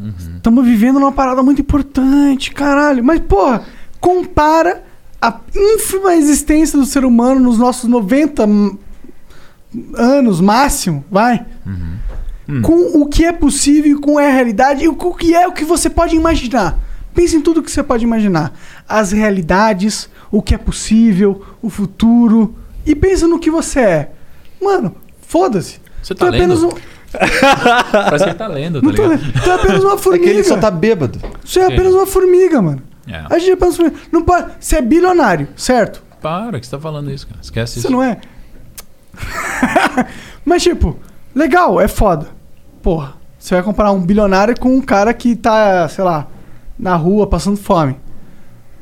Uhum.
Estamos vivendo numa parada muito importante, caralho. Mas porra, compara a ínfima existência do ser humano nos nossos 90 m- anos máximo, vai.
Hum.
嗯
Com o que é possível, com a realidade e com o que é o que você pode imaginar. Pense em tudo que você pode imaginar. As realidades, o que é possível, o futuro. E pensa no que você é. Mano, foda-se.
Você
tá apenas um,
lendo? Parece que ele tá lendo, tá
Não tô
ligado?
lendo. Tu é apenas uma formiga.
ele só tá bêbado.
Você é
Sim.
apenas uma formiga, mano.
É.
A gente é apenas uma formiga. Não pode... Você é bilionário, certo?
Para, que você tá falando isso, cara. Esquece
Você
isso.
não é? Mas, tipo, legal, é foda. Porra, você vai comparar um bilionário com um cara que tá, sei lá, na rua passando fome.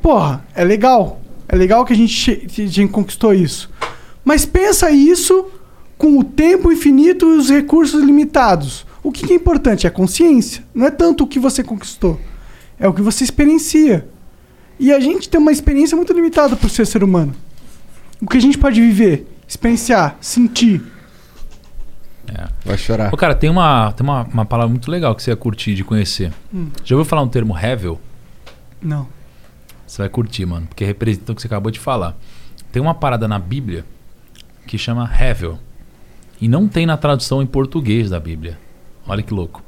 Porra, é legal. É legal que a gente, che- que a gente conquistou isso. Mas pensa isso com o tempo infinito e os recursos limitados. O que que é importante? É a consciência. Não é tanto o que você conquistou. É o que você experiencia. E a gente tem uma experiência muito limitada por ser ser humano. O que a gente pode viver, experienciar, sentir. é-
Vai chorar.
É. Ô, cara, tem, uma, tem uma, uma palavra muito legal que você ia curtir de conhecer.
Hum.
Já ouviu falar um termo Hevel?
Não.
Você vai curtir, mano, porque representa o que você acabou de falar. Tem uma parada na Bíblia que chama Hevel. E não tem na tradução em português da Bíblia. Olha que louco.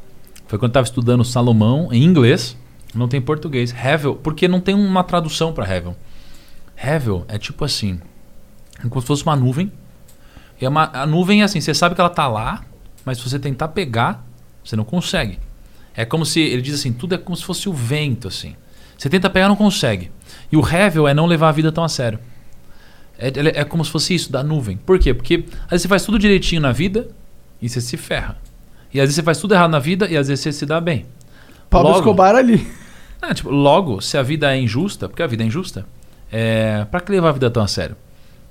Foi quando eu tava estudando Salomão em inglês, não tem em português. Hevel, porque não tem uma tradução para Hevel. Hevel é tipo assim, é como se fosse uma nuvem. E é uma- a nuvem é assim, você sabe que ela tá lá, mas se você tentar pegar, você não consegue. É como se, ele diz assim, tudo é como se fosse o vento, assim. Você tenta pegar, não consegue. E o Hevel é não levar a vida tão a sério. É, ele- é como se fosse isso, da nuvem. Por quê? Porque às vezes você faz tudo direitinho na vida e você se ferra. E às vezes você faz tudo errado na vida e às vezes você se dá bem.
Pablo
Logo-
Escobar ali.
ah, tipo, logo, se a vida é injusta, porque a vida é injusta, é, pra que levar a vida tão a sério?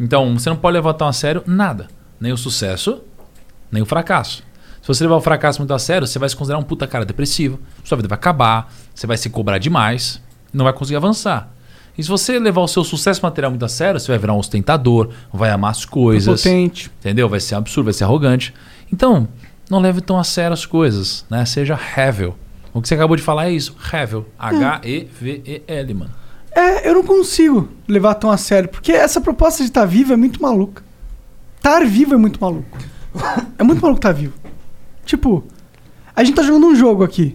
Então, você não pode levar tão a sério nada. Nem o sucesso, nem o fracasso. Se você levar o fracasso muito a sério, você vai se considerar um puta cara depressivo, sua vida vai acabar, você vai se cobrar demais, não vai conseguir avançar. E se você levar o seu sucesso material muito a sério, você vai virar um ostentador, vai amar as coisas.
Prepotente.
Entendeu? Vai ser absurdo, vai ser arrogante. Então, não leve tão a sério as coisas, né? Seja Hevel. O que você acabou de falar é isso, Hevel. H-E-V-E-L, mano.
É, eu não consigo levar tão a sério, porque essa proposta de estar vivo é muito maluca. Estar vivo é muito maluco. É muito maluco estar vivo. Tipo, a gente tá jogando um jogo aqui.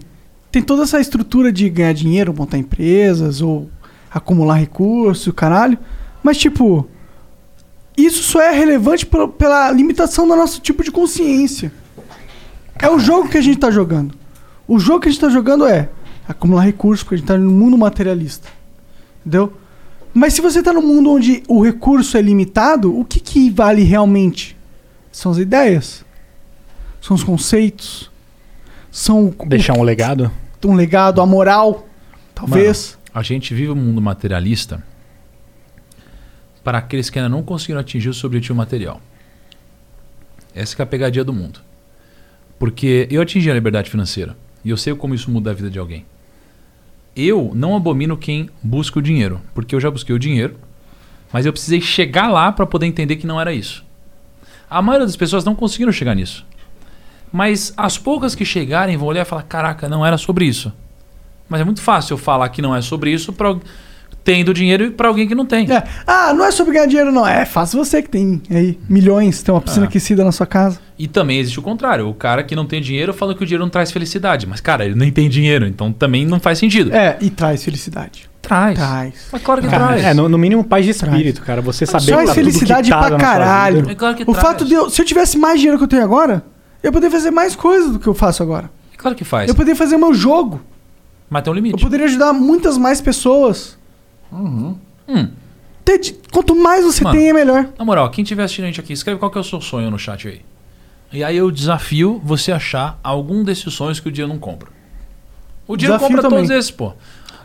Tem toda essa estrutura de ganhar dinheiro, montar empresas ou acumular recursos, o caralho. Mas, tipo, isso só é relevante pela- pela limitação do nosso tipo de consciência. É o jogo que a gente tá jogando. O jogo que a gente tá jogando é acumular recursos, porque a gente tá no mundo materialista. Entendeu? Mas se você tá num mundo onde o recurso é limitado, o que, que vale realmente? São as ideias. São os conceitos. São o-
Deixar um legado?
um legado, a moral, talvez.
Mano, a gente vive um mundo materialista para aqueles que ainda não conseguiram atingir o seu objetivo material. Essa que é a pegadinha do mundo. Porque eu atingi a liberdade financeira e eu sei como isso muda a vida de alguém. Eu não abomino quem busca o dinheiro, porque eu já busquei o dinheiro, mas eu precisei chegar lá para poder entender que não era isso. A maioria das pessoas não conseguiram chegar nisso. Mas as poucas que chegarem vão olhar e falar: caraca, não era sobre isso. Mas é muito fácil eu falar que não é sobre isso pra, algu- tendo dinheiro e pra alguém que não tem.
Ah, não é sobre ganhar dinheiro, não. É, faça você que tem aí milhões, tem uma piscina
Ah.
aquecida na sua casa.
E também existe o contrário. O cara que não tem dinheiro fala que o dinheiro não traz felicidade. Mas, cara, ele nem tem dinheiro, então também não faz sentido.
É, e traz felicidade.
Traz.
Traz.
Mas claro que
Cara,
traz.
É, no, no mínimo paz de espírito, cara. Você saber
Só
que tá
é felicidade
tudo
pra
quitado na sua
caralho.
vida. é
o fato de eu. Se eu tivesse mais dinheiro que eu tenho agora, eu poderia fazer mais coisas do que eu faço agora.
é
Claro que faz.
Eu poderia fazer meu jogo.
Mas tem um limite.
Eu poderia ajudar muitas mais pessoas.
Uhum.
Ter di- Quanto mais você
Hum. Mano,
tem, é melhor.
Na moral, quem tiver assistindo a gente aqui, escreve qual que é o seu sonho no chat aí. E aí eu desafio você achar algum desses sonhos que o dinheiro não compra. O dinheiro
Desafio
compra
também.
todos esses, pô.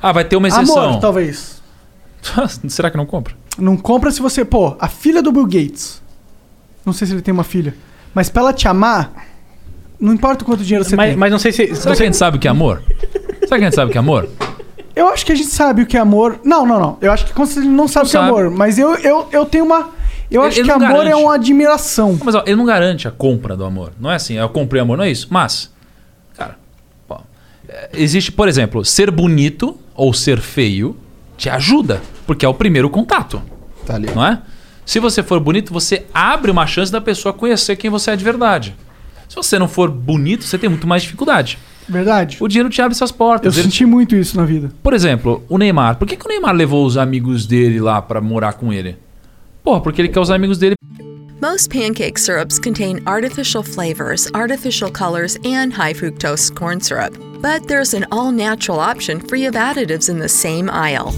Ah, vai ter uma
Amor,
exceção.
talvez.
Será que não compra?
Não compra se você. Pô, a filha do Bill Gates. Não sei se ele tem uma filha. Mas pra ela te amar, não importa quanto dinheiro você
Mas,
tem.
mas não sei se.
Será que a gente sabe o que é amor? Será que a gente sabe o que é amor?
Eu acho que a gente sabe o que é amor. Não, não, não. Eu acho que quando você não sabe o que é
sabe.
amor. Mas eu, eu, eu tenho uma. Eu
Ele-
acho
ele
que
não
amor é
garante.
uma admiração.
Mas ó, ele não garante a compra do amor. Não é assim, eu comprei amor, não é isso. Mas, cara, pô, é, existe, por exemplo, ser bonito ou ser feio te ajuda Porque é o primeiro contato.
Tá ali.
Não é? Se você for bonito, você abre uma chance da pessoa conhecer quem você é de verdade. Se você não for bonito, você tem muito mais dificuldade.
Verdade.
O dinheiro te abre essas
Eu
portas. Ele-
senti muito isso na vida.
Por exemplo, o Neymar. Por que, que o Neymar levou os amigos dele lá pra morar com ele? Porra, porque ele quer os amigos dele
Most pancake syrups contain artificial flavors, artificial colors, and high fructose corn syrup. But there's an all natural option free of additives in the same aisle.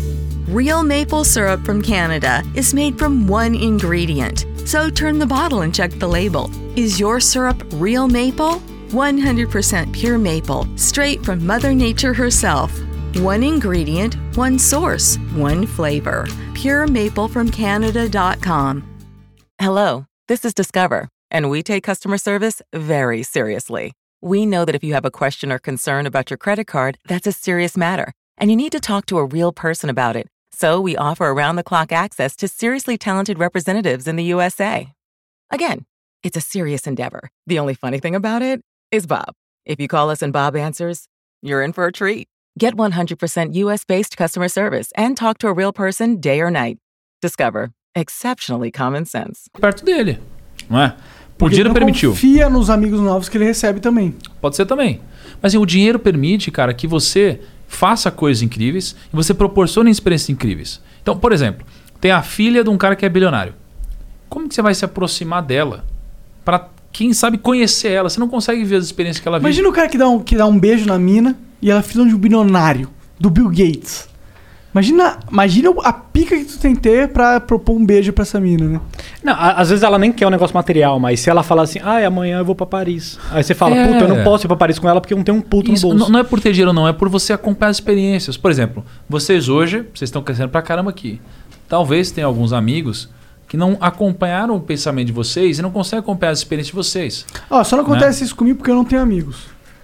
Real maple syrup from Canada is made from one ingredient. So turn the bottle and check the label. Is your syrup real maple? 100% pure maple, straight from Mother Nature herself. One ingredient, one source, one flavor. PureMapleFromCanada.com.
Hello, this is Discover, and we take customer service very seriously. We know that if you have a question or concern about your credit card, that's a serious matter, and you need to talk to a real person about it. So we offer around the clock access to seriously talented representatives in the USA. Again, it's a serious endeavor. The only funny thing about it is Bob. If you call us and Bob answers, you're in for a treat. Get 100% US based customer service and talk to a real person day or night. Discover exceptionally common sense.
perto dele. Não é? O
Porque ele
dinheiro
não
permitiu.
Confia nos amigos novos que ele recebe também.
Pode ser também. Mas assim, o dinheiro permite, cara, que você faça coisas incríveis e você proporcione experiências incríveis. Então, por exemplo, tem a filha de um cara que é bilionário. Como que você vai se aproximar dela? Pra quem sabe conhecer ela. Você não consegue ver as experiências que ela vive.
Imagina o cara que dá um, que dá um beijo na mina e ela é filha de um bilionário, do Bill Gates. Imagina, imagina a pica que tu tem que ter pra propor um beijo pra essa mina, né?
Não, a- às vezes ela nem quer um negócio material, mas se ela falar assim, ah, amanhã eu vou pra Paris. Aí você fala,
É.
puta, eu não posso ir pra Paris com ela porque eu não tenho um puto
Isso
no
não,
bolso.
não é por ter dinheiro, não. É por você acompanhar as experiências. Por exemplo, vocês hoje, vocês estão crescendo pra caramba aqui. Talvez tenha alguns amigos que não acompanharam o pensamento de vocês e não conseguem acompanhar as experiências de vocês.
Ó, só não
Né?
acontece isso comigo porque eu não tenho amigos.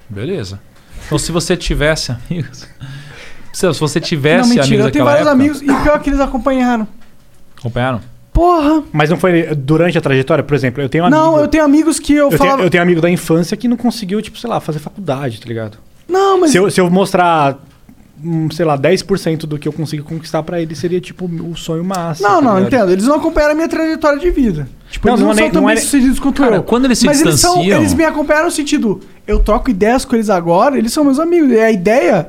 Beleza. Então, se você tivesse amigos. Se se você
não,
tivesse
mentira,
amigos
eu tenho
naquela
vários
época.
amigos e pior que eles acompanharam.
Acompanharam?
Porra!
Mas não foi durante a trajetória, por exemplo, eu tenho um
não,
amigo.
eu tenho amigos que eu,
eu, tenho,
falava.
eu tenho amigo da infância que não conseguiu, tipo, sei lá, fazer faculdade, tá ligado?
Não, mas.
Se eu, se eu mostrar, hum, sei lá, 10% do que eu consegui conquistar pra ele, seria, tipo, o sonho máximo. tá
Não, não,
ligado?
entendo. Eles não acompanharam a minha trajetória de vida. Tipo,
Não,
eles não,
não é
são
nem-
tão
não é
bem
nem-
sucedidos quanto
Cara,
eu.
quando eles se
Mas eles, são,
distanciam-
eles me acompanharam no sentido, eu troco ideias com eles agora, eles são meus amigos. E a ideia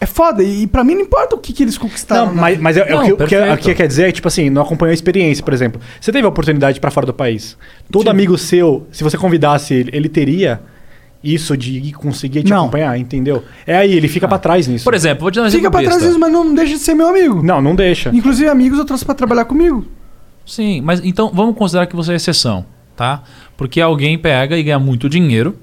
é foda. E, e pra mim não importa o que, que eles conquistaram.
Não, mas, mas é, é
Não,
o que, o que a-
perfeito.
que quer dizer é, tipo assim, não acompanhou a experiência, por exemplo. Você teve a oportunidade pra fora do país. Todo amigo seu, se você convidasse ele, ele teria isso de conseguir te acompanhar, entendeu? É aí, ele fica pra trás nisso. Por
exemplo, vou te dar um
Ah. Fica pra trás disso, mas não, não deixa de ser meu amigo.
Não, não deixa.
Inclusive, amigos eu trouxe pra trabalhar comigo.
Sim, mas então vamos considerar que você é exceção, tá? Porque alguém pega e ganha muito dinheiro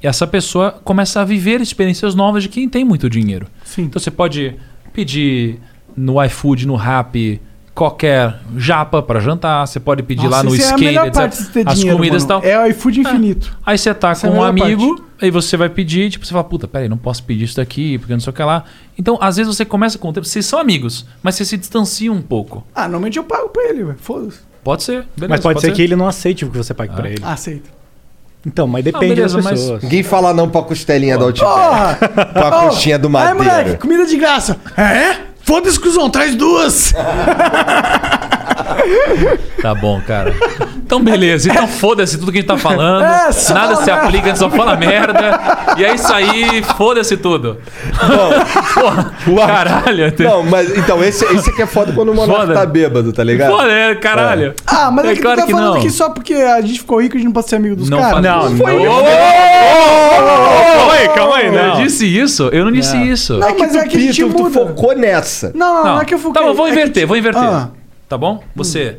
e essa pessoa começa a viver experiências novas de quem tem muito dinheiro.
Sim.
Então você pode pedir no iFood, no Rappi, qualquer japa pra jantar, você pode pedir lá no
isso é a
skate,
melhor
etc.
parte de ter
as
dinheiro,
comidas e
mano.
tal.
É o iFood infinito.
Aí você tá
Essa é
com
a
um
melhor
amigo, aí você vai pedir, tipo, você fala, puta, peraí, não posso pedir isso daqui, porque não sei o que lá. Então, às vezes você começa com o tempo, vocês são amigos, mas você se distancia um pouco.
Ah, normalmente eu pago pra ele, velho. Foda-se. Ah,
Pode ser, Ah. beleza.
mas pode, ser, que ele não aceite o que você pague pra ele.
Aceito.
Então, mas
Ah,
depende
beleza,
das
mas-
pessoas.
Ninguém fala não pra costelinha da
Porra!
Outback. pra
Ô,
coxinha do
Ai,
madeiro.
moleque, comida de graça. É? Foda-se, cuzão, traz duas.
Tá bom, cara. Então, beleza. Então, foda-se tudo que a gente tá falando.
É, só
Nada
fala
se
merda.
aplica, a gente só fala merda. E é isso aí, foda-se tudo. Porra, caralho.
Não, mas então, esse, esse aqui é foda quando o monarca
Foda.
tá bêbado, tá ligado?
Foda, é, caralho.
Ah, mas
É
é, que
claro
tu tá
que
falando
não.
que só porque a gente ficou rico a gente não pode ser amigo dos
Não
caras.
fala- não, Foi não. eu.
Calma né?
Eu disse isso? Eu não disse isso.
Não, mas é que a gente muda.
focou nessa.
Não, não, não é que eu foquei.
Tá bom, vou
é que
inverter,
tu-
vou inverter.
Ah.
Tá bom? Você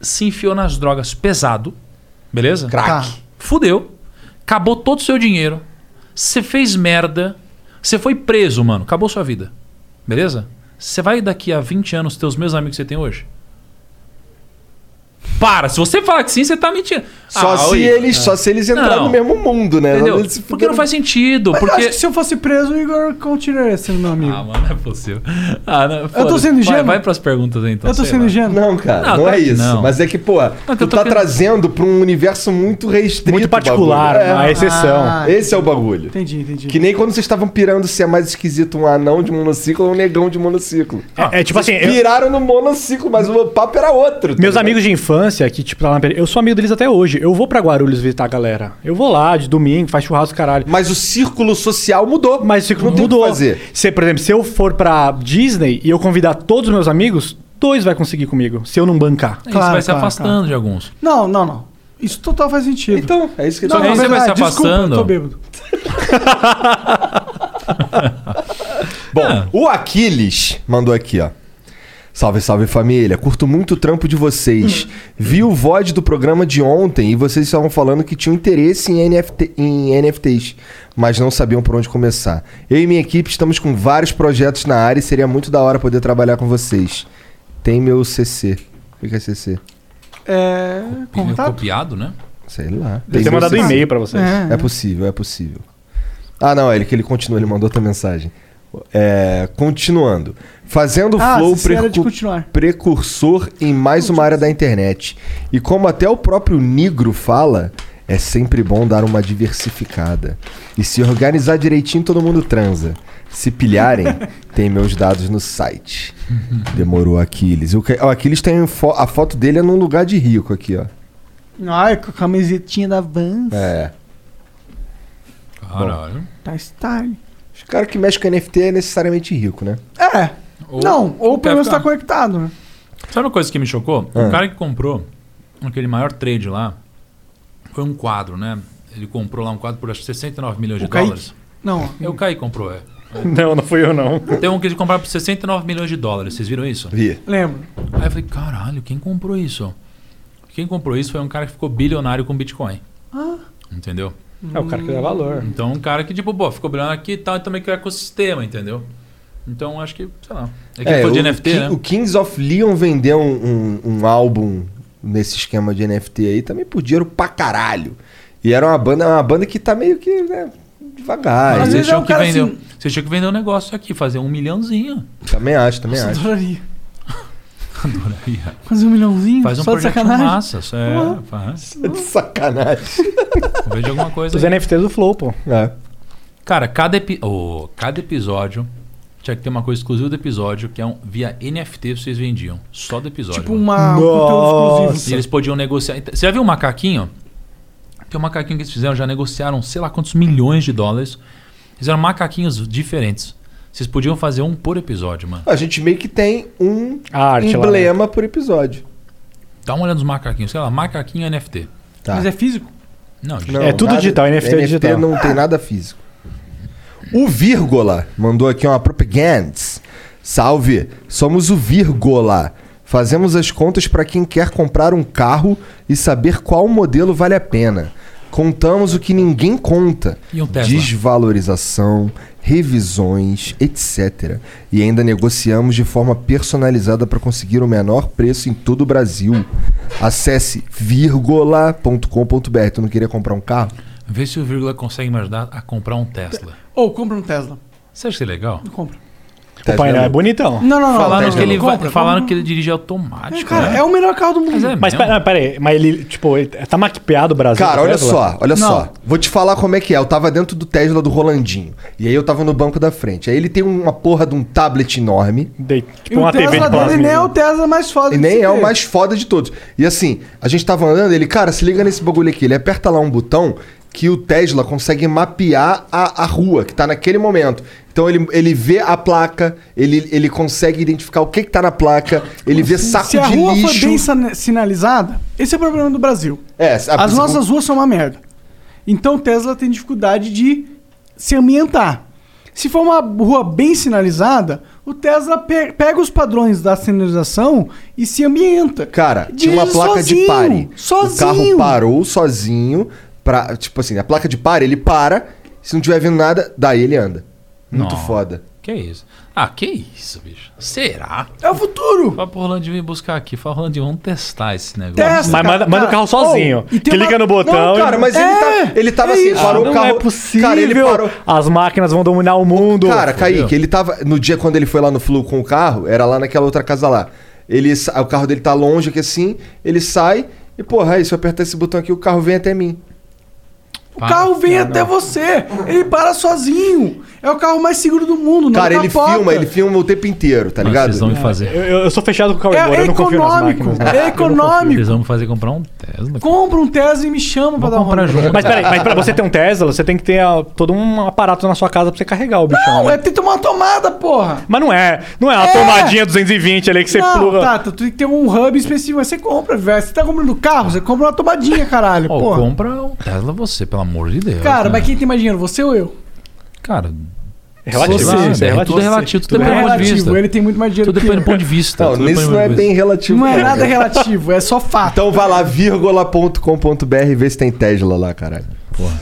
se enfiou nas drogas pesado, beleza? Tá.
Crack.
Fudeu. Acabou todo o seu dinheiro. Você fez merda. Você foi preso, mano. Acabou sua vida. Beleza? Você vai daqui a 20 anos ter os mesmos amigos que você tem hoje? Para, se você falar que sim, você tá mentindo.
Só,
Ah,
se
oi.
eles, só se eles entrarem
Não.
no mesmo mundo, né?
Entendeu?
Eles se
Porque não faz sentido.
Mas eu
porque...
acho que se eu fosse preso, o Igor continuaria sendo meu amigo.
Ah, mano, não é possível. Ah, não,
tô
foda-se.
sendo
Vai-
ingênuo?
Vai, pras perguntas aí, então.
eu tô
sei
sendo
lá. tá
ingênuo?
Não, cara, não, é isso. Mas é que, pô,
então
tu tá trazendo pra um universo muito restrito. Muito
particular, uma exceção. Ah,
Esse é o bagulho.
Entendi, entendi.
Que nem quando vocês estavam pirando se é mais esquisito um anão de monociclo ou um negão de monociclo.
É, é tipo
Vocês
assim, eu-
Piraram no monociclo, mas o papo era outro. tá
Meus amigos de infância, que tipo, lá na peri- eu sou amigo deles até hoje. Eu vou pra Guarulhos visitar a galera. Eu vou lá de domingo, faz churrasco, caralho.
Mas o círculo social mudou.
Mas o círculo mudou. Se, por exemplo, se eu for pra Disney e eu convidar todos os meus amigos, dois vai conseguir comigo, se eu não bancar.
Aí você vai se afastando de alguns.
Não, não, não. Isso total faz sentido.
Então, é isso que
Só que aí você vai se
Desculpa,
afastando.
eu tô bêbado.
Bom, o Aquiles mandou aqui, ó. Salve, salve família. Curto muito o trampo de vocês. Vi o VOD do programa de ontem e vocês estavam falando que tinham interesse em, NFT, em NFTs, mas não sabiam por onde começar. Eu e minha equipe estamos com vários projetos na área e seria muito da hora poder trabalhar com vocês. Tem meu CC. O que é CC?
É.
tá-
Contato?
Copiado, né?
Sei lá.
Deve ter
meu
mandado
CC.
e-mail pra vocês.
É,
É.
possível, é possível. Ah, não, é ele que ele continua, ele mandou outra mensagem. É, continuando. Fazendo o
Ah,
flow
se era de
precu-
continuar.
precursor em mais uma área da internet. E como até o próprio Negro fala, é sempre bom dar uma diversificada. E se organizar direitinho, todo mundo transa. Se pilharem, tem meus dados no site. Demorou Aquiles. O, que- o Aquiles tem fo- a foto dele é num lugar de rico aqui, ó.
Ai, com a camisetinha da Vans.
É.
Caralho.
Tá style.
Os caras que mexem com NFT é necessariamente rico, né?
É.
Ou- É,
não, ou
ou
pelo menos
quer
tá conectado, né?
Sabe uma coisa que me chocou?
Ah.
O cara que comprou aquele maior trade lá foi um quadro, né? Ele comprou lá um quadro por acho que 69 milhões de
Kaique?
dólares.
Não.
Eu caí e comprou, é.
Não, não fui eu não.
Tem um que eles compraram por 69 milhões de dólares, vocês viram isso?
Vi.
Lembro.
Aí eu falei, caralho, quem comprou isso? Quem comprou isso foi um cara que ficou bilionário com Bitcoin.
Ah.
Entendeu?
É o cara que dá valor.
Então um cara que, tipo, pô, ficou bilionário aqui e tal, e também que é o ecossistema, entendeu? Então acho que, sei lá. É que ele falou de
o
NFT,
Ki-
né?
O Kings of Leon vendeu um, um- um álbum nesse esquema de NFT aí também por dinheiro pra caralho. E era uma banda, uma banda que tá meio que, né, devagar.
Mas
E-
é
vocês tinham
um
que, vender,
assim,
vocês tinham que vender um negócio aqui, fazer um milhãozinho.
Também acho, também
Nossa,
acho.
adoraria.
Adoraria.
Fazer um milhãozinho?
é. Faz um
só de
projeto
sacanagem.
massa. Isso é,
Ué.
faz.
De sacanagem.
Veja alguma coisa
Os
aí.
NFTs do Flow, pô.
É,
Cara, cada, epi ô, cada episódio tinha que ter uma coisa exclusiva do episódio, que é um via NFT vocês vendiam. Só do episódio.
Tipo
mano.
uma- um conteúdo
E eles
exclusivo.
podiam negociar. Então, Você já viu o macaquinho? Tem um macaquinho que eles fizeram, já negociaram sei lá quantos milhões de dólares. Fizeram macaquinhos diferentes. Vocês podiam fazer um por episódio, mano.
A gente meio que tem um
A arte lá,
né?
emblema por episódio.
Dá uma olhada nos macaquinhos. Sei lá, macaquinho NFT.
Tá. Mas
é físico?
Não,
Não,
gente.
tudo digital, NFT é digital.
não tem nada físico. O Vírgula mandou aqui uma propaganda. Salve, somos o Vírgula. Fazemos as contas para quem quer comprar um carro e saber qual modelo vale a pena. Contamos o que ninguém conta.
E um Tesla?
Desvalorização, revisões, etc. E ainda negociamos de forma personalizada para conseguir o menor preço em todo o Brasil. Acesse vírgula.com.br. Tu não queria comprar um carro?
Vê se o vírgula consegue me ajudar a comprar um Tesla.
Ou compra um Tesla.
Você acha que é legal?
Eu compro.
Tá
O painel é bonitão.
Não, não, não.
Falaram,
não,
que, ele
não,
vai-
compra,
falaram
compra.
que ele dirige automático.
Cara,
né?
é o melhor carro do mundo.
Mas é
Mas
mesmo?
pera- peraí, mas ele, tipo, ele tá maquipeado o Brasil.
Cara, olha
Tesla?
só, olha só. Vou te falar como é que é. Eu tava dentro do Tesla do Rolandinho. E aí eu tava no banco da frente. Aí ele tem uma porra de um tablet enorme.
E o Tesla dele nem é o Tesla mais foda
E
de
nem
se
é o
ter.
mais foda de todos. E assim, a gente tava andando, ele, cara, se liga nesse bagulho aqui. Ele aperta lá um botão que o Tesla consegue mapear a, a rua que tá naquele momento. Então ele, ele vê a placa, ele, ele consegue identificar o que que tá na placa, ele vê saco
assim? Se a
de
rua
lixo.
for bem sina- sinalizada, esse é o problema do Brasil.
É, a-
As nossas ruas são uma merda. Então o Tesla tem dificuldade de se ambientar. Se for uma rua bem sinalizada, o Tesla pe- pega os padrões da sinalização e se ambienta.
Cara, tinha uma placa de pare. O
Sozinho.
carro parou sozinho pra, tipo assim, a placa de pare, ele para, se não tiver vendo nada, daí ele anda. Muito
Não.
foda.
Que isso? Ah, que isso, bicho. Será? É o futuro! Fala pro Rolandinho vir buscar aqui. Fala, Rolandinho, vamos testar esse negócio.
Testa, Mas manda- cara. manda o carro sozinho.
Oh, e tem
Que liga no botão
Não,
e-
cara, mas ele
tá- ele tava
é
assim,
isso.
parou o
não
carro-
é
Cara,
possível.
ele parou-
As máquinas vão dominar o mundo.
Cara, Kaique, ele tava. No dia quando ele foi lá no Flu com o carro, era lá naquela outra casa lá. Ele, sa- o carro dele tá longe aqui assim, ele sai e, porra, aí, se eu apertar esse botão aqui, o carro vem até mim.
O carro vem até você. Ele para sozinho. É o carro mais seguro do mundo. Não
Cara, ele
capota.
filma, ele filma o tempo inteiro, tá ligado?
vocês vão me fazer.
Eu, eu- eu sou fechado com o
É
Cauê Moura, eu não confio nas
econômico,
máquinas.
é econômico.
Vocês vão me fazer comprar um Tesla.
Compra um Tesla e me chama pra dar um rolê.
Mas peraí, mas pra você ter um Tesla, você tem que ter ah, todo um aparato na sua casa pra você carregar o bichão. né?
Não, é ter uma tomada, porra.
Mas não é. Não é uma
É.
tomadinha 220 ali um que você
não,
pluga.
tá, tu tem que ter um hub específico. Mas você compra, velho. Você tá comprando carro, você compra uma tomadinha, caralho,
Ó,
porra.
compra um Tesla você, pelo amor de Deus.
Cara,
né?
mas quem tem mais dinheiro, você ou eu?
Cara,
É relativo,
né?
sei lá,
isso é
é
relativo.
tudo é relativo, tudo
Tudo é
depende do ponto de
relativo,
vista.
ele tem muito mais dinheiro
Tudo
que
depende
eu.
do ponto de vista.
Não,
tudo depende
nisso
do
não é
ponto de
bem
vista.
relativo.
Não é nada relativo, é só fato.
Então vai lá, vírgula.com.br e vê se tem Tesla lá, caralho. Porra.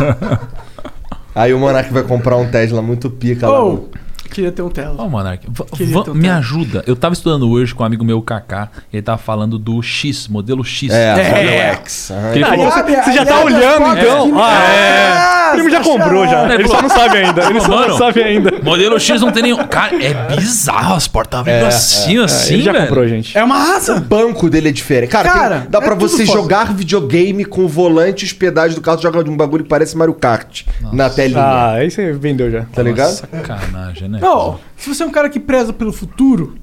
Aí o Monark vai comprar um Tesla muito pica lá.
Ou,
no-
queria ter um Tesla.
Ô, Monark, va-
Queria
va-
ter um
me
Tesla.
ajuda. Eu tava estudando hoje com um amigo meu, o Kaká, e ele tava falando do X, modelo X.
É,
Modelo
é.
X.
Ah,
Ele
Ah,
falou-
então você- você já tá olhando, então? Ah,
né?
é. O primo já
tá
comprou já. Ele só não sabe ainda. Ele só não
Mano,
sabe ainda.
Modelo X não tem nenhum. Cara, é bizarro as portas vindo assim, assim, velho.
É uma raça.
É, O banco dele é diferente. Cara,
Cara,
tem- dá
é
pra
tudo
você
foda.
jogar videogame com o volante e os pedais do carro, joga de um bagulho que parece Mario Kart na telinha.
Ah, aí você vendeu já.
Tá ligado?
Sacanagem, né?
Não, se você é um cara que preza pelo futuro,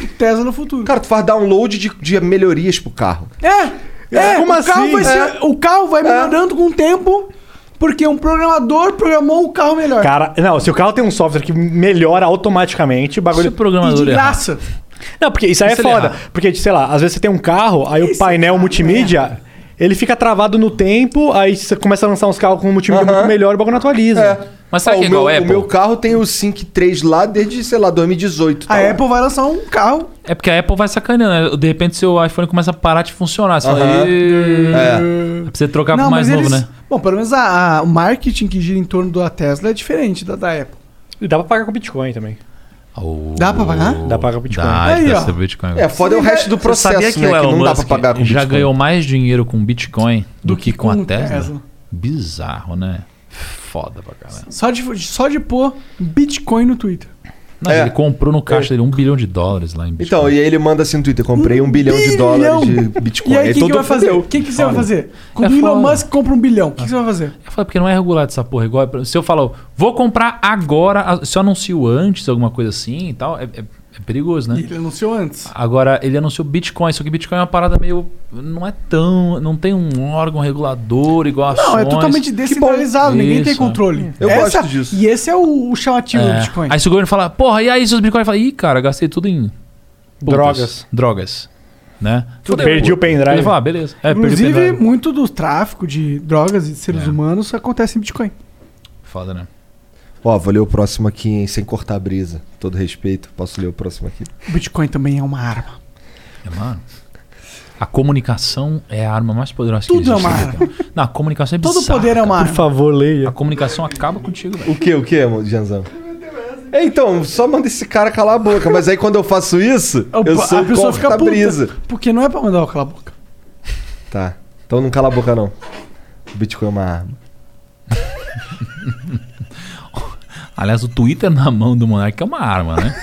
o Tesla no futuro.
Cara, tu faz download de, de melhorias pro carro.
É!
É,
é
como
o carro
assim?
Vai ser-
É.
O carro vai melhorando com o tempo, porque um programador programou o carro melhor.
Cara, não, se o carro tem um software que melhora automaticamente, o bagulho.
Se o programador E de errar. graça.
Não, porque isso aí
E se
é
ele
foda.
errar?
Porque, sei lá, às vezes você tem um carro, aí
é
o painel
né?
multimídia. Ele fica travado no tempo, aí você começa a lançar uns carros com um multimídia muito melhor e o bagulho não atualiza.
É.
Ah,
Mas
Ó, o meu, O meu carro tem o Sync 3 lá desde, sei tá lá, 2018.
A Apple vai lançar um carro.
É porque a Apple vai sacaneando, né? De repente seu iPhone começa a parar de funcionar. Você
Aham.
fala, "Ih".
É.
É pra você trocar pro mais novo, né?
Bom, pelo menos a- a- o marketing que gira em torno da Tesla é diferente da da Apple.
E dá pra pagar com Bitcoin também.
Dá pra pagar?
Dá pra pagar com Bitcoin.
Dá,
Aí,
dá
ó.
pra Bitcoin.
É, foda é o resto do
Você
processo,
sabia que
né,
o
que
Elon
não dá
Musk
pra pagar com
já
Bitcoin.
ganhou mais dinheiro com Bitcoin do que com a Tesla?
Tesla.
Bizarro, né? Foda pra caralho.
Só de, só de pôr Bitcoin no Twitter.
É.
Não, Ele comprou no caixa dele um bilhão de dólares lá em Bitcoin.
Então, e aí ele manda assim no Twitter, comprei um bilhão de dólares de Bitcoin.
E aí,
Aí
quem que
todo
vai fazer?
fudeu.
Quem que você vai
Olha.
fazer? Quando
É
o Elon
foda.
Musk compra um bilhão, o que, que você vai fazer?
Eu falei, porque não é regulado essa porra. Igual, é, se eu falar, ó, vou comprar agora, a- se eu anuncio antes, alguma coisa assim e tal, é, é- é perigoso, né?
Ele anunciou antes.
Agora, ele anunciou Bitcoin, só que Bitcoin é uma parada meio. Não é tão. Não tem um órgão regulador igual a
Não, é totalmente descentralizado, ninguém tem controle. Essa- E esse é o, o chamativo do
É.
Bitcoin.
Aí se o governo fala, porra, e aí seus Bitcoin? Fala, ih, cara, gastei tudo em. putas,
Drogas.
Drogas. Né?
Tudo
Fudeu,
perdi
pô.
o pendrive.
Ele fala, ah, beleza. É, perdi o
Inclusive,
pendrive.
muito do tráfico de drogas e de
É.
seres humanos acontece em Bitcoin.
Foda, né?
Ó, vou ler o próximo aqui, hein, sem cortar a brisa. Todo respeito, posso ler o próximo aqui.
O Bitcoin também é uma arma.
É uma arma. A comunicação é a arma mais poderosa
Tudo
que existe.
é uma arma.
Não, a comunicação é
Todo
bizarra,
poder é uma
cara.
arma. Por
favor, leia.
A comunicação acaba contigo, velho.
O que, o que, Janzão? É, então, só manda esse cara calar a boca. Mas aí quando eu faço isso, eu
Pa-
sou
a pessoa fica puta,
brisa.
Porque não é pra mandar o cala a boca.
Tá. Então não cala a boca, não. O Bitcoin é uma arma.
Aliás, o Twitter na mão do Monark é uma arma, né?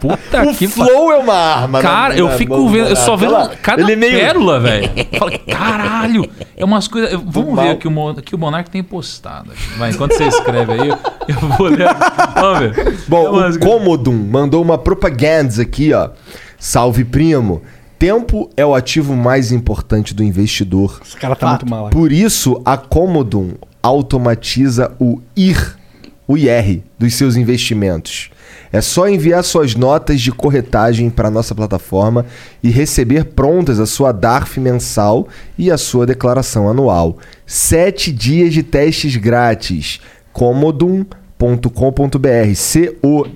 Puta
O
que
flow é uma arma,
Cara,
né,
eu
é
na
fico
mão do
vendo, eu só
Monark.
vendo
Olha lá,
cada
ele é meio-
pérola, velho. Eu Falei, caralho, é umas coisas. eu- Vamos ver o que o, Mon- que o Monark tem postado. aqui. Vai, enquanto você escreve aí, eu, eu vou ler. Vamos ver.
É
Bom, o Comodum mandou uma propaganda aqui, ó. Salve, primo. Tempo é o ativo mais importante do investidor. Esse
cara tá muito mal, é.
Por isso, a Comodum automatiza o IR, o IR dos seus investimentos. É só enviar suas notas de corretagem para nossa plataforma e receber prontas a sua DARF mensal e a sua declaração anual. Sete dias de testes grátis. Comodum.com.br C-O-M-O-D-U-M.com.br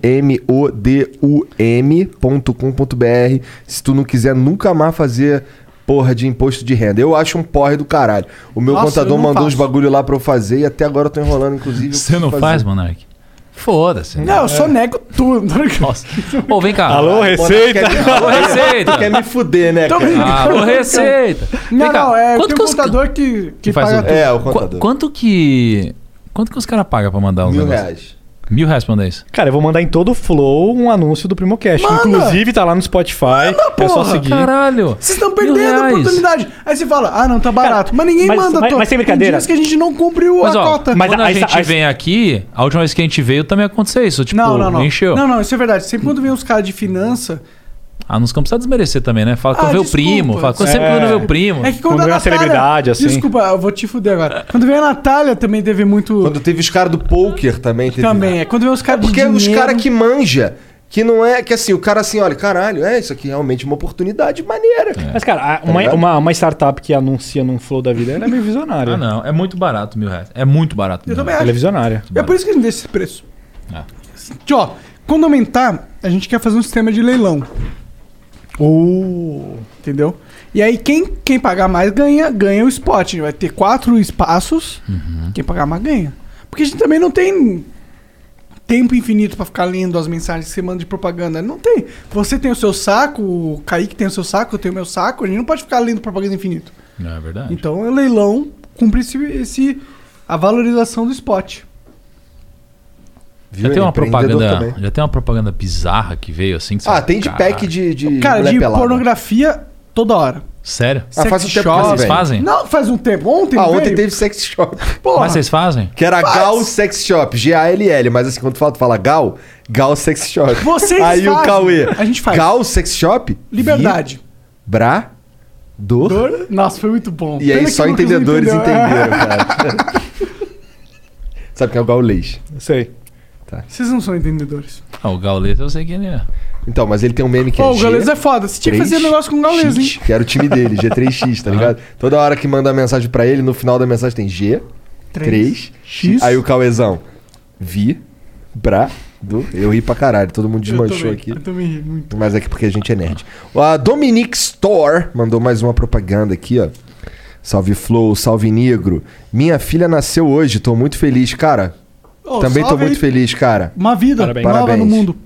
Se tu não quiser nunca mais fazer porra de imposto de renda. Eu acho um porre do caralho. O meu
Nossa, eu
contador
não
mandou uns
faço.
bagulho lá pra eu fazer e até agora eu tô enrolando, inclusive. eu
Você não
preciso
faz,
fazer.
Monark? Foda-se.
Não, eu só nego tudo.
Pô, vem cá.
Alô, Receita.
Alô, Receita.
Tu quer me
fuder, né,
Tô brincando.
Alô, Ah, Receita.
Não,
Vem cá,
não, é
quanto
tem
que
um
os-
contador que, que
faz
paga
É, o-
tudo.
Qu- quanto que. Quanto que os caras pagam pra mandar um
Mil
negócio?
reais.
Mil reais pra mandar isso.
Cara, eu vou mandar em todo o Flow um anúncio do Primocast.
Manda!
Inclusive, tá lá no Spotify. é só
porra!
seguir.
Caralho!
Vocês estão perdendo a
reais.
oportunidade. Aí você fala, ah, não, tá barato. mas ninguém
mas-
manda.
mas-
tô-
mas sem brincadeira.
Tem dias que a gente não cumpriu
Mas tá-
a
ó,
cota.
quando a gente vem aqui, a última vez que a gente veio também aconteceu isso. Tipo,
Não, não, não.
encheu.
Não, não, isso é verdade. Sempre quando vem uns caras de finança,
Ah, nos campos precisa desmerecer também, né? Fala quando
Ah,
vê o
desculpa.
primo. Fala quando sempre
É.
quando vê o primo.
É que quando, a assim. Natália-
assim.
Desculpa, eu vou te fuder agora. Quando veio a Natália também teve muito.
Quando teve os caras do poker também teve.
Também, é. Quando veio os caras
Porque
de
os
dinheiro-
caras que manja, que não é. Que assim, o cara assim, olha, caralho, é isso aqui é realmente uma oportunidade maneira.
É.
Mas, cara, a- Ah, uma,
Tá ligado?
uma, uma startup que anuncia num Flow da vida, ela é meio visionária.
Ah, não. É muito barato mil reais. É muito barato.
Eu
mil
também
reais.
acho. É por isso que a gente deixa esse preço.
É.
Que, ó, quando aumentar, a gente quer fazer um sistema de leilão. Ou. Entendeu? E aí, quem, quem pagar mais ganha, ganha o spot. Vai ter quatro espaços. Quem pagar mais ganha. Porque a gente também não tem tempo infinito pra ficar lendo as mensagens que você manda de propaganda. Não tem. Você tem o seu saco, o Kaique tem o seu saco, eu tenho o meu saco. A gente não pode ficar lendo propaganda infinito.
Não, é verdade.
Então, o leilão cumpre esse, esse- a valorização do spot.
Já tem, uma
Empreendedor
propaganda,
também.
já tem uma propaganda bizarra que veio assim. que você
Ah,
fala,
tem de
"Caralho".
pack de-
Cara, de Ah, pornografia toda hora.
Sério?
Sex
um
shop.
Vocês fazem?
Não, faz um tempo. Ontem
Ah,
veio.
ontem teve sex shop.
Porra.
Mas vocês fazem?
Que era Gal Sex Shop, G-A-L-L, mas assim, quando tu fala, tu fala Gal, Gal Sex Shop.
Vocês
Aí o
fazem.
Cauê.
A gente faz.
Gal Sex Shop?
Liberdade.
Bra. Dor.
Dor. Nossa, foi muito bom.
E aí
Pena
só
que o Lucas não É.
entendedores
entendeu.
entenderam, cara. Sabe que é o gaulês?
Sei.
Tá.
Vocês não são entendedores.
Ah, o Gaules eu sei que ele é.
Então, mas ele tem um meme que
Pô,
é
o Gaules é foda. Você tinha que fazer um negócio com o Gaules, hein?
Que era o time dele, G3X, tá ligado? Toda hora que manda mensagem pra ele, no final da mensagem tem G, 3,
X.
Aí o Cauezão, vi, bra, do. Eu ri pra caralho, todo mundo desmanchou
também,
aqui.
Eu também ri muito.
Mas é que porque a gente é nerd. A Dominique Store mandou mais uma propaganda aqui, ó. Salve Flow, salve Negro. Minha filha nasceu hoje, tô muito feliz, cara.
Ô,
Também tô
salve
muito
aí.
feliz, cara.
Uma vida nova no mundo.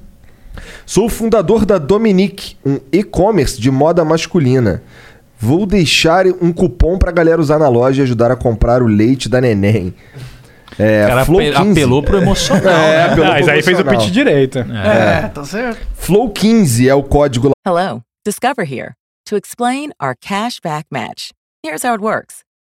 Sou o fundador da Dominique, um e-commerce de moda masculina. Vou deixar um cupom pra galera usar na loja e ajudar a comprar o leite da neném. É,
O cara
Flow
ape-
15.
apelou pro emocional,
É,
né?
apelou
Ah,
pro
mas aí fez o
emocional.
pitch direito.
É.
tá certo.
Flow 15 é o código lá.
Hello, Discover here to explain our cash back match. Here's how it works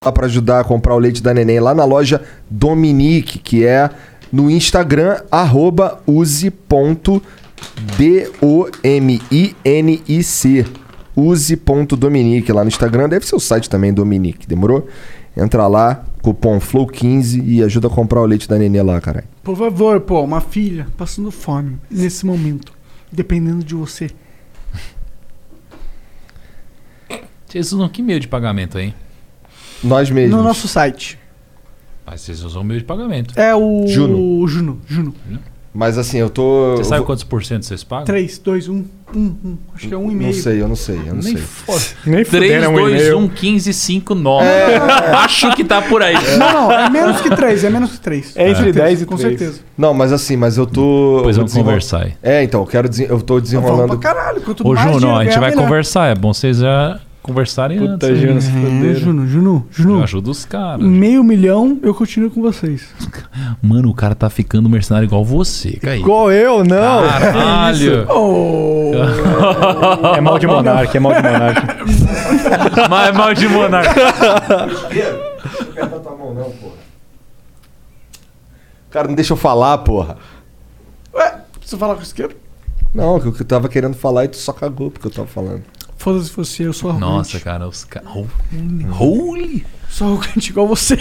para ajudar a comprar o leite da neném lá na loja Dominique, que é no Instagram, arroba use.dominic. Use.dominique lá no Instagram. Deve ser o site também, Dominique, demorou? Entra lá, cupom FLOW15 e ajuda a comprar o leite da neném lá, caralho.
Por favor, pô, uma filha passando fome nesse momento. Dependendo de você.
Vocês usam que meio de pagamento aí?
Nós mesmos.
No nosso site.
Mas Ah, vocês usam meio de pagamento.
É o.
Juno.
Juno. Juno.
Mas assim, eu tô.
Você
eu
sabe
vou-
quantos por cento vocês pagam?
3, 2, 1, 1, 1. Acho que é 1,5. Um e
Não
meio.
sei, eu não sei, eu não
Nem
sei.
foda.
Nem
3,
fudendo, é um
2,
e-mail.
1, 15, 5, 9.
É.
Acho que tá por aí.
Não, não, é menos que 3, é menos que 3. Com certeza.
Tá. Não, mas assim, mas eu tô.
Depois
eu
vamos conversar aí.
É, então, eu quero. desen- Eu tô desenrolando.
Caralho, quanto
Ô,
mais
João, não,
dinheiro
a gente
ganhar,
vai
melhor.
conversar. É bom vocês já Conversarem
Puta,
antes.
Juno, se
É,
fuderam.
Juno, Juno, Juno.
Eu ajudo os caras.
Meio milhão, eu continuo com vocês.
Mano, o cara tá ficando mercenário igual você, Caí.
Igual eu, não.
Caralho. Oh.
É mal de monarca, é mal de monarca.
Mas é mal de monarca.
Aperta tua mão, não, porra. Cara, não deixa eu falar, porra.
Preciso falar com o esquerdo?
Não, que eu que eu tava querendo falar e tu só cagou porque eu tava falando.
Foda-se você, eu sou arrogante.
Nossa, cara, os caras.
Holy! Sou arrogante igual você.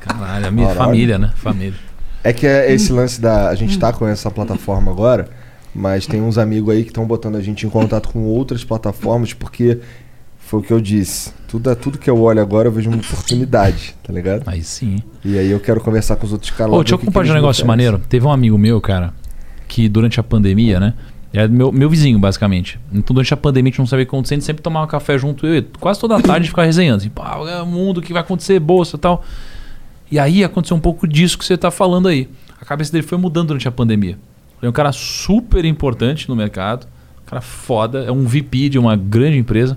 Caralho, a minha
Caralho.
família, né? Família.
É que é esse lance da. A gente tá com essa plataforma agora, mas tem uns amigos aí que estão botando a gente em contato com outras plataformas, porque foi o que eu disse. Tudo, tudo que eu olho agora eu vejo uma oportunidade, tá ligado?
Aí sim.
E aí eu quero conversar com os outros caras
Ô,
lá,
deixa eu
ver o que que
compartilhar um
eles me
negócio
oferecem.
maneiro. Teve um amigo meu, cara, que durante a pandemia, né? Era meu, meu vizinho, basicamente. Então, durante a pandemia, a gente não sabia o que acontecer, a gente sempre tomava café junto, eu e ele. quase toda a tarde a gente ficava resenhando. Assim, pá, é o mundo, o que vai acontecer, bolsa e tal. E aí aconteceu um pouco disso que você tá falando aí. A cabeça dele foi mudando durante a pandemia. Ele é um cara super importante no mercado, um cara foda, é um VP de uma grande empresa.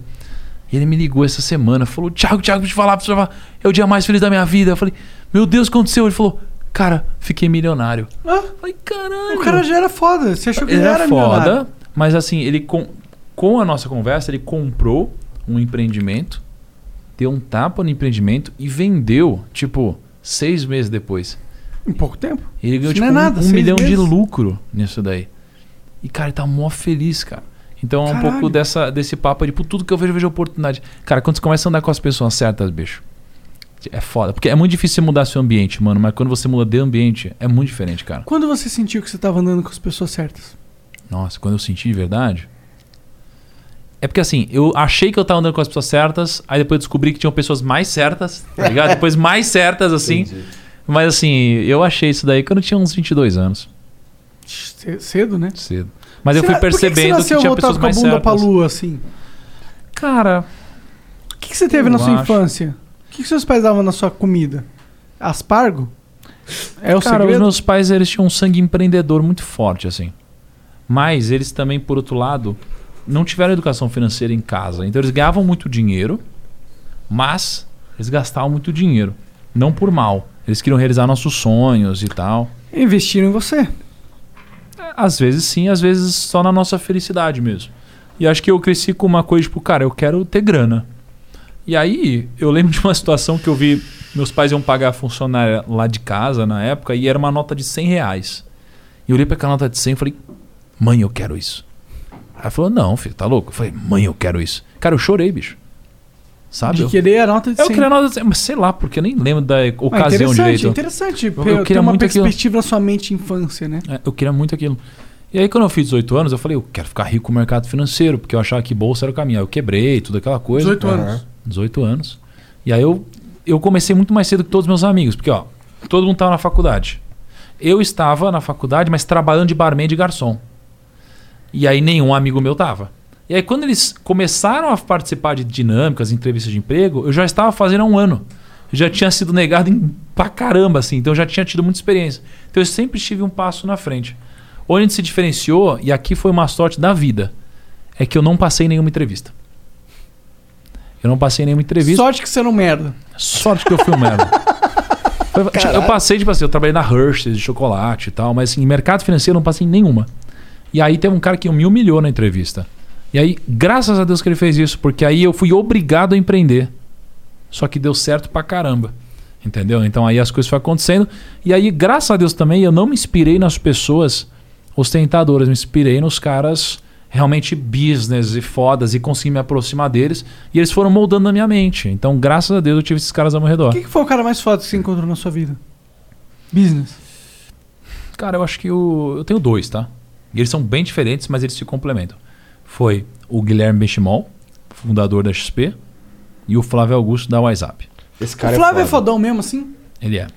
E ele me ligou essa semana, falou: Thiago, Thiago, deixa eu te falar, preciso te falar, é o dia mais feliz da minha vida. Eu falei: Meu Deus, o que aconteceu? Ele falou: Cara, fiquei milionário.
Ah,
falei, caralho.
O cara já era foda. Você achou que
Ele
ele
é
era
foda,
milionário.
mas assim, ele com, com a nossa conversa, ele comprou um empreendimento, deu um tapa no empreendimento e vendeu, tipo, seis meses depois.
Em pouco tempo.
Ele ganhou,
Isso
tipo,
não é nada,
um, um
seis
milhão de
meses.
lucro nisso daí. E, cara, ele tá mó feliz, cara. Então é um
Caralho.
pouco dessa, desse papo de, pô, tudo que eu vejo, eu vejo oportunidade. Cara, quando você começa a andar com as pessoas certas, bicho, é foda. Porque é muito difícil você mudar seu ambiente, mano. Mas quando você muda de ambiente, é muito diferente, cara.
Quando você sentiu que você tava andando com as pessoas certas?
Nossa, quando eu senti de verdade. É porque assim, eu achei que eu tava andando com as pessoas certas, aí depois eu descobri que tinham pessoas mais certas, tá ligado? depois mais certas, assim. Mas assim, eu achei isso daí quando eu tinha uns 22 anos,
Ce- Cedo, né?
cedo. Mas eu
Será-
fui percebendo
Por
que,
que, que você nasceu
tinha
voltado
pessoas
com a
mais
bunda pra
certas.
lua, assim?
Cara...
O que, que você teve
eu
na sua
acho.
infância? O que, que seus pais davam na sua comida? Aspargo? É o
Cara, os
segredo?
meus pais eles tinham um sangue empreendedor muito forte, assim. Mas eles também, por outro lado, não tiveram educação financeira em casa. Então eles ganhavam muito dinheiro, mas eles gastavam muito dinheiro. Não por mal. Eles queriam realizar nossos sonhos e tal.
Investiram em você.
Às vezes sim, às vezes só na nossa felicidade mesmo. E acho que eu cresci com uma coisa, tipo, cara, eu quero ter grana. E aí, eu lembro de uma situação que eu vi. Meus pais iam pagar a funcionária lá de casa na época e era uma nota de 100 reais. E eu olhei pra aquela nota de 100 e falei, mãe, eu quero isso. Ela falou, não, filho, tá louco? Eu falei, mãe, eu quero isso. Cara, eu chorei, bicho. Sabe?
De
Eu-
querer a nota de
Eu
100.
queria a nota de 100, mas sei lá, porque eu nem lembro da
Ah,
ocasião
interessante,
direito.
Interessante,
Eu- eu
eu ter
queria
uma
muito aquilo.
perspectiva na sua mente infância, né?
É, eu queria muito aquilo. E aí, quando eu fiz 18 anos, eu falei, eu quero ficar rico com o mercado financeiro, porque eu achava que bolsa era o caminho. Aí eu quebrei, tudo aquela coisa.
18 anos.
18 anos. E aí eu, eu comecei muito mais cedo que todos os meus amigos, porque ó, todo mundo estava na faculdade. Eu estava na faculdade, mas trabalhando de barman e de garçom. E aí nenhum amigo meu tava. E aí, quando eles começaram a participar de dinâmicas, entrevistas de emprego, eu já estava fazendo há um ano. Eu já tinha sido negado em, pra caramba, assim. Então, eu já tinha tido muita experiência. Então, eu sempre tive um passo na frente. Onde a gente se diferenciou, e aqui foi uma sorte da vida, é que eu não passei nenhuma entrevista. Eu não passei nenhuma entrevista.
Sorte que você não merda.
Sorte que eu fui um merda. Foi- eu passei, tipo assim, eu trabalhei na Hershey's de chocolate e tal, mas assim, em mercado financeiro eu não passei em nenhuma. E aí teve um cara que me humilhou na entrevista. E aí, graças a Deus que ele fez isso, porque aí eu fui obrigado a empreender. Só que deu certo pra caramba. Entendeu? Então aí as coisas foram acontecendo. E aí, graças a Deus também, eu não me inspirei nas pessoas ostentadoras, me inspirei nos caras realmente business e fodas e consegui me aproximar deles. E eles foram moldando na minha mente. Então, graças a Deus, eu tive esses caras ao meu redor.
O que, que foi o cara mais foda que você encontrou na sua vida? Business.
Cara, eu acho que o, eu tenho dois, tá? E eles são bem diferentes, mas eles se complementam. Foi o Guilherme Benchimol, fundador da XP, e o Flávio Augusto da WhatsApp.
Esse
o Flávio é, fodão mesmo, assim?
Ele é.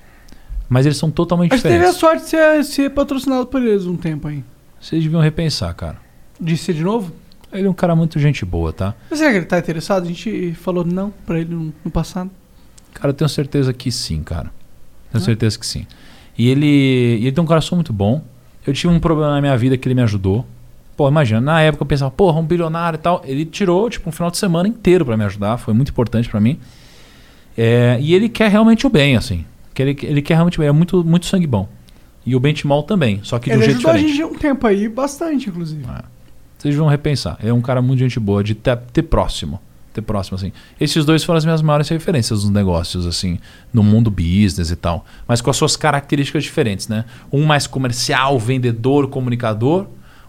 Mas eles são totalmente
A gente teve a
diferentes.
sorte de ser, ser patrocinado por eles um tempo aí.
Vocês deviam repensar, cara.
De ser de novo?
Ele é um cara muito gente boa, tá?
Mas será que ele tá interessado? A gente falou não pra ele no, no passado.
Cara, eu tenho certeza que sim, cara. Tenho certeza que sim. E ele, e ele tem um coração muito bom. Eu tive um problema na minha vida que ele me ajudou. Pô, imagina, na época eu pensava, porra, um bilionário e tal. Ele tirou, tipo, um final de semana inteiro pra me ajudar, foi muito importante pra mim. É, e ele quer realmente o bem, assim. Que ele, ele quer realmente o bem, é muito, muito sangue bom. E o Benchimol também, só que de
Ele
um jeito
ajudou
diferente.
a gente um tempo aí, bastante, inclusive.
Vocês vão repensar. É um cara muito gente boa, de ter, ter próximo. Ter próximo, assim. Esses dois foram as minhas maiores referências nos negócios, assim, no mundo business e tal. Mas com as suas características diferentes, né? Um mais comercial, vendedor, comunicador.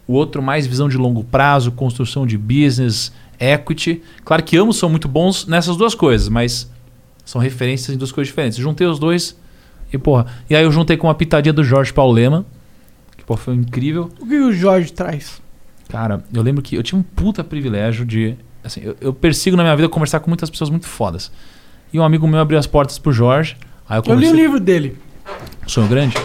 O outro mais visão de longo prazo, construção de business, equity. Claro que ambos são muito bons nessas duas coisas, mas são referências em duas coisas diferentes. Juntei os dois e, porra. E aí eu juntei com uma pitadinha do Jorge Paulema, que, pô, foi incrível.
O que o Jorge traz?
Cara, eu lembro que eu tinha um puta privilégio de. Assim, eu, eu persigo na minha vida conversar com muitas pessoas muito fodas. E um amigo meu abriu as portas pro Jorge. Aí eu,
Eu li
conversei,
o livro dele.
Sonho Grande.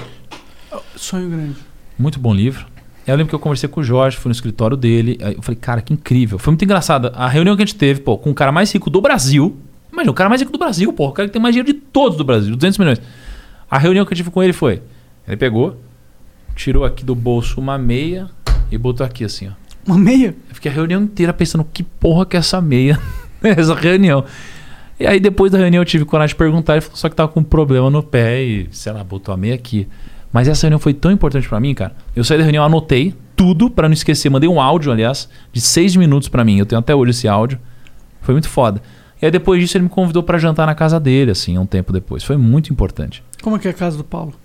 Sonho Grande.
Muito bom livro. Aí eu lembro que eu conversei com o Jorge, fui no escritório dele. Aí eu falei, cara, que incrível. Foi muito engraçado. A reunião que a gente teve, pô, com o cara mais rico do Brasil. Imagina, o cara mais rico do Brasil, pô. O cara que tem mais dinheiro de todos do Brasil, 200 milhões. A reunião que eu tive com ele foi... Ele pegou, tirou aqui do bolso uma meia e botou aqui assim, ó.
Uma meia?
Eu fiquei a reunião inteira pensando que porra que é essa meia nessa reunião. E aí depois da reunião eu tive coragem de perguntar, ele falou só que tava com um problema no pé e, sei lá, botou a meia aqui. Mas essa reunião foi tão importante pra mim, cara. Eu saí da reunião, anotei tudo pra não esquecer, mandei um áudio, aliás, de seis minutos pra mim. Eu tenho até hoje esse áudio. Foi muito foda. E aí depois disso ele me convidou pra jantar na casa dele, assim, um tempo depois. Foi muito importante.
Como é que é a casa do Paulo?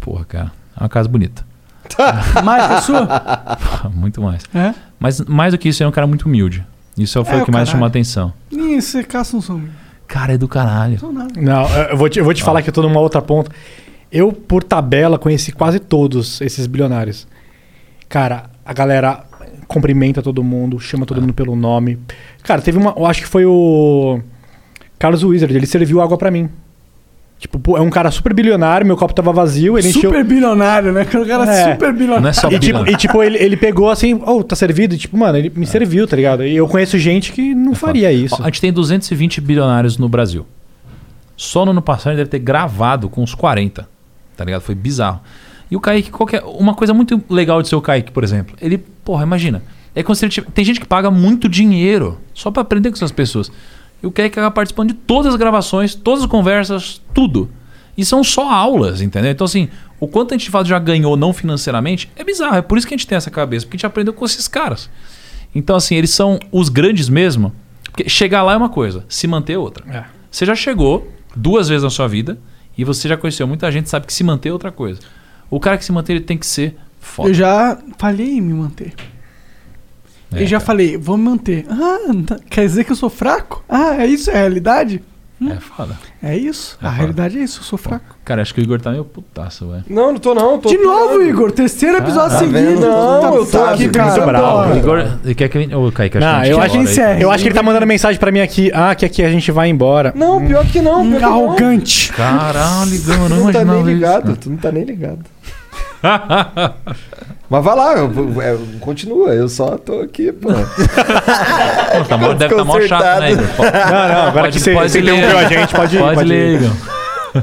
Porra, cara, é uma casa bonita. Tá.
Mais que a Ah, é sua?
muito mais.
É?
Mas mais do que isso, ele é um cara muito humilde. Isso foi
É,
o que
o
mais chamou a
caralho.
atenção.
Ih, você caça um som.
Cara, é do caralho.
Sou nada.
Não, eu- eu vou te, eu vou te falar que eu tô numa outra ponta. Eu, por tabela, conheci quase todos esses bilionários. Cara, a galera cumprimenta todo mundo, chama todo mundo pelo nome. Cara, teve uma. Eu acho que foi o. Carlos Wizard, ele serviu água pra mim. Tipo, pô, é um cara super bilionário, meu copo tava vazio, ele encheu.
Super bilionário, né? O cara
É.
super bilionário.
e, tipo, e, tipo, ele, ele pegou assim, oh, tá servido? E, tipo, mano, ele me serviu, tá ligado? E eu conheço gente que não faria isso.
Ó, A gente tem 220 bilionários no Brasil. Só no ano passado ele deve ter gravado com uns 40. Tá ligado? Foi bizarro. E o Kaique, qual que é- uma coisa muito legal de ser o Kaique, por exemplo, ele, porra, imagina. É como se ele tivesse, Tem gente que paga muito dinheiro só pra aprender com essas pessoas. E o Kaique acaba participando de todas as gravações, todas as conversas, tudo. E são só aulas, entendeu? Então, assim, o quanto a gente de fato já ganhou não financeiramente é bizarro. É por isso que a gente tem essa cabeça, porque a gente aprendeu com esses caras. Então, assim, eles são os grandes mesmo. Porque chegar lá é uma coisa, se manter é outra. Você já chegou duas vezes na sua vida e você já conheceu muita gente, sabe que se manter é outra coisa. O cara que se manter, ele tem que ser foda.
Eu já falhei em me manter.
É,
eu já falei, vou me manter. Ah, não tá- quer dizer que eu sou fraco? Ah, é isso? É a realidade?
É foda.
É isso? a
foda.
realidade é isso, eu sou fraco.
Cara, acho que o Igor tá meio putaço, velho.
Não, não tô não. Tô
De novo, Igor, terceiro episódio
Tá
seguido.
vendo?
Não, eu tô aqui,
sabe,
cara.
O Igor, ele quer que ele- Ô, Kaique, acho que
Não,
a gente
eu
vai
acho,
embora aí.
eu acho que ele tá mandando mensagem pra mim aqui. Ah, que aqui a gente vai embora.
Não, pior que não. Pior que não.
Arrogante.
Caralho, Igor, eu não
Tu não tá
imaginava
nem
isso,
ligado,
cara.
tu não tá nem ligado. Mas vai lá, eu vou- é, continua, eu só tô aqui, pô.
Pô, tá mó- deve estar tá mó chato, né, Igor? Pode- pode- pode ler. Pode, ler, Igor.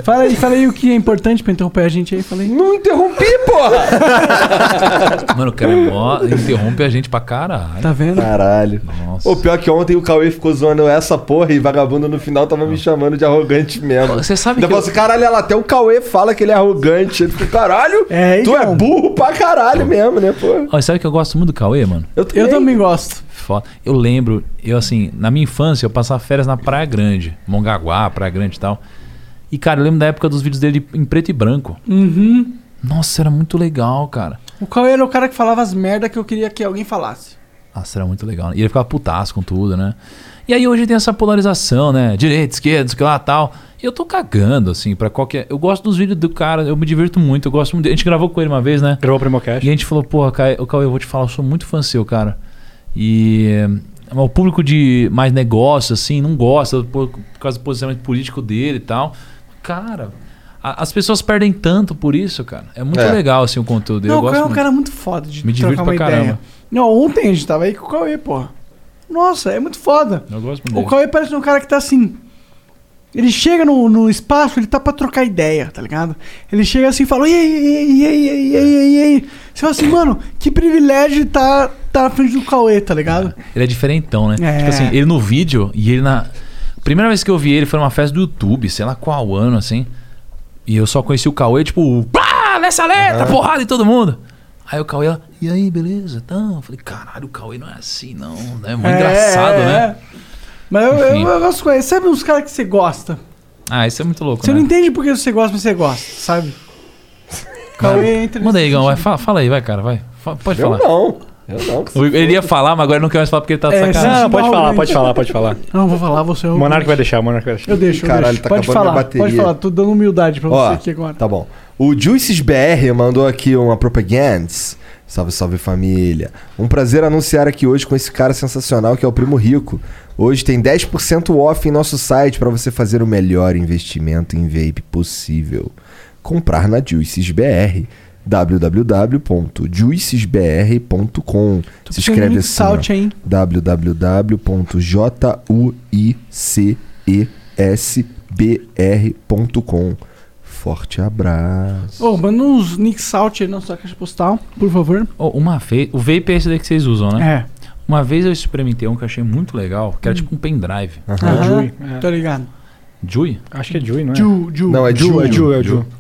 Fala aí, fala aí o que é importante pra interromper a gente aí. Falei.
Não interrompi, porra!
Mano, o cara é mó... Interrompe a gente pra caralho.
Tá vendo?
Caralho.
Nossa.
O pior que ontem o Cauê ficou zoando essa porra e vagabundo no final tava
Ah.
me chamando de arrogante mesmo. Você sabe que. Assim, caralho, ela até o Cauê fala que ele é arrogante. Ele fica, caralho, tu é burro pra caralho mesmo, né, pô?
Ó, sabe que eu gosto muito do Cauê, mano?
Eu também,
gosto.
Foda. Eu lembro, eu assim, na minha infância, eu passava férias na Praia Grande, Mongaguá, Praia Grande e tal. E, cara, eu lembro da época dos vídeos dele em preto e branco.
Uhum.
Nossa, era muito legal, cara.
O Cauê era o cara que falava as merda que eu queria que alguém falasse.
Nossa, era muito legal. né? E ele ficava putaço com tudo, né? E aí hoje tem essa polarização, né? Direita, esquerda, não sei o que lá tal. E eu tô cagando, assim, pra qualquer. Eu gosto dos vídeos do cara, eu me divirto muito, eu gosto muito. dele. A gente gravou com ele uma vez, né?
Gravou o Primocast.
E a gente falou, porra, Cauê, ô, Cauê, eu vou te falar, eu sou muito fã seu, cara. E. eh, O público de mais negócio, assim, não gosta por, por causa do posicionamento político dele e tal. Cara, a- as pessoas perdem tanto por isso, cara. É muito
É.
legal, assim, o conteúdo dele.
Não,
eu
o
gosto
Cauê é um
muito.
cara muito foda de
Me divirto
trocar uma
pra
ideia.
caramba.
Não, ontem a gente tava aí com o Cauê, porra. Nossa, é muito foda.
Eu gosto muito
O
dele.
Cauê parece um cara que tá assim. Ele chega no, no espaço, ele tá pra trocar ideia, tá ligado? Ele chega assim e fala: e aí, e aí, e aí, e aí, e aí, e aí?" Você fala assim, mano, que privilégio tá tá na frente do Cauê, tá ligado?
Ele é diferentão, né?
É.
Tipo assim, ele no vídeo e ele na. Primeira vez que eu vi ele foi numa festa do YouTube, sei lá qual ano, assim. E eu só conheci o Cauê, tipo, pá, Ah, nessa
É.
letra,
Aham.
porrada e em todo mundo. Aí o Cauê, lá, e aí, beleza? Então, eu falei, caralho, o Cauê não é assim, não, né? Muito
É,
engraçado,
é,
né?
Mas eu, eu,
Enfim.
eu gosto com ele. Sabe uns caras que você gosta?
Ah, isso é muito louco,
Você
né?
não entende por que você gosta, mas você gosta, sabe? Cauê entra
Manda aí, Igão, vai, fala, fala aí, vai, cara, vai. Fa- pode
Eu
falar.
não. Eu não.
O Igor- Ele ia falar, mas agora não quer mais falar porque ele tá de
É,
sacanagem.
não, pode falar, pode falar, pode
falar.
Não, vou falar, você é o.
Monarca vai deixar, o Monarca vai deixar.
Eu deixo, eu
Caralho,
deixo.
tá
pode
acabando
falar,
minha bateria.
pode falar. Tô dando humildade pra
Ó,
você aqui agora.
Tá bom. O Juices BR mandou aqui uma propaganda. Salve, salve família. Um prazer anunciar aqui hoje com esse cara sensacional que é o Primo Rico. Hoje tem 10% off em nosso site para você fazer o melhor investimento em vape possível. Comprar na Juices BR www.juicesbr.com Se
precisando
escreve
muito
assim,
salte,
ó,
hein?
www.juicesbr.com Forte abraço.
Ô, manda uns nick salt aí na sua caixa postal, por favor.
Ô, um uma vez. O vape é esse daí que vocês usam, né?
É.
Uma vez eu experimentei um que eu achei muito legal, que era
Hum.
tipo um pendrive.
Aham. Jui, é. Tô ligado.
Jui?
Acho que é Jui, não é?
Ju, Ju.
Não, é Ju,
Ju, é Ju, é Ju.
Ah,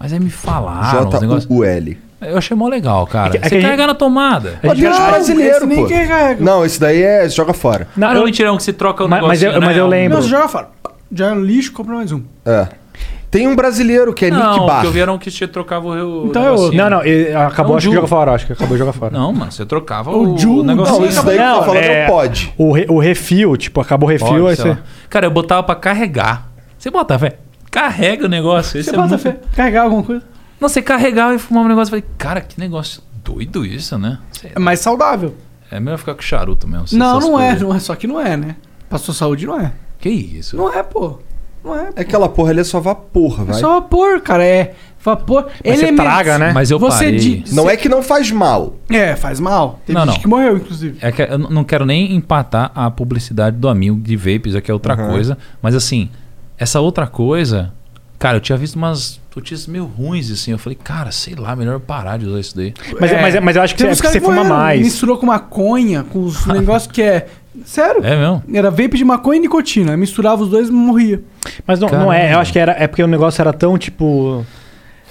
Mas aí me falaram os negócios.
J-U-U-L.
Eu achei mó legal, cara.
É que- é que
Você
a
carrega
gente- É
na tomada.
Ó, tem uns brasileiro, pô.
carrega.
Não, esse daí é joga fora.
Não, não, mentirão, que você troca o
Mas- mas
negocinho,
eu- mas
né?
eu
Um-
lembro.
Não, você joga fora. Já no lixo, compra mais um.
É. Tem um brasileiro que é
Não,
Nick
o
Bar.
que eu vi era um que você trocava o.
Então é outro.
negocinho.
Não, não,
e- acabou,
É um
acho que
Ju.
joga fora, acho que acabou joga fora.
Não, mano, você trocava
O
o,
Ju-
o negocinho.
Não, isso daí que eu tô falando é o É, pod. O, re- o refil, tipo, acabou o refil,
Pode,
aí
sei
você-
lá. Cara, eu botava pra carregar. Você bota, fé. Carrega o negócio. Esse
Você
é
bota
muito-
fé. Carregar alguma coisa?
Não, você carregava e fumava um negócio. Eu falei, cara, que negócio doido isso, né? Sei
É mais saudável.
lá. É melhor ficar com charuto mesmo. essas
não, não é,
coisas.
não é. Só que não é, né? Pra sua saúde, não é.
Que isso?
Não é, pô. Não é.
É aquela porra ali é só vapor, vai.
É só vapor, cara. É vapor.
Mas você traga, né? Mas eu parei. Não é que não faz mal.
É, faz mal. Teve
Não,
gente
não.
que morreu, inclusive.
É que eu n- não quero nem empatar a publicidade do amigo de vapes, é que é outra
Aham.
coisa. Mas assim, essa outra coisa, cara, eu tinha visto umas notícias meio ruins, assim. Eu falei, cara, sei lá, melhor parar de usar isso daí.
Mas, mas, mas eu acho que
Tem
você, é
uns
porque
caras
você
que
fuma
morreram,
mais.
Misturou com maconha, com os negócios que é. Sério?
É mesmo?
Era vape de maconha e nicotina. Aí Misturava os dois e morria.
Mas não, não é, eu acho que era, é porque o negócio era tão, tipo,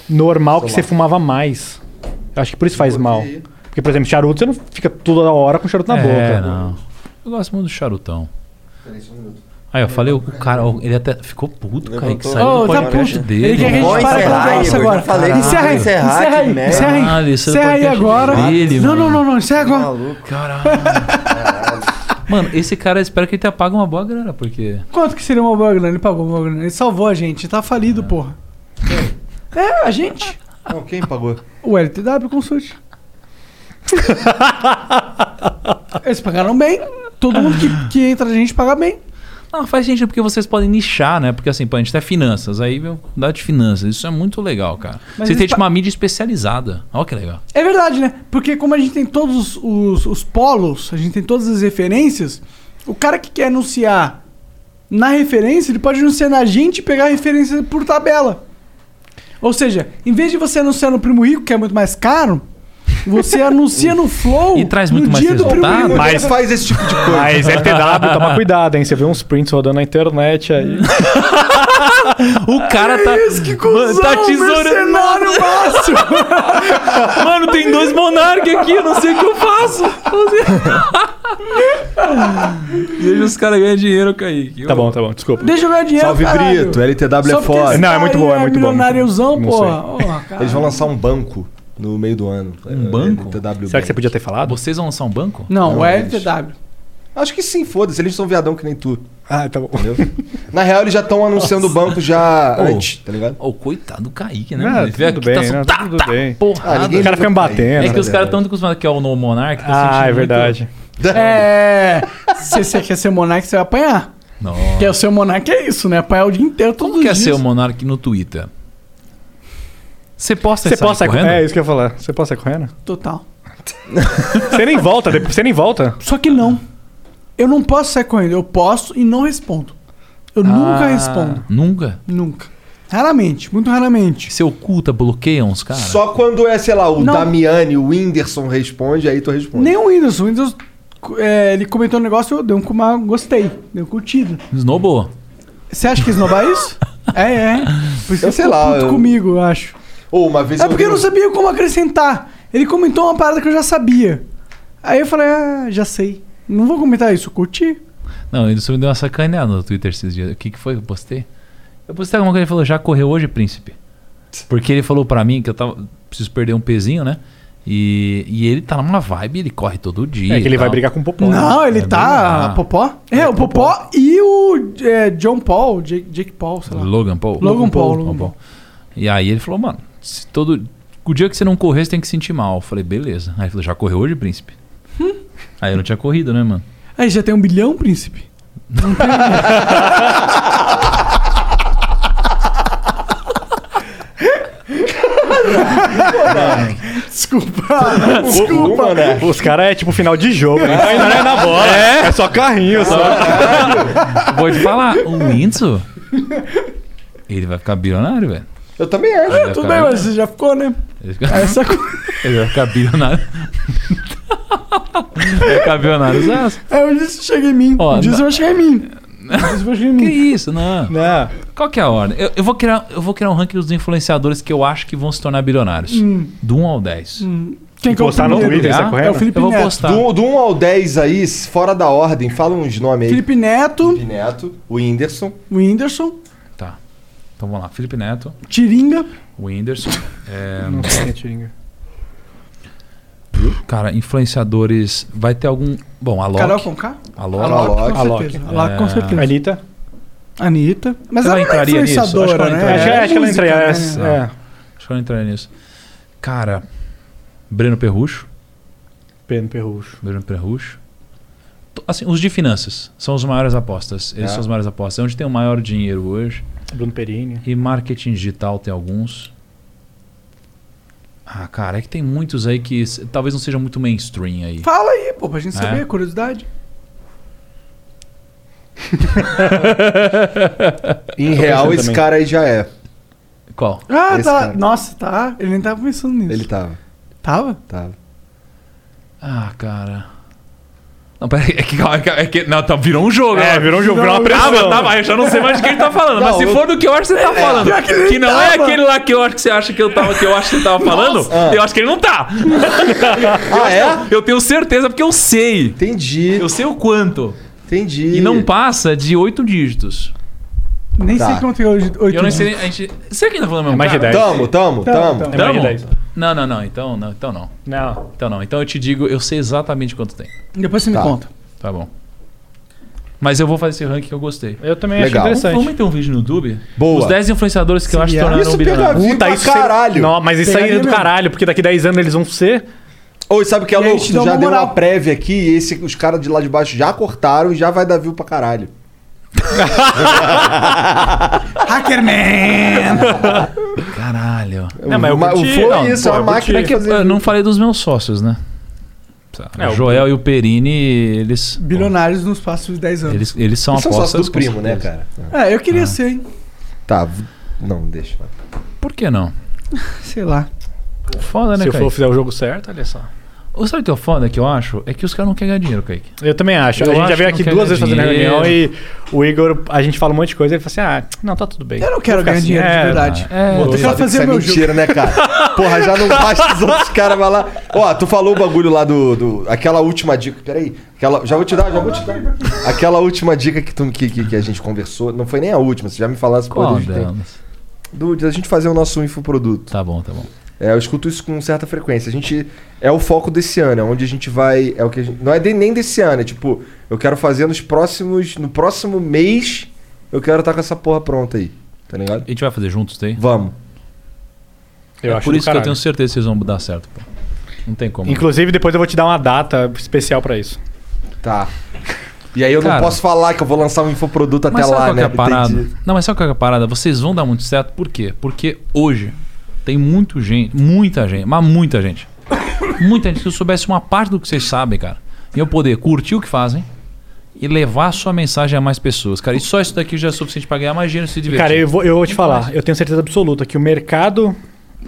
normal que você fumava mais. Eu acho que por isso faz mal. Porque, por exemplo, charuto, você não fica toda hora com charuto na
É,
boca.
não. Eu gosto muito do charutão. um Aí, eu falei, o cara, ó, ele até ficou puto, cara, que saiu
Ô,
do
tá
podcast
puto.
dele.
Ele quer que a gente
Ó,
pare a
encerrar,
conversa
Igor,
agora.
já falei que
encerra
tem Ah, que
aí,
encerrar,
encerra aí,
que merda.
encerra aí.
Caralho, isso é do
encerra aí
podcast
agora.
dele,
não,
mano.
não, não, não,
Tá
encerra agora.
Mano, esse cara, eu espero que ele tenha pago uma boa grana, porque...
Quanto que seria uma boa grana? Ele pagou uma boa grana. Ele salvou a gente. Tá falido, porra. É, a gente.
Não, quem pagou?
O LTW Consult. Eles pagaram bem. Todo mundo que, que entra na gente paga bem.
Não, faz sentido porque vocês podem nichar, né? Porque assim, pô, a gente tem finanças, aí meu, dá de finanças. Isso é muito legal, cara.
Mas
Vocês têm
eles pa-
tipo, uma mídia especializada. Olha que legal.
É verdade, né? Porque como a gente tem todos os, os- os polos, a gente tem todas as referências, o cara que quer anunciar na referência, ele pode anunciar na gente e pegar a referência por tabela. Ou seja, em vez de você anunciar no Primo Rico, que é muito mais caro, você anuncia no Flow
E traz
no
muito mais
dia do Primo Rico.
resultado. é
Mas-
faz esse tipo de coisa.
Mas LTW, toma cuidado, hein? Você vê uns prints rodando na internet aí.
o cara tá.
Que cuzão, um
tá tesourando.
mercenário fácil.
Mano, tem dois monarcas aqui, eu não sei o que eu faço. Deixa os caras ganhar dinheiro, Kaique.
Tá bom, tá bom, desculpa.
Deixa eu ganhar dinheiro,
Salve,
caralho.
Brito, LTW
Só
é
porque
foda.
esse Não, é muito cara bom, é é muito bom, muito bom. milionariozão, Não porra. sei. Ó, caralho.
Eles vão lançar um banco no meio do ano. Um banco? LTW
Será que você podia ter falado?
Vocês vão lançar um banco?
Não, é o
eles-
LTW.
Acho que sim, foda-se. Eles são viadão que nem tu.
Ah, tá bom.
Na real, eles já estão anunciando o banco já antes, tá ligado?
Ô, coitado do Kaique,
Ah,
né? Ele vem
tudo
aqui, tá
bem,
só-
né?
tá,
Tudo
tá,
bem.
porrada.
Ah, ninguém Os caras ficam nunca batendo, fez.
É que os
né?
caras estão acostumados que é o No Monark.
Ah, é verdade.
É. Se você quer ser monarca, você vai apanhar.
Não.
Quer ser monarca é isso, né? Apanhar o dia inteiro, todos
Como
os
que é
dias.
ser o Monark no Twitter? Você posta
Você
e sai
posta
correndo?
É isso que eu ia falar. Você posta correndo?
Total.
Você nem volta, depois- você nem volta.
Só que não. Eu não posso sair correndo. Eu posso e não respondo. Eu nunca
Ah.
respondo.
Nunca? tá
Nunca. Raramente, muito raramente.
Você oculta, bloqueia uns caras?
Só quando é, sei lá, o Damiani, o Whindersson responde, aí tu responde.
Nem o Windows. O Windows, é, ele comentou um negócio, eu dei um cu- uma, gostei, dei um curtido.
Snowboa.
Você acha que esnobar isso? é, é. Por isso
Eu
que
sei
ficou
lá,
puto
eu-
comigo, eu acho.
Ou uma vez
É porque eu não sabia como acrescentar. Ele comentou uma parada que eu já sabia. Aí eu falei, ah, já sei. Não vou comentar isso, curti.
Não, isso me deu uma sacaneada no Twitter esses dias. O que, que foi que eu postei? Eu postei alguma coisa ele falou, já correu hoje, príncipe. Porque ele falou pra mim que eu tava. Preciso perder um pezinho, né? E, e ele tá numa vibe, ele corre todo dia.
É que
e
ele vai
tal.
brigar com o Popó.
Não, ele
É,
tá.
não.
Popó? É, o Popó, e o é, John Paul, Jake, Jake Paul, sei lá.
Ah, Logan Paul.
Logan Paul, Logan Paul.
E aí ele falou, mano, se todo. O dia que você não correr, você tem que sentir mal. Eu falei, beleza. Aí ele falou, já correu hoje, príncipe?
Hum?
Aí eu não tinha corrido, né, mano?
Aí já tem um bilhão, príncipe? Não tem. Ah, Desculpa.
Desculpa. Os caras é tipo final de jogo. Não é na bola. É, só carrinho. Só.
Vou te falar, o Windsor. Ele vai ficar bilionário, velho.
Eu também acho.
Aí vai
Tudo
ficar
bem,
bilionário.
mas você já ficou, né?
Ele fica-
Essa
Ele vai ficar bilionário. Vai ficar bilionário. Zé.
É, um dia isso chega em mim.
Ó,
um dia
na-
isso vai chegar em mim.
Que isso, não.
Né?
Qual que é a ordem? Eu, eu vou criar, eu vou criar um ranking dos influenciadores que eu acho que vão se tornar bilionários.
Hum.
Do 1 ao 10.
Quem que é o
Postar no
primeiro?
Twitter, tá correto?
É o Felipe
Eu vou
Neto.
postar.
Do, do 1 ao 10 aí, se fora da ordem, fala uns nomes aí.
Felipe Neto.
Felipe Neto, o Whindersson.
O Whindersson.
Tá. Então vamos lá. Felipe Neto,
Tiringa.
o Whindersson. é,
Não sei quem é Tiringa.
Cara, influenciadores. Vai ter algum. Bom, a Loki.
Carol Conká?
A É. Loki.
Alok, com certeza. Alok, com
Ah.
certeza.
Anitta.
Anitta. Mas
Ela
ela, não é
entraria nisso? Acho que ela
influenciadora, né?
entraria. Acho que- acho que ela
música,
entraria,
né?
é. Acho que eu não entraria nisso. Cara, Breno Perrucho.
Breno Perrucho.
Breno Perrucho. T- Assim, os de finanças são os maiores apostas. Eles
É.
são os maiores apostas. É onde tem o maior dinheiro hoje.
Bruno Perini.
E marketing digital tem alguns. Ah, cara, é que tem muitos aí que s- talvez não seja muito mainstream aí.
Fala aí, pô, pra gente
É.
saber, curiosidade.
Em
Tô
real,
Tá pensando
esse
também.
cara aí já é.
Qual?
Ah,
Esse
tá.
cara.
Nossa, tá. Ele nem tava pensando nisso.
Ele tava.
Tava?
Tava.
Ah, cara. Não, peraí, é que, calma, é que- é que- não, tá, virou um jogo.
É,
ó.
virou um jogo, virou uma pressão.
Tava, tava, eu já não sei mais de quem ele tá falando, mas
Não,
se
eu-
for do que eu acho que você tá
É,
falando.
pior que ele
que não é
tava.
aquele lá que eu acho que você acha que eu tava, que eu acho que você tava falando, eu acho que ele não tá. ah, é? Eu tenho certeza porque eu sei.
Entendi.
Eu sei o quanto.
Entendi.
E não passa de oito dígitos.
Nem
Tá.
sei quanto é hoje. oito
eu não sei nem.
dígitos.
A gente, será que ainda tá falando
É
mesmo?
mais de
cara?
dez. Tamo,
tamo,
Tamo, tamo. tamo. É mais de dez.
Não, não, não. Então não. Então não.
Não.
Então não. Então eu te digo, eu sei exatamente quanto tem.
Depois você me
Tá.
conta.
Tá bom. Mas eu vou fazer esse ranking que eu gostei.
Eu também achei Legal. interessante.
Vamos meter um vídeo no YouTube?
Boa.
Os 10 influenciadores que eu acho que tornaram
Isso pega
bilionários.
view Puta, pra isso seria- caralho. Não, mas isso aí é do caralho, porque daqui 10 anos eles vão ser.
Oi, sabe o que é
E aí
louco?
te
Tu
dá
já
uma
deu
moral.
uma prévia aqui e esse, os caras de lá de baixo já cortaram e já vai dar view pra caralho.
Hackerman!
Caralho.
É, mas eu Ma- o curti. Flow é Não, isso, é pô, uma eu máquina curti. de
que
fazer
Eu não falei dos meus sócios, né? o
É,
Tá.
o-
Joel e o Perini, eles.
Bilionários nos próximos 10 anos.
Eles, eles são
Eles são
apostas.
sócios do
com
primo, né,
certeza.
É, eu
Ah.
queria ser, hein?
Tá, v- não, deixa.
Por que não?
Sei lá.
Foda, né,
Se o Flow
Kaique?
fizer o jogo certo, olha só.
Ou sabe o que é o foda que eu acho? É que os caras não querem ganhar dinheiro, Kaique.
Eu também acho.
Eu
a gente
acho
já veio
que
aqui
não quer
duas vezes fazendo
ganhar
reunião e o Igor, a gente fala um monte de coisa e ele fala assim: ah, não, tá tudo bem. Eu
não quero ganhar dinheiro de
é,
verdade. Eu quero fazer
isso é
meu
mentira,
jogo.
né, cara? Porra, já não basta os outros caras vai lá. Ó, tu falou o bagulho lá do, do aquela última dica. Peraí, aquela, já vou te dar, já vou te dar. Aquela última dica que, tu, que, que, que a gente conversou, não foi nem a última, você já me falasse
Qual
pô, desde
delas?
tempo. Do, da gente fazer o nosso infoproduto.
Tá bom, tá bom.
É, eu escuto isso com certa frequência. A gente é o foco desse ano, é onde a gente vai, é o que a gente, não é de- nem desse ano, é tipo, eu quero fazer nos próximos, no próximo mês, eu quero estar com essa porra pronta aí. Tá ligado?
A gente vai fazer juntos, tem?
Vamos.
Eu
é
acho
por
do
isso que eu
caralho.
tenho certeza que vocês vão dar certo, pô. Não tem como.
Inclusive, depois eu vou te dar uma data especial pra isso.
Tá. E aí eu
Cara.
não posso falar que eu vou lançar um infoproduto até
mas sabe
lá,
qual que
né?
é a parada?
Entendi.
Não, mas sabe qual que é a parada? Vocês vão dar muito certo, por quê? Porque hoje tem muito gente, muita gente, mas muita gente. Muita gente, se eu soubesse uma parte do que vocês sabem, cara, e eu poder curtir o que fazem e levar a sua mensagem a mais pessoas. Cara, e só isso daqui já é suficiente para ganhar mais dinheiro e se divertir.
Cara, eu vou, eu vou te falar, eu tenho certeza absoluta que o mercado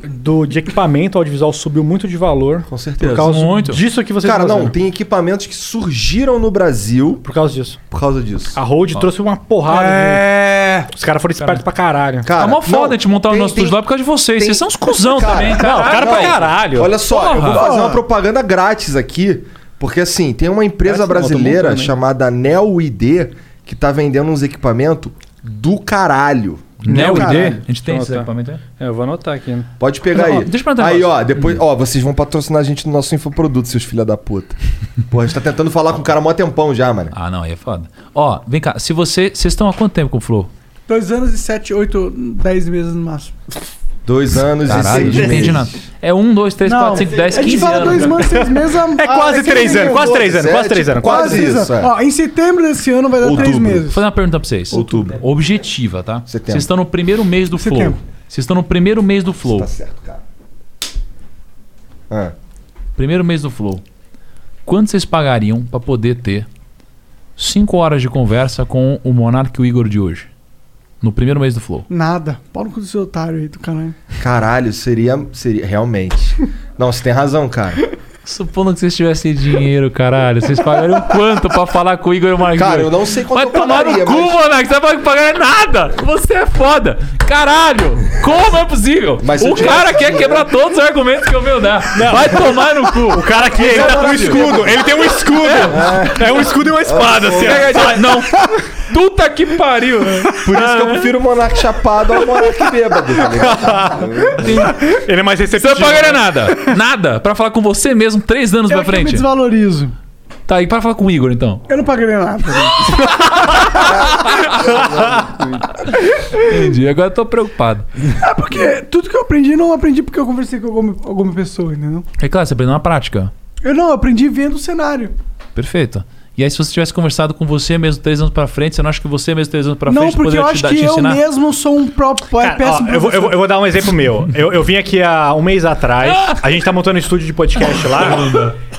do, de equipamento audiovisual subiu muito de valor. Com
certeza.
Por causa disso que vocês
Cara,
estão
não,
fazendo.
tem equipamentos que surgiram no Brasil.
Por causa disso.
Por causa disso.
A Road trouxe uma porrada.
É.
Os caras foram espertos pra caralho.
Cara,
tá mó foda a gente montar o nosso estúdio lá por causa de vocês. Vocês são uns cuzão
Cara,
também.
não,
caralho.
cara pra caralho. Olha só, eu vou fazer uma propaganda grátis aqui, porque assim, tem uma empresa
Grátis não, eu tô
brasileira
montando, hein?
chamada Neo ID que tá vendendo uns equipamentos do caralho.
Neo
Do
ID?
caralho.
A gente tem esse
Anotar.
equipamento aí?
É, eu vou anotar aqui. Né?
Pode pegar
Não,
aí.
deixa eu perguntar um
Aí,
negócio.
ó, depois, ó, vocês vão patrocinar a gente no nosso infoproduto, seus filha da puta. Porra, a gente tá tentando falar com o cara há mó tempão já, mano.
Ah, não, aí é foda. Ó, vem cá, se você. Vocês estão há quanto tempo com o Flow?
Dois anos e sete, oito, dez meses no máximo.
Dois anos
Caralho,
e
não
seis
entendi
meses.
nada. É um, dois, três,
Não,
quatro, cinco, dez,
a gente
quinze
fala
anos.
dois
né?
meses, seis meses. a-
É quase
a-
três
a-
anos, quase três anos, quase
sete,
três anos.
Quase
Quase
isso.
isso, é.
Ó, em setembro desse ano vai dar três meses.
Vou fazer uma pergunta pra vocês. Outubro. Objetiva, tá? Vocês estão no primeiro mês do Flow.
Setembro.
Vocês estão no primeiro mês do Flow. Tá
certo, cara. Ah.
Primeiro mês do Flow. Quanto vocês pagariam pra poder ter cinco horas de conversa com o Monark e o Igor de hoje? No primeiro mês do Flow.
Nada. Pau no cu do seu otário aí do caralho.
Caralho, seria, seria. Realmente. Não, você tem razão, cara.
Supondo que vocês tivessem dinheiro, caralho. Vocês pagariam quanto pra falar com o Igor e o Marquinhos?
Cara, eu não sei quanto
Vai
eu
tomar
pagaria,
no cu,
mas-
Monark. Você não vai pagar nada. Você é foda. Caralho. Como é possível?
Mas se
o
eu tivesse
cara quer
dinheiro-
quebrar todos os argumentos que eu meu dar. Vai tomar no cu.
O cara aqui, ele tá com um escudo. Ele tem um escudo. É, um escudo e uma espada, assim. ó.
Pegadinha. Não. Ah, Puta que pariu. Ah.
Por isso que eu prefiro o Monark chapado ao Monark bêbado, tá ligado?
Ele é mais
Você
receptivo.
não pagaria nada. Nada. Pra falar com você mesmo três anos
Eu
pra
que me
frente.
desvalorizo.
Tá, e pra falar com o Igor, então?
Eu não pagaria nada.
Entendi. Agora eu tô preocupado.
É porque tudo que eu aprendi, eu não aprendi porque eu conversei com alguma, alguma pessoa, entendeu?
É claro, você aprendeu na prática.
Eu não, eu aprendi vendo o cenário.
Perfeito. E aí, se você tivesse conversado com você mesmo três anos pra frente, você não acha que você mesmo três anos pra
não,
frente
porque
poderia
eu
te,
acho
dar-
que
te
eu
ensinar?
mesmo sou um próprio
Cara, ó,
péssimo
eu, vou, eu vou-
professor.
eu vou dar um exemplo meu. Eu, eu vim aqui há um mês atrás, a gente tá montando um estúdio de podcast lá.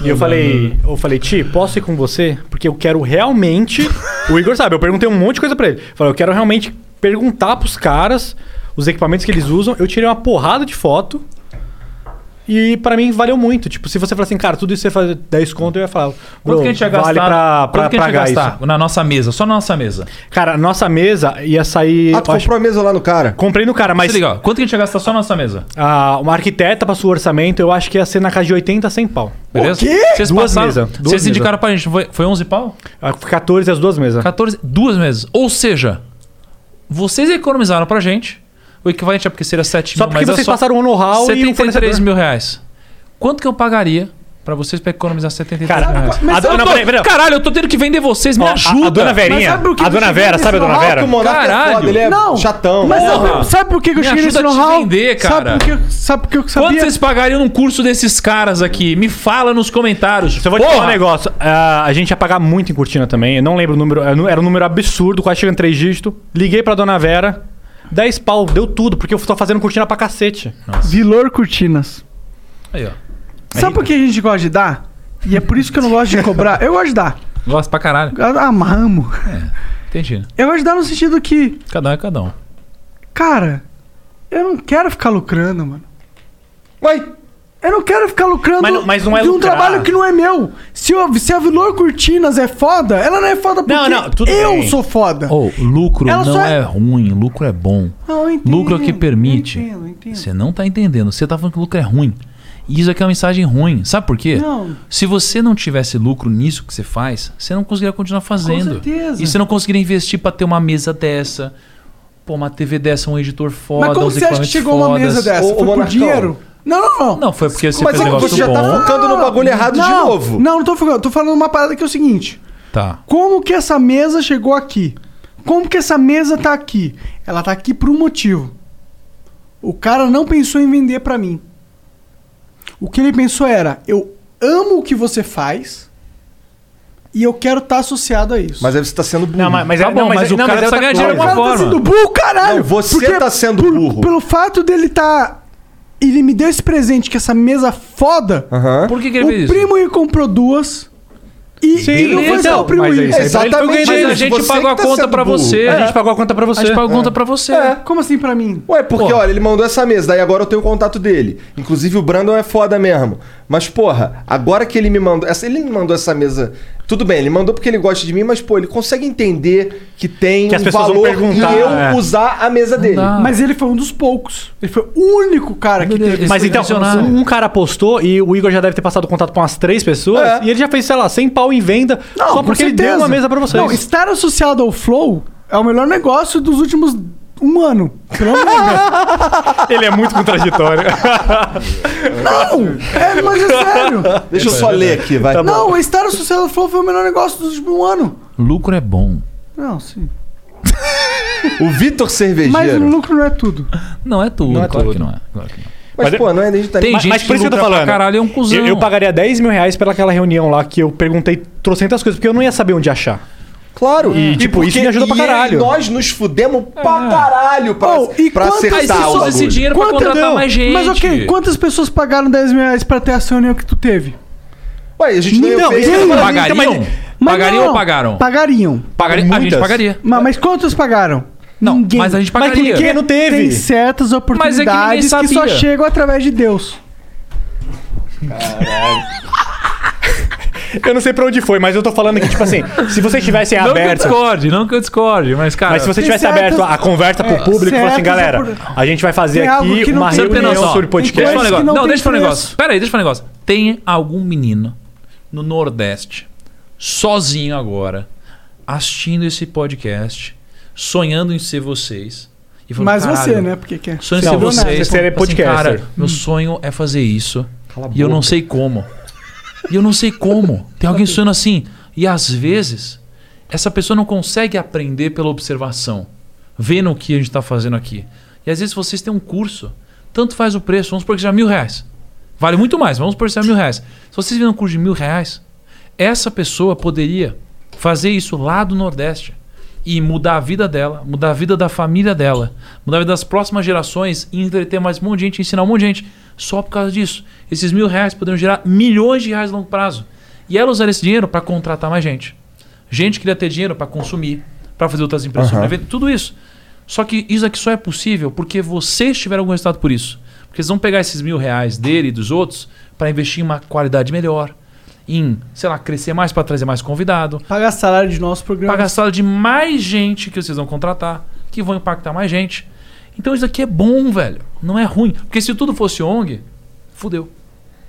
e eu falei, eu falei, Ti, posso ir com você? Porque eu quero realmente. O Igor sabe, eu perguntei um monte de coisa pra ele. Eu Falei, eu quero realmente perguntar pros caras os equipamentos que eles usam. Eu tirei uma porrada de foto. E pra mim valeu muito. Tipo, se você falar assim, cara, tudo isso você faz 10 conto, eu ia falar.
Quanto
"Bro,
que a gente ia gastar?
Vale pra, pra
quanto que a gente ia
pagar
gastar
isso.
na nossa mesa? Só na nossa mesa.
Cara, nossa mesa ia sair.
Ah, tu
eu
comprou
a mesa lá no cara?
Comprei no cara, mas.
Se liga, ó, quanto que a gente ia gastar só na nossa mesa?
Ah, uma arquiteta passou o orçamento, eu acho que ia ser na casa de 80 a 100 pau.
Beleza? Vocês
duas
passaram.
mesas. duas
Vocês
mesas.
indicaram pra gente, foi, foi 11 pau?
14 Ah, as duas mesas.
14, duas mesas. Ou seja, vocês economizaram pra gente o equivalente a porque seria 7
Só
mil,
porque
mas é
vocês passaram o know-how e o
73
fornecedor.
mil reais. Quanto que eu pagaria pra vocês pra economizar 73
Cara,
mil reais?
mas a
Eu
dona-
tô-
Ah, peraí, peraí.
Caralho, eu tô tendo que vender vocês, me
Ó, a- a
ajuda.
dona Verinha, Mas sabe por que a eu dona cheguei Vera, nesse sabe a dona know-how? Vera? Que o
tá
Monarca é
Caralho.
foda, ele é
Não, Mas sabe, sabe por que, que eu
me
cheguei nesse
ajuda a te
know-how?
vender, cara.
Sabe por que, sabe por que eu sabia?
Quanto vocês pagariam num curso desses caras aqui? Me fala nos comentários.
Eu vou te falar um negócio. ah, a gente ia pagar muito em cortina também. Eu não lembro o número. era um- Era um número absurdo, quase chegando em três dígitos. Liguei pra dona Vera. 10 pau, deu tudo, porque eu tô fazendo cortina pra cacete.
Vilor Cortinas.
Aí, ó.
Sabe por que a gente gosta de dar? E é por isso que eu não gosto de cobrar. Eu gosto de dar.
Gosto pra caralho.
Ah, amo.
Entendi.
Eu gosto de dar no sentido que,
Cada um é cada um.
cara, eu não quero ficar lucrando, mano.
Uai!
Eu não quero ficar lucrando
Mas não- mas não é
de um
lucrar.
trabalho que não é meu. Se, eu, se a Vilor Cortinas é foda, ela não é foda porque
Não, não, tudo
eu
bem.
sou foda.
Ô, lucro
Ela
não
só é-
é ruim, lucro é bom.
Não, eu entendo,
lucro é o que permite. Você não tá entendendo. Você tá falando que lucro é ruim. E isso aqui é uma mensagem ruim. Sabe por quê?
Não.
Se você não tivesse lucro nisso que você faz, você não conseguiria continuar fazendo.
certeza.
E você não conseguiria investir pra ter uma mesa dessa, pô, uma TV dessa, um editor foda.
Mas como
uns
você acha que
equipamentos
chegou uma
fodas.
mesa dessa? foi por dinheiro? Não, não, não.
Não, foi porque você
Mas
fez um
é que
negócio
você já
bom.
tá
focando no bagulho errado de
Não,
novo.
Não, não tô falando. Tô falando uma parada que é o seguinte.
Tá.
Como que essa mesa chegou aqui? Como que essa mesa tá aqui? Ela tá aqui por um motivo. O cara não pensou em vender pra mim. O que ele pensou era: eu amo o que você faz e eu quero estar associado a isso.
Mas aí você tá sendo burro.
Não, mas- mas é-
Tá bom,
não, mas
mas
é-
o
não,
cara
mas é
precisa
outra
ganhar dinheiro de
coisa.
alguma
Tá
forma.
sendo burro, caralho!
Não, você
Porque
tá sendo burro.
Pelo fato dele tá. Ele me deu esse presente que essa mesa foda.
Aham.
Por que, que ele
o
fez isso?
primo me comprou duas. E
Sim,
ele não foi
então,
só o primo
mas é
William.
isso aí pra ele. Exatamente. Eu ganhei Mas a gente você pagou que tá a conta sendo pra burro. você.
É.
A gente pagou a conta pra você. A gente pagou a conta pra você. É.
Como assim pra mim?
Ué, porque, olha, ele mandou essa mesa, daí agora eu tenho o contato dele. Inclusive, o Brandon é foda mesmo. Mas, porra, agora que ele me mandou. Essa, ele me mandou essa mesa. Tudo bem, ele mandou porque ele gosta de mim, mas, pô, ele consegue entender que tem
Que as
um
pessoas vão
valor
perguntar,
e eu
é.
usar a mesa dele.
Mas ele foi um dos poucos. Ele foi o único cara que teve
Mas
esse
então,
relacionamento.
um cara postou e o Igor já deve ter passado o contato pra umas três pessoas. E ele já fez, sei lá, 100 pau em venda
É. Não,
só
com
porque ele
certeza.
deu uma mesa pra vocês.
Não, estar associado ao Flow é o melhor negócio dos últimos um ano. Pelo menos.
Ele é muito contraditório.
Não! É, mas é sério.
Deixa eu
Tá
só ler aqui, vai.
não, estar associado ao Flow foi o melhor negócio dos últimos um ano.
Lucro é bom.
Não, sim.
O Vitor
Mas o
Cervejeiro.
lucro não é tudo.
Não é tudo,
Não é
claro
tudo.
que não é. Claro que não.
Mas,
Mas-
pô, não é nem
Mas- mas por isso que eu tô falando.
é um
Eu, eu pagaria 10 mil reais pelaquela reunião lá que eu perguntei trocentas coisas, porque eu não ia saber onde achar.
Claro.
E, tipo,
porque-
isso me ajuda pra
É.
é
e ele-
caralho.
nós nos fudemos
É.
pra caralho pra,
Oh, e
pra
quantas
acertar Ah, o
pessoas-
bagulho.
Quantas- não, Mas ok, quantas pessoas pagaram 10 mil reais pra ter a reunião que tu teve?
Ué, a gente né? não ia ver-
Pagariam? Pagariam ou pagaram?
Pagariam.
Pagari- a gente Muitas. pagaria.
Mas, mas quantas pagaram? Não, Ninguém.
mas a gente pagaria.
porque
Porque não teve.
Tem certas
Mas é que ninguém
oportunidades que,
sabia.
só chegam através de Deus.
Eu não sei pra onde foi, mas eu tô falando que, tipo assim, se você tivesse
Não que eu
aberto.
discorde, não que eu discorde, mas cara.
Mas se você tivesse aberto a conversa
É,
pro público e falou assim, galera, a gente vai fazer aqui uma reunião sobre podcast.
Deixa eu falar um negócio.
Não,
Não,
tem
deixa eu falar um
preço.
negócio. Pera aí, deixa eu falar um negócio. Tem algum menino no Nordeste, sozinho agora, assistindo esse podcast, sonhando em ser vocês. e falando,
Mas
"Caralho,
você, né? Porque quer.
Sonho em
Não,
ser
você
vocês.
é
Assim,
podcaster.
cara, meu
Hum.
sonho é fazer isso.
a
E eu não
boca.
sei como. E eu não sei como. Tem alguém sonhando assim. E às vezes, essa pessoa não consegue aprender pela observação, vendo o que a gente está fazendo aqui. E às vezes vocês têm um curso, tanto faz o preço, vamos supor que seja mil reais. Vale muito mais, vamos supor que seja mil reais. Se vocês virem um curso de mil reais, essa pessoa poderia fazer isso lá do Nordeste e mudar a vida dela, mudar a vida da família dela, mudar a vida das próximas gerações e entreter mais um monte de gente, ensinar um monte de gente. Só por causa disso. Esses mil reais poderiam gerar milhões de reais a longo prazo. E ela usar esse dinheiro para contratar mais gente. Gente que queria ter dinheiro para consumir, para fazer outras empresas
Aham.
sobreviver, tudo isso. Só que isso aqui só é possível porque vocês tiveram algum resultado por isso. Porque eles vão pegar esses mil reais dele e dos outros para investir em uma qualidade melhor, em, sei lá, crescer mais para trazer mais convidado,
Pagar salário de nosso programa.
pagar salário de mais gente que vocês vão contratar, que vão impactar mais gente. Então isso aqui é bom, velho. Não é ruim. Porque se tudo fosse ONG, fudeu.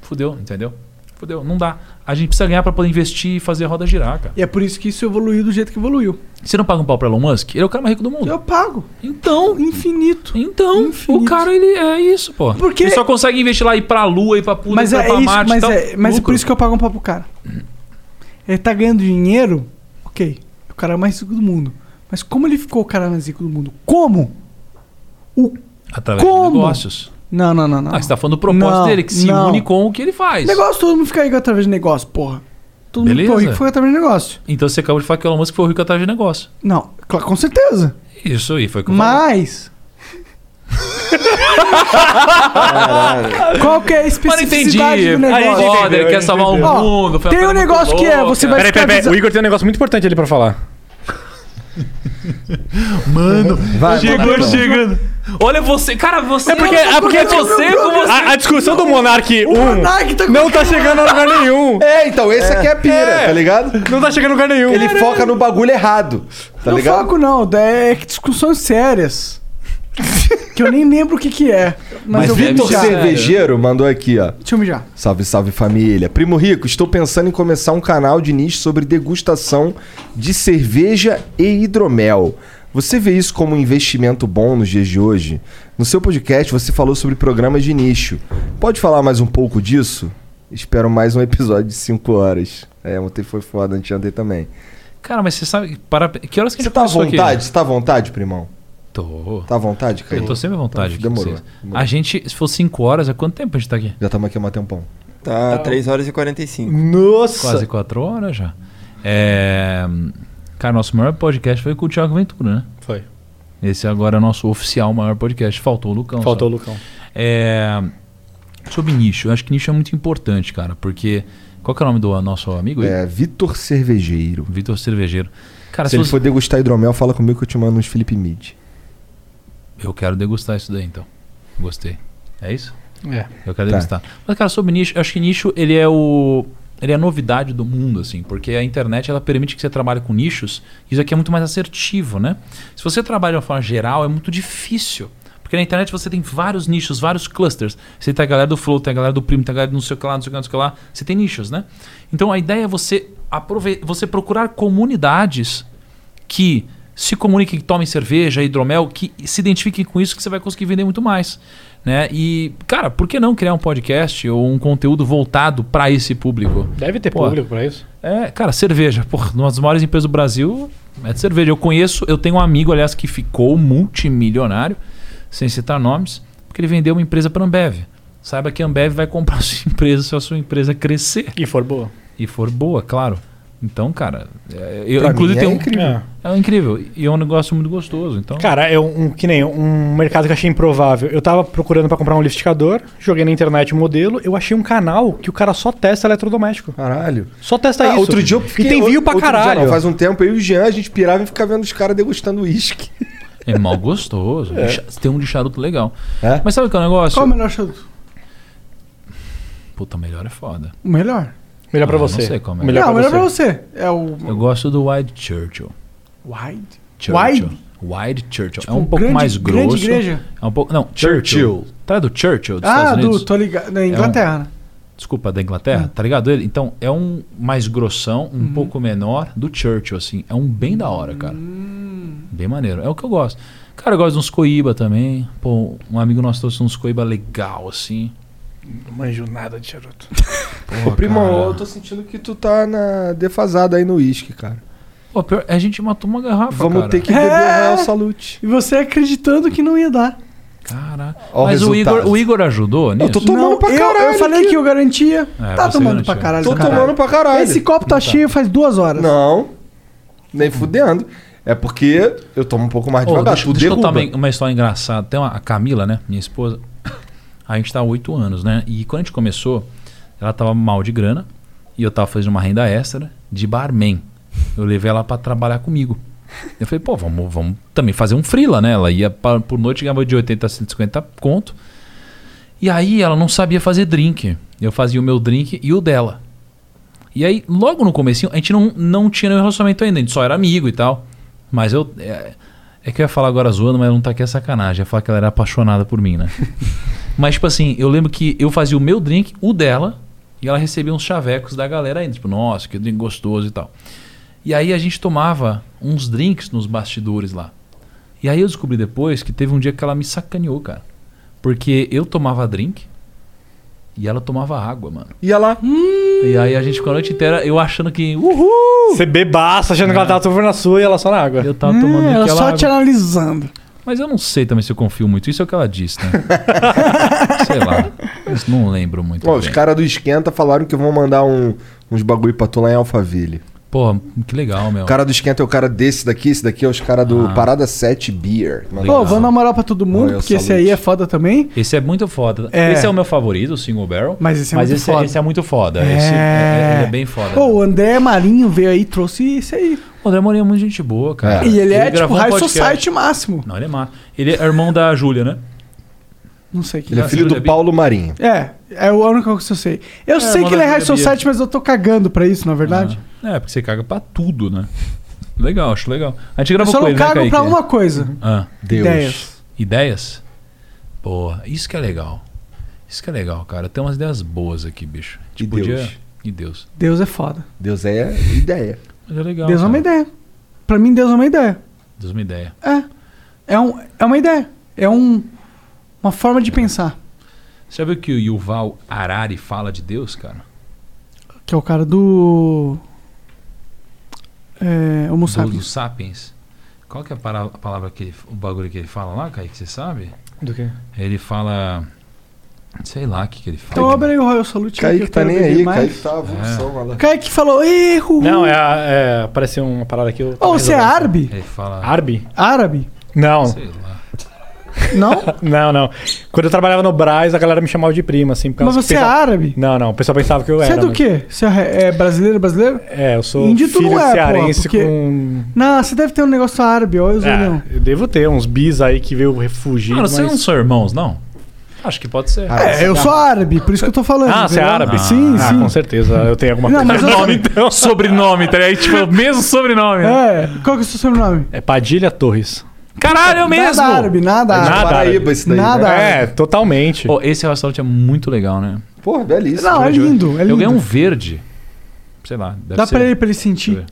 Fudeu, entendeu? Fudeu, não dá. A gente precisa ganhar para poder investir e fazer a roda girar, cara.
E é por isso que isso evoluiu do jeito que evoluiu.
Você não paga um pau pra Elon Musk? Ele é o cara mais rico do mundo.
Eu pago.
Então.
Infinito.
Então, o cara, ele é isso, pô.
Porque-
Ele só consegue investir lá e ir pra Lua, ir pra Puta,
Mas
ir pra,
é,
pra
isso,
Marte e
mas
tal.
é, mas é por
Lucro.
isso que eu pago um pau pro cara. Ele tá ganhando dinheiro, ok. O cara é o mais rico do mundo. Mas como ele ficou o cara mais rico do mundo? Como? O
Através de
Como?
negócios.
Não, não, não, não.
Ah, você tá falando do propósito
Não,
dele, que se
não.
une com o que ele faz.
negócio, todo mundo fica rico através de negócio, porra. Todo mundo
Beleza.
ficou rico foi através de negócio.
Então você acabou de falar que o Elon Musk foi o rico atrás de negócio.
Não, claro, com certeza.
Isso aí, foi É o que eu
Mas. Qual que é a
Mas não entendi.
especificidade do negócio?
Aí, foda, ele quer salvar o
Ó,
mundo. foi uma coisa
Tem um
muito
negócio que é,
louca.
você vai
Peraí,
ficar
peraí, peraí.
desa-
O Igor tem um negócio muito importante ali pra falar.
Mano,
Vai,
chegou
Monark.
chegando. Olha você, cara, você
É porque é, porque
você com você.
A, a discussão do Monark 1
Monark tá
não tá chegando a lugar nenhum.
É, então, esse aqui é pira, tá ligado?
Não tá chegando a lugar nenhum.
Ele foca no bagulho errado, tá
não
ligado?
foco não, é que discussões sérias. que eu nem lembro o que que é.
Mas,
Mas, eu vou
Vitor
mijar.
Cervejeiro mandou aqui, ó.
Deixa eu mijar.
Salve, salve família. Primo Rico, estou pensando em começar um canal de nicho sobre degustação de cerveja e hidromel. Você vê isso como um investimento bom nos dias de hoje? No seu podcast você falou sobre programas de nicho. Pode falar mais um pouco disso? Espero mais um episódio de 5 horas. É, ontem foi foda, anteontem também.
ah, Cara, mas você sabe. Para... Que horas que a
Você
gente
tá à
começou aqui?
vontade? Você tá à vontade, primão?
Tô.
Tá à vontade, Caio?
Eu tô sempre à vontade. aqui
Então,
com
demorou.
vocês. A gente, se for 5 horas, há quanto tempo a gente tá aqui?
Já estamos aqui há um tempão.
Tá 3 horas e 45.
Nossa!
Quase 4 horas já. É... Cara, nosso maior podcast foi com o Thiago Ventura, né?
Foi.
Esse agora é o nosso oficial maior podcast. Faltou o Lucão.
Faltou o Lucão.
É, Sobre nicho, eu acho que nicho é muito importante, cara, porque. Qual que é o nome do nosso amigo? aí?
É, Vitor Cervejeiro.
Vitor Cervejeiro. Cara,
se,
se
ele
você-
for degustar hidromel, fala comigo que eu te mando uns Felipe Mid.
Eu quero degustar isso daí, então. Gostei. É isso?
É.
Eu quero
Tá.
degustar. Mas, cara, sobre nicho, eu acho que nicho ele é o. Ele é a novidade do mundo, assim, porque a internet ela permite que você trabalhe com nichos. Isso aqui é muito mais assertivo, né? Se você trabalha de uma forma geral, é muito difícil. Porque na internet você tem vários nichos, vários clusters. Você tem a galera do Flow, tem a galera do Primo, tem a galera do não sei o que lá, não sei o que lá, não sei o que lá. Você tem nichos, né? Então a ideia é você, aprove você procurar comunidades que se comuniquem, que tomem cerveja, hidromel, que se identifiquem com isso, que você vai conseguir vender muito mais. Né? E, cara, por que não criar um podcast ou um conteúdo voltado para esse público?
Deve ter
Pô,
público pra isso.
É, cara, cerveja. Porra, uma das maiores empresas do Brasil é de cerveja. Eu conheço, eu tenho um amigo, aliás, que ficou multimilionário, sem citar nomes, porque ele vendeu uma empresa para Ambev. Saiba que a Ambev vai comprar a sua empresa se a sua empresa crescer.
E for boa.
E for boa, claro. Então, cara, é, eu
Pra
inclusive
mim é
tenho um-
incrível.
É, incrível. E é um negócio muito gostoso. Então,
Cara, é um, um- que nem um mercado que eu achei improvável. Eu tava procurando pra comprar um liquidificador, joguei na internet o modelo, eu achei um canal que o cara só testa eletrodoméstico.
Caralho.
Só testa
Ah,
isso.
Outro dia eu
E tem view pra
outro dia
caralho.
não, faz um tempo, eu e o Jean, a gente pirava e ficava vendo os caras degustando uísque.
É mal gostoso.
É.
Bicha- Tem um de charuto legal. Mas sabe o que é o negócio?
Qual o melhor charuto?
Puta, melhor é foda.
O melhor?
Melhor pra
Ah,
você.
Não sei qual é.
Melhor Não, pra melhor você. pra você. É o-
Eu gosto do Wide Churchill.
Wide?
Churchill.
Wide?
Wide Churchill.
Tipo,
é um pouco
grande-
mais
grande
grosso.
igreja?
É um pouco. Não,
Churchill.
Churchill. Tá do Churchill dos
Ah,
Estados
do,
Unidos?
tô ligado. Na
É um-
Inglaterra, né?
Desculpa, da Inglaterra, tá ligado? Ele, então, é um mais grossão, um
Uhum.
pouco menor do Churchill, assim. É um bem da hora, cara.
Hum.
Bem maneiro. É o que eu gosto. Cara, eu gosto de uns Coíba também. Pô, um amigo nosso trouxe uns Coíba legal, assim.
Não manjo nada de charuto.
Pô,
Primo,
cara.
eu tô sentindo que tu tá na defasada aí no uísque, cara.
Pô, pior, a gente matou uma garrafa,
Vamos
cara.
ter que beber
É.
o Real Salute.
E você acreditando que não ia dar.
Caraca.
Ó o
Mas o
resultado.
Igor, o Igor ajudou nisso?
Não, eu, Eu falei que eu garantia.
É,
tá
você
tomando
garantiu.
pra caralho.
Tô
do caralho.
tomando pra caralho.
Esse copo tá,
Não tá.
cheio faz duas horas.
Não, nem fudendo. É porque eu tomo um pouco mais
Ô,
devagar.
deixa,
tu
deixa eu contar
derruba.
uma, uma história engraçada. Tem uma, a Camila, né? Minha esposa. A gente tá há oito anos, né? E quando a gente começou, ela tava mal de grana e eu tava fazendo uma renda extra de barman. Eu levei ela pra trabalhar comigo. Eu falei, pô, vamos, vamos também fazer um freela, né? Ela ia pra, por noite ganhava de 80 a 150 conto. E aí ela não sabia fazer drink. Eu fazia o meu drink e o dela. E aí, logo no comecinho, a gente não, não tinha nenhum relacionamento ainda, a gente só era amigo e tal. Mas eu. É, é que eu ia falar agora zoando, mas não tá aqui é sacanagem. Eu ia falar que ela era apaixonada por mim, né? mas, tipo assim, eu lembro que eu fazia o meu drink, o dela, e ela recebia uns chavecos da galera ainda. Tipo, nossa, que drink gostoso e tal. E aí a gente tomava uns drinks nos bastidores lá. E aí eu descobri depois que teve um dia que ela me sacaneou, cara. Porque eu tomava drink e ela tomava água, mano.
E ela.
E aí a gente ficou a noite inteira, eu achando que. "Uh, Uhul!
Você bebaça, achando que ela tava tomando na sua e ela só na água.
Eu tava Tá tomando
É, eu
aquela
só
água.
te analisando.
Mas eu não sei também se eu confio muito. Isso é o que ela disse, né? sei lá. Mas não lembro muito.
Ó,
bem.
os caras do Esquenta falaram que vão mandar um- uns bagulho pra tu lá em Alphaville.
Pô, que legal, meu.
O cara do Esquenta é o cara desse daqui, esse daqui é os caras do
Ah.
Parada 7 Beer.
Pô, vou na moral pra todo mundo,
Royal
porque esse
Salute.
aí é foda também.
Esse é muito foda.
É.
Esse é o meu favorito, o Single Barrel.
Mas esse é muito
esse,
foda.
esse é muito foda. Esse é, ele é bem foda.
Pô, o André Marinho veio aí e trouxe esse aí.
O André Marinho é muito gente boa, cara.
E ele é tipo
gravou um
High
podcast.
Society máximo.
Não, ele é má. Ele é irmão da Júlia, né?
Não sei quem
Ele é filho do Paulo Marinho.
É, é o único que eu sei. Eu
É,
sei que
mano,
ele é High
eu sabia.
Society, mas eu tô cagando pra isso, na verdade.
É, porque você caga pra tudo, né? Legal, acho legal. A gente
eu
gravou
só
com
não
ele,
cago
né,
pra
Kaique?
uma coisa.
Ah,
Deus. Ideias.
Ideias? Boa. Isso que é legal. Isso que é legal, cara. Tem umas ideias boas aqui, bicho. A gente
E
podia-
Deus.
E Deus.
Deus é foda.
Deus é ideia.
Mas é legal.
Deus é uma
cara.
ideia. Pra mim, Deus é uma ideia.
Deus é uma ideia.
É. É, um, é uma ideia. É um, uma forma de pensar.
Sabe o que o Yuval Harari fala de Deus, cara?
Que é o cara do. É, Homo
Do, do
sapiens.
Sapiens. Qual que é a para- a palavra que ele, o bagulho que ele fala lá, Kaique? Você sabe?
Do quê?
Ele fala. Sei lá o que, que ele fala.
Então abre aí o Royal Salute.
Kaique
que eu
tá
quero
nem
beber
aí,
mais.
Kaique tá
É.
avulsão, maluco.
Kaique falou erro.
Não, é, a- é apareceu uma parada aqui. eu
Ô,
tava
você é
resolvendo.
árabe?
Ele fala.
Árabe?
Árabe?
Não.
Sei lá.
Não?
não, não. Quando eu trabalhava no Brás, a galera me chamava de prima, assim. por
Mas
causa que
você é
pensava-
árabe?
Não, não. O pessoal pensava que eu
Você
era.
é do
mas-
quê? Você é é brasileiro, brasileiro?
É, eu sou
Índio tu
filho
não é, pô,
cearense
porque-
com...
Não, você deve ter um negócio árabe, ó, eu
É,
não.
eu devo ter uns bis aí que veio refugir.
Cara, vocês
mas-
não são irmãos, não? Acho que pode ser.
É, eu sou árabe, por isso que eu tô falando.
Ah, você é
entendeu?
árabe?
né? Sim,
Ah,
sim.
com certeza. Eu tenho alguma
Não,
coisa.
mas eu
Nome, então. Sobrenome, tá aí? Tipo, mesmo sobrenome.
É, qual que é o seu sobrenome?
É Padilha Torres.
Caralho, eu mesmo!
Nada árabe, nada árabe. Nada
É,
árabe.
totalmente.
Pô, esse restaurante é muito legal, né?
Pô, belíssimo.
Não, é lindo, é
Eu ganhei
lindo.
um verde. Sei lá. Deve
Dá
ser.
pra ele, pra ele sentir.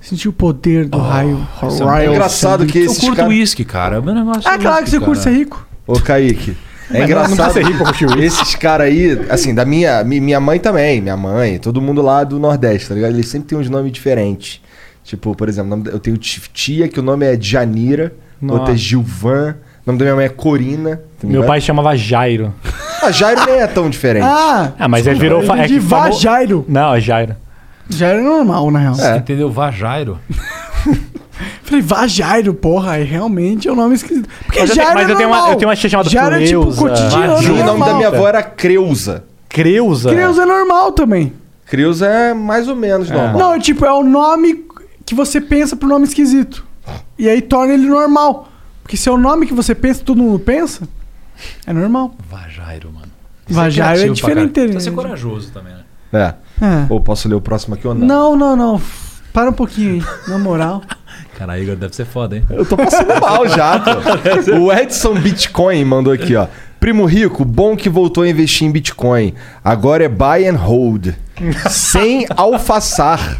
Sentir o poder
Oh,
do raio.
Isso é muito
Royal
engraçado
Sandwich.
que esses Eu curto caras- uísque, cara. É meu negócio
Ah,
é
claro que
uísque,
você curte ser
cara.
rico.
Ô, Kaique. É
Mas não
engraçado.
precisa ser rico pra
Esses caras aí, assim, da minha, mi- minha mãe também, minha mãe, todo mundo lá do Nordeste, tá ligado? Eles sempre têm uns nomes diferentes. Tipo, por exemplo, o nome da- eu tenho ti- tia que o nome é Janira, outra é
Nossa.
Gilvan, o nome da minha mãe é Corina. tá
Meu
ligado?
pai chamava Jairo.
Ah, Jairo nem é tão diferente.
Ah,
Ah, mas ele virou... fa- é
De
que famo-
Vajairo.
Não, é Jairo.
Jairo é normal, na real.
Você entendeu? Vajairo.
Falei, Vajairo, porra, aí realmente é um nome esquisito. Porque
Mas eu tenho-
Jairo
mas
é
eu tenho uma-
normal.
eu tenho uma tia chamada
Jairo é tipo
Cleusa.
cotidiano,
Vajairo.
normal.
O nome da minha avó era Creuza.
Creuza?
Creuza é normal também.
Creuza é mais ou menos normal.
Não, é tipo, é o nome que você pensa pro nome esquisito. E aí torna ele normal. Porque se é o nome que você pensa, todo mundo pensa, é normal.
Vajairo, mano.
Isso é Vajairo é
criativo pra
diferente,
caralho.
né?
Precisa ser corajoso também, né?
É.
É.
Ou posso ler o próximo aqui ou não?
Não, não, não. Para um pouquinho aí, na moral.
Cara, Igor deve ser foda, hein?
Eu tô passando mal já, pô. O Edson Bitcoin mandou aqui, ó. Primo Rico, bom que voltou a investir em Bitcoin. Agora é buy and hold. Sem alfaçar.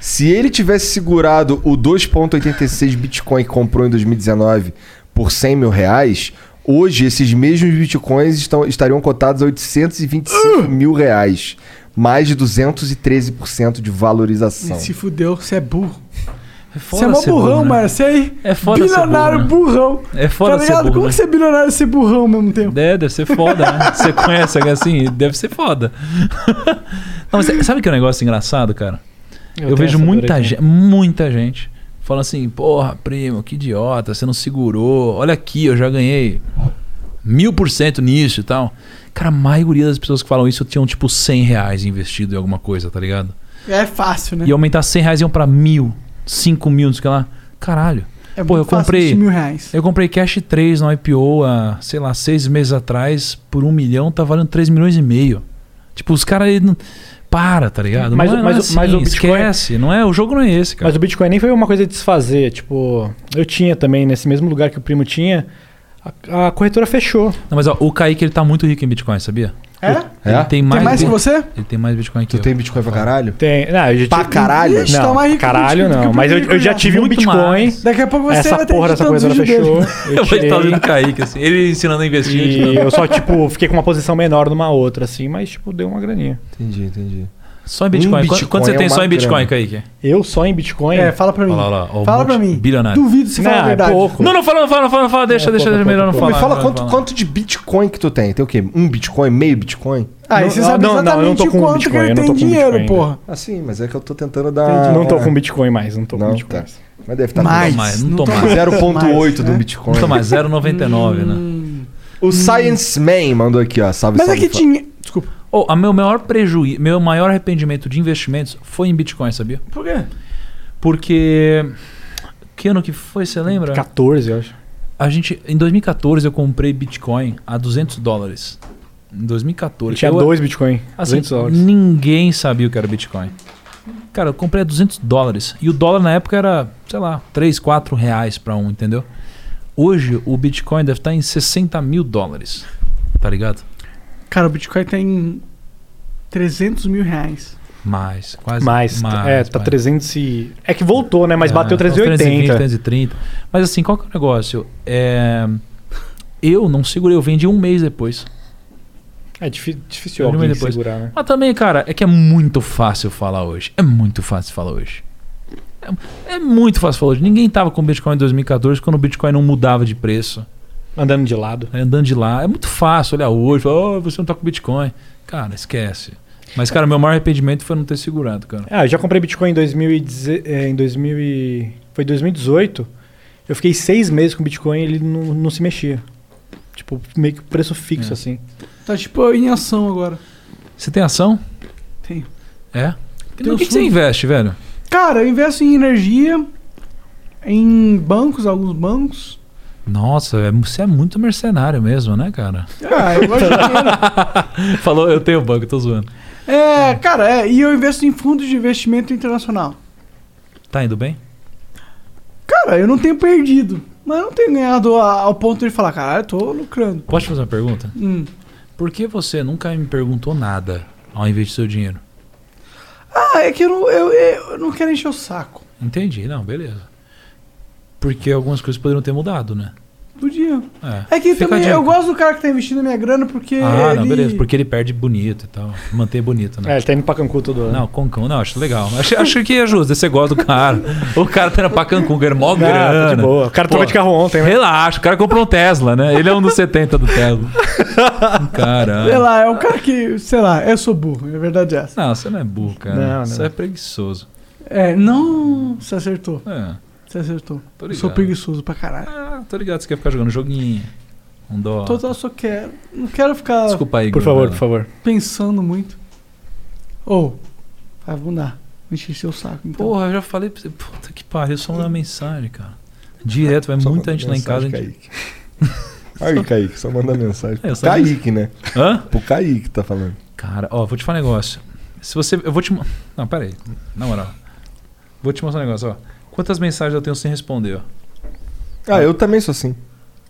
Se ele tivesse segurado o 2,86 Bitcoin que comprou em 2019 por 100 mil reais, hoje esses mesmos Bitcoins estão, estariam cotados a
Uh!
825 mil reais. Mais de 213% de valorização.
Se fudeu, você é burro.
um. foda
Você é mó
ser burro,
burrão,
né?
mano. Você aí.
É foda ser
Bilionário
burro,
burrão.
É foda
Tá
ser
ligado?
burro,
Como
né?
que você é bilionário e ser burrão ao mesmo tempo?
É, deve ser foda, né? Você conhece alguém assim? Deve ser foda. Não, mas sabe que é um negócio engraçado, cara?
Eu
Eu,
tenho
vejo
essa dor
muita
aqui.
gente, muita gente fala assim, porra, primo, que idiota, você não segurou. Olha aqui, eu já ganhei mil por cento nisso e tal. Cara, a maioria das pessoas que falam isso tinham tipo 100 reais investido em alguma coisa, tá ligado?
É fácil, né?
E aumentar 100 reais iam pra mil, cinco mil, não sei o que lá. Caralho.
É
Pô, eu
muito fácil
comprei.
de mil reais.
Eu comprei Cash 3 na IPO há, sei lá, seis meses atrás, por um milhão, tá valendo 3 milhões e meio. Tipo, os caras aí não. Para, tá ligado?
Mas
não
o-
é, não
mas
é
o-
assim,
mas o Bitcoin-
esquece, não é? O jogo não é esse, cara.
Mas o Bitcoin nem foi uma coisa de desfazer. Tipo, eu tinha também, nesse mesmo lugar que o primo tinha, a, a corretora fechou.
Não, mas ó, o Kaique ele tá muito rico em Bitcoin, sabia?
É?
Ele tem mais,
que
bi-
você?
Ele tem mais Bitcoin que
tu tem Bitcoin pra caralho?
Tem. É, tá Não, eu já
Pra
tive-
caralho?
tá
Não, caralho não. Mas eu, eu já tive um Bitcoin.
Daqui a pouco você
essa
vai ter
porra dessa
editando os
corretora
vídeos
fechou.
dele.
Eu vou estar
tirei.
olhando o Kaique, assim. Ele ensinando a investir.
E
ensinando-
eu só, tipo, fiquei com uma posição menor numa outra, assim, mas, tipo, deu uma graninha.
Entendi, entendi.
Um
Só em Bitcoin. Quanto- quanto você tem só em Bitcoin, Kaique?
é Eu só em Bitcoin?
É, fala pra mim.
Olha lá, olha lá, um
fala
monte
pra mim.
de bilionário.
Duvido se falar a
Não, é
verdade.
pouco. Não, não fala, não fala, não fala, não fala.
É
Deixa, deixa, melhor não falar.
Me fala
melhor não
quanto,
falar.
quanto de Bitcoin que tu tem? Tem o quê? Um Bitcoin? Meio Bitcoin?
Ah, e você sabe exatamente quanto que ele tem dinheiro, porra.
Assim, mas é que eu tô tentando dar...
Entendi. Não tô com
Bitcoin mais, não tô
com Bitcoin. Mas deve tá estar
Mais, Não tô mais, não tô mais.
0.8 do
é.
Mais, né?
Bitcoin.
Não tô mais, 0,99, né?
Hum.
O Science Man mandou aqui, ó. Salve,
Mas é
salve,
que
fa-
dinhe- Desculpa. Oh, a meu maior prejuízo, meu maior arrependimento de investimentos foi em Bitcoin, sabia?
Por quê?
Porque. Que ano que foi, você lembra?
14, eu acho.
A gente, em 2014 eu comprei Bitcoin a 200 dólares. Em 2014.
Tinha
eu,
dois Bitcoin,
Assim,
200 dólares.
Ninguém sabia o que era Bitcoin. Cara, eu comprei a 200 dólares. E o dólar na época era, sei lá, 3, 4 reais pra um, entendeu? Hoje o Bitcoin deve estar em 60 mil dólares. Tá ligado?
Cara, o Bitcoin tá tem 300 mil reais.
Mais, quase.
Mais, é, tá 300 e... É que voltou, né? Mas bateu 380.
330. Mas assim, qual que é o negócio? É, Eu não segurei, eu vendi um mês depois.
É difí- difícil
Eu vendi um
alguém
mês depois.
segurar, né?
Mas também, cara, é que é muito fácil falar hoje. É muito fácil falar hoje. É, é muito fácil falar hoje. Ninguém tava com Bitcoin em 2014 quando o Bitcoin não mudava de preço.
Andando de lado.
Andando de lado. É muito fácil olhar hoje, falar, oh, você não tá com Bitcoin. Cara, esquece. Mas, cara, meu maior arrependimento foi não ter segurado, cara.
Ah, eu já comprei Bitcoin em 2010, eh, em 2000 e... Foi 2018. Eu fiquei seis meses com Bitcoin e ele não, não se mexia. Tipo, meio que preço fixo, assim.
Tá tipo em ação agora.
É. Você tem ação?
Tenho.
É?
Tem
No
um
que, que você
fundo.
investe, velho?
Cara, eu investo em energia, em bancos, alguns bancos.
Nossa, é- você é muito mercenário mesmo, né, cara?
Ah, eu gosto de dinheiro.
Falou, eu tenho banco, tô zoando. Hum.
É, cara, é, e eu investo em fundos de investimento internacional.
Tá indo bem?
Cara, eu não tenho perdido, mas eu não tenho ganhado a- ao ponto de falar, cara, eu tô lucrando.
Posso te fazer uma pergunta?
Hum.
Por que você nunca me perguntou nada ao investir seu dinheiro?
Ah, é que eu não, eu, eu não quero encher o saco.
Entendi, não, beleza. Porque algumas coisas poderiam ter mudado, né?
Podia.
É,
É que
Fica a
também
dica.
eu gosto do cara que tá investindo minha grana porque.
Ah,
ele...
não, beleza, porque ele perde bonito e tal. Manter bonito, né?
É, ele tá indo pra Cancún todo ano.
Não, Concão, não, acho legal. Acho, acho que é justo, você gosta do cara. O cara tá indo pra Cancún, ganhando mó
Não, tá
grana. né?
de boa. O cara trocou de carro ontem, né?
Relaxa, o cara comprou um Tesla, né? Ele é um dos 70 do Tesla.
Sei
Caramba.
lá, é um cara que. Sei lá, eu sou burro, é verdade é essa.
Não, você não é burro, cara.
Não, não.
Você é preguiçoso.
É, não. Você acertou.
É.
Você acertou.
Tô
Eu sou
ligado.
preguiçoso pra caralho.
Ah, tô ligado, você quer ficar jogando joguinho. Um dó.
Total, só quero. Não quero ficar.
Desculpa aí,
Por
Igor, né?
favor,
vai
por favor.
Pensando muito. ah, Ou. vai mudar. Encher seu saco. Então.
Porra, eu já falei pra você. Puta que pariu, só uma mensagem, cara. Direto, vai muita gente lá em casa. a
é
gente-
Aí, Kaique, só manda mensagem.
É, eu só-
Kaique, né?
Hã?
Pro Kaique tá falando.
Cara, ó, vou te falar um negócio. Se você. Eu vou te. mo- Não, pera aí. Na moral. Vou te mostrar um negócio, ó. Quantas mensagens eu tenho sem responder, ó?
Ah, eu também sou assim.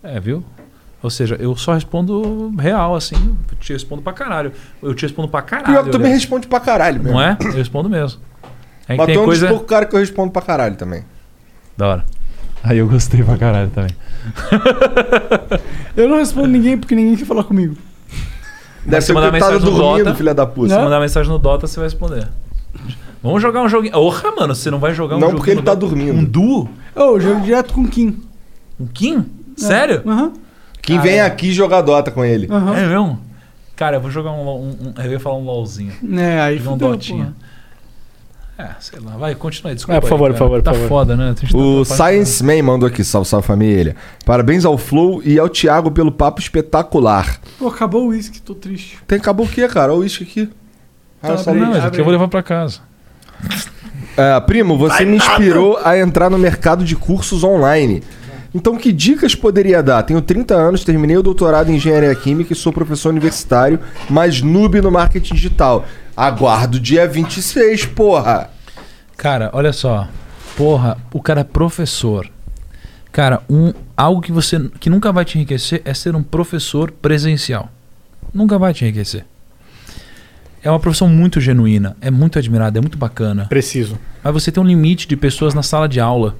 É, viu? Ou seja, eu só respondo real, assim. Eu te respondo pra caralho. Eu te respondo pra caralho.
Pior que tu me
aliás.
responde pra caralho mesmo.
Não é? Eu respondo mesmo. É que
Mas tu é
tem
um
coisa.
dos poucos caras que eu respondo pra caralho também.
Da hora. Aí eu gostei pra caralho também.
Eu não respondo ninguém porque ninguém quer falar comigo.
Deve
ser
você mandar
porque tá
mensagem no
dormindo,
Dota.
filha da puta.
Se
Né?
mandar mensagem no Dota, você vai responder. Vamos jogar um joguinho. Porra, mano, você não vai jogar um
Não,
joguinho.
porque ele
no
tá
Dota?
dormindo.
Um duo?
Eu jogo direto com o Kim.
Um Kim? Sério?
Aham.
Quem vem aqui jogar Dota com ele.
É mesmo? Cara, eu vou jogar um, LOL- um- um- Eu ia falar um LOLzinho.
É, aí
Jogar um
fudeu,
Dotinha. É, sei lá. Vai, continua aí, desculpa.
É, por
aí,
favor,
cara.
por favor, por
Tá
favor.
foda, né? A gente tá
O
atrapalhando.
Science Man mandou aqui, salve, salve família. Parabéns ao Flow e ao Thiago pelo papo espetacular.
Pô, acabou o uísque, tô triste.
Tem acabou o quê, cara? Olha o uísque aqui.
Tá,
só-
abre aí,
Não,
abre
gente,
Que eu vou levar pra casa.
Ah, primo, você me inspirou a entrar no mercado de cursos online. Então, que dicas poderia dar? Tenho 30 anos, terminei o doutorado em engenharia química e sou professor universitário, mas noob no marketing digital. Aguardo dia 26, porra!
Cara, olha só. Porra, o cara é professor. Cara, um, algo que você que nunca vai te enriquecer é ser um professor presencial. Nunca vai te enriquecer. É uma profissão muito genuína, é muito admirada, é muito bacana.
Preciso.
Mas você tem um limite de pessoas na sala de aula.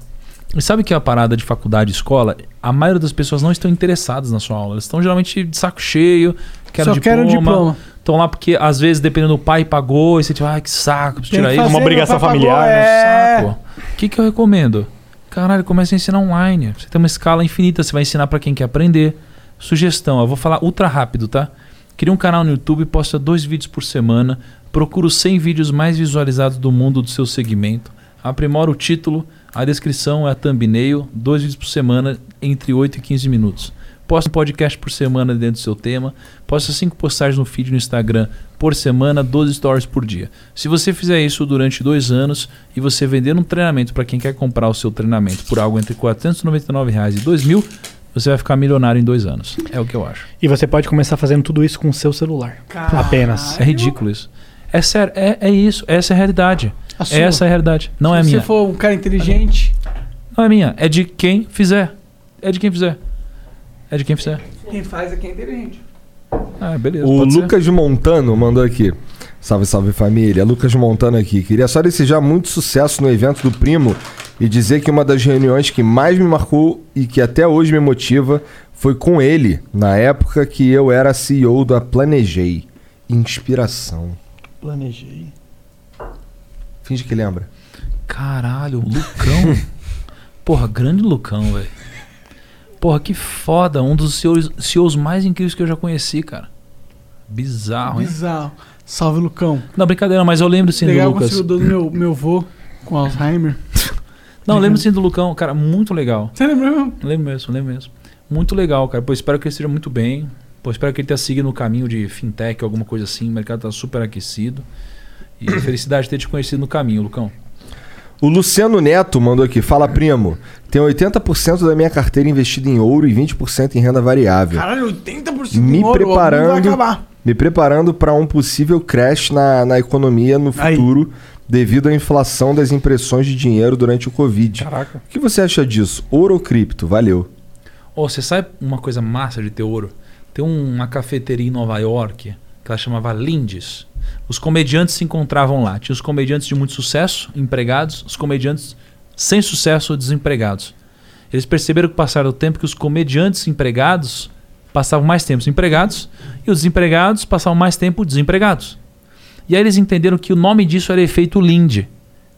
E sabe que é a parada de faculdade e escola, a maioria das pessoas não estão interessadas na sua aula. Elas estão geralmente de saco cheio, quero
Só quero
diploma.
diploma.
Estão lá porque, às vezes, dependendo do pai, pagou, e você tipo, ah, que saco, preciso
Tem que
tirar isso.
fazer, Uma obrigação meu pai familiar, pagou, né? é.
Saco. O que, que eu recomendo? Caralho, começa a ensinar online. Você tem uma escala infinita, você vai ensinar pra quem quer aprender. Sugestão, eu vou falar ultra rápido, tá? Cria um canal no YouTube, posta dois vídeos por semana, procura os 100 vídeos mais visualizados do mundo do seu segmento, aprimora o título, a descrição, é a thumbnail, dois vídeos por semana, entre 8 e 15 minutos. Posta um podcast por semana dentro do seu tema. Posta cinco postagens no feed no Instagram por semana, 12 stories por dia. Se você fizer isso durante dois anos e você vender um treinamento para quem quer comprar o seu treinamento por algo entre R$ 499 reais e R$ 2.000, você vai ficar milionário em dois anos. É o que eu acho.
E você pode começar fazendo tudo isso com o seu celular.
Ah.
Apenas.
É ridículo isso. É sério, é, é isso. Essa é a realidade.
A sua.
Essa é a realidade. Não é a
Se
minha.
você for um cara inteligente.
Não é minha. É de quem fizer. É de quem fizer. É de quem fizer.
Quem faz é quem é inteligente.
Ah, beleza.
O
pode ser.
Lucas Montano mandou aqui. Salve, salve família. Lucas Montano aqui. Queria só desejar muito sucesso no evento do Primo e dizer que uma das reuniões que mais me marcou e que até hoje me motiva foi com ele, na época que eu era CEO da Planejei. Inspiração.
Planejei.
Finge que lembra.
Caralho, o Lucão. Porra, grande Lucão, velho. Porra, que foda. Um dos CEOs, CEOs mais incríveis que eu já conheci, cara. Bizarro, hein?
Bizarro. Salve, Lucão.
Não, brincadeira, mas eu lembro sim do
Legal
Lucas.
o do meu, meu vô com Alzheimer.
Não, eu lembro sim do Lucão, cara, muito legal.
Você lembra mesmo?
Lembro mesmo, lembro mesmo. Um Muito legal, cara. Pô, espero que ele esteja muito bem. Pô, espero que ele tenha seguido no caminho de fintech, alguma coisa assim. O mercado tá super aquecido. E felicidade de ter te conhecido no caminho, Lucão.
O Luciano Neto mandou aqui: Fala, primo. Tenho 80% da minha carteira investida em ouro e 20% em renda variável.
Caralho, 80%
me
em ouro, o mundo vai
preparando,
acabar.
me preparando para um possível crash na, na economia no futuro devido à inflação das impressões de dinheiro durante o Covid.
Caraca.
O que você acha disso? Ouro ou cripto? Valeu.
Ô, você sabe uma coisa massa de ter ouro? Tem um, uma cafeteria em Nova York que ela chamava Lindes. Os comediantes se encontravam lá. Tinha os comediantes de muito sucesso, empregados, os comediantes sem sucesso, desempregados. Eles perceberam que passaram o tempo que os comediantes empregados passavam mais tempo empregados e os desempregados passavam mais tempo desempregados. E aí eles entenderam que o nome disso era efeito Linde.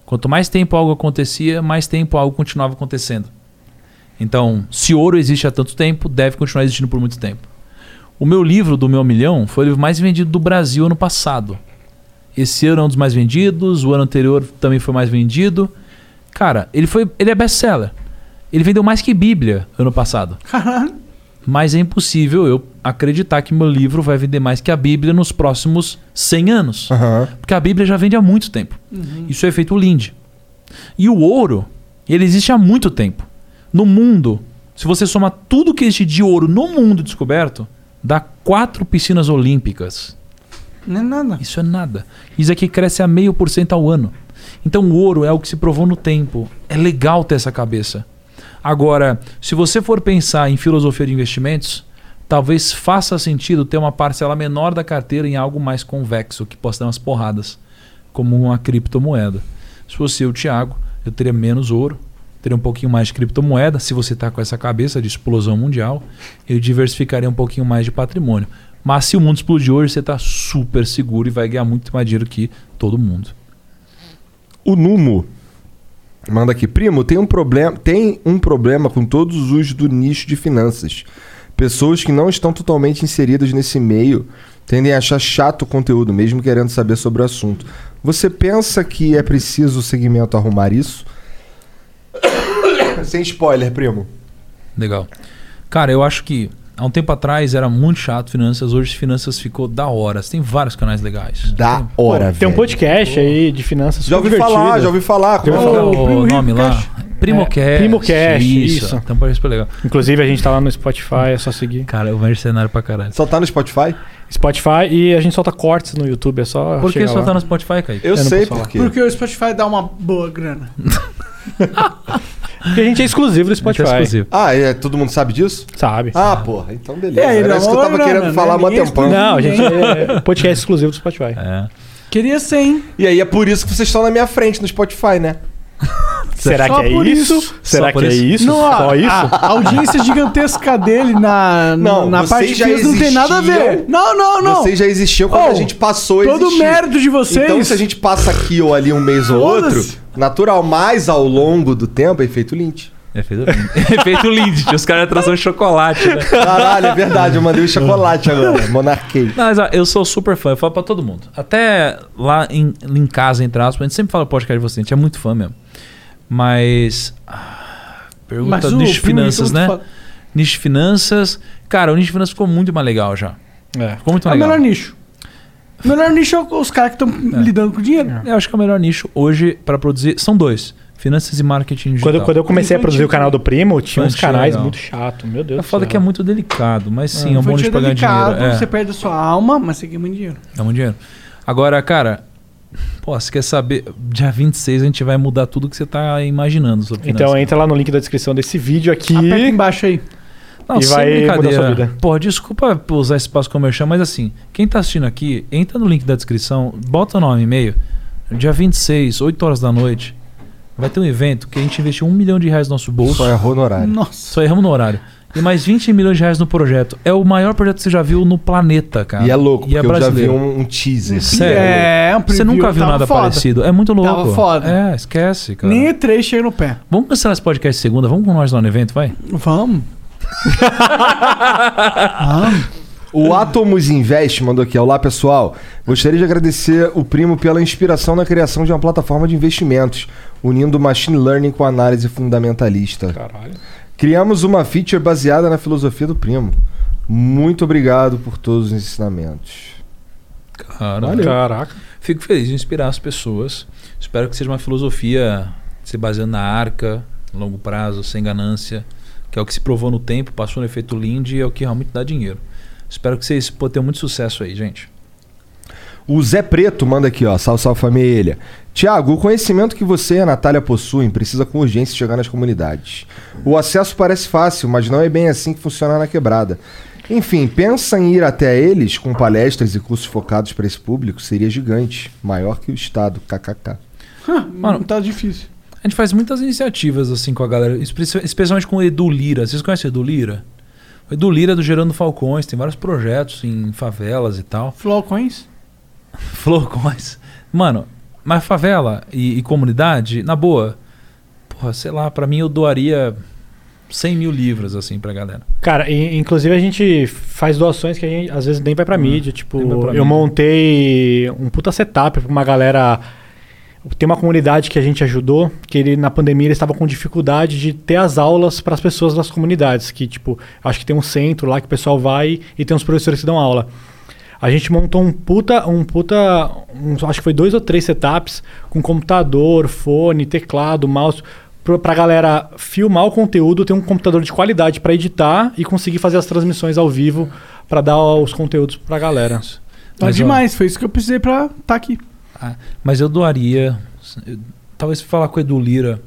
Quanto mais tempo algo acontecia, mais tempo algo continuava acontecendo. Então, se ouro existe há tanto tempo, deve continuar existindo por muito tempo. O meu livro do Meu Milhão foi o livro mais vendido do Brasil ano passado. Esse ano é um dos mais vendidos, o ano anterior também foi mais vendido. Cara, ele foi, ele é best-seller. Ele vendeu mais que Bíblia ano passado. Mas é impossível eu acreditar que meu livro vai vender mais que a Bíblia nos próximos 100 anos. Porque a Bíblia já vende há muito tempo. Isso é feito Linde. E o ouro, ele existe há muito tempo. No mundo, se você somar tudo que existe de ouro no mundo descoberto, dá quatro piscinas olímpicas.
Não é nada.
Isso é nada. Isso aqui cresce a meio por cento ao ano. Então o ouro é algo que se provou no tempo. É legal ter essa cabeça. Agora, se você for pensar em filosofia de investimentos, talvez faça sentido ter uma parcela menor da carteira em algo mais convexo, que possa dar umas porradas, como uma criptomoeda. Se fosse eu, Thiago, eu teria menos ouro, teria um pouquinho mais de criptomoeda, se você está com essa cabeça de explosão mundial, eu diversificaria um pouquinho mais de patrimônio. Mas se o mundo explodir hoje, você está super seguro e vai ganhar muito mais dinheiro que todo mundo.
O Numo manda aqui, primo, tem um problema, tem um problema com todos os do nicho de finanças. Pessoas que não estão totalmente inseridas nesse meio tendem a achar chato o conteúdo, mesmo querendo saber sobre o assunto. Você pensa que é preciso o segmento arrumar isso? Sem spoiler, primo.
Legal. Cara, eu acho que há um tempo atrás era muito chato finanças, hoje finanças ficou da hora. Você tem vários canais legais.
Da hora,
Tem um podcast aí de finanças
Já ouvi
super
falar,
divertido. um
já ouvi falar. é
Já ouvi falar.
o nome lá? Primocast.
É, Primocast, isso.
Então parece super legal.
Inclusive, a gente tá lá no Spotify, é só seguir.
Cara, eu vejo cenário pra caralho.
Só tá no Spotify?
Spotify e a gente solta cortes no YouTube, é só.
Por que
chegar
só
lá.
tá no Spotify, Kaique?
Eu sei por quê.
Porque o Spotify dá uma boa grana.
Porque a gente é exclusivo do Spotify.
exclusivo.
Ah, é, todo mundo sabe disso?
Sabe.
Ah, porra, então beleza.
E aí,
Era
dá
isso que eu
uma
tava
grana,
é
querendo
né?
falar há mó
Ninguém
tempão.
exclusivo. Não, gente, é podcast exclusivo do Spotify.
É.
Queria ser, hein?
E aí é por isso que vocês estão na minha frente no Spotify, né?
Será
Só
que é
por
isso?
isso.
Será
Só
que
por
é
isso.
isso?
Não, a-
só isso?
A audiência gigantesca dele na,
Não,
na
vocês
parte
já
física não tem nada a ver.
existiam.
Não, não, não.
Vocês já existiam quando
Oh,
a gente passou a
todo
existir.
mérito de vocês-
Então, se a gente passa aqui ou ali um mês ou outro,
Foda-se.
natural, mas ao longo do tempo, é efeito Lynch.
É feito Linde. É feito Linde. Os caras trazem chocolate, né?
Caralho, é verdade, eu mandei o chocolate agora. Monarquei.
Não, mas, ó, eu sou super fã, eu falo pra todo mundo. Até lá em, em casa, entre aspas, a gente sempre fala podcast de você, a gente é muito fã mesmo. Mas. ah, pergunta
Mas o
nicho de
primeiro
finanças,
que
então,
eu
né?
falo-
Nicho de finanças. Cara, o nicho de finanças ficou muito mais legal já. Ficou muito
É o
mais legal.
melhor nicho. O melhor nicho é os caras que estão lidando com dinheiro.
Eu acho que é o melhor nicho hoje pra produzir são dois: finanças e marketing digital.
Quando, quando eu comecei a produzir o canal do Primo, tinha uns
Infantil,
canais
legal.
muito chato, meu Deus.
É foda que é muito delicado, mas sim, é, um
Foi
bom nicho pra ganhar dinheiro. É.
Você perde a sua alma, mas você ganha muito dinheiro.
É muito dinheiro. Agora, cara, pô, você quer saber? Dia 26 a gente vai mudar tudo que você tá imaginando sobre
Então
finanças.
entra lá no link da descrição desse vídeo aqui. Aperta
embaixo aí.
Não,
e
sem
vai mudar
brincadeira.
sua vida.
Pô, desculpa usar esse espaço comercial, mas assim, quem tá assistindo aqui, entra no link da descrição, bota o nome e e-mail. Dia 26, 8 horas da noite, vai ter um evento que a gente investiu um milhão de reais no nosso bolso.
Só errou no horário.
Nossa.
Só erramos no horário. E mais 20 milhões de reais no projeto. É o maior projeto que você já viu no planeta, cara.
E é louco,
E é
porque eu já vi
brasileiro.
um, um teaser.
Sério?
É, um
Você
preview,
nunca viu
tava
nada
foda.
parecido. É muito louco.
Tava foda.
É, esquece, cara.
Nem E3 chega no pé.
Vamos cancelar esse podcast segunda? Vamos com nós lá no evento, vai?
Vamos. Ah.
O Atomos Invest mandou aqui. Olá, pessoal. Gostaria de agradecer o primo pela inspiração na criação de uma plataforma de investimentos. unindo machine learning com análise fundamentalista. Caralho. Criamos uma feature baseada na filosofia do primo. Muito obrigado por todos os ensinamentos.
Cara, Caraca. Fico feliz de inspirar as pessoas. Espero que seja uma filosofia se baseando na arca, longo prazo, sem ganância, que é o que se provou no tempo, passou no efeito Lindy e é o que realmente dá dinheiro. Espero que vocês pô, tenham muito sucesso aí, gente.
O Zé Preto manda aqui, ó. Salve, salve família. Tiago, o conhecimento que você e a Natália possuem precisa com urgência chegar nas comunidades. O acesso parece fácil, mas não é bem assim que funciona na quebrada. Enfim, pensa em ir até eles com palestras e cursos focados para esse público? Seria gigante. Maior que o Estado. KKK.
Mano, tá difícil.
A gente faz muitas iniciativas assim com a galera, espe- especialmente com o Edu Lira. Vocês conhecem o Edu Lira? O Edu Lira é do Gerando Falcões, tem vários projetos em favelas e tal.
Flocões?
Flocões. Mano, mas favela e, e comunidade, na boa, porra, sei lá, pra mim eu doaria 100 mil livros assim pra galera.
Cara, e- inclusive a gente faz doações que a gente, às vezes nem vai pra mídia. Tipo,
Uhum. nem vai pra
eu
mídia.
montei um puta setup pra uma galera. Tem uma comunidade que a gente ajudou, que ele, na pandemia eles estavam com dificuldade de ter as aulas pras pessoas das comunidades. Que, tipo, acho que tem um centro lá que o pessoal vai e tem uns professores que dão aula. A gente montou um puta, um puta, um- acho que foi dois ou três setups com computador, fone, teclado, mouse, pro- pra galera filmar o conteúdo, ter um computador de qualidade pra editar e conseguir fazer as transmissões ao vivo pra dar os conteúdos pra galera.
Tá demais, foi isso que eu precisei pra tá aqui.
Ah, mas eu doaria. eu- talvez falar com o Edu Lira.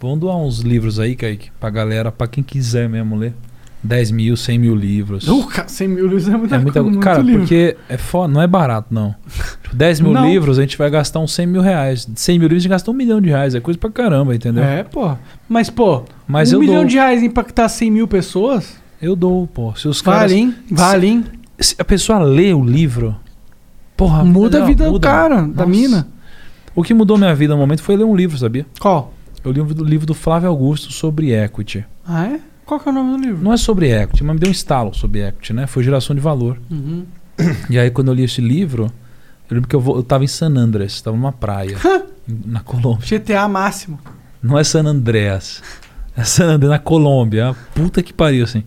Vamos doar uns livros aí, Kaique, pra galera, pra quem quiser mesmo ler. 10 mil, 100 mil livros.
Uh, ca- 100 mil livros é muita,
É muita,
coisa, muito
cara,
livro.
porque é foda, não é barato, não. Tipo, 10 mil
Não.
livros, a gente vai gastar uns 100 mil reais. De 100 mil livros, a gente gasta um milhão de reais. É coisa pra caramba, entendeu?
É, pô. Mas, pô,
né? Mas
um
eu
milhão
dou.
de reais impactar 100 mil pessoas?
Eu dou, pô. Se os
Vale,
caras-
hein? Vale,
se-
hein?
Se a pessoa lê o livro, porra,
Muda a vida do cara,
mano.
da mina.
O que mudou minha vida no momento foi ler um livro, sabia?
Qual?
Eu li o livro do Flávio Augusto sobre equity.
Ah, é? Qual que é o nome do livro?
Não é sobre equity, mas me deu um estalo sobre equity, né? Foi geração de valor.
Uhum.
E aí, quando eu li esse livro, eu lembro que eu, vo- eu tava em San Andrés, tava numa praia, em- na Colômbia.
GTA máximo.
Não é San Andreas. É San Andreas, na Colômbia. É uma Puta que pariu, assim.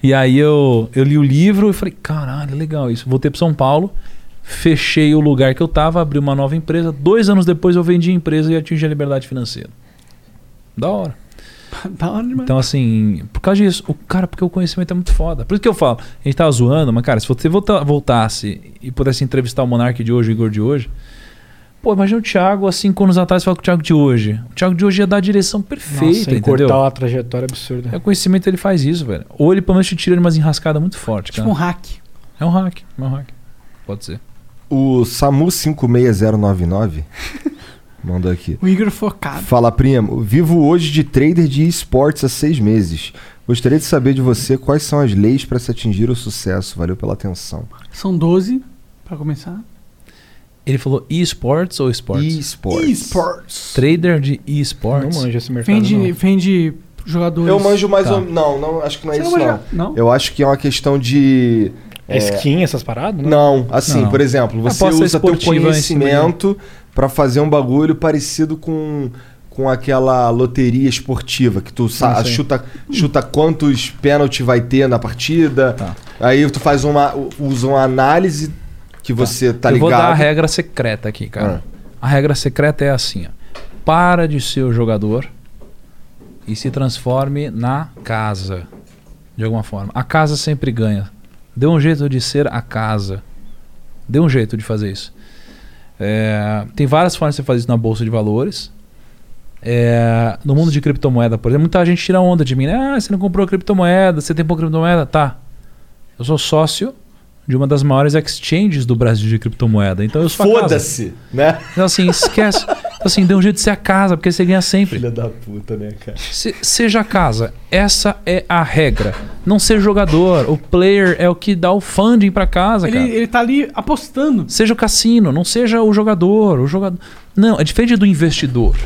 E aí eu, eu li o livro e falei, caralho, legal isso. Voltei para São Paulo, fechei o lugar que eu tava, abri uma nova empresa. Dois anos depois eu vendi a empresa e atingi a liberdade financeira. Da hora.
Da hora demais.
Então, assim, por causa disso, o cara, porque o conhecimento é muito foda. Por isso que eu falo, a gente tava zoando, mas, cara, se você volta- voltasse e pudesse entrevistar o Monark de hoje, o Igor de hoje, pô, imagina o Thiago há cinco anos atrás falar com o Thiago de hoje. O Thiago de hoje ia dar a direção perfeita,
Nossa, e
entendeu?
cortar uma trajetória absurda.
É o conhecimento, ele faz isso, velho. Ou ele pelo menos te tira de umas enrascadas muito forte, cara.
Tipo um hack.
É um hack, é um hack. Pode ser.
O Samu 56099 mandou aqui.
O Igor focado.
Fala, primo. Vivo hoje de trader de esportes há seis meses. Gostaria de saber de você quais são as leis para se atingir o sucesso. Valeu pela atenção.
São 12 pra começar.
Ele falou esports ou esportes?
Esports.
Esports.
Trader de esports.
Não manjo esse
Vende, vende jogadores.
Eu manjo mais
Tá.
ou Não, não, acho que não é
Você
isso,
manja-
não. Eu acho que é uma questão de.
É skin, essas paradas? né?
Não, assim, por exemplo, você
Aposta
usa teu
esportiva em cima de-
conhecimento pra fazer um bagulho parecido com, com aquela loteria esportiva, que tu sa-
Sim, sim.
chuta, chuta quantos pênaltis vai ter na partida. Aí tu faz uma. usa uma análise que você tá
eu
ligado. Ah.
vou dar a regra secreta aqui, cara. A regra secreta é assim, ó. Para de ser o jogador e se transforme na casa. De alguma forma. A casa sempre ganha. Dê um jeito de ser a casa. Dê um jeito de fazer isso. É, tem várias formas de você fazer isso na bolsa de valores. É, no mundo de criptomoeda, por exemplo, muita gente tira onda de mim. né? Ah, você não comprou criptomoeda, você tem pouca criptomoeda. Tá. Eu sou sócio de uma das maiores exchanges do Brasil de criptomoeda. Então eu sou a casa.
Foda-se, né?
Então assim, esquece. Então assim, dê um jeito de ser a casa, porque você ganha sempre.
Filha da puta, né, cara?
Se- seja a casa. Essa é a regra. Não ser jogador. O player é o que dá o funding pra casa,
Ele,
cara.
ele tá ali apostando.
Seja o cassino, não seja o jogador. O jogador. Não, é diferente do investidor.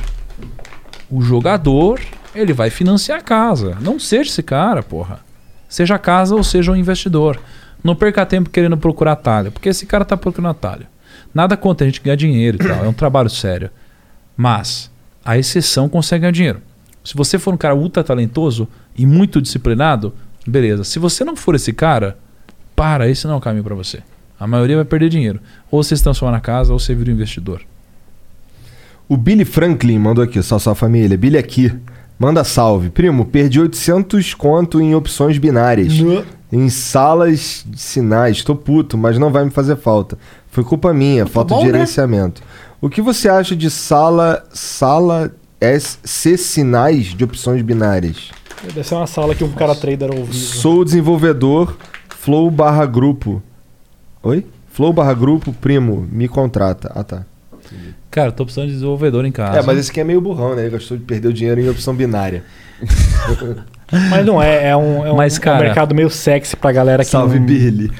O jogador, ele vai financiar a casa. Não seja esse cara, porra. Seja a casa ou seja o investidor. Não perca tempo querendo procurar atalho, porque esse cara tá procurando atalho. Nada contra a gente ganhar dinheiro e tal, é um trabalho sério. Mas a exceção consegue ganhar dinheiro. Se você for um cara ultra talentoso e muito disciplinado, beleza. Se você não for esse cara, para, esse não é o caminho para você. A maioria vai perder dinheiro. Ou você se transforma na casa, ou você vira um investidor.
O Billy Franklin mandou aqui, só sua família. Billy aqui. Manda salve. Primo, perdi 800 conto em opções binárias.
Né?
Em salas de sinais. Tô puto, mas não vai me fazer falta. Foi culpa minha, falta
bom,
de
né?
gerenciamento. O que você acha de sala. Sala. S, C sinais de opções binárias?
Deve ser uma sala que um cara trader ouviu.
Sou desenvolvedor Flow barra grupo. Oi? Flow barra grupo, primo, me contrata. Ah, tá.
Cara, eu tô precisando de desenvolvedor em casa.
é, mas esse aqui é meio burrão, né? Ele gostou de perder o dinheiro em opção binária.
Mas não é, é um, é um-
Mas,
é um
cara-
mercado meio sexy pra galera que Salve,
Billy.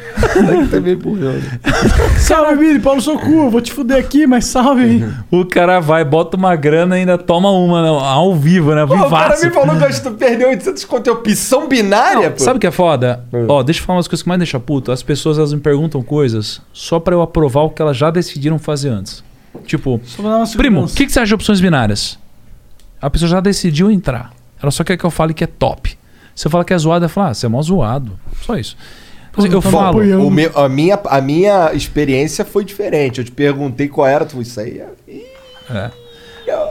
Salve, Billy, Paulo Socorro, vou te fuder aqui, mas salve aí.
Uhum.
O cara vai, bota uma grana e ainda toma uma não, ao vivo, né?
Pô,
Vivaço.
o cara me falou que gastou, perdeu 800 conto em opção binária, pô.
Sabe o que é foda? Ó, deixa eu falar umas coisas que mais deixa puto. As pessoas elas me perguntam coisas só pra eu aprovar o que elas já decidiram fazer antes. Tipo, primo, o que, que você acha de opções binárias? A pessoa já decidiu entrar. Ela só quer que eu fale que é top. Se eu falar que é zoado, ela fala, ah, você é mó zoado. Só isso. Então, assim, eu falo.
O meu- a, minha, a minha experiência foi diferente. Eu te perguntei qual era, tu isso aí. é-
É.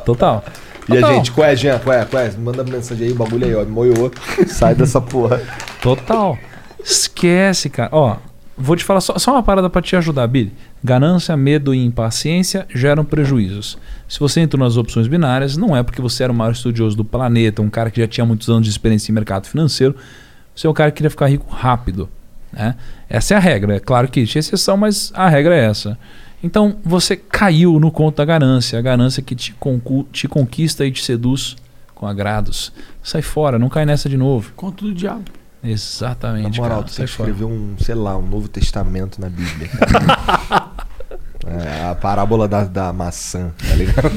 Total.
E a
Total.
gente, qual é, Jean? Qual é, qual é? Manda mensagem aí, o bagulho aí, ó. Moiou. Sai dessa porra.
Total. Esquece, cara. Ó, vou te falar só, só uma parada pra te ajudar, Billy. Ganância, medo e impaciência geram prejuízos. Se você entrou nas opções binárias, não é porque você era o maior estudioso do planeta, um cara que já tinha muitos anos de experiência em mercado financeiro, você é o cara que queria ficar rico rápido. né? Essa é a regra. É claro que existe exceção, mas a regra é essa. Então, você caiu no conto da ganância, a ganância que te, concu- te conquista e te seduz com agrados. Sai fora, não cai nessa de novo.
Conto do diabo.
Exatamente.
Na moral,
cara, é
tu tem
sai
que
fora.
escrever um, sei lá, um Novo Testamento na Bíblia. cara. é, a parábola da, da maçã, tá ligado?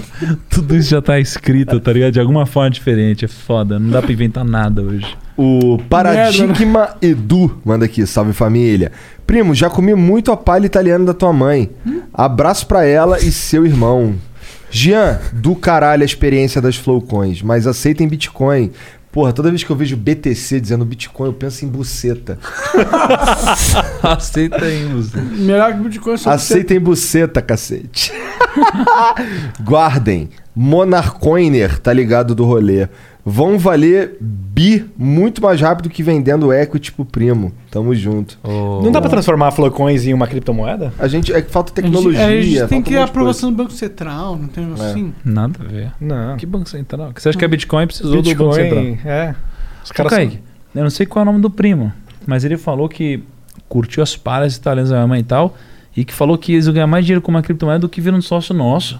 Tudo isso já tá escrito, tá ligado? De alguma forma diferente. É foda. Não dá pra inventar nada hoje.
O Paradigma Edu manda aqui, salve família. Primo, já comi muito a palha italiana da tua mãe. Abraço pra ela e seu irmão. Jean, do caralho a experiência das flowcoins, mas aceitem Bitcoin. Porra, toda vez que eu vejo BTC dizendo Bitcoin, eu penso em buceta.
Aceita aí, buceta.
Melhor que Bitcoin só
Aceitem buceta, cacete. Guardem. Monarcoiner, tá ligado do rolê. Vão valer bi muito mais rápido que vendendo equity pro primo. Tamo junto.
Não dá pra transformar flocões em uma criptomoeda?
A gente. É que falta
A gente-
tecnologia.
é, a gente tem
falta
que
um
a
monte de coisa.
aprovação do Banco Central, não tem um negócio
É.
assim? Hum.
Nada a ver.
Não.
Que banco central? Você acha que a Bitcoin precisou do Banco Central?
Bitcoin, é. Os caras
Ô, Kaique, eu não sei qual é o nome do primo, mas ele falou que curtiu as palhas italianas da minha mãe e tal, e que falou que eles iam ganhar mais dinheiro com uma criptomoeda do que virando sócio nosso.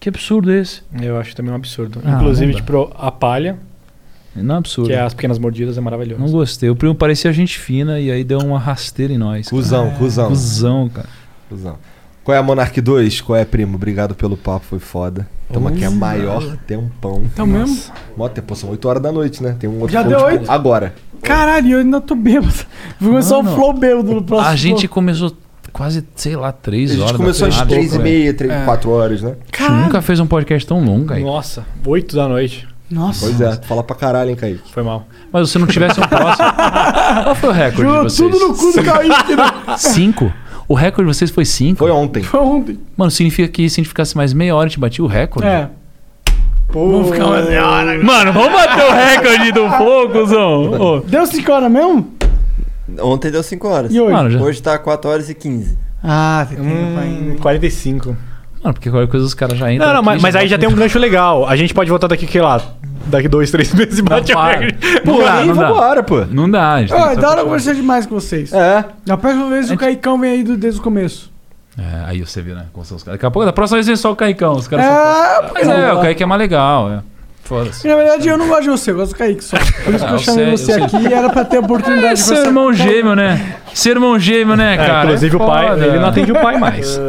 Que absurdo esse.
Eu acho também um absurdo.
Ah,
Inclusive,
não dá.
tipo, a palha,
Não é absurdo.
que é as pequenas mordidas, é maravilhoso.
Não gostei. O primo parecia gente fina e aí deu uma rasteira em nós. cara.
Cusão,
É.
cuzão.
Cusão, cara.
Cusão. Qual é a Monark 2? Qual é, primo? Obrigado pelo papo, foi foda. Tamo aqui a
Ui.
maior tempão.
Então mesmo?
Mó tempo, são 8 horas da noite, né? Tem um outro
Já
flow
deu
de-
oito?
Agora.
Caralho, eu ainda tô bêbado. Vou começar o
Mano,
flow bêbado no próximo.
A gente
flow.
começou quase, sei lá, três
A
horas.
gente
da
começou às
tarde.
3 e meia, 3,
É.
4 horas, né?
A gente nunca fez um podcast tão longo, Kaique.
Nossa, 8 da noite.
Nossa.
Pois é, tu fala pra caralho, hein, Kaique?
Foi mal.
Mas se não tivesse um próximo. Qual foi o recorde de
Jogou
vocês?
tudo no cu do Kaique, né?
Cinco? O recorde de vocês foi cinco? Foi
ontem.
Foi ontem.
Mano, significa que se a gente ficasse mais meia hora, a gente batia o recorde.
É. Vamos ficar mais meia hora.
Mano, vamos bater o recorde do fogo, cuzão.
Deu 5 horas mesmo?
Ontem deu 5 horas.
E hoje? Mano, já-
hoje tá 4 horas e 15.
Ah, tem
tempo ainda. 45.
Mano, porque qualquer coisa os caras já entram. né?
Não, não,
aqui,
mas, mas aí já tem um
batem-
gancho legal. A gente pode voltar daqui, que lá, daqui dois, três meses e bate a
para.
regra.
Não dá, não dá.
Vambora, pô.
Não dá, a gente tem
Ah,
que-
da hora conversar demais com vocês.
É.
Na próxima vez o Caicão vem aí do- desde o começo.
É, aí você vê, né? Como são os caras. Daqui a pouco, da próxima vez é só o Caicão. Os caras
É,
são... Mas
não
é,
dá.
o Kaique é mais legal. É. Foda-se.
E, Na verdade, eu não gosto de você, eu gosto do Kaique só. Por isso que
Ah,
eu
eu sei,
chamei você
eu sei.
aqui e era pra um ter a oportunidade
É
de você.
seu irmão gêmeo, né? Seu irmão gêmeo, né, cara?
tá- inclusive
É
o pai,
foda.
ele não atende o pai mais.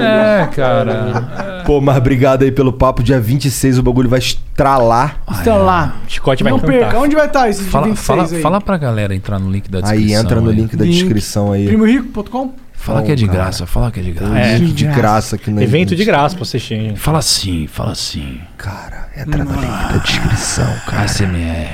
É, cara.
Pô, mas obrigado aí pelo papo. Dia 26 o bagulho vai estralar.
Está lá.
Chicote
Não perca. Onde vai estar esse de
Fala,
26
fala,
aí?
fala pra galera entrar no link da
Aí
descrição.
entra no link da descrição aí. Então,
Primorico.com?
Fala que é de graça, fala que é de graça.
É.
Evento
De graça
que
Evento de graça pra você xingar.
Fala assim, fala assim.
Cara, entra no link da descrição, cara.
ASMR.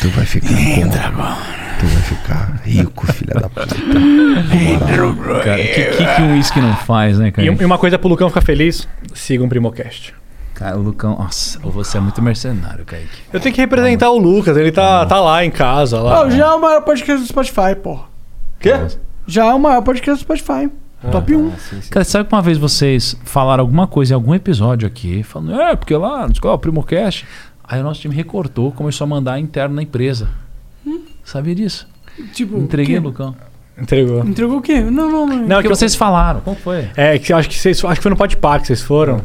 Tu vai ficar. Entra agora. Tu vai ficar rico, filha da puta. Entra
Cara, o que, que, que um uísque não faz, né,
E
um
um,
cara?
e uma coisa pro Lucão ficar feliz, siga um Primocast.
Cara, o Lucão. Nossa, você é muito mercenário, Kaique.
Eu tenho que representar o Lucas, ele tá, tá lá em casa.
né?
Lá.
Ó, já é o maior podcast do Spotify, porra.
Quê?
Já é o maior podcast do Spotify.
Ah,
Top
tá,
1.
Cara, sabe que uma vez vocês falaram alguma coisa em algum episódio aqui, falando, é, porque lá, não sei qual, o Primocast. Aí o nosso time recortou, começou a mandar interno na empresa.
Hum?
Sabia disso?
Tipo,
Entreguei,
que-
Lucão.
Entregou.
Entregou o quê? Não, não, não.
Não,
Porque é vocês falaram. Como foi?
É, que eu acho que vocês. Acho que foi no Podpah que vocês foram. Aí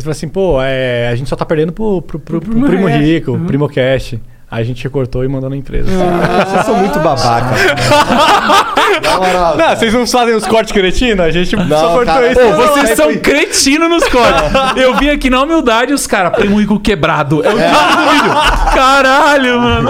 você falou assim, pô, é, a gente só tá perdendo pro, pro- pro- pro
Primo
Primo
Rico.
Rico,
Uhum.
Primo Cash. Aí a gente recortou e mandou na empresa.
É. Vocês são muito babaca. Na moral.
Não, vocês não fazem os cortes cretino? A gente só cortou
cara.
isso.
Pô, vocês são
cretinos nos cortes. Eu vim aqui na humildade os caras, primo Rico quebrado. É o nome do vídeo. Caralho, mano.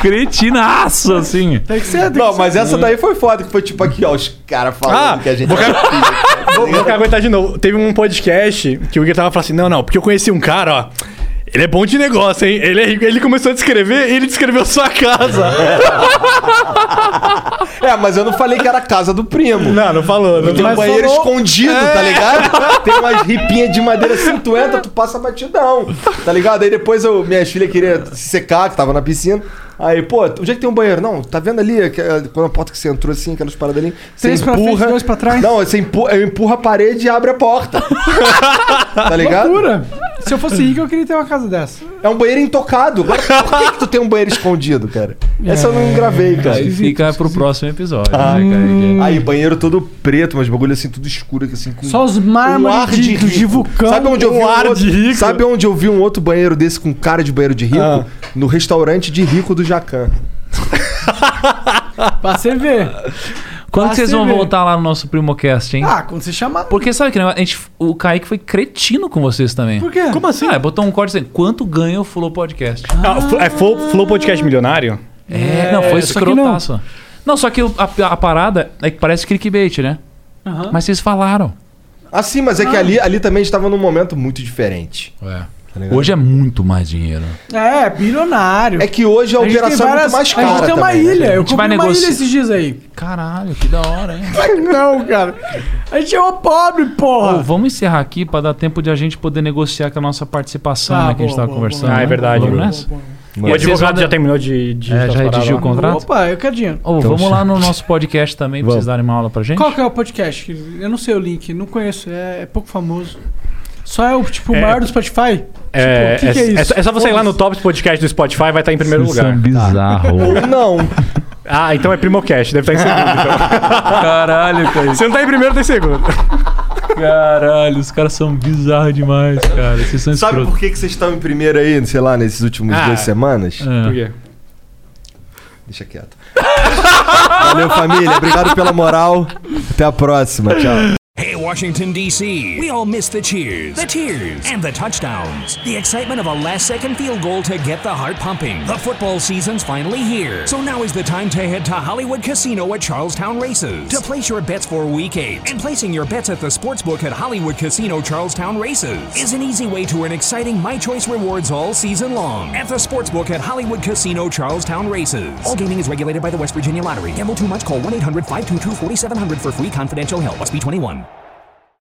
Cretinaço, assim.
Tem que ser.
Não, mas essa daí foi foda, que foi tipo aqui, ó, os caras
Ah,
falando que a gente.
Ah,
tá
Vou, vou aguentar de novo. Teve um podcast que o Igor tava falando assim: não, não, porque eu conheci um cara, ó. Ele é bom de negócio, hein? Ele, é rico." ele começou a descrever e ele descreveu sua casa.
É, mas eu não falei que era a casa do primo.
Não, não falou.
Tem um
Mas
banheiro
falou-
escondido,
É.
tá ligado? Tem umas ripinhas de madeira 50, tu passa batidão, tá ligado? Aí depois eu, minhas filhas queriam se secar, que tava na piscina. Aí, pô, onde é que tem um banheiro? Não, tá vendo ali, que- quando a porta que você entrou assim, aquelas paradas ali? Você
Três pra frente, dois pra trás.
Não, você empurra, eu empurro a parede e abre a porta. tá ligado?
Loucura. Se eu fosse rico, eu queria ter uma casa dessa.
É um banheiro intocado. Agora, por que, que tu tem um banheiro escondido, cara?
É.
Essa eu não gravei, cara.
Aí fica pro próximo episódio.
Ah,
né, Kaique?
Aí, banheiro todo preto, mas bagulho assim, tudo escuro, que assim, com
Só os mármores de, de, vulcão.
Sabe onde eu vi
Um
um
ar
outro,
de rico. Ah.
Sabe onde eu vi um outro banheiro desse com cara de banheiro de rico? No restaurante de rico do Jacan.
Pra você ver.
Quando
Pra
que vocês
você
vão
ver.
voltar lá no nosso Primocast, hein?
Ah, quando você chamar.
Porque sabe que negócio? A gente, o Kaique foi cretino com vocês também.
Por quê?
Como assim?
Ah, botou um corte assim. Quanto ganha o Flow Podcast?
Ah, fl- é Flow, Flow Podcast Milionário?
É, não, foi
só que não.
escrotaço. Não. só que o- a, a parada é que parece clickbait, né? Mas vocês falaram.
Ah, sim, mas é que ali, ali também estava num momento muito diferente. Tá ligado?
Hoje é muito mais dinheiro.
É, bilionário.
É que hoje a
gente tem
operação é muito mais cara
A gente tem uma
também, né,
ilha.
gente?
Eu
A gente
comprei
vai
uma
negociar.
ilha esses dias aí.
Caralho, que da hora, hein?
Não, cara. A gente é uma pobre, porra.
Ô, vamos encerrar aqui pra dar tempo de a gente poder negociar com a nossa participação
Tá,
né, que a gente
boa,
tava
boa,
conversando.
boa. Ah, é
né?
verdade,
Vamos
boa,
nessa?
O advogado já terminou de. de
É, já redigiu o contrato?
Opa, eu quero dinheiro.
Ô, vamos
Então,
lá no nosso podcast também pra vocês darem uma aula pra gente?
Qual que é o podcast? Eu não sei o link, não conheço, é, é pouco famoso. Só é o tipo
É.
o maior do Spotify?
É,
tipo, o que,
é,
que é isso? é
é só- é só você ir lá no Top Podcast do Spotify, vai estar em primeiro
Vocês
lugar.
são bizarro.
Ou não.
Ah, então é Primocast, deve estar em segundo.
Caralho, cara.
Se não tá em primeiro, tá em segundo.
Caralho, os caras são bizarros demais, cara. Vocês são
Sabe
escrotos.
por que, que vocês estão em primeiro aí, sei lá, nesses últimos
Ah.
duas semanas?
É.
Deixa quieto. Valeu, família. Obrigado pela moral. Até a próxima. Tchau.
Hey, Washington, D.C. We all miss the cheers, the tears, and the touchdowns. The excitement of a last second field goal to get the heart pumping. The football season's finally here. So now is the time to head to Hollywood Casino at Charlestown Races to place your bets for week eight. And placing your bets at the sportsbook at Hollywood Casino Charlestown Races is an easy way to earn exciting My Choice rewards all season long at the sportsbook at Hollywood Casino Charlestown Races. All gaming is regulated by the West Virginia Lottery. Gamble too much? Call 1 800 522 4700 for free confidential help. Must be 21.